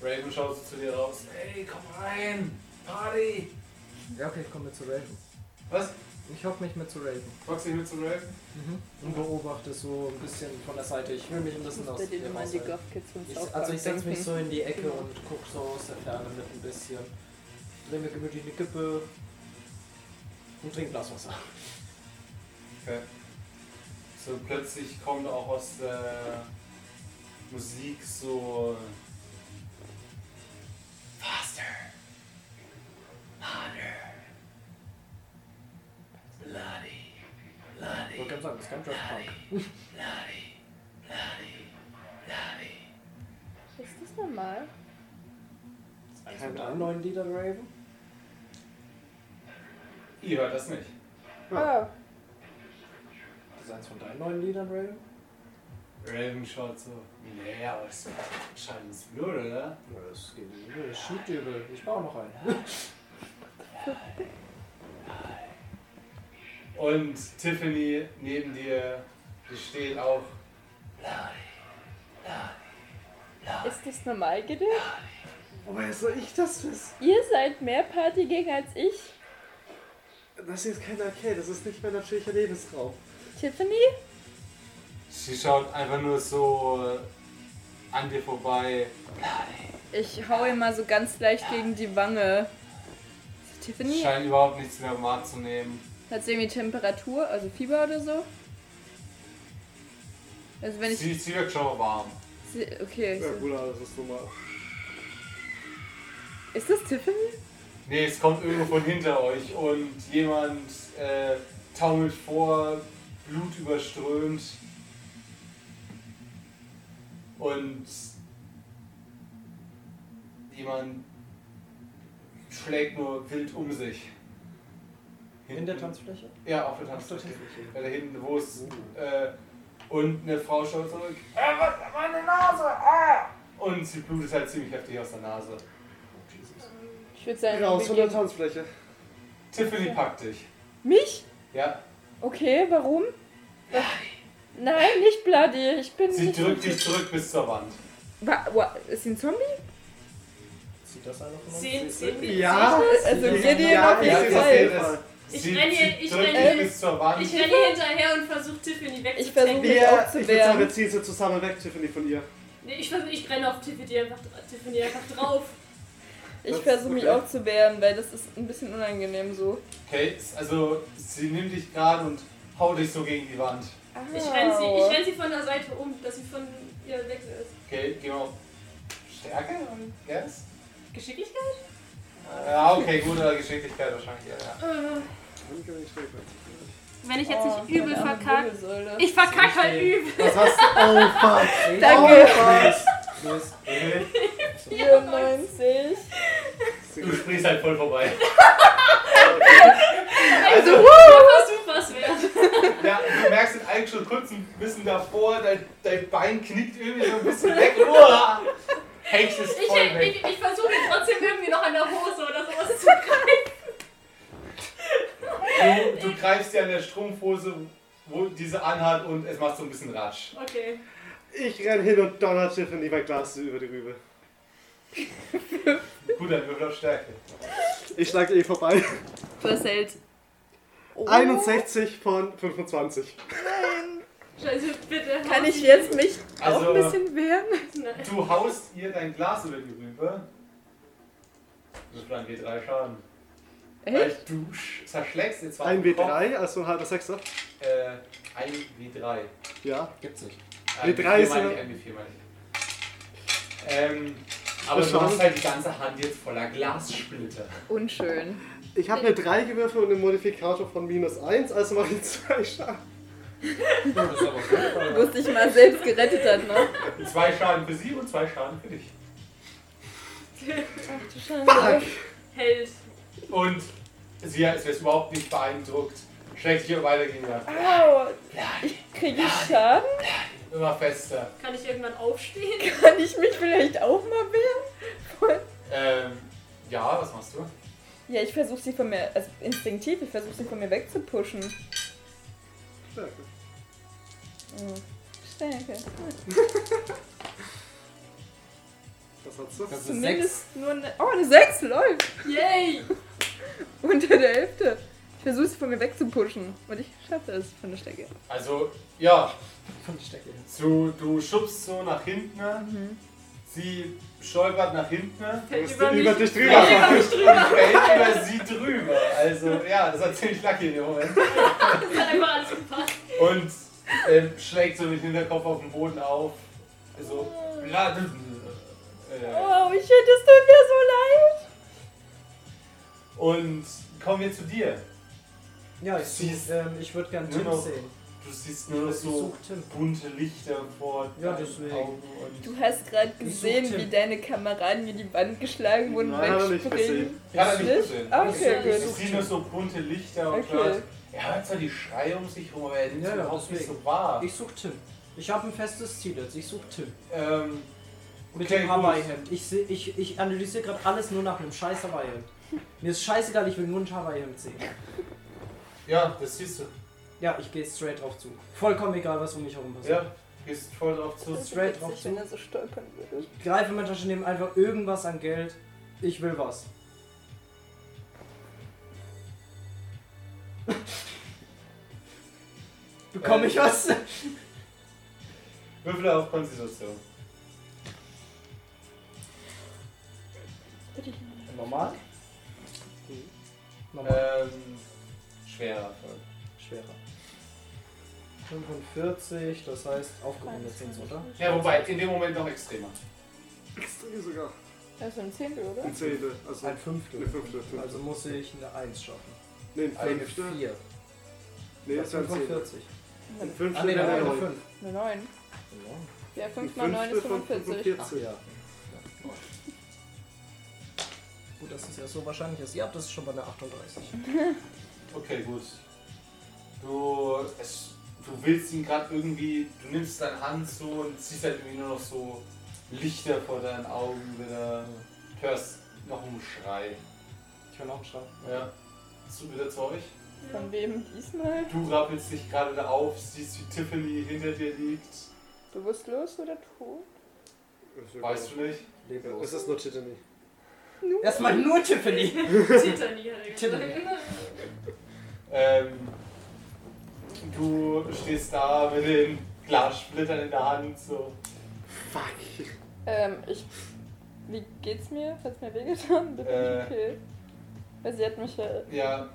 [SPEAKER 7] Raven schaut so zu dir raus. Hey, komm rein! Party!
[SPEAKER 2] Ja, okay, ich komme mit zu Raven.
[SPEAKER 7] Was?
[SPEAKER 2] Ich hock mich mit zu Raven.
[SPEAKER 7] Foxy will zu Raven?
[SPEAKER 2] Und beobachte so ein bisschen von der Seite. Ich will mich ein bisschen aus
[SPEAKER 1] Das ist der,
[SPEAKER 2] ihr
[SPEAKER 1] den man die
[SPEAKER 2] raushalten.
[SPEAKER 1] Goth Kids von South
[SPEAKER 2] Ich,
[SPEAKER 1] Park
[SPEAKER 2] also ich setze mich
[SPEAKER 1] denken.
[SPEAKER 2] so in die Ecke und gucke so aus der Ferne mit ein bisschen. Dreh mir gemütlich eine Kippe und trink Glas Wasser.
[SPEAKER 7] Okay. So plötzlich kommt auch aus der Musik so. Faster!
[SPEAKER 13] Bloody,
[SPEAKER 2] Ich
[SPEAKER 13] bloody,
[SPEAKER 2] wollte gerade sagen, das ist kein Draft Punk.
[SPEAKER 13] bloody, bloody, bloody.
[SPEAKER 1] Ist das normal?
[SPEAKER 2] Eins von deinen neuen Lieder, Raven?
[SPEAKER 7] Ihr hört das nicht.
[SPEAKER 1] Ah,
[SPEAKER 2] Das ist eins von deinen neuen Liedern, Raven?
[SPEAKER 7] Raven schaut so. Naja, aber es scheint uns blöd, oder?
[SPEAKER 2] Ja, das geht übel, das schiebt übel. Ich baue noch einen.
[SPEAKER 7] Und Tiffany neben dir, die steht auf.
[SPEAKER 1] Oh, ist das normal gedacht?
[SPEAKER 5] Woher soll ich das wissen?
[SPEAKER 1] Ihr seid mehr Partygänger als ich.
[SPEAKER 5] Das hier ist kein Arcade, das ist nicht mein natürlicher Lebensraum.
[SPEAKER 1] Tiffany?
[SPEAKER 7] Sie schaut einfach nur so äh, an dir vorbei.
[SPEAKER 1] Ich hau ihm mal so ganz leicht gegen die Wange. Tiffany?
[SPEAKER 7] Scheint überhaupt nichts mehr wahrzunehmen.
[SPEAKER 1] Hat sie irgendwie Temperatur, also Fieber oder so?
[SPEAKER 6] Also wenn ich.
[SPEAKER 3] Die Zwiebel schon mal warm.
[SPEAKER 6] Okay.
[SPEAKER 5] Ja, Bruder, das ist normal.
[SPEAKER 6] Ist das Tiffany?
[SPEAKER 7] Nee, es kommt irgendwo von hinter euch und jemand äh, taumelt vor, Blut überströmt. Und jemand schlägt nur wild um sich.
[SPEAKER 2] In der Tanzfläche?
[SPEAKER 7] Ja, auf der Tanzfläche. Weil da hinten, wo es. Äh, und eine Frau schaut zurück. Äh, was? Meine Nase! Ah! Und sie blutet halt ziemlich heftig aus der Nase.
[SPEAKER 1] Ich würde sagen,
[SPEAKER 5] Raus
[SPEAKER 1] wir
[SPEAKER 5] von der
[SPEAKER 1] gehen-
[SPEAKER 5] Tanzfläche.
[SPEAKER 7] Tiffany packt dich.
[SPEAKER 1] mich?
[SPEAKER 7] Ja.
[SPEAKER 1] Okay, warum? Nein, nicht Bloody. Ich bin
[SPEAKER 7] Sie
[SPEAKER 1] nicht.
[SPEAKER 7] drückt dich zurück bis zur Wand.
[SPEAKER 6] Wa wa ist sie ein Zombie?
[SPEAKER 2] Sieht das einer
[SPEAKER 5] (laughs)
[SPEAKER 2] von uns?
[SPEAKER 4] Sehen, sehen wir.
[SPEAKER 5] Ja,
[SPEAKER 1] Also wir nehmen auf
[SPEAKER 5] ja,
[SPEAKER 1] jeden
[SPEAKER 5] ich
[SPEAKER 1] Fall.
[SPEAKER 5] sehe das.
[SPEAKER 4] Ich
[SPEAKER 7] Sie,
[SPEAKER 4] renne
[SPEAKER 7] sie
[SPEAKER 4] hier- ich
[SPEAKER 7] drückt
[SPEAKER 4] renne
[SPEAKER 7] dich
[SPEAKER 4] hier-
[SPEAKER 7] bis zur Wand.
[SPEAKER 4] Ich renne hinterher und versuche Tiffany
[SPEAKER 1] Ich
[SPEAKER 4] wegzuziehen.
[SPEAKER 1] versuche mich
[SPEAKER 5] Wir, ich würde sagen, wir
[SPEAKER 1] aufzuwehren.
[SPEAKER 5] ziehen sie zusammen weg, Tiffany, von ihr.
[SPEAKER 4] Nee, ich, versuch, ich renne auf Tiffany einfach, Tiffany einfach drauf.
[SPEAKER 1] Ich
[SPEAKER 5] Das-
[SPEAKER 1] versuche mich
[SPEAKER 5] okay.
[SPEAKER 1] aufzuwehren, weil das ist ein bisschen unangenehm so.
[SPEAKER 7] Okay, also sie nimmt dich gerade und haut dich so gegen die Wand.
[SPEAKER 4] Ich renne sie, ich renn sie von der Seite um, dass sie von ihr weg ist.
[SPEAKER 7] Okay, geh mal auf Stärke und Guess?
[SPEAKER 4] Geschicklichkeit?
[SPEAKER 7] Ja, okay, gut, oder Geschicklichkeit wahrscheinlich, ja. ja.
[SPEAKER 4] Wenn
[SPEAKER 1] Oh,
[SPEAKER 4] ich
[SPEAKER 1] Ich
[SPEAKER 4] verkacke halt übel.
[SPEAKER 5] Was hast
[SPEAKER 2] (laughs)
[SPEAKER 5] du? Oh fuck.
[SPEAKER 1] Danke.
[SPEAKER 2] Los.
[SPEAKER 7] Okay.
[SPEAKER 1] 94.
[SPEAKER 7] Du springst halt voll vorbei.
[SPEAKER 4] Also, versuch was wert.
[SPEAKER 7] Ja, du merkst ihn eigentlich schon kurz ein bisschen davor, dein, dein Bein knickt irgendwie so ein bisschen weg. Uah! Hecht ist
[SPEAKER 4] Ich,
[SPEAKER 7] voll weg.
[SPEAKER 4] ich, ich versuche trotzdem irgendwie noch an der Hose oder sowas zu greifen.
[SPEAKER 7] Du, du greifst dir an der Strumpfhose, wo diese anhat und es macht so ein bisschen Ratsch.
[SPEAKER 4] Okay.
[SPEAKER 5] Ich renn hin und donner Tiffany bei Glas über die Rübe.
[SPEAKER 7] Gut, dann würfel auf Stärke.
[SPEAKER 5] Ich schlag eh vorbei.
[SPEAKER 6] Verselt.
[SPEAKER 1] Oh.
[SPEAKER 5] 61 von 25.
[SPEAKER 4] Scheiße, bitte.
[SPEAKER 6] Kann
[SPEAKER 4] hau
[SPEAKER 6] ich
[SPEAKER 4] sie-
[SPEAKER 6] jetzt mich auch ein
[SPEAKER 7] Also,
[SPEAKER 6] bisschen wehren?
[SPEAKER 4] Nein.
[SPEAKER 7] du haust ihr dein Glas über die Rübe. Das bleiben W3 Schaden. Weil
[SPEAKER 6] Echt?
[SPEAKER 7] du sch- zerschlägst ihr zwar
[SPEAKER 5] Ein
[SPEAKER 7] den Kopf,
[SPEAKER 5] W3, also ein halber Sechser.
[SPEAKER 7] Äh, ein W3.
[SPEAKER 5] Ja.
[SPEAKER 14] Gibt's nicht.
[SPEAKER 7] Ein
[SPEAKER 5] W3 ist
[SPEAKER 7] meine
[SPEAKER 5] ja-
[SPEAKER 7] ich, ein W4 meine ich. Ähm, aber
[SPEAKER 5] Das
[SPEAKER 7] du hast
[SPEAKER 5] schadet.
[SPEAKER 7] halt die ganze Hand jetzt voller Glassplitter.
[SPEAKER 6] Unschön.
[SPEAKER 5] Ich habe eine 3 gewürfelt und einen Modifikator von minus 1, also mache ich 2 Schaden.
[SPEAKER 7] Das ist aber gut.
[SPEAKER 1] Wo es dich mal selbst gerettet hat,
[SPEAKER 7] (laughs)
[SPEAKER 1] ne?
[SPEAKER 7] Zwei Schaden für sie und zwei Schaden für dich.
[SPEAKER 4] Held.
[SPEAKER 7] Und sie ist jetzt überhaupt nicht beeindruckt. Schlägt hier weiter gegen die Wand.
[SPEAKER 1] Au. Ich kriege ich Schaden?
[SPEAKER 7] Immer fester.
[SPEAKER 4] Kann ich irgendwann
[SPEAKER 1] (laughs)
[SPEAKER 4] aufstehen?
[SPEAKER 1] Kann ich mich vielleicht auch mal wehren?
[SPEAKER 7] Ähm, ja, was machst du?
[SPEAKER 1] Ja, ich versuche sie von mir, also instinktiv, ich versuche sie von mir wegzupuschen. Mhm. Stärke.
[SPEAKER 7] Also
[SPEAKER 5] Was hast du?
[SPEAKER 14] Das ist sechs.
[SPEAKER 1] Zumindest nur eine. Oh, eine 6 läuft!
[SPEAKER 4] Yay!
[SPEAKER 1] Unter der Hälfte. Ich versuche sie von mir wegzupuschen. Und ich schaffe es von der Stärke.
[SPEAKER 7] Also, ja,
[SPEAKER 2] Von der Stärke.
[SPEAKER 7] du, du schubst so nach hinten.
[SPEAKER 5] Mhm.
[SPEAKER 7] Sie stolpert nach hinten
[SPEAKER 4] Fällt
[SPEAKER 5] bist
[SPEAKER 4] über mich.
[SPEAKER 5] über dich drüber.
[SPEAKER 4] Fällt über mich
[SPEAKER 7] und
[SPEAKER 4] drüber.
[SPEAKER 7] fällt über sie drüber. Also, ja, das war ziemlich lucky in dem Moment.
[SPEAKER 4] Das hat einfach alles gepasst.
[SPEAKER 7] Und ähm, schlägt so den Hinterkopf auf den Boden auf. So, bla- äh,
[SPEAKER 1] Oh, ich hätte es tut mir so leid!
[SPEAKER 7] und kommen wir zu dir.
[SPEAKER 2] Ja, ich,
[SPEAKER 7] Siehst-
[SPEAKER 2] such- ähm, ich würde gern Tim
[SPEAKER 5] Genau.
[SPEAKER 7] Nur noch-
[SPEAKER 2] sehen.
[SPEAKER 7] Du siehst nur noch
[SPEAKER 2] Ich
[SPEAKER 7] so
[SPEAKER 2] suche Tim.
[SPEAKER 7] bunte Lichter vor
[SPEAKER 2] Ja,
[SPEAKER 7] deinen
[SPEAKER 2] deswegen.
[SPEAKER 7] Augen und
[SPEAKER 1] Du hast gerade
[SPEAKER 2] Ich
[SPEAKER 1] gesehen,
[SPEAKER 2] such Tim.
[SPEAKER 1] wie deine Kameraden mir die Wand geschlagen wurden
[SPEAKER 5] Nein, hab ich nicht
[SPEAKER 1] wegspringen.
[SPEAKER 5] gesehen.
[SPEAKER 7] Ja, hab ich
[SPEAKER 1] Nicht?
[SPEAKER 7] gesehen.
[SPEAKER 1] Ah,
[SPEAKER 2] Ich
[SPEAKER 1] Okay,
[SPEAKER 7] du
[SPEAKER 2] such-
[SPEAKER 1] gut.
[SPEAKER 7] siehst nur so bunte Lichter und
[SPEAKER 1] Okay.
[SPEAKER 7] hört, er hört zwar die Schreie um sich rum, aber er nimmt
[SPEAKER 2] Ja,
[SPEAKER 7] es
[SPEAKER 2] ja,
[SPEAKER 7] überhaupt nicht
[SPEAKER 2] deswegen.
[SPEAKER 7] so wahr.
[SPEAKER 2] Ich suche Tim. Ich habe ein festes Ziel jetzt. Ich suche Tim.
[SPEAKER 7] ähm,
[SPEAKER 2] Mit
[SPEAKER 7] Okay,
[SPEAKER 2] dem
[SPEAKER 7] gut.
[SPEAKER 2] Hawaii-Hemd. Ich, seh- ich, ich analysiere gerade alles nur nach einem scheiß Hawaii-Hemd. Mir ist scheißegal, ich will nur ein Hawaii-Hemd sehen.
[SPEAKER 7] ja, das siehst du.
[SPEAKER 2] Ja, ich gehe straight drauf zu. Vollkommen egal, was um mich herum passiert.
[SPEAKER 7] Ja, gehst voll drauf zu.
[SPEAKER 2] Straight drauf
[SPEAKER 1] Ich
[SPEAKER 2] zu.
[SPEAKER 1] wenn er so stolpern würde.
[SPEAKER 2] Greife in meine Tasche, nehme einfach irgendwas an Geld. Ich will was. (laughs) Bekomme ich was?
[SPEAKER 5] Äh,
[SPEAKER 7] Würfel auf Konstitution.
[SPEAKER 2] Normal? Normal.
[SPEAKER 7] Äh,
[SPEAKER 5] Äh,
[SPEAKER 7] Ähm, schwerer Erfolg.
[SPEAKER 2] Schwerer. 45, das heißt aufgerundet sind oder?
[SPEAKER 3] Ja, wobei, in dem Moment noch extremer.
[SPEAKER 5] Extrem sogar.
[SPEAKER 1] Das ist ein Zehntel, oder?
[SPEAKER 5] Ein Zehntel. Also
[SPEAKER 2] Ein
[SPEAKER 5] ein
[SPEAKER 2] Fünftel.
[SPEAKER 5] Eine Fünftel, Fünftel.
[SPEAKER 2] Also muss ich eine 1 schaffen.
[SPEAKER 5] nee, ein
[SPEAKER 2] Eine
[SPEAKER 5] Fünftel.
[SPEAKER 2] 4.
[SPEAKER 5] Nee, das halt war ein Zehntel.
[SPEAKER 2] 45.
[SPEAKER 5] Ein
[SPEAKER 2] Ah,
[SPEAKER 5] Fünftel
[SPEAKER 2] nee,
[SPEAKER 5] wäre
[SPEAKER 2] nein, eine
[SPEAKER 5] neun.
[SPEAKER 2] 5.
[SPEAKER 1] Eine 9. Ja,
[SPEAKER 5] Ein
[SPEAKER 1] 5 mal 9 ist
[SPEAKER 5] Fünftel von
[SPEAKER 1] 45.
[SPEAKER 2] Ach
[SPEAKER 5] 45.
[SPEAKER 2] ja. Gut, dass es ja so wahrscheinlich ist. Ihr habt das schon bei der 38.
[SPEAKER 3] Okay, gut. Du, es, du willst ihn gerade irgendwie, du nimmst deine Hand so und siehst halt irgendwie nur noch so Lichter vor deinen Augen wieder. Du hörst noch einen Schrei.
[SPEAKER 2] Ich höre noch einen Schrei.
[SPEAKER 3] Ja. Zu, wieder zu euch.
[SPEAKER 1] Von wem diesmal?
[SPEAKER 3] Du rappelst dich gerade da auf, siehst wie Tiffany hinter dir liegt.
[SPEAKER 1] Bewusstlos oder tot?
[SPEAKER 3] Weißt du nicht?
[SPEAKER 5] Ja, Es
[SPEAKER 2] Leblos.
[SPEAKER 5] ist nur Tittany.
[SPEAKER 2] Erstmal nur Tiffany.
[SPEAKER 4] Titani hat er
[SPEAKER 2] Titani.
[SPEAKER 4] gesagt.
[SPEAKER 3] Ähm, du stehst da mit den Glassplittern in der Hand so.
[SPEAKER 5] Fuck.
[SPEAKER 1] Ähm, ich. Wie geht's mir? Hat's mir wehgetan? Bin
[SPEAKER 3] Äh.
[SPEAKER 1] ich okay? Weil sie hat mich ja.
[SPEAKER 3] Ja,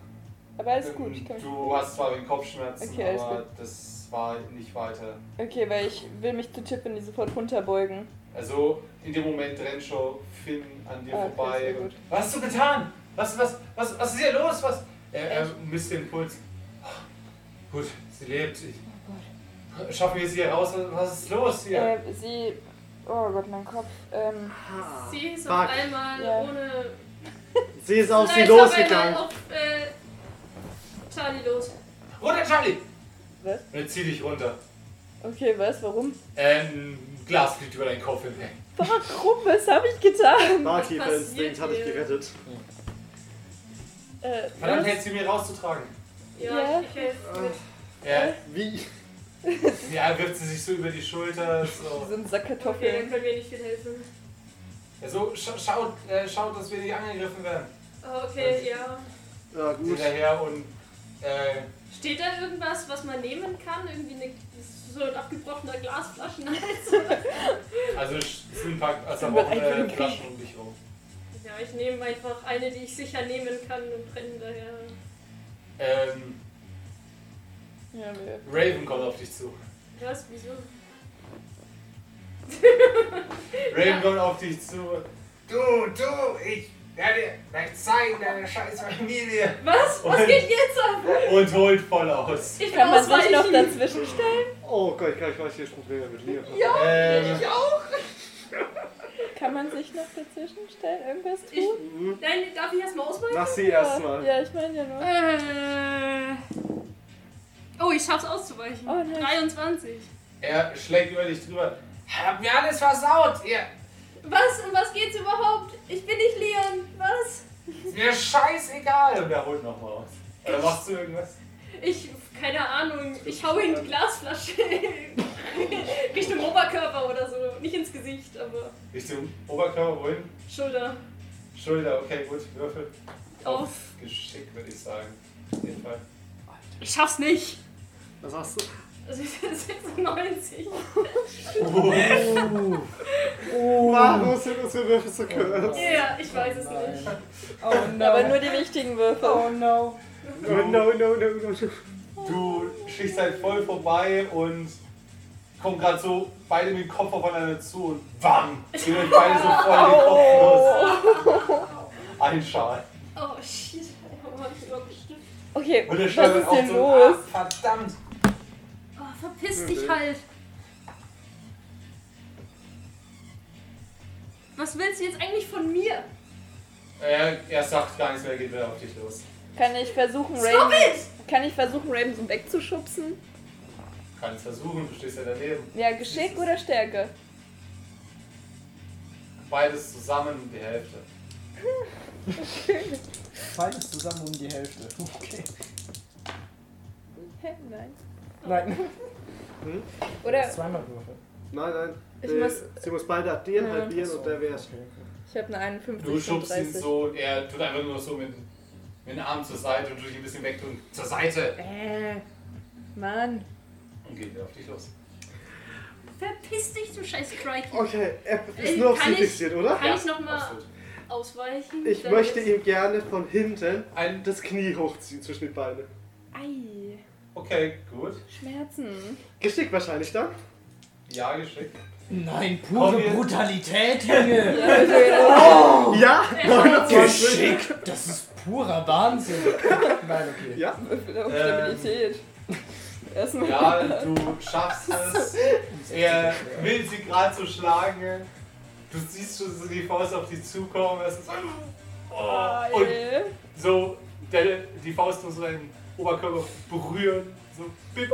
[SPEAKER 1] Aber alles
[SPEAKER 3] ähm,
[SPEAKER 1] gut, ich kann mich.
[SPEAKER 3] du hast zwar wegen Kopfschmerzen,
[SPEAKER 1] Okay, alles
[SPEAKER 3] aber das war nicht weiter.
[SPEAKER 1] Okay, weil ich will mich zu Tiffany sofort runterbeugen.
[SPEAKER 3] Also in dem Moment rennt schon Finn an dir
[SPEAKER 1] Ah, okay,
[SPEAKER 3] vorbei.
[SPEAKER 1] sehr gut.
[SPEAKER 3] und, was hast du getan? Was, was, was, was ist hier los? Was? Er, er misst den Puls. Gut, sie lebt. Ich, schaffen wir sie hier raus? Was ist los hier?
[SPEAKER 1] Äh, sie. Oh Gott, mein Kopf. Ähm,
[SPEAKER 4] (laughs) Sie ist
[SPEAKER 5] Fuck.
[SPEAKER 4] auf einmal
[SPEAKER 1] Ja.
[SPEAKER 4] ohne.
[SPEAKER 5] Sie ist auf
[SPEAKER 4] Nein,
[SPEAKER 5] sie
[SPEAKER 4] ist auf
[SPEAKER 5] losgegangen.
[SPEAKER 4] einmal Auf, äh, Charlie los.
[SPEAKER 3] Runter, Charlie!
[SPEAKER 1] Was?
[SPEAKER 3] Und jetzt zieh dich runter.
[SPEAKER 1] okay, was? Warum?
[SPEAKER 3] Ähm, Glas fliegt über deinen Kopf hinweg.
[SPEAKER 1] Warum? Was habe ich getan?
[SPEAKER 5] Barkeeper-Instinkt
[SPEAKER 4] passiert
[SPEAKER 5] hat dich
[SPEAKER 4] hier?
[SPEAKER 5] gerettet.
[SPEAKER 1] Äh,
[SPEAKER 3] Verdammt,
[SPEAKER 1] was?
[SPEAKER 3] hättest du mir rauszutragen.
[SPEAKER 4] Ja,
[SPEAKER 1] Ja. Ah.
[SPEAKER 4] ich helfe mit.
[SPEAKER 3] Ja,
[SPEAKER 5] Wie?
[SPEAKER 3] ja, wirft sie sich so über die Schulter. So.
[SPEAKER 1] Sie sind
[SPEAKER 4] Okay, dann
[SPEAKER 1] Sackkartoffeln.
[SPEAKER 4] können wir nicht viel helfen.
[SPEAKER 3] Ja, so Also, scha schaut, äh, schaut, dass wir nicht angegriffen werden.
[SPEAKER 4] Oh, Okay, ja.
[SPEAKER 5] Ja, gut.
[SPEAKER 3] Hinterher und äh,
[SPEAKER 4] Steht da irgendwas, was man nehmen kann? Irgendwie eine, so ein abgebrochener Glasflaschenhals? oder?
[SPEAKER 3] also es sind ein paar also
[SPEAKER 1] Sind
[SPEAKER 3] auch
[SPEAKER 1] wir eigentlich
[SPEAKER 3] äh,
[SPEAKER 1] im
[SPEAKER 3] Flaschen um dich rum.
[SPEAKER 4] (laughs) ja, ich nehme einfach eine, die ich sicher nehmen kann und renne daher.
[SPEAKER 3] Ähm,
[SPEAKER 1] Ja, wir.
[SPEAKER 3] Raven kommt auf dich zu.
[SPEAKER 4] Was? Wieso?
[SPEAKER 3] Raven kommt auf dich zu. Du, du, ich werde dir gleich zeigen, deine scheiß Familie.
[SPEAKER 4] Was? Was geht jetzt ab?
[SPEAKER 3] Und holt voll aus.
[SPEAKER 4] Ich
[SPEAKER 1] Kann man sich noch
[SPEAKER 4] ausweichen.
[SPEAKER 1] dazwischen stellen?
[SPEAKER 5] Oh Gott, ich kann ich weiß, hier ist Probleme mit Liam.
[SPEAKER 4] Äh.
[SPEAKER 3] Ähm,
[SPEAKER 1] Kann man sich noch dazwischen stellen? Irgendwas tun?
[SPEAKER 4] Ich- Nein, darf ich erstmal ausweichen?
[SPEAKER 5] Lass sie
[SPEAKER 1] Ja,
[SPEAKER 5] erstmal.
[SPEAKER 1] Ja, ich meine ja nur.
[SPEAKER 4] Äh. Oh, ich schaff's auszuweichen.
[SPEAKER 1] Oh, nice.
[SPEAKER 4] 23.
[SPEAKER 3] er schlägt über dich drüber. Hab mir alles versaut, ihr.
[SPEAKER 4] Was? Um was geht's überhaupt? Ich bin nicht Leon. Was?
[SPEAKER 3] Ist mir scheißegal. Und er holt nochmal aus. Oder machst du irgendwas?
[SPEAKER 4] Ich, keine Ahnung. Ich hau ihm die Glasflasche (laughs) Richtung Oberkörper oder so. Nicht ins Gesicht, aber
[SPEAKER 3] Richtung Oberkörper, wohin?
[SPEAKER 4] Schulter.
[SPEAKER 3] Schulter, okay, gut, Würfel.
[SPEAKER 4] Auf.
[SPEAKER 3] Geschick, würde ich sagen. Auf jeden Fall.
[SPEAKER 4] Ich schaff's nicht. (laughs)
[SPEAKER 5] Was hast du?
[SPEAKER 4] Also 96.
[SPEAKER 5] Oh. Warum sind unsere Würfel so kurz?
[SPEAKER 4] Ja, yeah, ich weiß es nicht.
[SPEAKER 2] Oh
[SPEAKER 1] Aber nur die wichtigen Würfel.
[SPEAKER 2] Oh no.
[SPEAKER 5] No, no, no, no, no.
[SPEAKER 3] Du schießt halt voll vorbei und kommt gerade so beide mit dem Kopf aufeinander zu und bam! Geht euch beide so voll in den Kopf
[SPEAKER 1] Oh.
[SPEAKER 3] los. Ein Schal.
[SPEAKER 4] Oh, shit. Oh, Mann, ich glaub, ich-
[SPEAKER 1] Okay,
[SPEAKER 3] Und der
[SPEAKER 1] was
[SPEAKER 3] Schal
[SPEAKER 1] ist
[SPEAKER 3] auch
[SPEAKER 1] denn
[SPEAKER 3] so.
[SPEAKER 1] los?
[SPEAKER 3] Ah, verdammt!
[SPEAKER 4] oh, verpiss dich halt. Was willst du jetzt eigentlich von mir?
[SPEAKER 3] Äh, Er, er sagt gar nichts mehr, geht wieder auf dich los.
[SPEAKER 1] Kann ich versuchen,
[SPEAKER 4] Stop
[SPEAKER 1] Raven,
[SPEAKER 4] it!
[SPEAKER 1] kann ich versuchen, Raven so wegzuschubsen?
[SPEAKER 3] Kann es versuchen, du stehst ja daneben.
[SPEAKER 1] Ja, Geschick oder Stärke?
[SPEAKER 3] Beides zusammen um die Hälfte.
[SPEAKER 2] Beides zusammen um die Hälfte. (laughs) Okay.
[SPEAKER 1] Hä? Nein.
[SPEAKER 2] Nein.
[SPEAKER 1] Oder
[SPEAKER 2] Zweimal Würfel.
[SPEAKER 5] Nein, nein.
[SPEAKER 1] Ich
[SPEAKER 5] Nee,
[SPEAKER 1] muss-
[SPEAKER 5] sie muss beide addieren,
[SPEAKER 1] Ja.
[SPEAKER 5] halbieren und der wär's.
[SPEAKER 2] Okay.
[SPEAKER 1] ich habe eine 51
[SPEAKER 3] Du schubst ihn
[SPEAKER 1] 30.
[SPEAKER 3] so und er tut einfach nur so mit, mit dem Arm zur Seite und tut dich ein bisschen wegdrücken. Zur Seite!
[SPEAKER 1] Äh, Mann.
[SPEAKER 3] Und geht wieder auf dich los.
[SPEAKER 4] Verpiss dich, du scheiß Crikey.
[SPEAKER 5] Okay, er ist
[SPEAKER 4] Ey,
[SPEAKER 5] nur auf
[SPEAKER 4] kann
[SPEAKER 5] sie
[SPEAKER 4] ich-
[SPEAKER 5] fixiert, oder?
[SPEAKER 4] Kann ich nochmal
[SPEAKER 3] Absolut.
[SPEAKER 4] ausweichen?
[SPEAKER 5] Ich
[SPEAKER 4] Damit-
[SPEAKER 5] möchte ihm gerne von hinten
[SPEAKER 3] Ein
[SPEAKER 5] das Knie hochziehen zwischen die Beine.
[SPEAKER 1] Ei.
[SPEAKER 7] Okay, gut.
[SPEAKER 1] Schmerzen.
[SPEAKER 4] (laughs)
[SPEAKER 5] Geschickt wahrscheinlich dann.
[SPEAKER 7] Ja, geschickt.
[SPEAKER 3] Nein, pure
[SPEAKER 7] Komm, wir-
[SPEAKER 3] Brutalität, Junge!
[SPEAKER 1] Also,
[SPEAKER 5] Ja, 29.
[SPEAKER 3] Geschickt! Das ist purer Wahnsinn!
[SPEAKER 2] (laughs) Nein, okay.
[SPEAKER 5] Ja,
[SPEAKER 1] Auf um Stabilität. Erstmal.
[SPEAKER 7] Ja, du schaffst es. Er will sie gerade so schlagen. Du siehst schon so die Faust auf dich zukommen. Es ist
[SPEAKER 1] Ah,
[SPEAKER 7] oh, und
[SPEAKER 1] Geil.
[SPEAKER 7] so der, die Faust muss seinen Oberkörper berühren. So bip,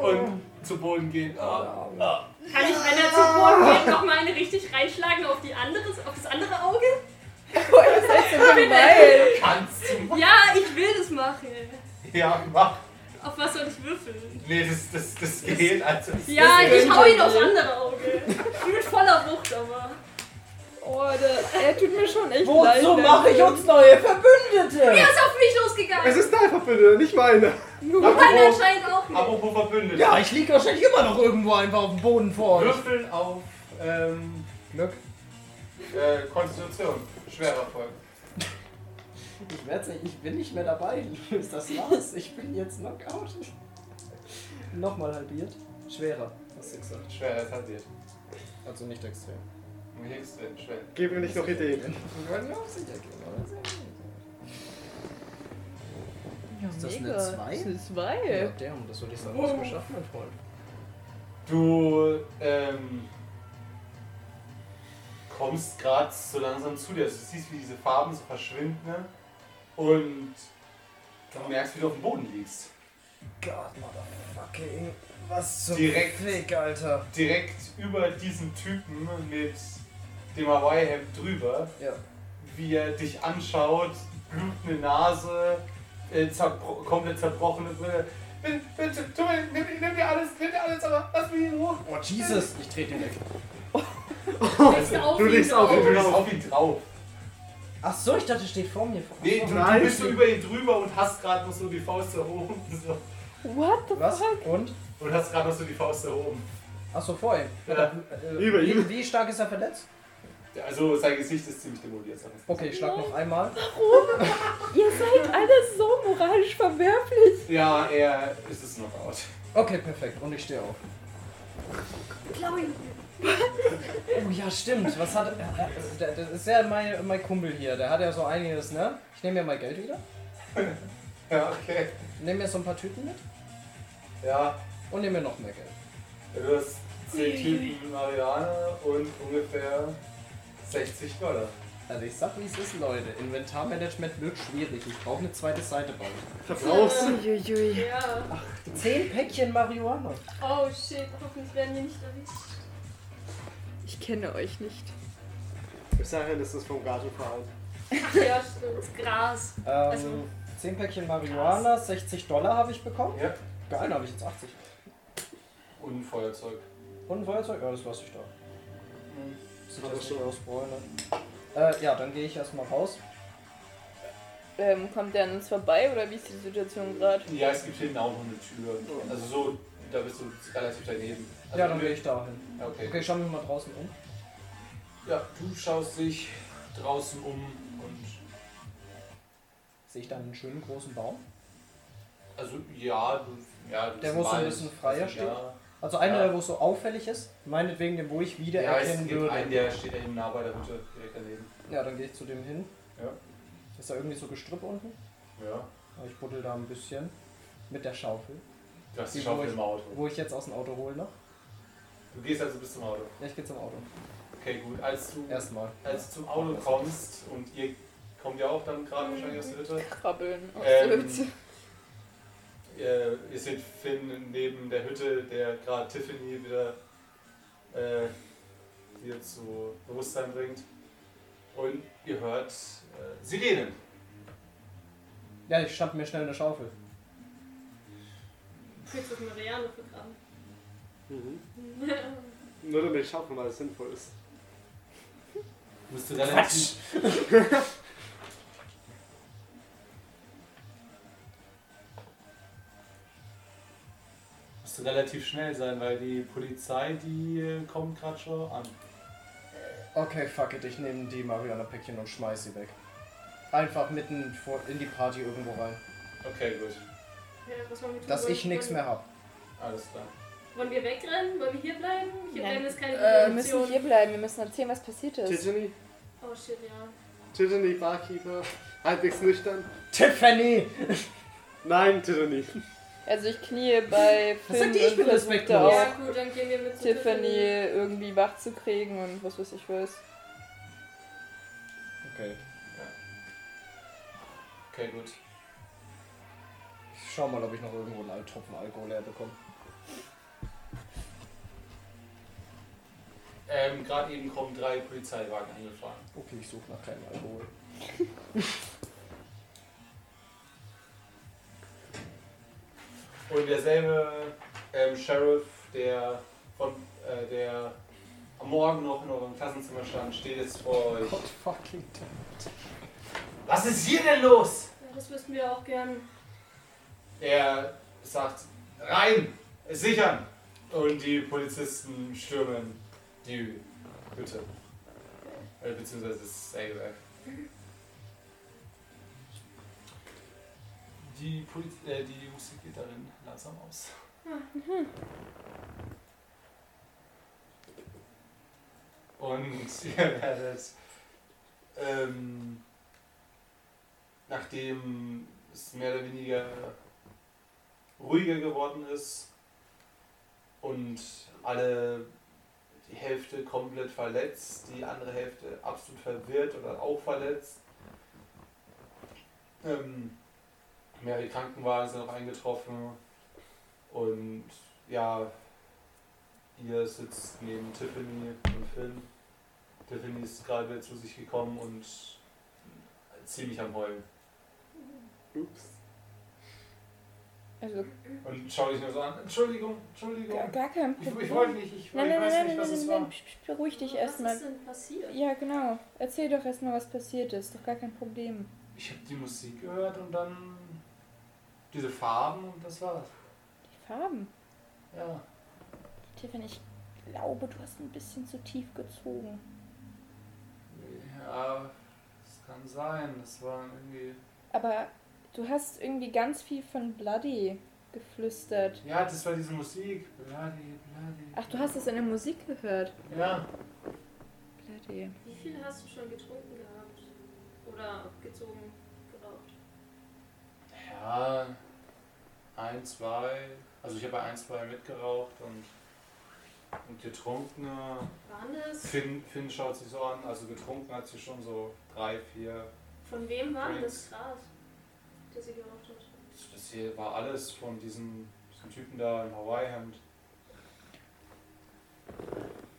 [SPEAKER 7] und zu Boden gehen. Ah, ah.
[SPEAKER 4] Kann ich, wenn er zum Boden geht, nochmal eine richtig reinschlagen auf, die andere, auf das andere Auge?
[SPEAKER 1] Geil.
[SPEAKER 7] Kannst du.
[SPEAKER 4] Ja, ich will das machen.
[SPEAKER 7] (laughs) Ja, mach.
[SPEAKER 4] Auf was soll ich würfeln?
[SPEAKER 7] Nee, das, das, das geht. Also,
[SPEAKER 4] Ja,
[SPEAKER 1] Das
[SPEAKER 4] ich hau ihn
[SPEAKER 1] könnte
[SPEAKER 4] aufs
[SPEAKER 1] ich.
[SPEAKER 4] andere Auge. Mit voller Wucht aber.
[SPEAKER 1] Oh, der, er tut mir schon echt leid.
[SPEAKER 3] Wozu
[SPEAKER 1] der
[SPEAKER 3] mache ich
[SPEAKER 1] Typ.
[SPEAKER 3] uns neue Verbündete?
[SPEAKER 4] Er ist auf mich losgegangen.
[SPEAKER 5] es ist dein Verbündeter, nicht meiner.
[SPEAKER 4] Und meine anscheinend auch nicht.
[SPEAKER 7] apropos verbündet.
[SPEAKER 3] Ja, ich liege wahrscheinlich immer noch irgendwo einfach auf dem Boden vor euch.
[SPEAKER 7] Würfeln auf ähm,
[SPEAKER 3] Glück.
[SPEAKER 7] äh, Konstitution. Schwerer Erfolg.
[SPEAKER 2] Ich, werd's nicht, ich bin nicht mehr dabei. (laughs) Ist das war's? Ich bin jetzt Knockout. Nochmal halbiert. Schwerer, hast du gesagt.
[SPEAKER 7] Schwerer ist halbiert.
[SPEAKER 2] Also nicht extrem.
[SPEAKER 7] Im höchsten schwer.
[SPEAKER 5] Gib mir nicht noch Ideen.
[SPEAKER 2] Wir wollen ja auch sicher gehen, oder?
[SPEAKER 1] Ja,
[SPEAKER 2] Ist das eine
[SPEAKER 1] mega.
[SPEAKER 2] Zwei?
[SPEAKER 1] Das ist eine Zwei.
[SPEAKER 2] damn, das würde ich sagen, was geschafft, mein Freund.
[SPEAKER 7] Du ähm, kommst gerade so langsam zu dir. Also du siehst, wie diese Farben so verschwinden. Ne? Und du merkst, wie du auf dem Boden liegst.
[SPEAKER 2] God, motherfucking. Was zum
[SPEAKER 7] Direkt.
[SPEAKER 2] Fick, Alter.
[SPEAKER 7] Direkt über diesen Typen mit dem Hawaii-Hemd drüber.
[SPEAKER 2] Ja.
[SPEAKER 7] wie er dich anschaut, blutende Nase, äh, zerbro komplett zerbrochene Brille. Bin- Bitte, tu mir, nimm, nimm dir alles, nimm dir alles, aber lass mich in Ruhe.
[SPEAKER 2] Oh, Jesus. Ich trete ihn weg.
[SPEAKER 4] Legst du auf
[SPEAKER 5] Du
[SPEAKER 4] ihn
[SPEAKER 5] legst
[SPEAKER 4] drauf.
[SPEAKER 5] auf
[SPEAKER 7] Du
[SPEAKER 5] ihn
[SPEAKER 7] bist
[SPEAKER 5] drauf.
[SPEAKER 7] auf ihn drauf.
[SPEAKER 2] Ach so, ich dachte, steht vor mir.
[SPEAKER 7] Nee, du, du
[SPEAKER 5] Nein.
[SPEAKER 7] bist so über ihn drüber und hast gerade noch so die Faust erhoben. So.
[SPEAKER 1] What the
[SPEAKER 2] Was?
[SPEAKER 1] fuck?
[SPEAKER 2] Und?
[SPEAKER 7] Und hast gerade noch so die Faust erhoben.
[SPEAKER 2] Ach so, vor ihm.
[SPEAKER 7] Ja.
[SPEAKER 2] Äh,
[SPEAKER 5] Über
[SPEAKER 2] wie,
[SPEAKER 5] ihm.
[SPEAKER 2] wie stark ist er verletzt?
[SPEAKER 7] Also sein Gesicht ist ziemlich demoliert. sagen wir
[SPEAKER 2] Okay, ich schlag noch einmal.
[SPEAKER 1] Ihr seid alle so moralisch verwerflich.
[SPEAKER 7] es. Ja, er ist es noch out.
[SPEAKER 2] Okay, perfekt. Und ich stehe auf.
[SPEAKER 4] Klau ihn.
[SPEAKER 2] Oh ja, stimmt. Was hat. äh, äh, der- Das ist ja mein, mein Kumpel hier. Der hat ja so einiges, ne? Ich nehme mir mal Geld wieder.
[SPEAKER 7] (laughs) Ja, okay.
[SPEAKER 2] Nehme mir so ein paar Tüten mit.
[SPEAKER 7] Ja,
[SPEAKER 2] Und nehme mir noch mehr Geld.
[SPEAKER 7] du hast 10 Typen Marianne und ungefähr 60 Dollar.
[SPEAKER 2] Also ich sag wie es ist, Leute. Inventarmanagement wird schwierig. Ich brauche eine zweite Seite bauen.
[SPEAKER 5] Verbrauchst.
[SPEAKER 1] Uiuiui.
[SPEAKER 4] Ja.
[SPEAKER 2] Zehn Päckchen Marihuana.
[SPEAKER 4] Oh shit, hoffentlich werden wir nicht erwischt.
[SPEAKER 1] Ich kenne euch nicht.
[SPEAKER 5] Ich sage, das ist vom Gartenverein.
[SPEAKER 4] Ach ja, stimmt. Das Gras.
[SPEAKER 2] Ähm, zehn Päckchen Marihuana, 60 Dollar habe ich bekommen.
[SPEAKER 7] Ja.
[SPEAKER 2] Geil, habe ich jetzt 80.
[SPEAKER 7] Und ein Feuerzeug.
[SPEAKER 2] Und ein Feuerzeug? Ja, das lasse ich da. Sicher
[SPEAKER 7] Hm.
[SPEAKER 5] Aber
[SPEAKER 2] ist
[SPEAKER 5] schon.
[SPEAKER 2] nicht ausbräune. Äh, ja, dann gehe ich erstmal raus.
[SPEAKER 1] Ähm, kommt der an uns vorbei oder wie ist die Situation gerade?
[SPEAKER 7] Ja, es gibt hinten auch noch eine Tür. Also so, da bist du relativ daneben. Also
[SPEAKER 2] ja, dann
[SPEAKER 7] du-
[SPEAKER 2] gehe ich da hin.
[SPEAKER 7] Ja, Okay.
[SPEAKER 2] Okay, ich schau mich mal draußen um.
[SPEAKER 7] Ja, du schaust dich draußen um und
[SPEAKER 2] Sehe ich da einen schönen großen Baum?
[SPEAKER 7] also ja, du, ja, du
[SPEAKER 2] Der
[SPEAKER 7] bist
[SPEAKER 2] muss so ein
[SPEAKER 7] Wald,
[SPEAKER 2] bisschen freier
[SPEAKER 7] also, ja.
[SPEAKER 2] Also einer,
[SPEAKER 7] Ja.
[SPEAKER 2] der wo so auffällig ist. Meinetwegen, den wo ich wieder
[SPEAKER 7] Ja, es
[SPEAKER 2] erkennen
[SPEAKER 7] gibt
[SPEAKER 2] würde.
[SPEAKER 7] einen, der steht da eben nah bei der Hütte, direkt daneben.
[SPEAKER 2] Ja, dann gehe ich zu dem hin.
[SPEAKER 7] Ja.
[SPEAKER 2] Ist da irgendwie so Gestrüpp unten?
[SPEAKER 7] Ja.
[SPEAKER 2] Aber Ich buddel da ein bisschen. Mit der Schaufel.
[SPEAKER 7] Du hast die
[SPEAKER 2] Die
[SPEAKER 7] Schaufel
[SPEAKER 2] Burg.
[SPEAKER 7] im Auto.
[SPEAKER 2] Wo ich jetzt aus dem Auto hole noch.
[SPEAKER 7] Du gehst also bis zum Auto.
[SPEAKER 2] Ja, ich gehe zum Auto.
[SPEAKER 7] Okay, gut. Als du,
[SPEAKER 2] Erstmal.
[SPEAKER 7] als du zum Auto kommst und ihr kommt ja auch dann gerade wahrscheinlich aus der Hütte,
[SPEAKER 1] Krabbeln aus der
[SPEAKER 7] Ähm,
[SPEAKER 1] Hütte.
[SPEAKER 7] Ihr, ihr seht Finn neben der Hütte, der gerade Tiffany wieder äh, hier zu Bewusstsein bringt. Und ihr hört äh, Sirenen.
[SPEAKER 2] Ja, ich schnapp mir schnell eine Schaufel.
[SPEAKER 4] Kriegst du das Marianne begraben.
[SPEAKER 5] Mhm. Nur damit ich schaue, weil es sinnvoll ist.
[SPEAKER 7] Musst du relativ, musst du relativ schnell sein, weil die Polizei, die äh, kommt gerade schon an.
[SPEAKER 2] Okay, fuck it. Ich nehme die Marihuana-Päckchen und schmeiß sie weg. Einfach mitten vor, in die Party irgendwo rein.
[SPEAKER 7] Okay, gut.
[SPEAKER 4] Ja, was wollen wir tun?
[SPEAKER 2] Dass
[SPEAKER 4] Wollen-
[SPEAKER 2] ich nichts
[SPEAKER 4] wollen-
[SPEAKER 2] mehr habe.
[SPEAKER 3] Alles klar.
[SPEAKER 4] Wollen wir wegrennen? Wollen wir hier bleiben? Hier
[SPEAKER 1] Nein.
[SPEAKER 4] bleiben ist keine
[SPEAKER 1] Äh, wir
[SPEAKER 4] gute
[SPEAKER 1] müssen
[SPEAKER 4] Option.
[SPEAKER 1] hier bleiben, wir müssen erzählen, was passiert ist.
[SPEAKER 5] Tiffany,
[SPEAKER 4] Oh shit, ja.
[SPEAKER 5] Tiffany, Barkeeper, halbwegs nüchtern.
[SPEAKER 2] Tiffany!
[SPEAKER 5] Nein, Tiffany.
[SPEAKER 1] Also ich knie bei
[SPEAKER 2] Was
[SPEAKER 1] Finn
[SPEAKER 2] sagt
[SPEAKER 1] und
[SPEAKER 2] die? Ich bin
[SPEAKER 1] versuche da
[SPEAKER 2] respektlos.
[SPEAKER 4] Ja
[SPEAKER 1] auch
[SPEAKER 4] gut, dann gehen wir mit zu
[SPEAKER 1] Tiffany irgendwie wach zu kriegen und was weiß ich was.
[SPEAKER 2] Okay,
[SPEAKER 3] Okay, gut.
[SPEAKER 2] ich schau mal, ob ich noch irgendwo einen Tropfen Alkohol herbekomme.
[SPEAKER 3] Ähm, Gerade eben kommen drei Polizeiwagen angefahren.
[SPEAKER 2] Okay, ich suche nach keinem Alkohol.
[SPEAKER 3] Und derselbe ähm, Sheriff, der, von, äh, der am Morgen noch in eurem Klassenzimmer stand, steht jetzt vor euch.
[SPEAKER 2] God fucking damn.
[SPEAKER 15] Was ist hier denn los?
[SPEAKER 4] Ja, das wüssten wir auch gern.
[SPEAKER 3] Er sagt, rein, sichern. Und die Polizisten stürmen die Hütte. Äh, beziehungsweise das Sägewerk. Die, Poliz äh, die Musik geht darin langsam aus. Und (laughs) ihr werdet, ähm, nachdem es mehr oder weniger ruhiger geworden ist und alle die Hälfte komplett verletzt, die andere Hälfte absolut verwirrt oder auch verletzt. Ähm, mehrere Krankenwagen sind noch eingetroffen und ja, ihr sitzt neben Tiffany und Finn. Tiffany ist gerade zu sich gekommen und ziemlich am Heulen.
[SPEAKER 5] Ups.
[SPEAKER 1] Also
[SPEAKER 3] Und schau dich nur so an. Entschuldigung,
[SPEAKER 1] gar,
[SPEAKER 3] Entschuldigung.
[SPEAKER 1] gar kein
[SPEAKER 3] Ich,
[SPEAKER 1] Problem.
[SPEAKER 3] ich wollte nicht, ich,
[SPEAKER 1] nein,
[SPEAKER 3] ich
[SPEAKER 1] nein,
[SPEAKER 3] weiß
[SPEAKER 1] nein,
[SPEAKER 3] nicht,
[SPEAKER 1] nein,
[SPEAKER 3] was
[SPEAKER 1] nein,
[SPEAKER 3] es
[SPEAKER 1] nein,
[SPEAKER 3] war.
[SPEAKER 1] nein, psch, psch, beruhig dich
[SPEAKER 4] Was
[SPEAKER 1] erstmal.
[SPEAKER 4] ist denn passiert?
[SPEAKER 1] Ja, genau. Erzähl doch erstmal, was passiert ist. Doch gar kein Problem.
[SPEAKER 3] Ich habe die Musik gehört und dann diese Farben und das war's.
[SPEAKER 1] Die Farben.
[SPEAKER 3] Ja.
[SPEAKER 1] Tiffany, ich glaube, du hast ein bisschen zu tief gezogen.
[SPEAKER 3] Ja, das kann sein. Das war irgendwie.
[SPEAKER 1] Aber du hast irgendwie ganz viel von Bloody geflüstert.
[SPEAKER 3] Ja, das war diese Musik. Bloody, bloody.
[SPEAKER 1] Ach, du hast es in der Musik gehört.
[SPEAKER 3] Ja.
[SPEAKER 1] Bloody.
[SPEAKER 4] Wie viel hast du schon getrunken gehabt? Oder gezogen, geraucht?
[SPEAKER 3] Ja. Ein, zwei. Also ich habe bei ein, zwei mitgeraucht und, und getrunken.
[SPEAKER 4] Waren das?
[SPEAKER 3] Finn, Finn schaut sich so an. Also getrunken hat sie schon so drei, vier.
[SPEAKER 4] Von wem war denn das
[SPEAKER 3] Drinks.
[SPEAKER 4] Gras, das sie geraucht hat?
[SPEAKER 3] Das hier war alles von diesem, diesem Typen da im Hawaii-Hemd.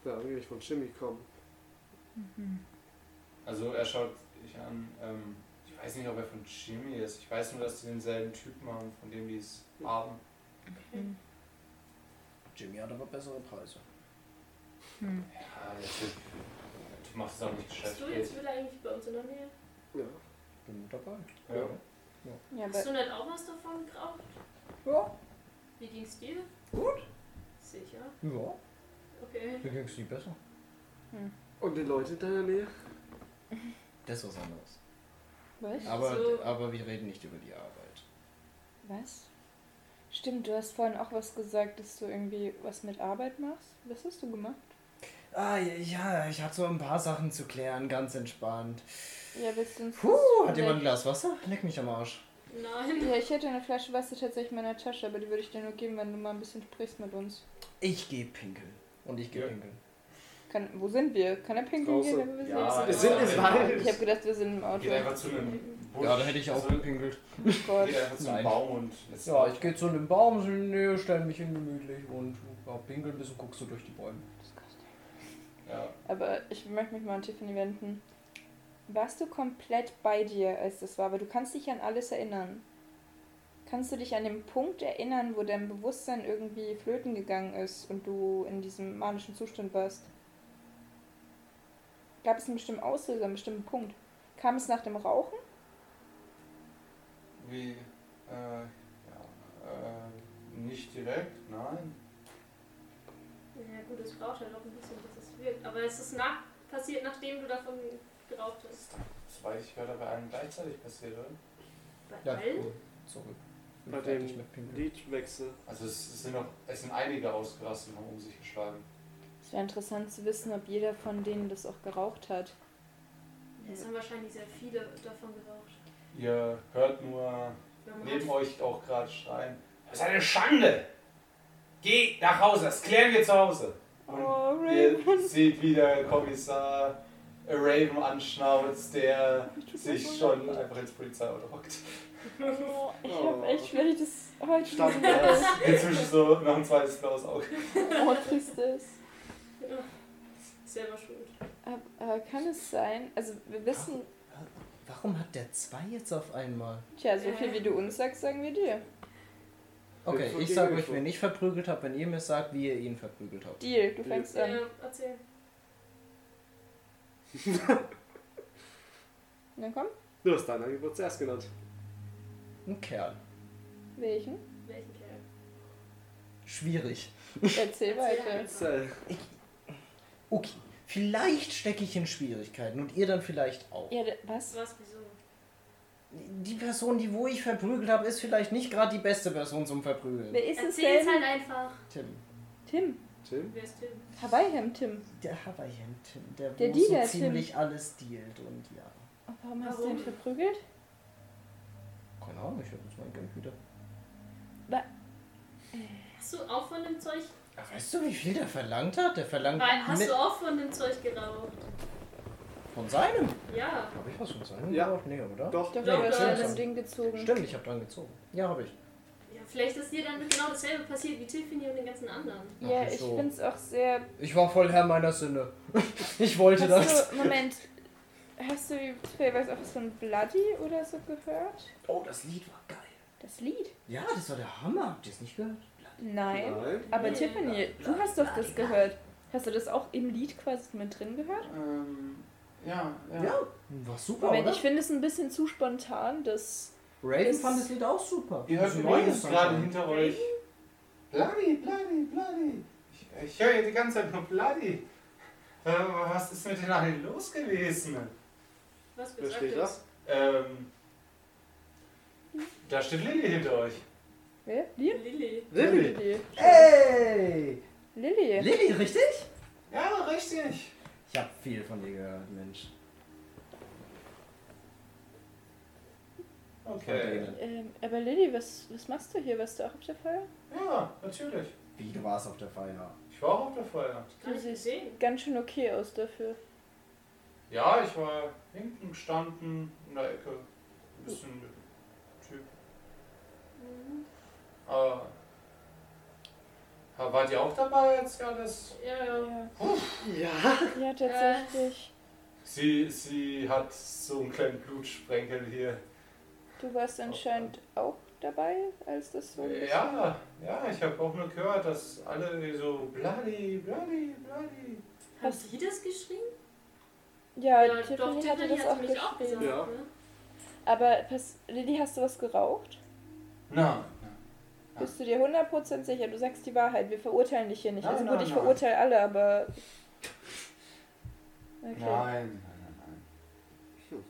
[SPEAKER 5] Da will ich von Jimmy kommen.
[SPEAKER 1] Mhm,
[SPEAKER 3] Also er schaut dich an. Ähm, ich weiß nicht, ob er von Jimmy ist. Ich weiß nur, dass die denselben Typen haben, von dem die es haben.
[SPEAKER 2] Jimmy hat aber bessere Preise.
[SPEAKER 1] mhm.
[SPEAKER 3] Ja, der Typ, der typ macht es auch nicht
[SPEAKER 4] Bist du jetzt
[SPEAKER 3] geschäftlich.
[SPEAKER 4] wieder eigentlich bei uns in der Nähe?
[SPEAKER 5] Ja.
[SPEAKER 2] Bin mit dabei.
[SPEAKER 3] Ja.
[SPEAKER 1] Ja, aber
[SPEAKER 4] Hast du nicht auch was davon geraucht?
[SPEAKER 2] Ja.
[SPEAKER 4] Wie ging's dir? Gut. Sicher.
[SPEAKER 2] Ja,
[SPEAKER 4] Okay.
[SPEAKER 2] mir ging es nie besser.
[SPEAKER 5] Und die Leute in deiner Nähe?
[SPEAKER 2] Das ist was anderes.
[SPEAKER 1] was?
[SPEAKER 2] Aber,
[SPEAKER 4] So.
[SPEAKER 2] aber wir reden nicht über die Arbeit.
[SPEAKER 1] Was? Stimmt, du hast vorhin auch was gesagt, dass du irgendwie was mit Arbeit machst. Was hast du gemacht?
[SPEAKER 2] Ah, ja, ich hatte so ein paar Sachen zu klären, ganz entspannt.
[SPEAKER 1] Ja, willst du uns.
[SPEAKER 2] Puh,
[SPEAKER 1] das-
[SPEAKER 2] hat jemand ein Glas Wasser? Leck mich am Arsch.
[SPEAKER 4] Nein.
[SPEAKER 1] Ja, ich hätte eine Flasche Wasser tatsächlich in meiner Tasche, aber die würde ich dir nur geben, wenn du mal ein bisschen sprichst mit uns.
[SPEAKER 2] Ich gehe pinkeln. Und ich gehe
[SPEAKER 3] Ja.
[SPEAKER 2] pinkeln.
[SPEAKER 1] Kann, wo sind wir? Kann er pinkeln
[SPEAKER 5] Draußen.
[SPEAKER 1] gehen? Aber wir sind
[SPEAKER 3] Ja,
[SPEAKER 5] Wir
[SPEAKER 1] nicht so-
[SPEAKER 5] sind im
[SPEAKER 1] ich habe
[SPEAKER 5] Wald.
[SPEAKER 1] gedacht, wir sind im Auto.
[SPEAKER 3] Geht einfach zu einem Busch.
[SPEAKER 2] Ja, da hätte ich auch
[SPEAKER 3] Also,
[SPEAKER 2] gepinkelt.
[SPEAKER 1] Oh Gott.
[SPEAKER 3] geht einfach zu einem
[SPEAKER 2] Nein.
[SPEAKER 3] Baum und lässt
[SPEAKER 2] Ja, ich gehe zu einem Baum, nee, stell mich hin gemütlich und ja, pinkeln bis und guckst du durch die Bäume.
[SPEAKER 3] Ja.
[SPEAKER 1] Aber ich möchte mich mal an Tiffany wenden. Warst du komplett bei dir, als das war? Aber du kannst dich an alles erinnern. Kannst du dich an den Punkt erinnern, wo dein Bewusstsein irgendwie flöten gegangen ist und du in diesem manischen Zustand warst? Gab es einen bestimmten Auslöser, einen bestimmten Punkt? Kam es nach dem Rauchen?
[SPEAKER 3] Wie. Äh, ja, äh, nicht direkt, nein.
[SPEAKER 4] Ja gut, es braucht halt auch ein bisschen, bis es wirkt. Aber es ist nach passiert, nachdem du davon geraucht hast.
[SPEAKER 3] Das weiß ich gerade bei allen gleichzeitig passiert, oder?
[SPEAKER 4] Bei
[SPEAKER 2] Ja,
[SPEAKER 4] allen?
[SPEAKER 2] cool. Sorry.
[SPEAKER 5] bei
[SPEAKER 2] fertig
[SPEAKER 5] dem
[SPEAKER 2] mit Pinkeln.
[SPEAKER 5] Liedwechsel.
[SPEAKER 3] Also es, es sind noch, es sind einige ausgerastet und haben um sich geschlagen.
[SPEAKER 1] Es wäre interessant zu wissen, ob jeder von denen das auch geraucht hat.
[SPEAKER 4] Es haben wahrscheinlich sehr viele davon geraucht.
[SPEAKER 3] Ihr hört nur
[SPEAKER 4] Wenn man
[SPEAKER 3] neben
[SPEAKER 4] hat- (laughs)
[SPEAKER 3] euch auch gerade schreien.
[SPEAKER 16] Das ist eine Schande! Geh nach Hause, das klären wir zu Hause.
[SPEAKER 1] Oh,
[SPEAKER 3] Ihr
[SPEAKER 1] Raven.
[SPEAKER 3] seht, wie der Kommissar Raven anschnauzt, der sich schon einfach ins Polizeiauto hockt.
[SPEAKER 1] Oh, ich
[SPEAKER 5] Oh.
[SPEAKER 1] habe echt schlechtes heute.
[SPEAKER 5] Stand das.
[SPEAKER 3] Inzwischen so noch ein zweites blaues Auge.
[SPEAKER 1] Oh, Tristes.
[SPEAKER 4] Oh, Selber schuld.
[SPEAKER 1] Aber, aber äh, kann es sein? Also wir wissen,
[SPEAKER 2] Warum hat der zwei jetzt auf einmal?
[SPEAKER 1] tja, so viel wie du uns sagst, sagen wir dir.
[SPEAKER 2] Okay,
[SPEAKER 5] Info
[SPEAKER 2] ich
[SPEAKER 5] gegen
[SPEAKER 2] sage euch,
[SPEAKER 5] Info.
[SPEAKER 2] wen ich verprügelt habe, wenn ihr mir sagt, wie ihr ihn verprügelt habt.
[SPEAKER 1] Deal, du fängst
[SPEAKER 4] Ja,
[SPEAKER 1] an.
[SPEAKER 4] erzähl.
[SPEAKER 1] Na komm,
[SPEAKER 5] Du hast dein Angebot zuerst genannt.
[SPEAKER 2] Ein Kerl.
[SPEAKER 1] welchen?
[SPEAKER 4] Welchen Kerl?
[SPEAKER 2] Schwierig.
[SPEAKER 1] Erzähl weiter.
[SPEAKER 5] Zell.
[SPEAKER 2] Okay, vielleicht stecke ich in Schwierigkeiten und ihr dann vielleicht auch.
[SPEAKER 1] Ja, da- was?
[SPEAKER 4] Was, wieso?
[SPEAKER 2] Die Person, die wo ich verprügelt habe, ist vielleicht nicht gerade die beste Person zum Verprügeln.
[SPEAKER 1] Wer ist es
[SPEAKER 4] Erzähl es
[SPEAKER 1] denn?
[SPEAKER 4] halt einfach.
[SPEAKER 2] Tim.
[SPEAKER 1] Tim.
[SPEAKER 5] Tim?
[SPEAKER 4] Wer ist Tim?
[SPEAKER 1] Hawaii-Hemd, Tim.
[SPEAKER 2] Der Hawaiian Tim, der,
[SPEAKER 1] Der
[SPEAKER 2] wo
[SPEAKER 1] Dealer
[SPEAKER 2] so
[SPEAKER 1] Tim.
[SPEAKER 2] ziemlich alles dealt und ja.
[SPEAKER 1] Oh, warum hast
[SPEAKER 4] Warum?
[SPEAKER 1] du ihn verprügelt?
[SPEAKER 2] Keine Ahnung, ich habe jetzt mein Geld wieder.
[SPEAKER 4] Hast du auch von dem Zeug?
[SPEAKER 2] Ach, weißt du, wie viel der verlangt hat? Der verlangt
[SPEAKER 4] Weil, hast
[SPEAKER 2] mit
[SPEAKER 4] du auch von dem Zeug geraucht?
[SPEAKER 2] von seinem.
[SPEAKER 4] Ja.
[SPEAKER 2] Habe ich was von seinem
[SPEAKER 5] Ja.
[SPEAKER 2] geraucht? Nee, oder?
[SPEAKER 5] Doch.
[SPEAKER 1] Doch,
[SPEAKER 2] Ja,
[SPEAKER 1] du hast
[SPEAKER 2] stimmt
[SPEAKER 1] an
[SPEAKER 2] schon.
[SPEAKER 1] das Ding gezogen.
[SPEAKER 2] Stimmt, ich habe dran gezogen. Ja, habe ich.
[SPEAKER 4] Ja, vielleicht ist dir dann genau dasselbe passiert wie Tiffany und den ganzen anderen.
[SPEAKER 1] Ja,
[SPEAKER 2] Ach,
[SPEAKER 1] ich
[SPEAKER 2] so.
[SPEAKER 1] find's auch sehr.
[SPEAKER 2] Ich war voll Herr meiner Sinne. (laughs) ich wollte das.
[SPEAKER 1] Hast du, Moment. Hast du Flavors auch was von Bloody oder so gehört?
[SPEAKER 16] Oh, das Lied war geil.
[SPEAKER 1] Das Lied?
[SPEAKER 2] Ja, das war der Hammer. Habt ihr es nicht gehört?
[SPEAKER 1] Nein.
[SPEAKER 5] Nein.
[SPEAKER 1] Aber
[SPEAKER 4] Ja.
[SPEAKER 1] Tiffany, du hast doch das gehört. Hast du das auch im Lied quasi mit drin gehört?
[SPEAKER 3] Ähm, ja, ja.
[SPEAKER 2] Ja. Hm, War super,
[SPEAKER 1] Moment,
[SPEAKER 2] oder?
[SPEAKER 1] ich finde es ein bisschen zu spontan, dass.
[SPEAKER 2] Raven
[SPEAKER 1] das-
[SPEAKER 2] fand das Lied auch super.
[SPEAKER 3] Ihr hört
[SPEAKER 2] Das
[SPEAKER 3] übrigens gerade
[SPEAKER 2] anscheinend.
[SPEAKER 3] hinter euch. Bloody, bloody, bloody. Ich, ich höre ja die ganze Zeit nur bloody. Äh, was ist mit den allen los gewesen?
[SPEAKER 4] Was
[SPEAKER 5] Wer
[SPEAKER 4] gesagt
[SPEAKER 5] steht da?
[SPEAKER 4] ist.
[SPEAKER 3] Ähm, da steht Lilly hinter euch.
[SPEAKER 1] Wer? Lilly?
[SPEAKER 4] Lilly.
[SPEAKER 5] Lilly.
[SPEAKER 1] Lilly.
[SPEAKER 2] Äh. Ey!
[SPEAKER 1] Lilly.
[SPEAKER 2] Lilly, richtig?
[SPEAKER 3] Ja, richtig.
[SPEAKER 2] Ich habe viel von dir gehört, Mensch.
[SPEAKER 3] Okay.
[SPEAKER 1] Ähm, aber Lilly, was, was machst du hier? Warst du auch auf der Feier?
[SPEAKER 3] Ja, natürlich.
[SPEAKER 2] Wie, du warst auf der Feier.
[SPEAKER 3] Ich war auch auf der Feier.
[SPEAKER 4] Kann ich
[SPEAKER 1] siehst
[SPEAKER 4] sehen.
[SPEAKER 1] ganz schön okay aus dafür.
[SPEAKER 3] Ja, ich war hinten gestanden, in der Ecke. Ein bisschen Typ.
[SPEAKER 1] Mhm.
[SPEAKER 3] Aber. Aber wart ihr äh, auch dabei, als ja das.
[SPEAKER 4] Ja, ja.
[SPEAKER 1] Ja,
[SPEAKER 5] Ja.
[SPEAKER 1] ja tatsächlich.
[SPEAKER 3] Sie, sie hat so einen kleinen Blutsprenkel hier.
[SPEAKER 1] Du warst anscheinend auch dabei, als das so
[SPEAKER 3] Ja, ja, ich habe auch nur gehört, dass alle so bloody, bloody, bloody.
[SPEAKER 4] Haben Sie das geschrieben?
[SPEAKER 1] Ja, Tiffany hatte das auch
[SPEAKER 4] mich auch
[SPEAKER 1] geschrieben.
[SPEAKER 4] gesagt.
[SPEAKER 5] Ja.
[SPEAKER 4] Ne?
[SPEAKER 1] Aber pass, Lilly, hast du was geraucht?
[SPEAKER 3] Nein. Ja.
[SPEAKER 1] Bist du dir 100% sicher? Du sagst die Wahrheit. Wir verurteilen dich hier nicht.
[SPEAKER 3] Nein,
[SPEAKER 1] also gut,
[SPEAKER 3] nein,
[SPEAKER 1] ich
[SPEAKER 3] nein.
[SPEAKER 1] verurteile alle, aber... Okay.
[SPEAKER 3] Nein, nein, nein,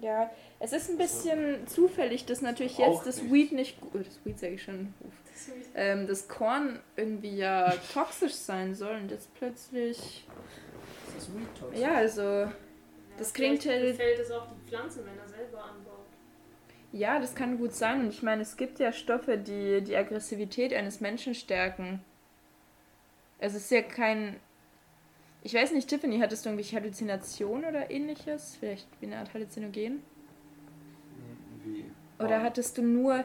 [SPEAKER 1] Ja, es ist ein bisschen zufällig, dass natürlich
[SPEAKER 3] Auch
[SPEAKER 1] jetzt das
[SPEAKER 3] nicht.
[SPEAKER 1] Weed nicht... gu- Das Weed sage ich schon.
[SPEAKER 4] Das ist wie-
[SPEAKER 1] ähm, das Korn irgendwie ja toxisch sein soll und jetzt plötzlich.
[SPEAKER 2] Das ist Weed Talk.
[SPEAKER 1] Ja, also. Das klingt
[SPEAKER 4] vielleicht
[SPEAKER 1] halt-
[SPEAKER 4] gefällt es auch die Pflanzen, wenn er selber anbaut.
[SPEAKER 1] Ja, das kann gut sein. Und ich meine, es gibt ja Stoffe, die die Aggressivität eines Menschen stärken. Also, Es ist ja kein. Ich weiß nicht, Tiffany, hattest du irgendwelche Halluzinationen oder ähnliches? Vielleicht wie eine Art Halluzinogen?
[SPEAKER 3] nein. Wie?
[SPEAKER 1] Oder hattest du nur.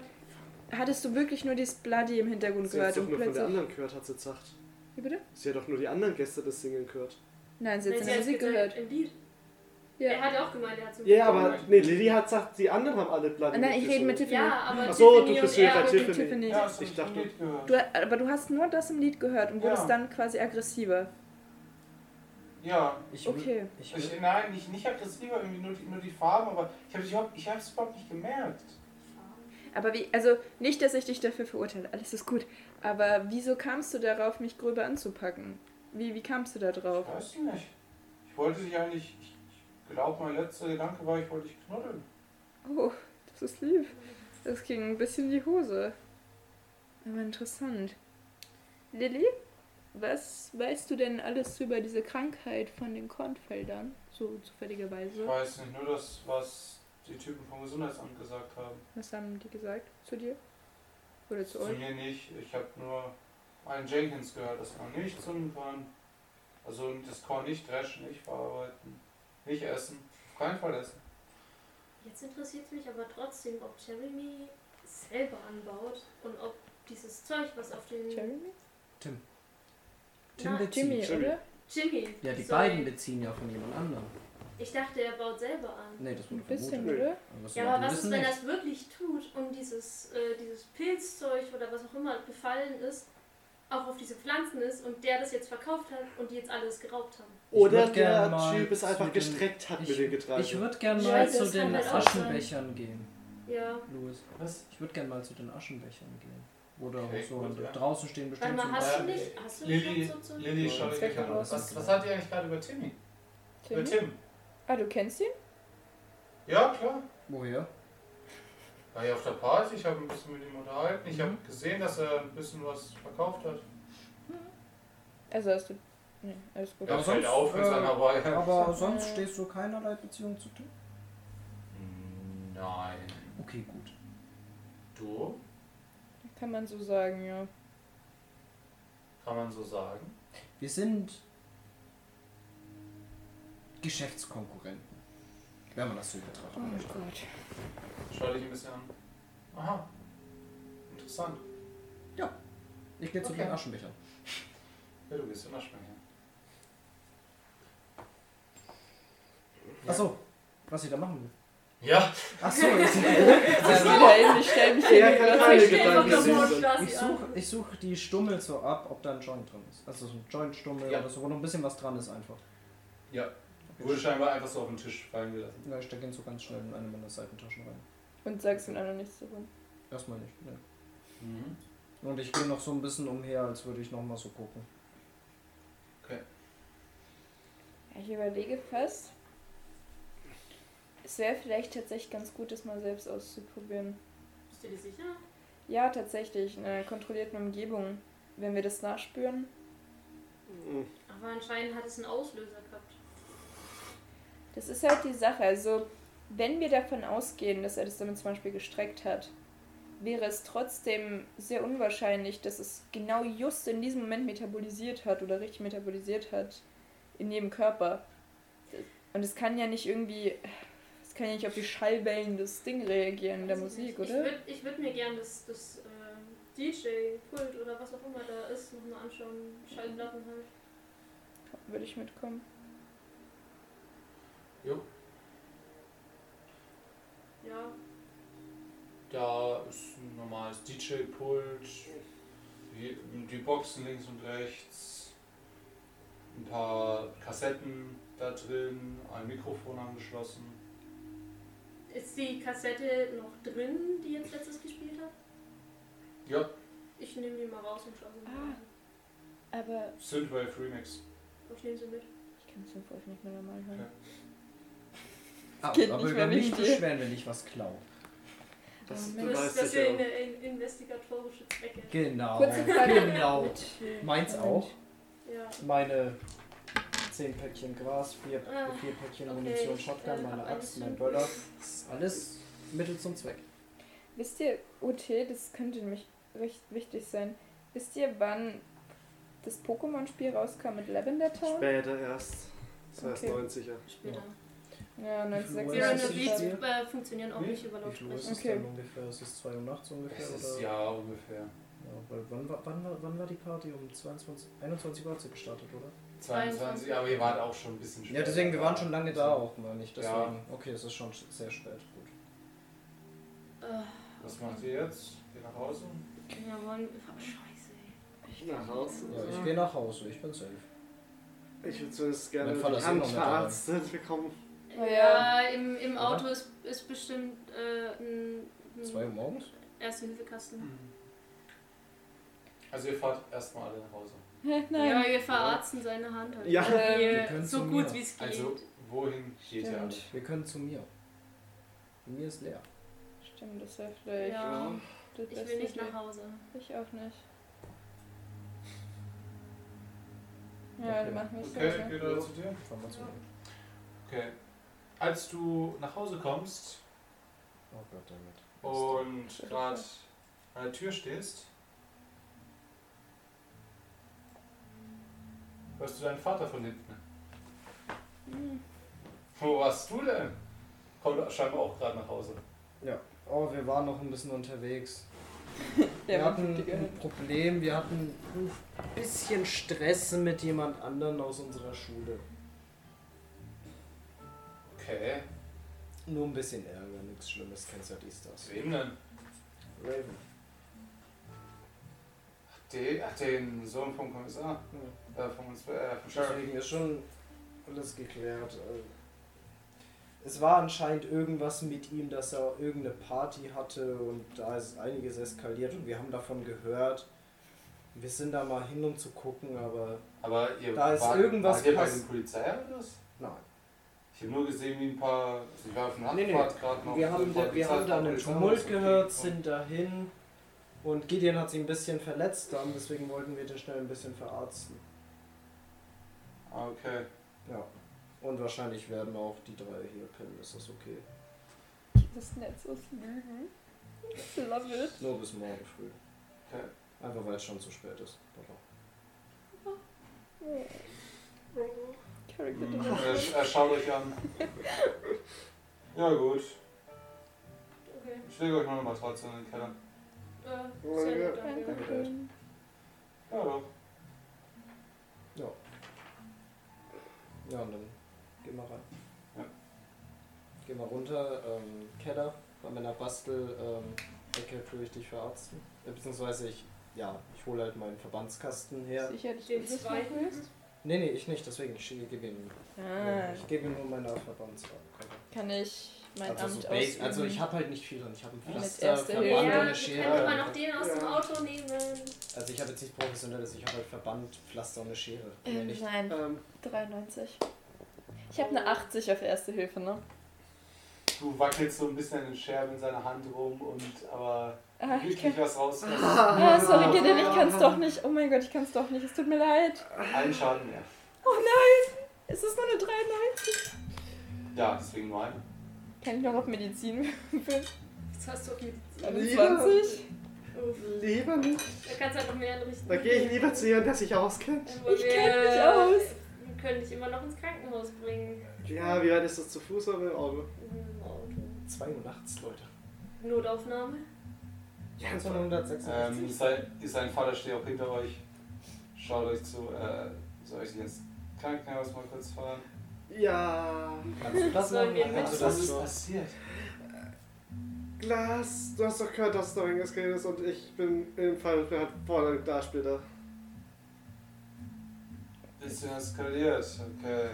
[SPEAKER 1] Hattest du wirklich nur dieses Bloody im Hintergrund
[SPEAKER 5] Sie hat
[SPEAKER 1] gehört
[SPEAKER 5] doch
[SPEAKER 1] und
[SPEAKER 5] nur von
[SPEAKER 1] plötzlich.
[SPEAKER 5] den anderen gehört, hat sie gesagt.
[SPEAKER 1] Wie bitte?
[SPEAKER 5] Sie hat doch nur die anderen Gäste das Singen gehört.
[SPEAKER 1] Nein, sie hat
[SPEAKER 4] Nein,
[SPEAKER 1] seine Musik
[SPEAKER 4] gesagt,
[SPEAKER 1] gehört.
[SPEAKER 4] Im Lied. Er
[SPEAKER 1] Ja.
[SPEAKER 4] hat auch gemeint, er hat so ein
[SPEAKER 5] Ja,
[SPEAKER 4] Lied
[SPEAKER 5] aber
[SPEAKER 4] gehört.
[SPEAKER 5] nee, Lilly hat gesagt, die anderen haben alle Blatt.
[SPEAKER 1] Nein, ich rede mit Tiffany.
[SPEAKER 4] Ja, aber
[SPEAKER 5] Ach so,
[SPEAKER 4] Tiffany
[SPEAKER 5] du bist
[SPEAKER 4] und
[SPEAKER 5] wieder
[SPEAKER 4] er-
[SPEAKER 5] bei
[SPEAKER 1] Tiffany.
[SPEAKER 5] Tiffany.
[SPEAKER 3] Ja, das
[SPEAKER 5] Ich
[SPEAKER 3] hab ich
[SPEAKER 5] dachte-
[SPEAKER 3] dachte. Gehört.
[SPEAKER 1] Du, aber du hast nur das im Lied gehört und wurdest
[SPEAKER 3] Ja.
[SPEAKER 1] dann quasi aggressiver.
[SPEAKER 3] Ja,
[SPEAKER 2] Ich, wür-
[SPEAKER 1] Okay.
[SPEAKER 2] ich, wür-
[SPEAKER 3] ich, nein, nicht, nicht aggressiver, irgendwie nur, die- nur die Farben, aber ich habe es überhaupt, ich hab's überhaupt nicht gemerkt.
[SPEAKER 1] Aber wie, also nicht, dass ich dich dafür verurteile, alles ist gut. Aber wieso kamst du darauf, mich gröber anzupacken? Wie, wie kamst du da drauf?
[SPEAKER 3] Ich weiß nicht. Ich wollte dich eigentlich, ich glaube, mein letzter Gedanke war, ich wollte dich knuddeln.
[SPEAKER 1] Oh, das ist lieb. Das ging ein bisschen in die Hose. Aber interessant. Lilly, was weißt du denn alles über diese Krankheit von den Kornfeldern? So
[SPEAKER 7] Ich
[SPEAKER 1] zufälligerweise.
[SPEAKER 7] weiß nicht, nur das, was die Typen vom Gesundheitsamt gesagt haben.
[SPEAKER 1] Was haben die gesagt zu dir? Oder zu
[SPEAKER 7] Zu
[SPEAKER 1] euch?
[SPEAKER 7] mir nicht. Ich habe nur einen Jenkins gehört, dass man nicht zünden kann. Also das Korn nicht dreschen, nicht verarbeiten, nicht essen. Auf keinen Fall essen.
[SPEAKER 4] Jetzt interessiert mich aber trotzdem, ob Jeremy selber anbaut und ob dieses Zeug, was auf den
[SPEAKER 1] Jeremy?
[SPEAKER 4] Na,
[SPEAKER 2] Tim bezieht.
[SPEAKER 1] Jimmy,
[SPEAKER 5] Jimmy.
[SPEAKER 1] oder?
[SPEAKER 4] Jimmy.
[SPEAKER 2] Ja, die
[SPEAKER 4] sorry.
[SPEAKER 2] beiden beziehen ja von jemand anderem.
[SPEAKER 4] Ich dachte, er baut selber an.
[SPEAKER 2] Nee, das
[SPEAKER 1] Ein
[SPEAKER 2] wurde
[SPEAKER 1] bisschen,
[SPEAKER 2] vermutet.
[SPEAKER 1] oder?
[SPEAKER 2] Aber was wir
[SPEAKER 4] Ja, aber
[SPEAKER 2] machen,
[SPEAKER 4] was ist,
[SPEAKER 2] wissen
[SPEAKER 4] wenn
[SPEAKER 2] nicht.
[SPEAKER 4] das wirklich tut und dieses, äh, dieses Pilzzeug oder was auch immer befallen ist, auch auf diese Pflanzen ist und der das jetzt verkauft hat und die jetzt alles geraubt haben?
[SPEAKER 2] Ich
[SPEAKER 5] Oder
[SPEAKER 2] würd gern
[SPEAKER 5] der
[SPEAKER 2] mal
[SPEAKER 5] Typ es
[SPEAKER 2] zu
[SPEAKER 5] einfach
[SPEAKER 2] den-
[SPEAKER 5] gestreckt hat mit
[SPEAKER 2] ich-
[SPEAKER 5] dem Getreide.
[SPEAKER 2] Ich würde gerne mal
[SPEAKER 4] Scheiße,
[SPEAKER 2] zu
[SPEAKER 4] das kann
[SPEAKER 2] den
[SPEAKER 4] halt auch sein.
[SPEAKER 2] Aschenbechern gehen,
[SPEAKER 4] Ja.
[SPEAKER 2] Louis.
[SPEAKER 7] Was?
[SPEAKER 2] Ich würde gerne mal zu den Aschenbechern gehen. Oder
[SPEAKER 7] Okay,
[SPEAKER 2] so.
[SPEAKER 7] gut,
[SPEAKER 2] und
[SPEAKER 7] ja.
[SPEAKER 2] Draußen stehen
[SPEAKER 4] Warte
[SPEAKER 2] bestimmt
[SPEAKER 4] mal, hast du
[SPEAKER 7] Beispiel
[SPEAKER 4] nicht, hast du
[SPEAKER 7] Lilly,
[SPEAKER 4] nicht schon so zu
[SPEAKER 7] Lilly, schau dich nicht an.
[SPEAKER 2] Zweckverbot.
[SPEAKER 7] Was, was hat ihr eigentlich gerade über Timmy? Über
[SPEAKER 1] Jimmy?
[SPEAKER 7] Tim?
[SPEAKER 1] Ah, du kennst ihn?
[SPEAKER 7] Ja, klar.
[SPEAKER 2] Woher?
[SPEAKER 7] War ja auf der Party, ich habe ein bisschen mit ihm unterhalten. Ich
[SPEAKER 2] Mhm.
[SPEAKER 7] habe gesehen, dass er ein bisschen was verkauft hat.
[SPEAKER 1] Also hast du. Nee, alles gut.
[SPEAKER 7] Ja,
[SPEAKER 2] aber
[SPEAKER 7] fällt
[SPEAKER 2] sonst,
[SPEAKER 7] auf in
[SPEAKER 2] äh,
[SPEAKER 7] seiner Weile.
[SPEAKER 2] Aber sonst
[SPEAKER 1] Äh.
[SPEAKER 2] stehst du keinerlei Beziehung zu Tim?
[SPEAKER 7] Nein.
[SPEAKER 2] Okay, gut.
[SPEAKER 7] Du?
[SPEAKER 1] Kann man so sagen, ja.
[SPEAKER 7] Kann man so sagen?
[SPEAKER 2] Wir sind Geschäftskonkurrenten. Wenn man das so
[SPEAKER 1] Oh
[SPEAKER 2] betrachtet.
[SPEAKER 1] mein Gott.
[SPEAKER 7] Schau dich ein bisschen an. Aha. Interessant.
[SPEAKER 2] Ich gehe zu
[SPEAKER 7] Okay.
[SPEAKER 2] den Aschenbechern.
[SPEAKER 7] Ja, du gehst in Aschenbecher.
[SPEAKER 2] Achso, was ich da machen will.
[SPEAKER 7] Ja, (laughs)
[SPEAKER 2] Achso, ich, Also
[SPEAKER 1] Nein, ich stell mich
[SPEAKER 5] Er
[SPEAKER 1] hin.
[SPEAKER 5] kann keine
[SPEAKER 4] Ich stell
[SPEAKER 5] Gedanken
[SPEAKER 4] einfach nur
[SPEAKER 5] lesen.
[SPEAKER 4] Straße
[SPEAKER 2] ich
[SPEAKER 4] an.
[SPEAKER 2] suche ich such die Stummel so ab, ob da ein Joint drin ist. Also so ein Joint-Stummel
[SPEAKER 7] Ja.
[SPEAKER 2] oder so, wo noch ein bisschen was dran ist einfach.
[SPEAKER 7] wurde scheinbar einfach so auf den Tisch fallen gelassen.
[SPEAKER 2] Ja, ich stecke ihn so ganz schnell in eine meiner Seitentaschen rein.
[SPEAKER 1] Und sagst ihm auch noch nichts davon.
[SPEAKER 2] Erstmal nicht, ne.
[SPEAKER 7] Mhm.
[SPEAKER 2] Und ich gehe noch so ein bisschen umher, als würde ich nochmal so gucken.
[SPEAKER 1] Ja, Ich überlege fast. Es wäre vielleicht tatsächlich ganz gut, das mal selbst auszuprobieren.
[SPEAKER 4] Bist du dir sicher?
[SPEAKER 1] Ja, tatsächlich, in einer kontrollierten Umgebung. Wenn wir das nachspüren.
[SPEAKER 5] Mhm.
[SPEAKER 4] Aber anscheinend hat es einen Auslöser gehabt.
[SPEAKER 1] Das ist halt die Sache. Also, wenn wir davon ausgehen, dass er das damit zum Beispiel gestreckt hat, wäre es trotzdem sehr unwahrscheinlich, dass es genau just in diesem Moment metabolisiert hat oder richtig metabolisiert hat in jedem Körper. Und es kann ja nicht irgendwie. Es kann ja nicht auf die Schallwellen des Ding reagieren in der
[SPEAKER 4] Weiß ich
[SPEAKER 1] Musik,
[SPEAKER 4] nicht. Also Ich
[SPEAKER 1] oder?
[SPEAKER 4] würde ich würd mir gern das, das ähm, DJ-Pult oder was auch immer da ist, nochmal anschauen. Schallplatten halt.
[SPEAKER 1] Würde ich mitkommen.
[SPEAKER 4] Ja.
[SPEAKER 7] Da ist ein normales DJ-Pult, die, die Boxen links und rechts, ein paar Kassetten da drin, ein Mikrofon angeschlossen.
[SPEAKER 4] Ist die Kassette noch drin, die jetzt letztes gespielt hat?
[SPEAKER 7] Ja,
[SPEAKER 4] Ich nehme die mal raus und schaue sie mir
[SPEAKER 1] Ah.
[SPEAKER 4] an.
[SPEAKER 1] Aber
[SPEAKER 7] Synthwave Remix.
[SPEAKER 4] Ich nehme sie mit.
[SPEAKER 1] ich kann es mir vorher nicht mehr normal hören.
[SPEAKER 2] Aber,
[SPEAKER 1] geht
[SPEAKER 2] aber
[SPEAKER 1] nicht
[SPEAKER 2] über
[SPEAKER 1] mehr
[SPEAKER 2] mich
[SPEAKER 1] wegen dir.
[SPEAKER 2] beschweren, wenn ich was klaue.
[SPEAKER 5] Das
[SPEAKER 1] Oh,
[SPEAKER 5] du
[SPEAKER 1] Mist,
[SPEAKER 5] weißt
[SPEAKER 4] Das
[SPEAKER 5] das
[SPEAKER 4] ist ja
[SPEAKER 5] ja.
[SPEAKER 4] in, in investigatorische Zwecke.
[SPEAKER 2] Genau.
[SPEAKER 1] Kurze Frage. Äh,
[SPEAKER 2] Genau.
[SPEAKER 1] Mit-
[SPEAKER 2] Meins auch.
[SPEAKER 4] Ja.
[SPEAKER 17] Meine 10 Päckchen Gras, 4,
[SPEAKER 4] Ah,
[SPEAKER 17] Päckchen
[SPEAKER 4] okay,
[SPEAKER 17] Munition,
[SPEAKER 4] ich,
[SPEAKER 17] Shotgun,
[SPEAKER 4] äh,
[SPEAKER 17] meine Axt,
[SPEAKER 4] hab alles
[SPEAKER 17] mein
[SPEAKER 4] schon.
[SPEAKER 17] Böller. Das ist alles Mittel zum Zweck.
[SPEAKER 1] Wisst ihr, OT, das könnte nämlich recht wichtig sein. Wisst ihr, wann das Pokémon-Spiel rauskam mit Lavender Town?
[SPEAKER 5] Später erst. Das war erst
[SPEAKER 1] Okay.
[SPEAKER 5] 90er.
[SPEAKER 4] Später.
[SPEAKER 1] Ja,
[SPEAKER 4] Zero
[SPEAKER 2] Das
[SPEAKER 4] and the
[SPEAKER 2] ist
[SPEAKER 4] Beats
[SPEAKER 2] sicher.
[SPEAKER 1] 1966.
[SPEAKER 4] äh, funktionieren auch
[SPEAKER 7] Nee,
[SPEAKER 4] nicht über
[SPEAKER 17] Wie viel Uhr ist
[SPEAKER 4] Lautsprecher.
[SPEAKER 17] es
[SPEAKER 1] Okay.
[SPEAKER 17] denn ungefähr? Ist es 2 Uhr nachts ungefähr?
[SPEAKER 7] Es ist
[SPEAKER 17] oder?
[SPEAKER 7] ja ungefähr
[SPEAKER 17] Ja, weil wann, war- wann, war- wann war die Party? Um 22, 21 Uhr hat sie gestartet, oder?
[SPEAKER 7] 22, aber ihr wart auch schon ein bisschen später.
[SPEAKER 17] Ja, deswegen, wir waren schon lange da
[SPEAKER 7] Also,
[SPEAKER 17] auch, meine ich. Deswegen, okay, es ist schon sch- sehr spät. Gut.
[SPEAKER 4] Äh,
[SPEAKER 7] Was macht ihr jetzt? Geht nach Hause?
[SPEAKER 4] ja, Mann. Oh, scheiße. ey.
[SPEAKER 5] Nach Hause.
[SPEAKER 17] Ja, ich gehe nach Hause, ich bin safe.
[SPEAKER 5] Ich würde zumindest gerne
[SPEAKER 17] Mein Vater ist immer
[SPEAKER 5] Hand
[SPEAKER 17] noch nicht dabei.
[SPEAKER 5] verarztet bekommen.
[SPEAKER 1] Oh ja.
[SPEAKER 4] Ja, im, im
[SPEAKER 17] Oder?
[SPEAKER 4] Auto ist, ist bestimmt äh, ein,
[SPEAKER 17] Zwei Uhr
[SPEAKER 4] ein
[SPEAKER 17] morgens?
[SPEAKER 4] Erste-Hilfe-Kasten.
[SPEAKER 7] Also ihr fahrt erstmal alle nach Hause.
[SPEAKER 1] Nein.
[SPEAKER 4] Ja, wir verarzten seine Hand halt.
[SPEAKER 5] Ja.
[SPEAKER 4] Wir-
[SPEAKER 17] können
[SPEAKER 4] so
[SPEAKER 17] zu
[SPEAKER 4] gut
[SPEAKER 17] mir.
[SPEAKER 4] wie es geht.
[SPEAKER 7] Also wohin geht ihr alle?
[SPEAKER 1] Stimmt.
[SPEAKER 17] Wir können zu mir. Bei mir ist leer.
[SPEAKER 1] stimmt, das wäre vielleicht
[SPEAKER 4] Ja.
[SPEAKER 1] das
[SPEAKER 4] Ich will nicht nach Hause.
[SPEAKER 1] Ich auch nicht. Ja, die machen mich
[SPEAKER 3] Okay,
[SPEAKER 1] okay.
[SPEAKER 3] geht er zu dir?
[SPEAKER 2] Fahren wir zu
[SPEAKER 4] Ja.
[SPEAKER 2] ihm.
[SPEAKER 3] Okay. Als du nach Hause kommst
[SPEAKER 2] Oh Gott, damit.
[SPEAKER 3] und gerade an der Tür stehst, hörst du deinen Vater von hinten.
[SPEAKER 1] Hm.
[SPEAKER 3] Wo warst du denn?
[SPEAKER 7] Kommt scheinbar auch gerade nach Hause.
[SPEAKER 2] Oh, wir waren noch ein bisschen unterwegs.
[SPEAKER 1] Der
[SPEAKER 2] wir
[SPEAKER 1] war
[SPEAKER 2] hatten
[SPEAKER 1] Digga.
[SPEAKER 2] ein Problem, wir hatten ein bisschen Stress mit jemand anderen aus unserer Schule.
[SPEAKER 7] Okay.
[SPEAKER 2] Nur ein bisschen Ärger, nichts Schlimmes, kennst ja dies, das.
[SPEAKER 7] Zu wem denn?
[SPEAKER 2] Raven.
[SPEAKER 7] Den, ach, den Sohn vom Kommissar. Äh, vom, Inspe- äh, vom Sheriff.
[SPEAKER 2] Deswegen ist schon alles geklärt. äh. Es war anscheinend irgendwas mit ihm, dass er irgendeine Party hatte und da ist einiges eskaliert und wir haben davon gehört. Wir sind da mal hin, um zu gucken, aber
[SPEAKER 7] Aber ihr
[SPEAKER 2] Da ist
[SPEAKER 7] wart,
[SPEAKER 2] irgendwas
[SPEAKER 7] wart ihr bei
[SPEAKER 2] pass-
[SPEAKER 7] den Polizeiautos?
[SPEAKER 2] nein.
[SPEAKER 7] Ich habe nur gesehen, wie ein paar. Also ich war auf einer
[SPEAKER 2] Nee, nee.
[SPEAKER 7] Radfahrt gerade noch.
[SPEAKER 2] Wir haben,
[SPEAKER 7] so ein paar
[SPEAKER 2] da, wir haben da einen
[SPEAKER 7] Polizeiautos
[SPEAKER 2] Tumult
[SPEAKER 7] gekriegt
[SPEAKER 2] gehört,
[SPEAKER 7] und-
[SPEAKER 2] sind dahin und Gideon hat sich ein bisschen verletzt, dann, deswegen wollten wir den schnell ein bisschen verarzten.
[SPEAKER 7] Ah, okay.
[SPEAKER 2] Ja. Und wahrscheinlich werden auch die drei hier pennen, ist das okay.
[SPEAKER 1] Das Netz aus Lügen. Ich Love it.
[SPEAKER 2] Nur bis morgen früh.
[SPEAKER 7] Okay.
[SPEAKER 2] Einfach weil es schon zu spät ist. Papa.
[SPEAKER 1] Character
[SPEAKER 7] Mhm.
[SPEAKER 1] Development.
[SPEAKER 7] Er, er schaut euch an. Ja, gut.
[SPEAKER 4] Okay.
[SPEAKER 7] Ich lege euch mal eine Matratze in den Keller.
[SPEAKER 4] Äh,
[SPEAKER 5] Oh,
[SPEAKER 4] sehr
[SPEAKER 5] ja.
[SPEAKER 4] gut, danke.
[SPEAKER 1] Dankeschön.
[SPEAKER 7] Ja, doch.
[SPEAKER 2] Ja, und dann gehen wir rein.
[SPEAKER 7] Ja.
[SPEAKER 2] Gehen wir runter, ähm, Keller, bei meiner Bastel-Ecke tue ich dich verarzten. Äh, beziehungsweise ich, ja, ich hole halt meinen Verbandskasten her.
[SPEAKER 1] Sicher, dass du
[SPEAKER 4] Den
[SPEAKER 1] das
[SPEAKER 4] zweiten.
[SPEAKER 1] noch willst?
[SPEAKER 2] Nee, nee, ich nicht, deswegen, ich gebe ihm,
[SPEAKER 1] Ah,
[SPEAKER 2] ich gebe ihm nur meine Verbandskarte.
[SPEAKER 1] kann ich mein
[SPEAKER 2] Also,
[SPEAKER 1] Amt
[SPEAKER 2] so
[SPEAKER 1] ausüben?
[SPEAKER 2] Base, also ich habe halt nicht viel drin, ich habe ein
[SPEAKER 1] Mit
[SPEAKER 2] Pflaster,
[SPEAKER 1] Erste
[SPEAKER 2] Verband
[SPEAKER 1] Hilfe.
[SPEAKER 2] und
[SPEAKER 4] Ja,
[SPEAKER 2] eine
[SPEAKER 4] wir können immer noch
[SPEAKER 2] Schere.
[SPEAKER 4] den aus dem
[SPEAKER 5] Ja.
[SPEAKER 4] Auto nehmen.
[SPEAKER 2] Also ich habe jetzt nicht professionelles, ich habe halt Verband, Pflaster und eine Schere.
[SPEAKER 1] äh,
[SPEAKER 2] Wenn ich
[SPEAKER 1] nein,
[SPEAKER 5] Ähm,
[SPEAKER 1] 93. Ich habe eine 80 auf Erste Hilfe, ne?
[SPEAKER 7] Du wackelst so ein bisschen an den Scherben in seiner Hand rum und aber
[SPEAKER 1] Ah, ich kann,
[SPEAKER 7] wirklich was rauskommt.
[SPEAKER 1] ah sorry, Gideon, ich (laughs) kann es doch nicht. Oh mein Gott, ich kann es doch nicht. Es tut mir leid.
[SPEAKER 7] Einen Schaden mehr.
[SPEAKER 1] Oh nein, es ist nur eine 93.
[SPEAKER 7] Ja, deswegen nur einen.
[SPEAKER 1] Kann ich noch auf Medizin würfeln?
[SPEAKER 4] Jetzt hast du auch mit.
[SPEAKER 1] 21?
[SPEAKER 5] lieber nicht.
[SPEAKER 4] Da kannst du halt noch mehr anrichten.
[SPEAKER 5] Da gehe ich lieber zu jemandem, der sich auskennt.
[SPEAKER 4] Obwohl
[SPEAKER 1] Ich kenn
[SPEAKER 4] wir-
[SPEAKER 1] mich aus.
[SPEAKER 4] Wir können dich immer noch ins Krankenhaus bringen.
[SPEAKER 5] Ja, wie weit ist das zu Fuß oder mit dem Auto?
[SPEAKER 4] Im Auto.
[SPEAKER 2] 2 Uhr nachts, Leute.
[SPEAKER 4] Notaufnahme.
[SPEAKER 2] Ja, 266.
[SPEAKER 7] Ähm, sein, sein Vater steht auch hinter euch. Schaut euch zu. Äh, soll ich ins Krankenhaus mal kurz fahren?
[SPEAKER 5] Ja.
[SPEAKER 2] Ähm, Kannst du das
[SPEAKER 4] Sollen
[SPEAKER 2] machen?
[SPEAKER 4] wir
[SPEAKER 2] Kannst
[SPEAKER 4] mit-
[SPEAKER 2] du das so?
[SPEAKER 7] passiert?
[SPEAKER 5] Glas, du hast doch gehört, dass da irgendwas geredet ist und ich bin im Fall für vorne da später.
[SPEAKER 7] Bisschen eskaliert, okay.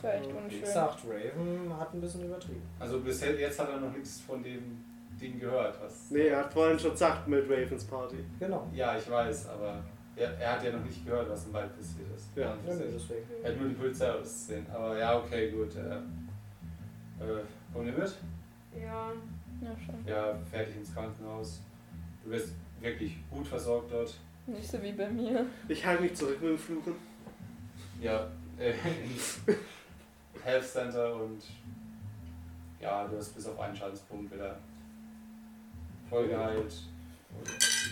[SPEAKER 1] Vielleicht
[SPEAKER 2] Wie
[SPEAKER 1] unschön.
[SPEAKER 2] gesagt, Raven hat ein bisschen übertrieben.
[SPEAKER 7] Also bis jetzt hat er noch nichts von dem Ding gehört, was.
[SPEAKER 5] Nee, er hat vorhin schon gesagt mit Ravens Party.
[SPEAKER 2] Genau.
[SPEAKER 7] Ja, ich weiß, aber er, er hat ja noch nicht gehört, was im Wald passiert ist.
[SPEAKER 5] Ja.
[SPEAKER 2] Ja, nee, deswegen.
[SPEAKER 7] Er hat nur die Polizei ausgesehen. Aber ja, okay, gut. Äh, äh, kommt ihr mit?
[SPEAKER 4] Ja.
[SPEAKER 1] Na schon.
[SPEAKER 7] Ja, fertig ins Krankenhaus. Du wirst wirklich gut versorgt dort.
[SPEAKER 1] Nicht so wie bei mir.
[SPEAKER 5] Ich halte mich zurück mit dem Fluchen.
[SPEAKER 7] Ja, äh, ins Health Center und ja, du hast bis auf einen Schadenspunkt wieder voll geheilt.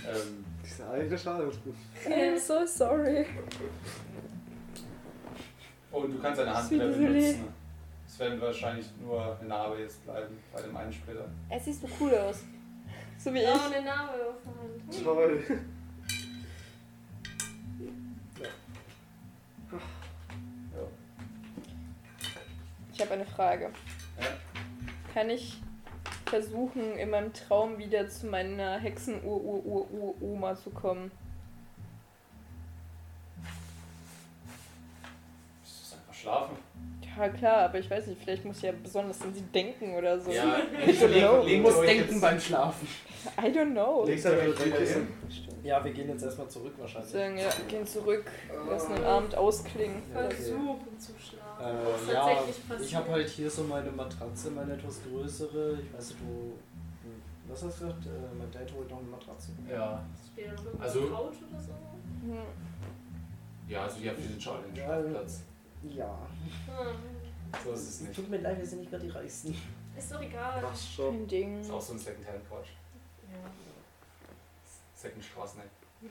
[SPEAKER 7] Ähm,
[SPEAKER 5] Dieser alte Schade ist gut.
[SPEAKER 1] I'm so sorry.
[SPEAKER 7] und Oh, du kannst deine Hand wieder
[SPEAKER 1] Sweet Lily.
[SPEAKER 7] benutzen. Es werden wahrscheinlich nur eine Narbe jetzt bleiben bei dem einen Splitter.
[SPEAKER 1] Es sieht so cool aus. So wie
[SPEAKER 4] Oh,
[SPEAKER 1] ich.
[SPEAKER 4] eine Narbe auf der Hand.
[SPEAKER 5] Toll.
[SPEAKER 7] Ja.
[SPEAKER 1] Ich habe eine Frage.
[SPEAKER 7] Ja.
[SPEAKER 1] Kann ich versuchen, in meinem Traum wieder zu meiner Hexen-Ur-Ur-Ur-Ur-Oma zu kommen?
[SPEAKER 7] Das ist einfach schlafen.
[SPEAKER 1] Ja, klar, aber ich weiß nicht, vielleicht muss ich ja besonders an sie denken oder so. (laughs)
[SPEAKER 7] ich
[SPEAKER 1] don't
[SPEAKER 7] leg,
[SPEAKER 2] muss denken beim Schlafen.
[SPEAKER 1] I don't know.
[SPEAKER 5] Legst du
[SPEAKER 7] euch
[SPEAKER 5] die
[SPEAKER 7] wieder
[SPEAKER 5] Kissen?
[SPEAKER 7] hin.
[SPEAKER 1] Stimmt.
[SPEAKER 2] Ja, wir gehen jetzt erstmal zurück wahrscheinlich.
[SPEAKER 1] Sagen, ja, gehen zurück, lassen den
[SPEAKER 7] Ah.
[SPEAKER 5] Oh.
[SPEAKER 1] Abend ausklingen.
[SPEAKER 2] Ja, okay.
[SPEAKER 4] Versuchen zu schlafen. Das ist
[SPEAKER 2] Äh, ja,
[SPEAKER 4] tatsächlich passiert.
[SPEAKER 2] ich habe halt hier so meine Matratze, meine etwas größere. Ich weiß nicht, du. Was hast du gesagt? Äh, mein Dad holt noch eine Matratze.
[SPEAKER 3] Ja.
[SPEAKER 4] Steht da noch irgendwo
[SPEAKER 3] Also-
[SPEAKER 4] eine Couch oder so?
[SPEAKER 1] Hm.
[SPEAKER 3] Ja, also die haben diesen
[SPEAKER 2] Ja,
[SPEAKER 3] Challenge-Platz.
[SPEAKER 2] Ja.
[SPEAKER 4] Hm.
[SPEAKER 7] So ist es nicht.
[SPEAKER 2] Tut mir leid, wir sind nicht gerade die Reichsten.
[SPEAKER 4] Ist doch egal.
[SPEAKER 5] Passt schon.
[SPEAKER 1] Kein Ding.
[SPEAKER 7] Ist auch so ein Secondhand-Couch.
[SPEAKER 4] Ja.
[SPEAKER 7] Second-Straßeneck.
[SPEAKER 4] (laughs)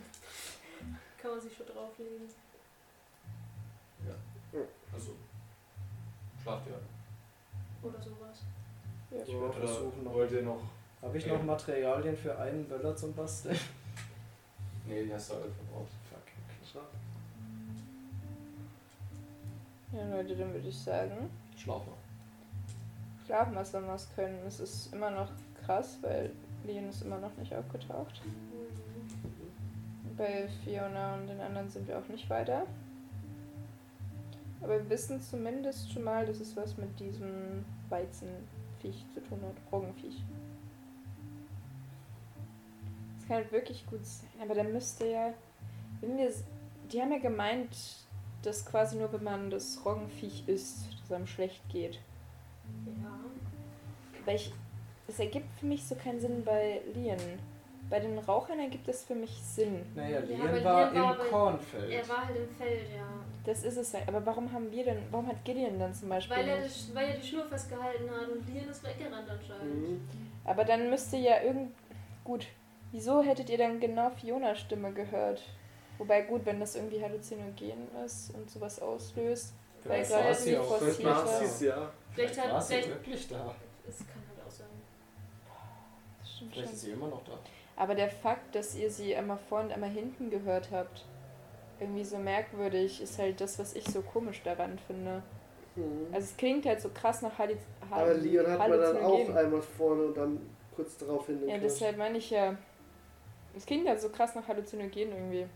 [SPEAKER 4] Kann man sich schon drauflegen.
[SPEAKER 7] Also, schlaft ihr.
[SPEAKER 4] Oder sowas.
[SPEAKER 7] Ich würde
[SPEAKER 2] versuchen, noch-
[SPEAKER 7] Wollt ihr noch.
[SPEAKER 2] Habe ich noch
[SPEAKER 7] Ja.
[SPEAKER 2] Materialien für einen Böller zum Basteln?
[SPEAKER 7] Nee, die hast du alle verbraucht.
[SPEAKER 1] Ja, Leute, dann würde ich sagen,
[SPEAKER 7] Schlaf noch.
[SPEAKER 1] schlafen, was wir was können. Es ist immer noch krass, weil Leon ist immer noch nicht aufgetaucht.
[SPEAKER 4] Mhm.
[SPEAKER 1] Bei Fiona und den anderen sind wir auch nicht weiter. Aber wir wissen zumindest schon mal, dass es was mit diesem Weizenviech zu tun hat. Roggenviech. Das kann halt wirklich gut sein, aber dann müsste ja. Wenn wir. s- Die haben ja gemeint, dass quasi nur wenn man das Roggenviech isst, dass einem schlecht geht.
[SPEAKER 4] Ja.
[SPEAKER 1] Weil ich, es ergibt für mich so keinen Sinn bei Lien. Bei den Rauchern ergibt es für mich Sinn.
[SPEAKER 2] Naja,
[SPEAKER 4] Ja,
[SPEAKER 2] Leon
[SPEAKER 4] aber Leon
[SPEAKER 2] war
[SPEAKER 4] war
[SPEAKER 2] im
[SPEAKER 4] aber-
[SPEAKER 2] Kornfeld.
[SPEAKER 4] Er war halt im Feld, ja.
[SPEAKER 1] Das ist es ja. Aber warum haben wir denn, warum hat Gideon dann zum Beispiel
[SPEAKER 4] Weil er,
[SPEAKER 1] nicht?
[SPEAKER 4] das, weil er die Schnur festgehalten hat und Lian ist weggerannt anscheinend.
[SPEAKER 5] Mhm.
[SPEAKER 1] Aber dann müsste ja irgend... Gut, wieso hättet ihr dann genau Fionas Stimme gehört? Wobei gut, wenn das irgendwie halluzinogen ist und sowas auslöst. Weil
[SPEAKER 4] Vielleicht
[SPEAKER 1] gerade
[SPEAKER 4] war sie
[SPEAKER 1] die
[SPEAKER 4] auch- vielleicht
[SPEAKER 5] Vielleicht
[SPEAKER 1] forcierte...
[SPEAKER 5] war es ja.
[SPEAKER 4] Vielleicht
[SPEAKER 2] war
[SPEAKER 4] hat.
[SPEAKER 2] sie
[SPEAKER 4] Vielleicht,
[SPEAKER 2] wirklich da.
[SPEAKER 4] es kann halt auch sein.
[SPEAKER 1] Das stimmt
[SPEAKER 2] Vielleicht ist
[SPEAKER 1] schon.
[SPEAKER 2] sie immer noch da.
[SPEAKER 1] Aber der Fakt, dass ihr sie einmal vorne und einmal hinten gehört habt, irgendwie so merkwürdig, ist halt das, was ich so komisch daran finde.
[SPEAKER 5] Mhm.
[SPEAKER 1] Also es klingt halt so krass nach Halli
[SPEAKER 5] Aber Leon hat man dann auch
[SPEAKER 1] Halluzinogen.
[SPEAKER 5] einmal vorne und dann kurz darauf hin den
[SPEAKER 1] Ja,
[SPEAKER 5] Crash.
[SPEAKER 1] deshalb meine ich ja. Es klingt halt so krass nach Halluzinogen irgendwie.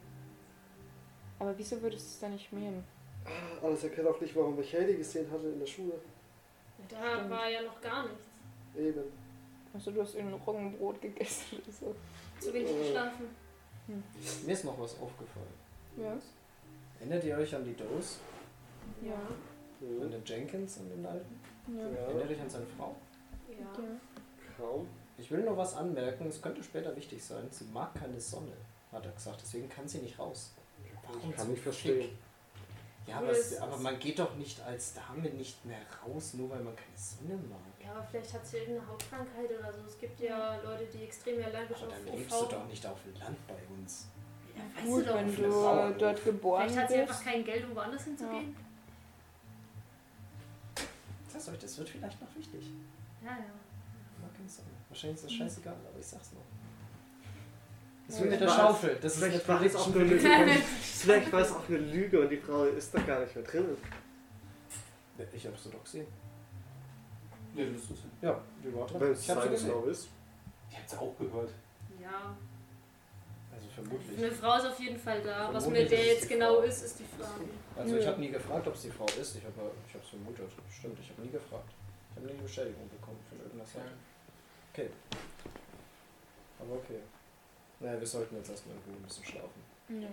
[SPEAKER 1] Aber wieso würdest du es dann nicht mähen?
[SPEAKER 5] Ah, Aber das erklärt auch nicht, warum ich Haley gesehen hatte in der Schule.
[SPEAKER 4] Da
[SPEAKER 1] Stimmt.
[SPEAKER 4] war ja noch gar nichts.
[SPEAKER 5] Eben.
[SPEAKER 1] Also du hast irgendein Roggenbrot gegessen oder so.
[SPEAKER 4] Zu wenig
[SPEAKER 5] Äh.
[SPEAKER 4] geschlafen.
[SPEAKER 2] Mir ist noch was aufgefallen.
[SPEAKER 1] Ja.
[SPEAKER 2] Erinnert ihr euch an die Dose?
[SPEAKER 1] Ja.
[SPEAKER 2] An
[SPEAKER 5] Mhm.
[SPEAKER 2] den Jenkins, an den alten?
[SPEAKER 1] Ja.
[SPEAKER 2] Erinnert euch an seine Frau?
[SPEAKER 4] Ja.
[SPEAKER 1] ja.
[SPEAKER 5] Kaum.
[SPEAKER 2] Ich will nur was anmerken, es könnte später wichtig sein. Sie mag keine Sonne, hat er gesagt, deswegen kann sie nicht raus. Warum
[SPEAKER 5] Ich kann
[SPEAKER 2] so
[SPEAKER 5] nicht verstehen.
[SPEAKER 2] fick? Ja, aber,
[SPEAKER 4] Oder
[SPEAKER 2] es,
[SPEAKER 4] es-
[SPEAKER 2] aber man geht doch nicht als Dame nicht mehr raus, nur weil man keine Sonne mag.
[SPEAKER 4] Ja, aber vielleicht hat sie irgendeine Hautkrankheit oder so. Es gibt ja Leute, die extrem allergisch
[SPEAKER 2] Aber
[SPEAKER 4] auf
[SPEAKER 2] dann lebst du
[SPEAKER 4] UV.
[SPEAKER 2] doch nicht auf dem Land bei uns.
[SPEAKER 4] Ja, weißt
[SPEAKER 1] Gut,
[SPEAKER 4] du doch.
[SPEAKER 1] wenn
[SPEAKER 2] eine Sau.
[SPEAKER 1] du dort geboren
[SPEAKER 4] Vielleicht hat sie einfach
[SPEAKER 1] bist.
[SPEAKER 4] kein Geld, um woanders hinzugehen.
[SPEAKER 2] Ich sag's euch, das wird vielleicht noch wichtig.
[SPEAKER 4] Ja, ja.
[SPEAKER 2] Ich mag keine Sonne. Wahrscheinlich ist das scheißegal, aber ich sag's noch.
[SPEAKER 1] Ja.
[SPEAKER 2] Das ist wie mit der
[SPEAKER 5] Was?
[SPEAKER 2] Schaufel. Das ist eine
[SPEAKER 5] Vielleicht war es auch
[SPEAKER 2] Prediction
[SPEAKER 5] eine
[SPEAKER 2] für die
[SPEAKER 5] Lüge.
[SPEAKER 2] Zukunft.
[SPEAKER 5] Vielleicht war es auch eine Lüge und die Frau ist da gar nicht mehr drin.
[SPEAKER 2] Ja, Ich hab's doch gesehen.
[SPEAKER 3] Nee, du bist es nicht.
[SPEAKER 2] Ja, die war dran.
[SPEAKER 5] Wenn es
[SPEAKER 2] Ich hab's
[SPEAKER 5] Science
[SPEAKER 2] gesehen.
[SPEAKER 5] Law ist.
[SPEAKER 3] Ich hab's auch gehört.
[SPEAKER 4] Ja.
[SPEAKER 2] Also vermutlich.
[SPEAKER 4] Eine Frau ist auf jeden Fall da. Was
[SPEAKER 2] Vermutlich
[SPEAKER 4] mit der
[SPEAKER 2] ist es
[SPEAKER 4] jetzt
[SPEAKER 2] die
[SPEAKER 4] genau
[SPEAKER 2] Frau.
[SPEAKER 4] ist, ist die Frage.
[SPEAKER 2] Also ich
[SPEAKER 1] Ja.
[SPEAKER 2] habe nie gefragt, ob es die Frau ist. Ich habe ich hab's vermutet. Stimmt, ich habe nie gefragt. Ich habe nie eine Bestätigung bekommen von irgendeiner Seite. Okay. Aber okay. Naja, wir sollten jetzt erstmal in Ruhe ein bisschen schlafen.
[SPEAKER 1] Ja.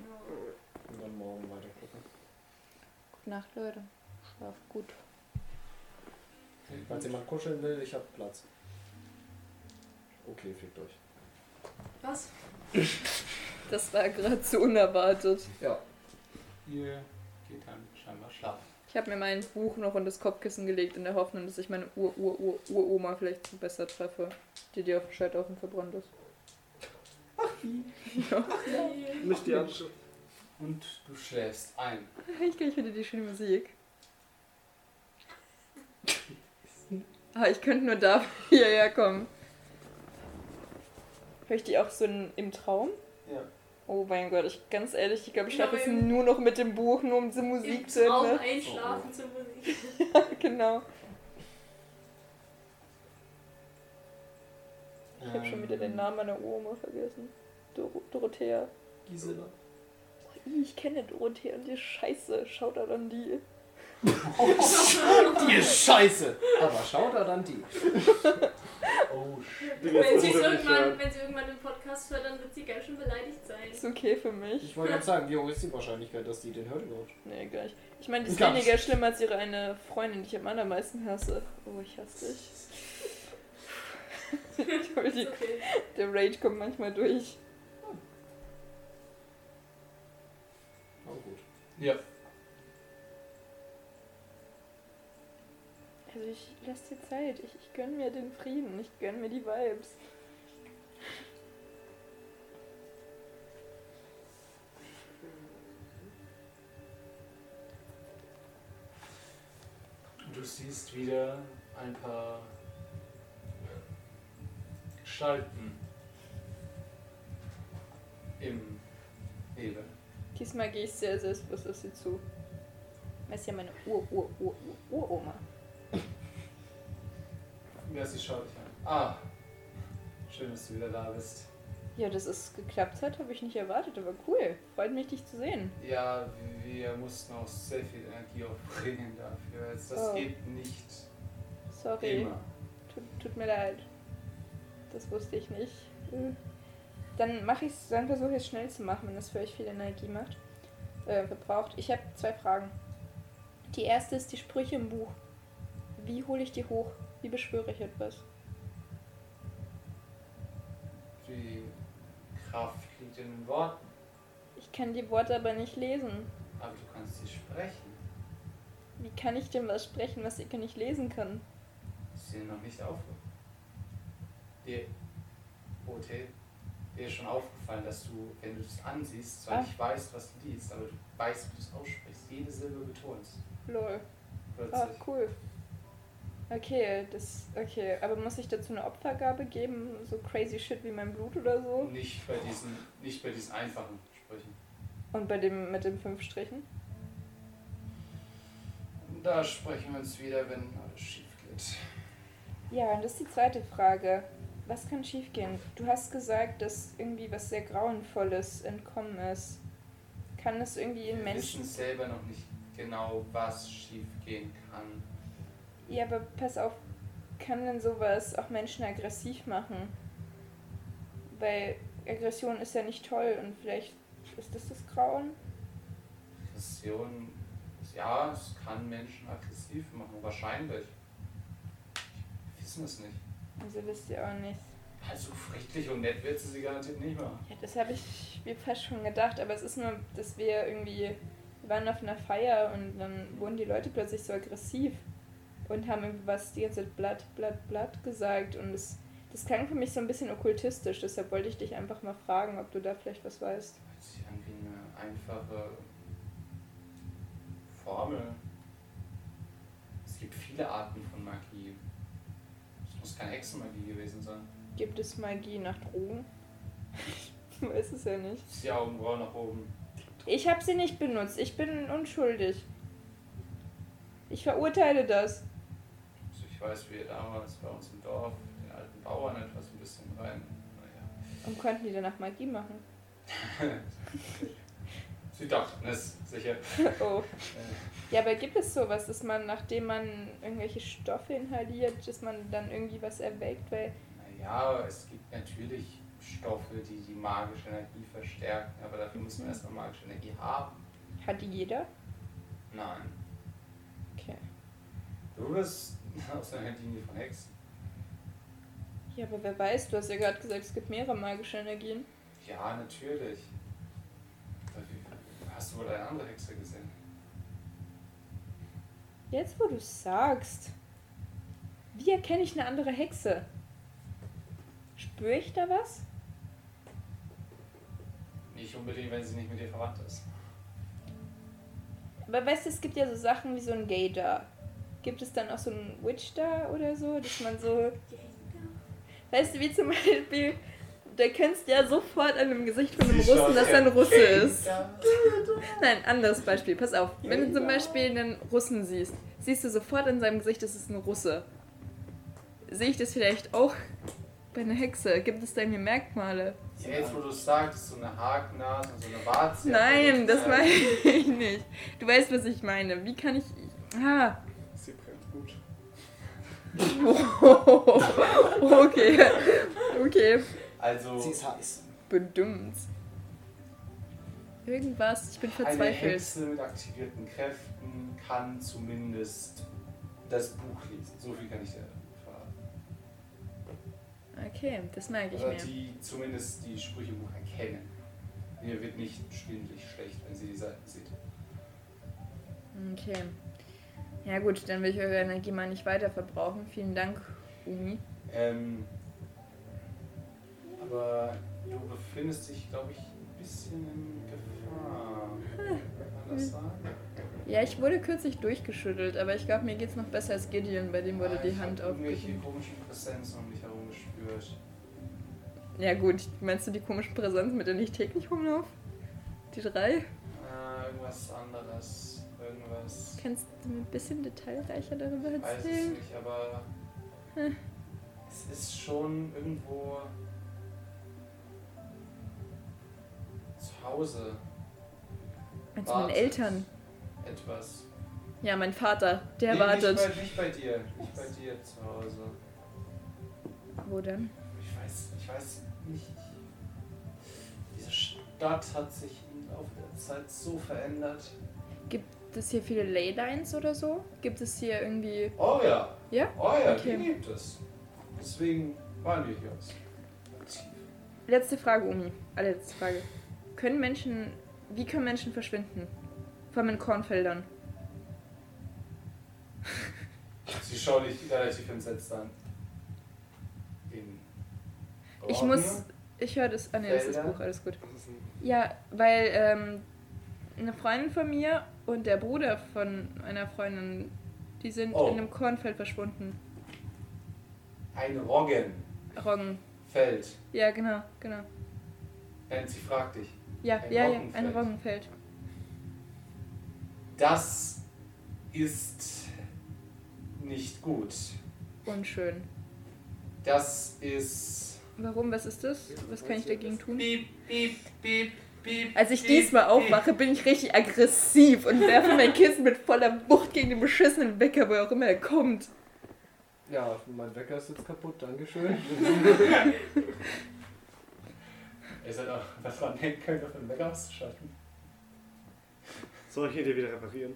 [SPEAKER 2] Und dann morgen weiter gucken.
[SPEAKER 1] Gute Nacht, Leute. Schlaf gut.
[SPEAKER 2] Falls jemand kuscheln will, ich habe Platz. Okay, fickt euch.
[SPEAKER 4] Was?
[SPEAKER 1] Das war gerade so unerwartet.
[SPEAKER 2] Ja.
[SPEAKER 3] Ihr geht dann scheinbar schlafen.
[SPEAKER 1] Ich habe mir mein Buch noch unter das Kopfkissen gelegt, in der Hoffnung, dass ich meine Ur-Ur-Ur-Uroma vielleicht so besser treffe, die dir auf Bescheid offen verbrannt ist.
[SPEAKER 5] Nicht die Anschrift.
[SPEAKER 3] Und du schläfst ein.
[SPEAKER 1] (laughs) Ich kriege wieder die schöne Musik. (laughs) Ah, ich könnte nur da (laughs) hierher kommen. Höre ich die auch so in, im Traum?
[SPEAKER 7] Ja.
[SPEAKER 1] Oh mein Gott, ich ganz ehrlich, ich glaube, ich schlafe
[SPEAKER 4] Ja,
[SPEAKER 1] jetzt
[SPEAKER 4] im-
[SPEAKER 1] nur noch mit dem Buch, nur um diese Musik
[SPEAKER 4] Im
[SPEAKER 1] zu
[SPEAKER 4] Traum
[SPEAKER 2] ne?
[SPEAKER 1] Ende.
[SPEAKER 4] einschlafen zur Musik.
[SPEAKER 1] Genau. Ich habe
[SPEAKER 7] Ähm,
[SPEAKER 1] schon wieder den Namen meiner Oma vergessen. Dor Dorothea.
[SPEAKER 7] Gisela.
[SPEAKER 1] Oh, ih, ich kenne Dorothea und die ist Scheiße. Shoutout an die.
[SPEAKER 2] (laughs) Die ist Oh, scheiße! Aber schaut da dann die.
[SPEAKER 7] Oh,
[SPEAKER 4] Wenn sie es
[SPEAKER 5] Bruder nicht
[SPEAKER 4] irgendwann,
[SPEAKER 5] hören.
[SPEAKER 4] wenn sie irgendwann den Podcast hört, dann wird sie ganz schön beleidigt sein.
[SPEAKER 1] Ist okay für mich.
[SPEAKER 2] Ich wollte gerade sagen, wie hoch ist die Wahrscheinlichkeit, dass die den hört überhaupt?
[SPEAKER 1] Nee, gar nicht. Ich meine, die ist
[SPEAKER 2] Gar nicht.
[SPEAKER 1] weniger schlimm als ihre eine Freundin, die (laughs) ich am allermeisten hasse. Oh, ich hasse dich.
[SPEAKER 4] Ist
[SPEAKER 1] Entschuldigung,
[SPEAKER 4] okay.
[SPEAKER 1] der Rage kommt manchmal durch.
[SPEAKER 2] Oh gut.
[SPEAKER 3] Ja.
[SPEAKER 1] Also ich lasse dir Zeit, ich, ich gönn mir den Frieden, ich gönn mir die Vibes.
[SPEAKER 3] Du siehst wieder ein paar Gestalten im Nebel.
[SPEAKER 1] Diesmal gehe ich sehr selbstbewusst auf sie zu. Das ist ja meine Ur-Ur-Ur-Uroma.
[SPEAKER 3] Ja, sie schaut dich an. Ah, schön, dass du wieder da bist.
[SPEAKER 1] Ja, dass es geklappt hat, habe ich nicht erwartet, aber cool. Freut mich, dich zu sehen.
[SPEAKER 3] Ja, wir mussten auch sehr viel Energie aufbringen dafür. Jetzt, das
[SPEAKER 1] Oh.
[SPEAKER 3] geht nicht
[SPEAKER 1] Sorry.
[SPEAKER 3] immer.
[SPEAKER 1] Tut, tut mir leid. Das wusste ich nicht. Hm. Dann mache ich dann versuche ich es schnell zu machen, wenn das für euch viel Energie macht. Äh, verbraucht. Ich habe zwei Fragen. Die erste ist die Sprüche im Buch. Wie hole ich die hoch? Wie beschwöre ich etwas?
[SPEAKER 3] Die Kraft liegt in den Worten,
[SPEAKER 1] Ich kann die Worte aber nicht lesen.
[SPEAKER 3] aber du kannst sie sprechen.
[SPEAKER 1] Wie kann ich denn was sprechen, was ich nicht lesen kann?
[SPEAKER 3] Sie sind noch nicht aufgefallen. Dir, OT, dir ist schon aufgefallen, dass du, wenn du es ansiehst, zwar
[SPEAKER 1] Ah.
[SPEAKER 3] nicht weißt, was du liest, aber du weißt, wie du es aussprichst. Jede Silbe betonst.
[SPEAKER 1] Lol. Ah,
[SPEAKER 3] Plötzlich.
[SPEAKER 1] cool. Okay, das. Okay, aber muss ich dazu eine Opfergabe geben? So crazy shit wie mein Blut oder so?
[SPEAKER 3] Nicht bei diesen, nicht bei diesen einfachen Sprüchen.
[SPEAKER 1] Und bei dem mit den fünf Strichen?
[SPEAKER 3] Da sprechen wir uns wieder, wenn alles schief geht.
[SPEAKER 1] Ja, und das ist die zweite Frage. Was kann schiefgehen? Du hast gesagt, dass irgendwie was sehr Grauenvolles entkommen ist. Kann das irgendwie in
[SPEAKER 3] Wir
[SPEAKER 1] Menschen.
[SPEAKER 3] wissen selber noch nicht genau, was schief gehen kann.
[SPEAKER 1] Ja, aber pass auf, kann denn sowas auch Menschen aggressiv machen? Weil Aggression ist ja nicht toll und vielleicht ist das das Grauen?
[SPEAKER 3] Aggression, ja, es kann Menschen aggressiv machen, wahrscheinlich. Wir wissen es nicht.
[SPEAKER 1] Also wisst ihr auch nicht.
[SPEAKER 3] Also friedlich und nett wird sie sie garantiert nicht machen.
[SPEAKER 1] Ja, das habe ich mir fast schon gedacht, aber es ist nur, dass wir irgendwie, wir waren auf einer Feier und dann wurden die Leute plötzlich so aggressiv und haben irgendwie was die ganze Zeit blatt, blatt, blatt gesagt und das, das klang für mich so ein bisschen okkultistisch, deshalb wollte ich dich einfach mal fragen, ob du da vielleicht was weißt.
[SPEAKER 3] Hört sich an wie eine einfache Formel. Es gibt viele Arten von Magie. Es muss keine Hexenmagie gewesen sein.
[SPEAKER 1] Gibt es Magie nach Drogen? ich weiß es ja nicht.
[SPEAKER 3] Die Augenbrauen nach oben.
[SPEAKER 1] Ich habe sie nicht benutzt, ich bin unschuldig. Ich verurteile das.
[SPEAKER 3] Also ich weiß, wie ihr damals bei uns im Dorf den alten Bauern etwas ein bisschen rein. Naja.
[SPEAKER 1] Und konnten die danach Magie
[SPEAKER 3] (laughs)
[SPEAKER 1] machen?
[SPEAKER 3] Sie dachten es ne, sicher.
[SPEAKER 1] (laughs) Oh. Ja, aber gibt es sowas, dass man, nachdem man irgendwelche Stoffe inhaliert, dass man dann irgendwie was erweckt? Weil,
[SPEAKER 3] Naja, es gibt natürlich Stoffe, die die magische Energie verstärken, aber dafür muss man erstmal magische Energie haben.
[SPEAKER 1] Mhm. hat die jeder?
[SPEAKER 3] Nein.
[SPEAKER 1] Okay.
[SPEAKER 3] Du bist aus einer Linie von Hexen.
[SPEAKER 1] Ja, aber wer weiß, du hast ja gerade gesagt, es gibt mehrere magische Energien.
[SPEAKER 3] Ja, natürlich. Aber wie- Hast du wohl eine andere Hexe gesehen?
[SPEAKER 1] Jetzt, wo du sagst, wie erkenne ich eine andere Hexe? Spüre ich da was?
[SPEAKER 3] Nicht unbedingt, wenn sie nicht mit dir verwandt ist.
[SPEAKER 1] Aber weißt du, es gibt ja so Sachen wie so ein Gay da. Gibt es dann auch so einen Witch da oder so, dass man so. Weißt du, wie zum Beispiel, da kennst du ja sofort an dem Gesicht von einem
[SPEAKER 3] Sie
[SPEAKER 1] Russen,
[SPEAKER 3] schaut
[SPEAKER 1] dass er ein
[SPEAKER 3] ja-
[SPEAKER 1] Russe ist.
[SPEAKER 3] Ja.
[SPEAKER 1] Nein, anderes Beispiel, pass auf. Wenn du zum Beispiel einen Russen siehst, siehst du sofort in seinem Gesicht, das ist ein Russe. Sehe ich das vielleicht auch bei einer Hexe? Gibt es da irgendwie Merkmale?
[SPEAKER 3] Ja, Jetzt, wo du es sagst, so eine Hakennase und so eine Warze.
[SPEAKER 1] Nein, das meine
[SPEAKER 3] ich.
[SPEAKER 1] ich nicht. Du weißt, was ich meine. Wie kann ich. Ah,
[SPEAKER 5] Sie brennt gut.
[SPEAKER 1] (laughs) okay. Okay.
[SPEAKER 7] Also,
[SPEAKER 2] Sie ist heiß.
[SPEAKER 1] Bedummt. Irgendwas, ich bin
[SPEAKER 3] Eine
[SPEAKER 1] verzweifelt.
[SPEAKER 3] Hexe mit aktivierten Kräften kann zumindest das Buch lesen. So viel kann ich dir verraten.
[SPEAKER 1] Okay, das merke ich
[SPEAKER 3] Oder
[SPEAKER 1] mir.
[SPEAKER 3] die zumindest die Sprüchebuch erkennen. Ihr wird nicht schwindelig schlecht, wenn sie die Seiten sieht.
[SPEAKER 1] Okay. Ja gut, dann will ich eure Energie mal nicht weiter verbrauchen. Vielen Dank, Umi.
[SPEAKER 3] Ähm, aber du befindest dich, glaube ich, ein bisschen in Gefahr. Kann
[SPEAKER 1] Hm.
[SPEAKER 3] man das sagen?
[SPEAKER 1] Ja, ich wurde kürzlich durchgeschüttelt, aber ich glaube, mir geht's noch besser als Gideon, bei dem wurde
[SPEAKER 3] Ah,
[SPEAKER 1] die
[SPEAKER 3] ich
[SPEAKER 1] Hand
[SPEAKER 3] hab irgendwelche
[SPEAKER 1] aufgehoben.
[SPEAKER 3] komischen Präsenzen um mich herum gespürt.
[SPEAKER 1] Ja gut, meinst du die komischen Präsenz, mit denen ich täglich rumlaufe? Die drei?
[SPEAKER 3] Ah, irgendwas anderes. Irgendwas.
[SPEAKER 1] Kannst du mir ein bisschen detailreicher darüber
[SPEAKER 3] Ich weiß es
[SPEAKER 1] erzählen?
[SPEAKER 3] nicht, aber es ist schon irgendwo zu Hause
[SPEAKER 1] Meinst du meine
[SPEAKER 3] Wartet.
[SPEAKER 1] Eltern?
[SPEAKER 3] etwas.
[SPEAKER 1] Ja, mein Vater, der
[SPEAKER 3] Nee,
[SPEAKER 1] wartet.
[SPEAKER 3] Nicht bei, nicht bei dir, nicht bei dir zu Hause.
[SPEAKER 1] Wo denn?
[SPEAKER 3] Ich weiß, ich weiß nicht. Diese Stadt hat sich im Laufe der Zeit so verändert.
[SPEAKER 1] Gibt es hier viele Leylines oder so? Gibt es hier irgendwie...
[SPEAKER 3] Oh ja.
[SPEAKER 1] Ja?
[SPEAKER 3] Oh ja,
[SPEAKER 1] Okay.
[SPEAKER 3] die gibt es. Deswegen waren wir hier. aktiv.
[SPEAKER 1] Letzte Frage, Umi. Allerletzte Frage. Können Menschen... Wie können Menschen verschwinden? Vor allem in Kornfeldern.
[SPEAKER 3] Sie schaut dich relativ entsetzt an. In
[SPEAKER 1] Ich
[SPEAKER 3] Orten?
[SPEAKER 1] muss... Ich höre das... Ah ne, das ist das
[SPEAKER 3] Felder?
[SPEAKER 1] Buch, alles gut.
[SPEAKER 5] Das ist ein
[SPEAKER 1] Ja, weil ähm, eine Freundin von mir und der Bruder von einer Freundin, die sind
[SPEAKER 3] Oh.
[SPEAKER 1] in einem Kornfeld verschwunden.
[SPEAKER 3] Ein Roggenfeld.
[SPEAKER 1] Roggen. Ja, genau, genau.
[SPEAKER 3] Und sie fragt dich.
[SPEAKER 1] Ja,
[SPEAKER 3] Ein
[SPEAKER 1] ja, ja, ein
[SPEAKER 3] Roggenfeld.
[SPEAKER 1] Roggenfeld.
[SPEAKER 3] Das ist nicht gut.
[SPEAKER 1] Unschön.
[SPEAKER 3] Das ist.
[SPEAKER 1] Warum? Was ist das? Was kann ich dagegen tun?
[SPEAKER 3] Piep, piep, piep, piep.
[SPEAKER 1] Als ich
[SPEAKER 3] piep,
[SPEAKER 1] diesmal
[SPEAKER 3] piep.
[SPEAKER 1] aufwache, bin ich richtig aggressiv und werfe mein Kissen mit voller Wucht gegen den beschissenen Wecker, wo auch immer er kommt.
[SPEAKER 2] Ja, mein Wecker ist jetzt kaputt, dankeschön.
[SPEAKER 3] Ihr seid auch daran denken können, auf den Wecker auszuschalten.
[SPEAKER 5] Soll ich ihn dir wieder reparieren?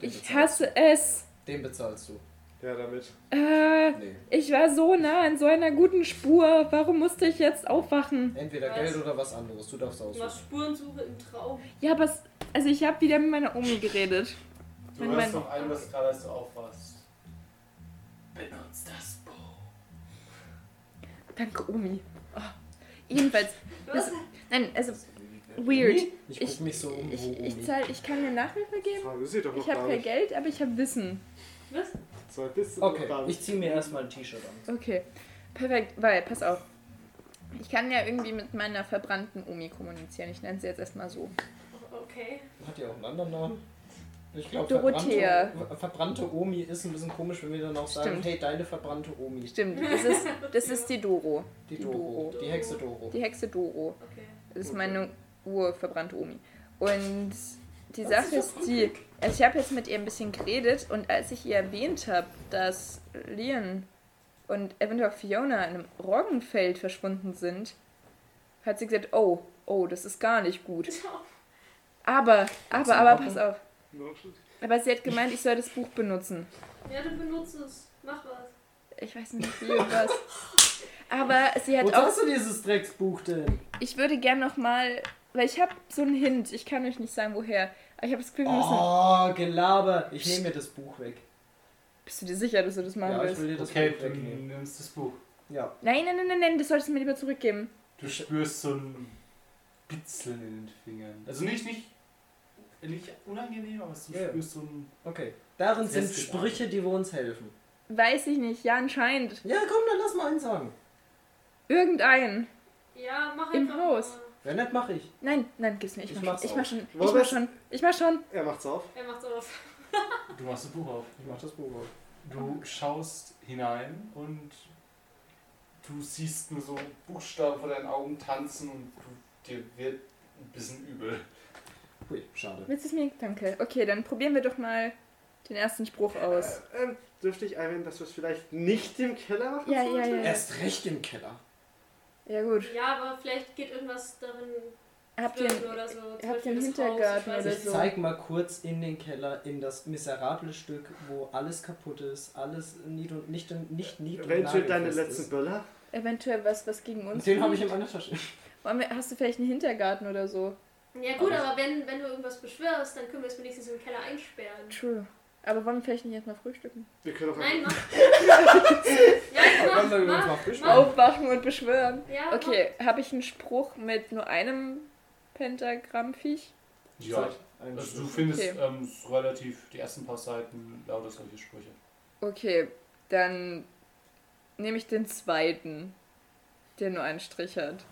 [SPEAKER 1] Ich hasse es.
[SPEAKER 2] Den bezahlst du.
[SPEAKER 5] Ja, damit.
[SPEAKER 1] Äh,
[SPEAKER 2] Nee.
[SPEAKER 1] ich war so nah an so einer guten Spur. Warum musste ich jetzt aufwachen?
[SPEAKER 2] Entweder
[SPEAKER 4] Was?
[SPEAKER 2] Geld oder was anderes, du darfst
[SPEAKER 4] Du machst
[SPEAKER 2] aussuchen.
[SPEAKER 4] Spurensuche im Traum.
[SPEAKER 1] Ja, aber es, also ich habe wieder mit meiner Omi geredet.
[SPEAKER 3] Du
[SPEAKER 1] Mein-
[SPEAKER 3] hörst
[SPEAKER 1] mein-
[SPEAKER 3] noch ein, was gerade als du aufwachst.
[SPEAKER 13] Benutzt das Buch.
[SPEAKER 1] Danke, Omi. Oh. Jedenfalls. Das, nein, also weird.
[SPEAKER 2] Nee, Ich guck
[SPEAKER 1] Ich-
[SPEAKER 2] mich so um, wo
[SPEAKER 1] Ich, ich,
[SPEAKER 2] Omi.
[SPEAKER 1] zahl, ich kann mir Nachhilfe geben.
[SPEAKER 5] Fragen Sie doch noch
[SPEAKER 1] Ich habe
[SPEAKER 5] gar
[SPEAKER 1] kein
[SPEAKER 5] nicht.
[SPEAKER 1] Geld, aber ich habe Wissen.
[SPEAKER 4] Was?
[SPEAKER 5] Soll bis
[SPEAKER 2] Okay, ich zieh mir erstmal ein T-Shirt an.
[SPEAKER 1] Okay. Perfekt, weil, pass auf. Ich kann ja irgendwie mit meiner verbrannten Omi kommunizieren. Ich nenne sie jetzt erstmal so.
[SPEAKER 4] Okay.
[SPEAKER 2] Hat ja auch einen anderen Namen. Ich glaube,
[SPEAKER 1] Dorothea.
[SPEAKER 2] Verbrannte, verbrannte Omi ist ein bisschen komisch, wenn wir dann auch sagen,
[SPEAKER 1] Stimmt.
[SPEAKER 2] hey, deine verbrannte Omi.
[SPEAKER 1] Stimmt, das ist, das ist die Doro.
[SPEAKER 2] Die
[SPEAKER 1] Die
[SPEAKER 2] Doro.
[SPEAKER 1] Doro.
[SPEAKER 2] Die Hexe Doro.
[SPEAKER 1] Die Hexe Doro.
[SPEAKER 4] Okay.
[SPEAKER 1] Das ist
[SPEAKER 5] Okay.
[SPEAKER 1] meine urverbrannte Omi. Und die Sache ist die, also ich habe jetzt mit ihr ein bisschen geredet und als ich ihr erwähnt habe, dass Leon und eventuell Fiona in einem Roggenfeld verschwunden sind, hat sie gesagt, oh, oh, das ist gar nicht gut. Aber, aber, aber, pass auf. Aber sie hat gemeint, ich soll das Buch benutzen.
[SPEAKER 4] Ja, du benutzt es. Mach was.
[SPEAKER 1] Ich weiß nicht wie und was. Aber sie hat
[SPEAKER 2] Wo
[SPEAKER 1] auch
[SPEAKER 2] hast du dieses Drecksbuch denn?
[SPEAKER 1] Ich würde gerne nochmal, weil ich habe so einen Hint, ich kann euch nicht sagen, woher. Aber ich habe das Gefühl, wir müssen.
[SPEAKER 2] Oh, Gelaber. Ich nehme mir das Buch weg.
[SPEAKER 1] Bist du dir sicher, dass du das machen
[SPEAKER 2] Ja, ich
[SPEAKER 1] willst?
[SPEAKER 2] will dir das
[SPEAKER 3] Okay,
[SPEAKER 2] Buch
[SPEAKER 3] du
[SPEAKER 2] wegnehmen.
[SPEAKER 3] nimmst das Buch.
[SPEAKER 2] Ja,
[SPEAKER 1] Nein, nein, nein, nein, nein, das solltest du mir lieber zurückgeben.
[SPEAKER 3] Du spürst so ein Bitzeln in den Fingern. Also nicht, nicht, nicht unangenehm, aber du
[SPEAKER 2] Ja, ja.
[SPEAKER 3] spürst so ein.
[SPEAKER 2] okay. Darin sind
[SPEAKER 3] Lässt sich
[SPEAKER 2] Sprüche, die wir uns helfen.
[SPEAKER 1] Weiß ich nicht, ja, anscheinend.
[SPEAKER 2] Ja, komm, dann lass mal einen sagen.
[SPEAKER 1] Irgendein.
[SPEAKER 4] Ja, mach
[SPEAKER 1] Im
[SPEAKER 4] einfach.
[SPEAKER 1] Haus.
[SPEAKER 4] mal.
[SPEAKER 2] Wenn nicht, mache ich.
[SPEAKER 1] Nein, nein, gib's mir, ich
[SPEAKER 2] Ich
[SPEAKER 1] mach,
[SPEAKER 2] mach's
[SPEAKER 1] schon, ich mach schon, ich
[SPEAKER 5] Wollen
[SPEAKER 1] mach
[SPEAKER 5] wir's-
[SPEAKER 1] schon, ich mach schon.
[SPEAKER 5] Er macht's auf.
[SPEAKER 4] Er macht's auf.
[SPEAKER 3] Du machst das Buch auf.
[SPEAKER 2] Ich mach das Buch auf.
[SPEAKER 3] Du schaust hinein und du siehst nur so Buchstaben vor deinen Augen tanzen und du, dir wird ein bisschen übel.
[SPEAKER 2] Hui, schade.
[SPEAKER 1] Willst du es mir? Danke. Okay, dann probieren wir doch mal den ersten Spruch aus.
[SPEAKER 5] Ähm, dürfte ich einwenden, dass wir es vielleicht nicht im Keller machen
[SPEAKER 1] Ja, ja,
[SPEAKER 5] sollten?
[SPEAKER 1] ja.
[SPEAKER 2] Erst recht im Keller.
[SPEAKER 1] Ja, gut.
[SPEAKER 4] Ja, aber vielleicht geht irgendwas darin.
[SPEAKER 1] Habt ihr,
[SPEAKER 4] oder so. zum
[SPEAKER 1] habt ihr
[SPEAKER 4] Beispiel
[SPEAKER 1] einen
[SPEAKER 4] das
[SPEAKER 1] Hintergarten
[SPEAKER 4] Haus, ich weiß
[SPEAKER 1] oder
[SPEAKER 4] nicht.
[SPEAKER 2] Ich
[SPEAKER 1] so?
[SPEAKER 2] zeig mal kurz in den Keller, in das miserable Stück, wo alles kaputt ist, alles nied und nicht und nicht nied und
[SPEAKER 5] Rachel, deine
[SPEAKER 2] nagelfest
[SPEAKER 5] letzten
[SPEAKER 2] ist.
[SPEAKER 5] Böller?
[SPEAKER 1] eventuell was, was gegen uns
[SPEAKER 2] Den habe ich
[SPEAKER 1] fliegt?
[SPEAKER 2] in meiner Tasche.
[SPEAKER 1] Wollen wir- Hast du vielleicht einen Hintergarten oder so?
[SPEAKER 4] Ja gut, aber wenn, wenn du irgendwas beschwörst, dann können wir es wenigstens im Keller einsperren.
[SPEAKER 1] True. Aber wollen wir vielleicht nicht erstmal frühstücken?
[SPEAKER 5] Wir können auch
[SPEAKER 4] Nein,
[SPEAKER 2] (laughs)
[SPEAKER 4] mach. ja, mach,
[SPEAKER 2] Komm, wir uns
[SPEAKER 4] mach.
[SPEAKER 2] mal frisch machen.
[SPEAKER 1] Aufwachen und beschwören.
[SPEAKER 4] Ja,
[SPEAKER 1] Okay, habe ich einen Spruch mit nur einem Pentagrammviech?
[SPEAKER 7] Ja,
[SPEAKER 2] Ein
[SPEAKER 7] also du
[SPEAKER 2] Stück.
[SPEAKER 7] findest
[SPEAKER 1] Okay.
[SPEAKER 7] ähm, es relativ die ersten paar Seiten lauter solche Sprüche.
[SPEAKER 1] Okay, dann nehme ich den zweiten, der nur einen Strich hat.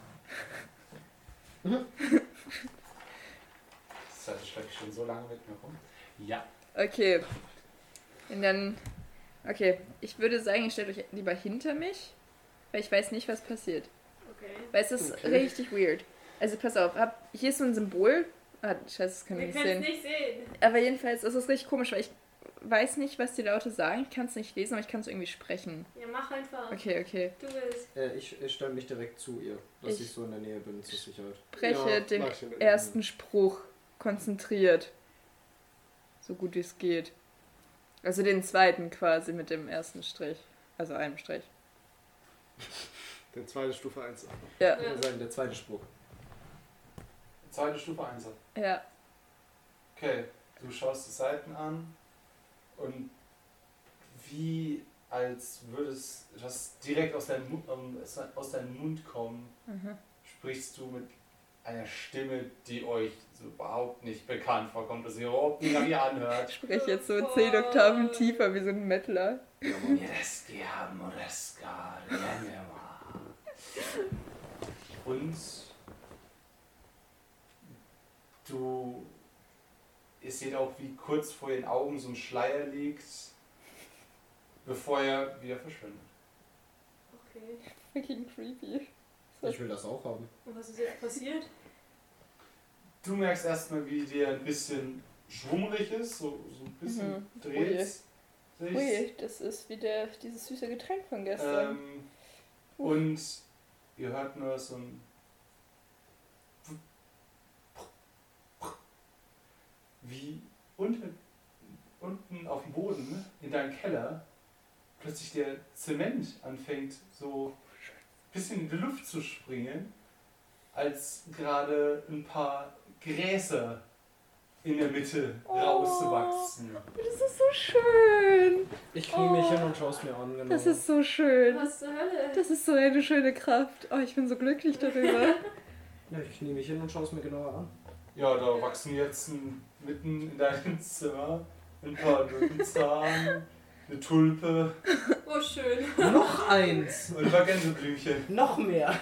[SPEAKER 7] Das heißt, ich schleppe schon so lange mit mir rum. Ja.
[SPEAKER 1] Okay. Und dann. Okay, ich würde sagen, ihr stellt euch lieber hinter mich, weil ich weiß nicht, was passiert.
[SPEAKER 4] Mach. Okay.
[SPEAKER 1] Weil es ist richtig weird. Also pass auf, hab, hier ist so ein Symbol. Ah, scheiße, das kann ich
[SPEAKER 4] Wir
[SPEAKER 1] nicht
[SPEAKER 4] können
[SPEAKER 1] sehen.
[SPEAKER 4] es nicht sehen.
[SPEAKER 1] Aber jedenfalls ist es richtig komisch, weil ich weiß nicht, was die Laute sagen. Ich kann es nicht lesen, aber ich kann es irgendwie sprechen.
[SPEAKER 4] Ja, mach einfach.
[SPEAKER 1] Okay, okay.
[SPEAKER 4] Du willst.
[SPEAKER 2] Äh, ich ich stelle mich direkt zu ihr, dass
[SPEAKER 1] Ich-
[SPEAKER 2] ich, so in der Nähe bin, zur Sicherheit.
[SPEAKER 1] Breche
[SPEAKER 5] Ja,
[SPEAKER 1] den
[SPEAKER 5] mach ich mit.
[SPEAKER 1] ersten Spruch konzentriert. So gut wie es geht. Also den zweiten quasi mit dem ersten Strich. Also einem Strich.
[SPEAKER 5] Den zweiten Stufe 1.
[SPEAKER 1] Ja,
[SPEAKER 2] Ich würde sagen, der zweite Spruch.
[SPEAKER 3] Zweite Stufe Einsatz.
[SPEAKER 1] ja.
[SPEAKER 3] Okay, du schaust die Seiten an und wie als würde es das direkt aus deinem, Mu- ähm, es- aus deinem Mund kommen,
[SPEAKER 1] Mhm.
[SPEAKER 3] sprichst du mit einer Stimme, die euch so überhaupt nicht bekannt vorkommt, dass ihr überhaupt nicht nach ihr anhört.
[SPEAKER 1] Sprich jetzt so 10 Oktaven tiefer wie so ein Mettler.
[SPEAKER 3] Und du ihr seht auch, wie kurz vor ihren Augen so ein Schleier liegt, bevor er wieder verschwindet.
[SPEAKER 4] Okay.
[SPEAKER 1] Fucking creepy.
[SPEAKER 2] Ich will das auch haben.
[SPEAKER 4] Und was ist jetzt passiert?
[SPEAKER 3] Du merkst erstmal, wie dir ein bisschen schwummrig ist, so, so ein bisschen
[SPEAKER 1] Mhm.
[SPEAKER 3] dreht sich.
[SPEAKER 18] Ui, das ist wieder dieses süße Getränk von gestern.
[SPEAKER 3] Ähm, und ihr hört nur so ein. Wie unten, unten auf dem Boden in deinem Keller plötzlich der Zement anfängt, so ein bisschen in die Luft zu springen, als gerade ein paar Gräser in der Mitte rauswachsen.
[SPEAKER 1] Oh. Das ist so schön.
[SPEAKER 2] Ich knie mich hin und schaue es mir an, genau.
[SPEAKER 1] Das ist so schön.
[SPEAKER 4] Was zur Hölle?
[SPEAKER 1] (laughs) Das ist so eine schöne Kraft. Oh, ich bin so glücklich darüber.
[SPEAKER 2] ja, ich knie mich hin und schaue es mir genauer an.
[SPEAKER 3] Ja, da wachsen jetzt ein- mitten in deinem (laughs) Zimmer ein paar Löwenzahn, eine Tulpe
[SPEAKER 4] Oh, schön.
[SPEAKER 2] Noch eins!
[SPEAKER 3] und ein paar Gänseblümchen.
[SPEAKER 2] Noch mehr!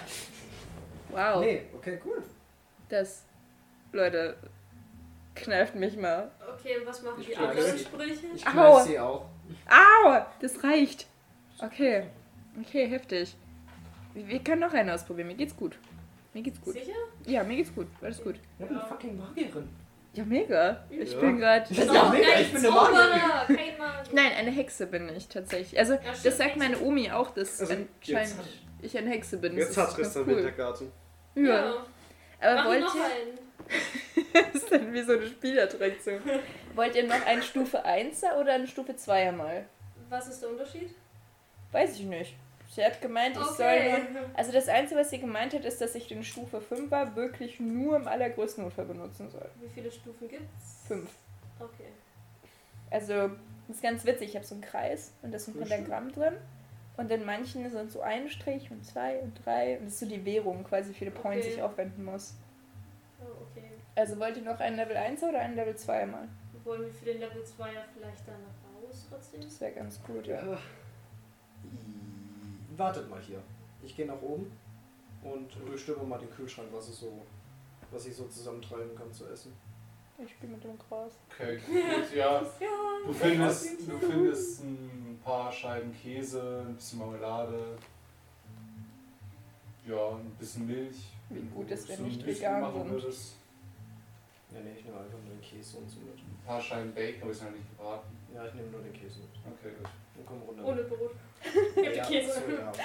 [SPEAKER 1] Wow.
[SPEAKER 2] Oh. Nee, okay, cool.
[SPEAKER 1] Das. Leute, kneift mich mal.
[SPEAKER 4] Okay, und was machen
[SPEAKER 2] Ich
[SPEAKER 4] die
[SPEAKER 2] bin
[SPEAKER 4] anderen
[SPEAKER 2] aggressiv.
[SPEAKER 4] Sprüche?
[SPEAKER 2] Ich
[SPEAKER 1] Aua.
[SPEAKER 2] knall sie auch.
[SPEAKER 1] Aua, das reicht. Okay. Okay, heftig. Wir wir können noch einen ausprobieren. Mir geht's gut. Mir geht's gut.
[SPEAKER 4] Sicher?
[SPEAKER 1] Ja, mir geht's gut. Alles gut.
[SPEAKER 2] Ich bin eine fucking Magierin.
[SPEAKER 1] Ja, mega. Ich
[SPEAKER 5] Ja.
[SPEAKER 1] bin gerade.
[SPEAKER 2] Ja, mega, ich bin eine Magierin.
[SPEAKER 4] Magierin. Kein Magier.
[SPEAKER 1] Nein, eine Hexe bin ich tatsächlich. Also,
[SPEAKER 4] stimmt,
[SPEAKER 1] das sagt
[SPEAKER 4] Hexe.
[SPEAKER 1] meine Omi auch, dass
[SPEAKER 5] Also,
[SPEAKER 1] anscheinend ich eine Hexe bin. Das
[SPEAKER 5] Jetzt
[SPEAKER 1] ist
[SPEAKER 5] hat
[SPEAKER 1] ganz
[SPEAKER 5] Tristan
[SPEAKER 1] cool.
[SPEAKER 5] Wintergarten.
[SPEAKER 1] Ja.
[SPEAKER 4] Ja.
[SPEAKER 1] Aber
[SPEAKER 4] Mach
[SPEAKER 1] wollt
[SPEAKER 4] noch
[SPEAKER 1] ihr,
[SPEAKER 4] einen.
[SPEAKER 1] (laughs) das ist dann wie so eine Spielattraktion. wollt ihr noch eine Stufe 1er oder eine Stufe 2er mal?
[SPEAKER 4] Was ist der Unterschied?
[SPEAKER 18] Weiß ich nicht. Sie hat gemeint, ich soll nur... Also das Einzige, was sie gemeint hat, ist, dass ich den Stufe 5er wirklich nur im allergrößten Notfall benutzen soll.
[SPEAKER 4] Wie viele Stufen gibt's?
[SPEAKER 18] Fünf.
[SPEAKER 4] Okay.
[SPEAKER 18] Also, das ist ganz witzig. Ich habe so einen Kreis und da ist ein Pentagramm drin. Und in manchen sind so ein Strich und zwei und drei. Und das ist so die Währung, quasi wie viele Points
[SPEAKER 4] Okay.
[SPEAKER 18] ich aufwenden muss.
[SPEAKER 4] Oh, okay.
[SPEAKER 18] Also wollt ihr noch einen Level 1 oder einen Level 2 mal?
[SPEAKER 4] Wollen wir für den Level 2 ja vielleicht dann noch raus trotzdem?
[SPEAKER 18] Das wäre ganz gut, ja.
[SPEAKER 2] Wartet mal hier. Ich gehe nach oben und durchstöbe mal den Kühlschrank, was es so, was ich so zusammentreiben kann zu essen.
[SPEAKER 18] Ich spiele mit dem Kreis. (laughs)
[SPEAKER 3] Okay, gut, ja. Du findest, du findest ein paar Scheiben Käse, ein bisschen Marmelade, ja, ein bisschen Milch.
[SPEAKER 18] Wie gut, dass wir
[SPEAKER 3] So ein
[SPEAKER 18] nicht
[SPEAKER 3] bisschen
[SPEAKER 18] vegan
[SPEAKER 3] machen
[SPEAKER 18] sind.
[SPEAKER 3] würdest.
[SPEAKER 2] Ja, nee, ich nehme einfach nur den Käse und so mit.
[SPEAKER 3] Ein paar Scheiben Bacon habe ich noch nicht gebraten.
[SPEAKER 2] Ja, ich nehme nur den Käse mit.
[SPEAKER 3] Okay, gut.
[SPEAKER 2] Dann komm runter.
[SPEAKER 4] Ohne Brot. Gib Oh, die
[SPEAKER 2] ja,
[SPEAKER 4] Käse.
[SPEAKER 2] So, ja, okay,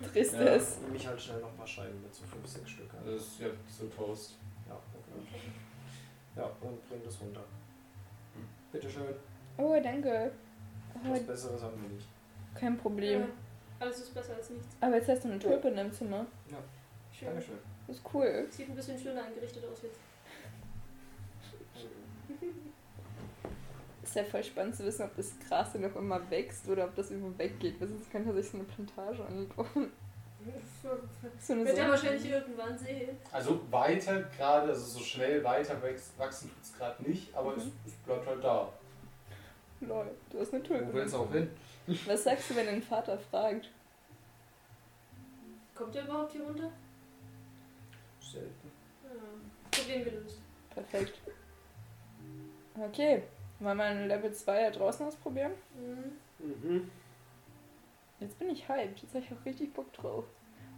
[SPEAKER 2] gut.
[SPEAKER 1] Ist
[SPEAKER 3] Ja.
[SPEAKER 1] es.
[SPEAKER 2] Nimm ich halt schnell noch ein paar Scheiben mit, so 5, 6 Stück.
[SPEAKER 3] Das ist ja so Toast.
[SPEAKER 2] Ja, okay. Ja, und bring das runter.
[SPEAKER 3] Hm.
[SPEAKER 2] Bitteschön,
[SPEAKER 1] Oh, danke. Oh,
[SPEAKER 2] was Besseres haben wir nicht.
[SPEAKER 1] kein Problem.
[SPEAKER 4] Ja. Alles ist besser als nichts.
[SPEAKER 1] Aber jetzt hast du eine Tulpe in deinem Zimmer.
[SPEAKER 4] Schön.
[SPEAKER 2] Dankeschön.
[SPEAKER 1] Das ist cool.
[SPEAKER 4] Sieht ein bisschen schöner angerichtet aus jetzt.
[SPEAKER 1] Ist ja voll spannend zu wissen, ob das Gras denn noch immer wächst oder ob das irgendwo weggeht. Weil sonst könnte er sich so eine Plantage anbauen. So eine
[SPEAKER 4] Wird er
[SPEAKER 1] Sonne-
[SPEAKER 4] wahrscheinlich irgendwann sehen.
[SPEAKER 3] Also weiter gerade, also so schnell weiter wächst- wachsen tut es gerade nicht, aber
[SPEAKER 1] Mhm.
[SPEAKER 3] es, es bleibt halt da.
[SPEAKER 1] Lol, du hast eine Tulpe.
[SPEAKER 19] auch hin?
[SPEAKER 1] Was sagst du, wenn dein Vater fragt?
[SPEAKER 4] Kommt er überhaupt hier runter?
[SPEAKER 2] Selten.
[SPEAKER 4] Ähm, Problem gelöst.
[SPEAKER 1] Perfekt. Okay. Wollen wir einen Level 2 da draußen ausprobieren?
[SPEAKER 4] Mhm.
[SPEAKER 5] Mhm.
[SPEAKER 1] Jetzt bin ich hyped. Jetzt habe ich auch richtig Bock drauf.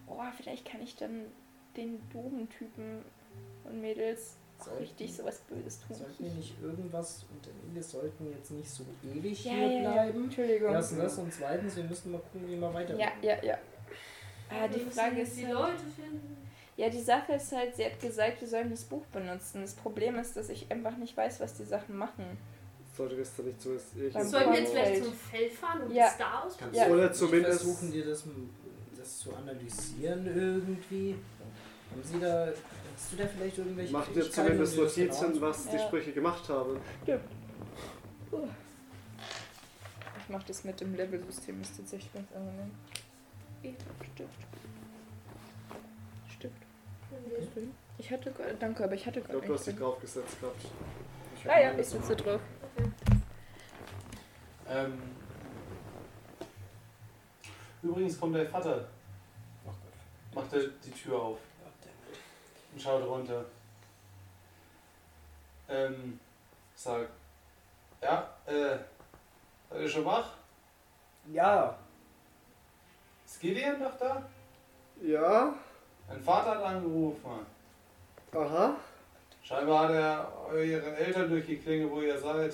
[SPEAKER 1] Oh, vielleicht kann ich dann den doofen Typen und Mädels auch
[SPEAKER 2] Sollten-
[SPEAKER 1] richtig sowas Böses tun.
[SPEAKER 2] Sollten wir nicht irgendwas unternehmen? Wir sollten jetzt nicht so ewig
[SPEAKER 1] Ja,
[SPEAKER 2] hier
[SPEAKER 1] ja, ja.
[SPEAKER 2] bleiben.
[SPEAKER 1] Entschuldigung.
[SPEAKER 2] Erstens das und zweitens, wir müssen mal gucken, wie wir weiter.
[SPEAKER 1] Ja, ja, ja. Ah,
[SPEAKER 4] Wir
[SPEAKER 1] die
[SPEAKER 4] müssen
[SPEAKER 1] Frage ist.
[SPEAKER 4] Die
[SPEAKER 1] halt-
[SPEAKER 4] Leute finden.
[SPEAKER 1] Ja, die Sache ist halt, sie hat gesagt, wir sollen das Buch benutzen. Das Problem ist, dass ich einfach nicht weiß, was die Sachen machen.
[SPEAKER 5] Sollte das dann nicht zumindest ich.
[SPEAKER 1] Dann
[SPEAKER 4] Sollten wir jetzt
[SPEAKER 1] Feld.
[SPEAKER 4] vielleicht zum Feld fahren und
[SPEAKER 1] Ja.
[SPEAKER 4] das da ausprobieren?
[SPEAKER 2] Kannst
[SPEAKER 1] Ja.
[SPEAKER 2] du
[SPEAKER 5] Oder
[SPEAKER 2] nicht
[SPEAKER 5] zumindest-
[SPEAKER 2] versuchen dir das, das zu analysieren irgendwie. Haben Sie da, hast du da vielleicht irgendwelche
[SPEAKER 5] Macht dir
[SPEAKER 2] Fähigkeiten,
[SPEAKER 5] zumindest
[SPEAKER 2] um dir das
[SPEAKER 5] Notizen,
[SPEAKER 2] genau-
[SPEAKER 5] was die
[SPEAKER 1] Ja.
[SPEAKER 5] Sprüche gemacht haben.
[SPEAKER 1] Ich mache das mit dem Level-System, ist tatsächlich ganz angenehm. Stift. Stift. Hm? Ich hatte, gar- danke, aber ich hatte
[SPEAKER 5] Ich
[SPEAKER 1] gar
[SPEAKER 5] glaube, du hast dich
[SPEAKER 1] nicht.
[SPEAKER 5] draufgesetzt gehabt.
[SPEAKER 1] Ah ja, ich sitze drauf.
[SPEAKER 3] Ähm, übrigens kommt dein Vater,
[SPEAKER 2] Ach Gott.
[SPEAKER 3] macht er die Tür auf und schaut runter. Ähm, sagt, ja, äh, seid ihr schon wach?
[SPEAKER 2] Ja,
[SPEAKER 3] Ist Gideon noch da?
[SPEAKER 5] Ja,
[SPEAKER 3] Mein Vater hat angerufen.
[SPEAKER 5] aha.
[SPEAKER 3] Scheinbar hat er euren Eltern durchgeklingelt, wo ihr seid.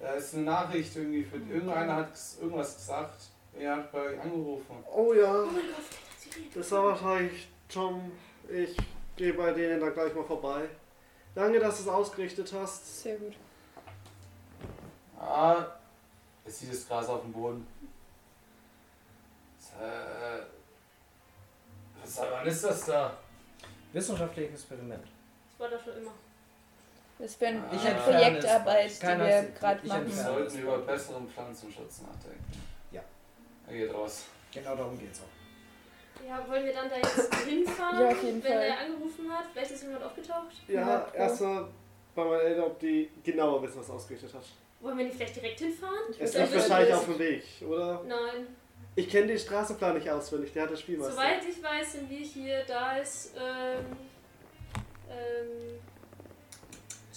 [SPEAKER 3] Da ist eine Nachricht irgendwie für irgendeiner hat ges- irgendwas gesagt. Er hat bei euch angerufen.
[SPEAKER 5] Oh ja,
[SPEAKER 4] Oh mein Gott, der hat sie lieb.
[SPEAKER 5] das war wahrscheinlich Tom. Ich gehe bei denen dann gleich mal vorbei. Danke, dass du es ausgerichtet hast.
[SPEAKER 1] Sehr gut.
[SPEAKER 3] Ah, jetzt sieht das Gras auf dem Boden. Das, äh, was wann ist das da?
[SPEAKER 2] wissenschaftliches Experiment.
[SPEAKER 4] Das war da schon immer.
[SPEAKER 1] Das wäre eine
[SPEAKER 3] Ich
[SPEAKER 1] eine
[SPEAKER 3] entferne
[SPEAKER 1] Projektarbeit,
[SPEAKER 2] es.
[SPEAKER 1] die
[SPEAKER 2] Keiner
[SPEAKER 1] wir
[SPEAKER 2] ist-
[SPEAKER 1] gerade
[SPEAKER 2] ich
[SPEAKER 3] Wir
[SPEAKER 2] entferne.
[SPEAKER 1] machen.
[SPEAKER 3] sollten über besseren Pflanzenschutz nachdenken.
[SPEAKER 2] Ja.
[SPEAKER 3] Er geht raus.
[SPEAKER 2] Genau darum geht's auch.
[SPEAKER 4] Ja, wollen wir dann da jetzt (coughs) hinfahren,
[SPEAKER 1] Ja, auf jeden
[SPEAKER 4] wenn
[SPEAKER 1] Fall.
[SPEAKER 4] er angerufen hat? Vielleicht ist jemand aufgetaucht.
[SPEAKER 5] Ja,
[SPEAKER 1] Ja,
[SPEAKER 5] erstmal bei meinen Eltern, ob die genauer wissen, was du ausgerichtet hat.
[SPEAKER 4] Wollen wir nicht vielleicht direkt hinfahren?
[SPEAKER 5] Es
[SPEAKER 4] glaub,
[SPEAKER 5] liegt
[SPEAKER 4] das
[SPEAKER 5] wahrscheinlich
[SPEAKER 4] ist-
[SPEAKER 1] Also,
[SPEAKER 5] auf dem Weg, oder?
[SPEAKER 4] Nein.
[SPEAKER 5] Ich kenne den Straßenplan nicht auswendig, der hat das Spiel
[SPEAKER 4] Soweit ich weiß, sind wir hier. Da ist ähm, ähm,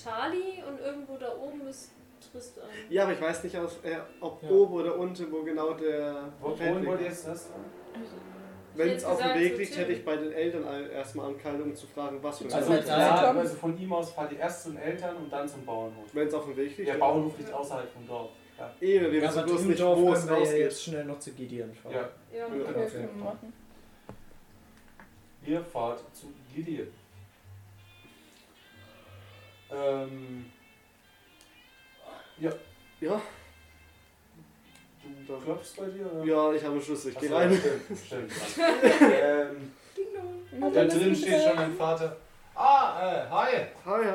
[SPEAKER 4] Charlie und irgendwo da oben ist Tristan.
[SPEAKER 5] Ja, aber ich weiß nicht, aus, äh, ob
[SPEAKER 2] Ja.
[SPEAKER 5] oben oder unten, wo genau der
[SPEAKER 3] Wo-
[SPEAKER 5] Feldweg
[SPEAKER 3] Wohin wollt ihr
[SPEAKER 5] ist.
[SPEAKER 3] jetzt das?
[SPEAKER 1] also,
[SPEAKER 5] Wenn
[SPEAKER 4] Ich
[SPEAKER 5] es
[SPEAKER 4] hätte
[SPEAKER 5] auf dem
[SPEAKER 4] gesagt,
[SPEAKER 5] Weg
[SPEAKER 4] so
[SPEAKER 5] liegt,
[SPEAKER 4] Tim.
[SPEAKER 5] hätte ich bei den Eltern all- erstmal angehalten, um zu fragen, was für ein
[SPEAKER 3] Also,
[SPEAKER 2] Ja,
[SPEAKER 3] ja,
[SPEAKER 1] komm.
[SPEAKER 3] also von ihm aus fahrt ihr erst zu den Eltern und dann zum Bauernhof.
[SPEAKER 5] Wenn es auf dem Weg liegt.
[SPEAKER 3] Der Bauernhof liegt außerhalb vom Dorf. Ja.
[SPEAKER 5] Eben, wir wissen bloß nicht, wo es
[SPEAKER 2] können wir ja
[SPEAKER 5] rausgeht.
[SPEAKER 2] jetzt schnell noch zu Gideon fahren.
[SPEAKER 3] ja.
[SPEAKER 4] Ja,
[SPEAKER 5] Ja.
[SPEAKER 1] Okay, können wir machen.
[SPEAKER 3] Ihr fahrt zu Gideon. Ähm,
[SPEAKER 5] Ja,
[SPEAKER 3] du klopfst bei dir? Oder?
[SPEAKER 5] ja, ich habe einen Schlüssel, ich
[SPEAKER 3] Ach
[SPEAKER 5] gehe
[SPEAKER 3] so,
[SPEAKER 5] rein.
[SPEAKER 3] Stimmt, stimmt. ähm, da
[SPEAKER 1] Also,
[SPEAKER 3] drin steht
[SPEAKER 1] äh,
[SPEAKER 3] schon mein Vater. Ah, äh, hi.
[SPEAKER 5] Hi,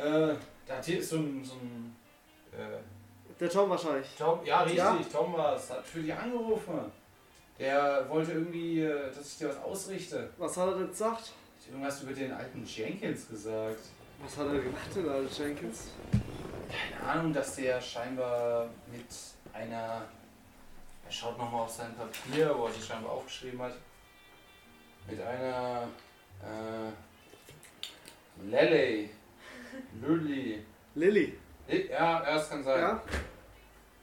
[SPEAKER 5] hi.
[SPEAKER 3] Äh, da hier ist so ein, so ein äh,
[SPEAKER 5] Der Tom wahrscheinlich.
[SPEAKER 3] Tom, ja richtig,
[SPEAKER 5] Ja.
[SPEAKER 3] Tom war's, hat für dich angerufen. Der wollte irgendwie, äh, dass ich dir was ausrichte.
[SPEAKER 5] Was hat er denn gesagt?
[SPEAKER 3] Hat Irgendwas über den alten Jenkins gesagt.
[SPEAKER 5] Was hat er gemacht denn, Alter Jenkins?
[SPEAKER 3] Keine Ahnung, dass der scheinbar mit einer. Er schaut nochmal auf sein Papier, wo er die scheinbar aufgeschrieben hat. Mit einer. Äh,
[SPEAKER 5] (laughs)
[SPEAKER 3] Lele. Lilly.
[SPEAKER 5] Lilly.
[SPEAKER 3] Ja, das kann sein.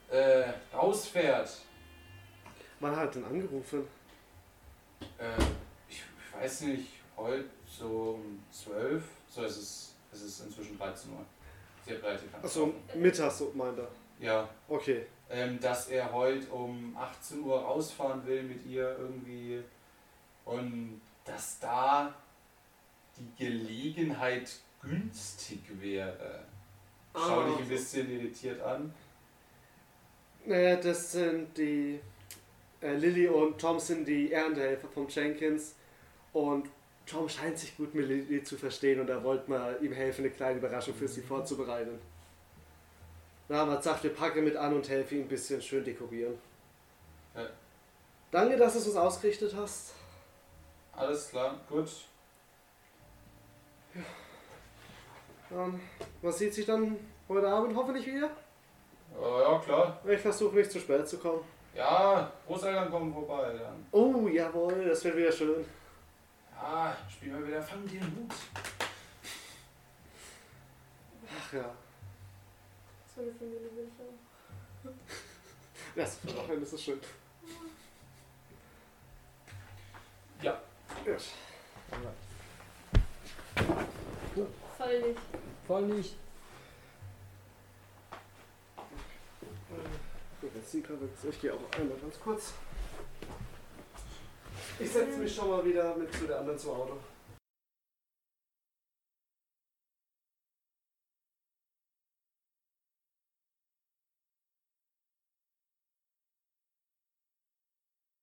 [SPEAKER 5] Ja?
[SPEAKER 3] Äh, rausfährt.
[SPEAKER 5] Wann hat er denn angerufen?
[SPEAKER 3] Äh, ich, ich weiß nicht, heute so um 12. So, es ist, es ist inzwischen 13 Uhr. Sie hat relativ lang
[SPEAKER 5] Achso,
[SPEAKER 3] gesprochen.
[SPEAKER 5] mittags so meint er.
[SPEAKER 3] Ja.
[SPEAKER 5] Okay.
[SPEAKER 3] ähm, dass er heute um 18 Uhr rausfahren will mit ihr irgendwie und dass da die Gelegenheit günstig wäre. Schau
[SPEAKER 5] Ah.
[SPEAKER 3] dich ein bisschen irritiert an.
[SPEAKER 5] Naja, das sind die äh, Lilly und Tom sind die Ehrenhelfer von Jenkins und Tom scheint sich gut mit Lilly zu verstehen und er wollte mal ihm helfen, eine kleine Überraschung für sie
[SPEAKER 3] Mhm.
[SPEAKER 5] vorzubereiten. Na, man sagt, wir packen mit an und helfen ihm ein bisschen schön dekorieren.
[SPEAKER 3] Ja.
[SPEAKER 5] Danke, dass du es uns ausgerichtet hast.
[SPEAKER 3] Alles klar, gut.
[SPEAKER 5] Ähm, man sieht sich dann heute Abend hoffentlich wieder.
[SPEAKER 3] Oh, ja, klar.
[SPEAKER 5] Ich versuche nicht zu spät zu kommen.
[SPEAKER 3] Ja, Großeltern kommen vorbei dann.
[SPEAKER 5] Oh, jawohl, das wird wieder schön.
[SPEAKER 3] Ja, spielen wir Ah, wieder Fang den Hut.
[SPEAKER 5] Ach ja,
[SPEAKER 4] So eine Familie bin ich auch.
[SPEAKER 5] das, das ist schön.
[SPEAKER 3] Ja.
[SPEAKER 5] ja.
[SPEAKER 4] Voll nicht.
[SPEAKER 2] Voll nicht.
[SPEAKER 5] Äh, Gut, jetzt sieht man jetzt- Ich gehe auch einmal ganz kurz. Ich setze mich schon mal wieder mit zu der anderen zum Auto.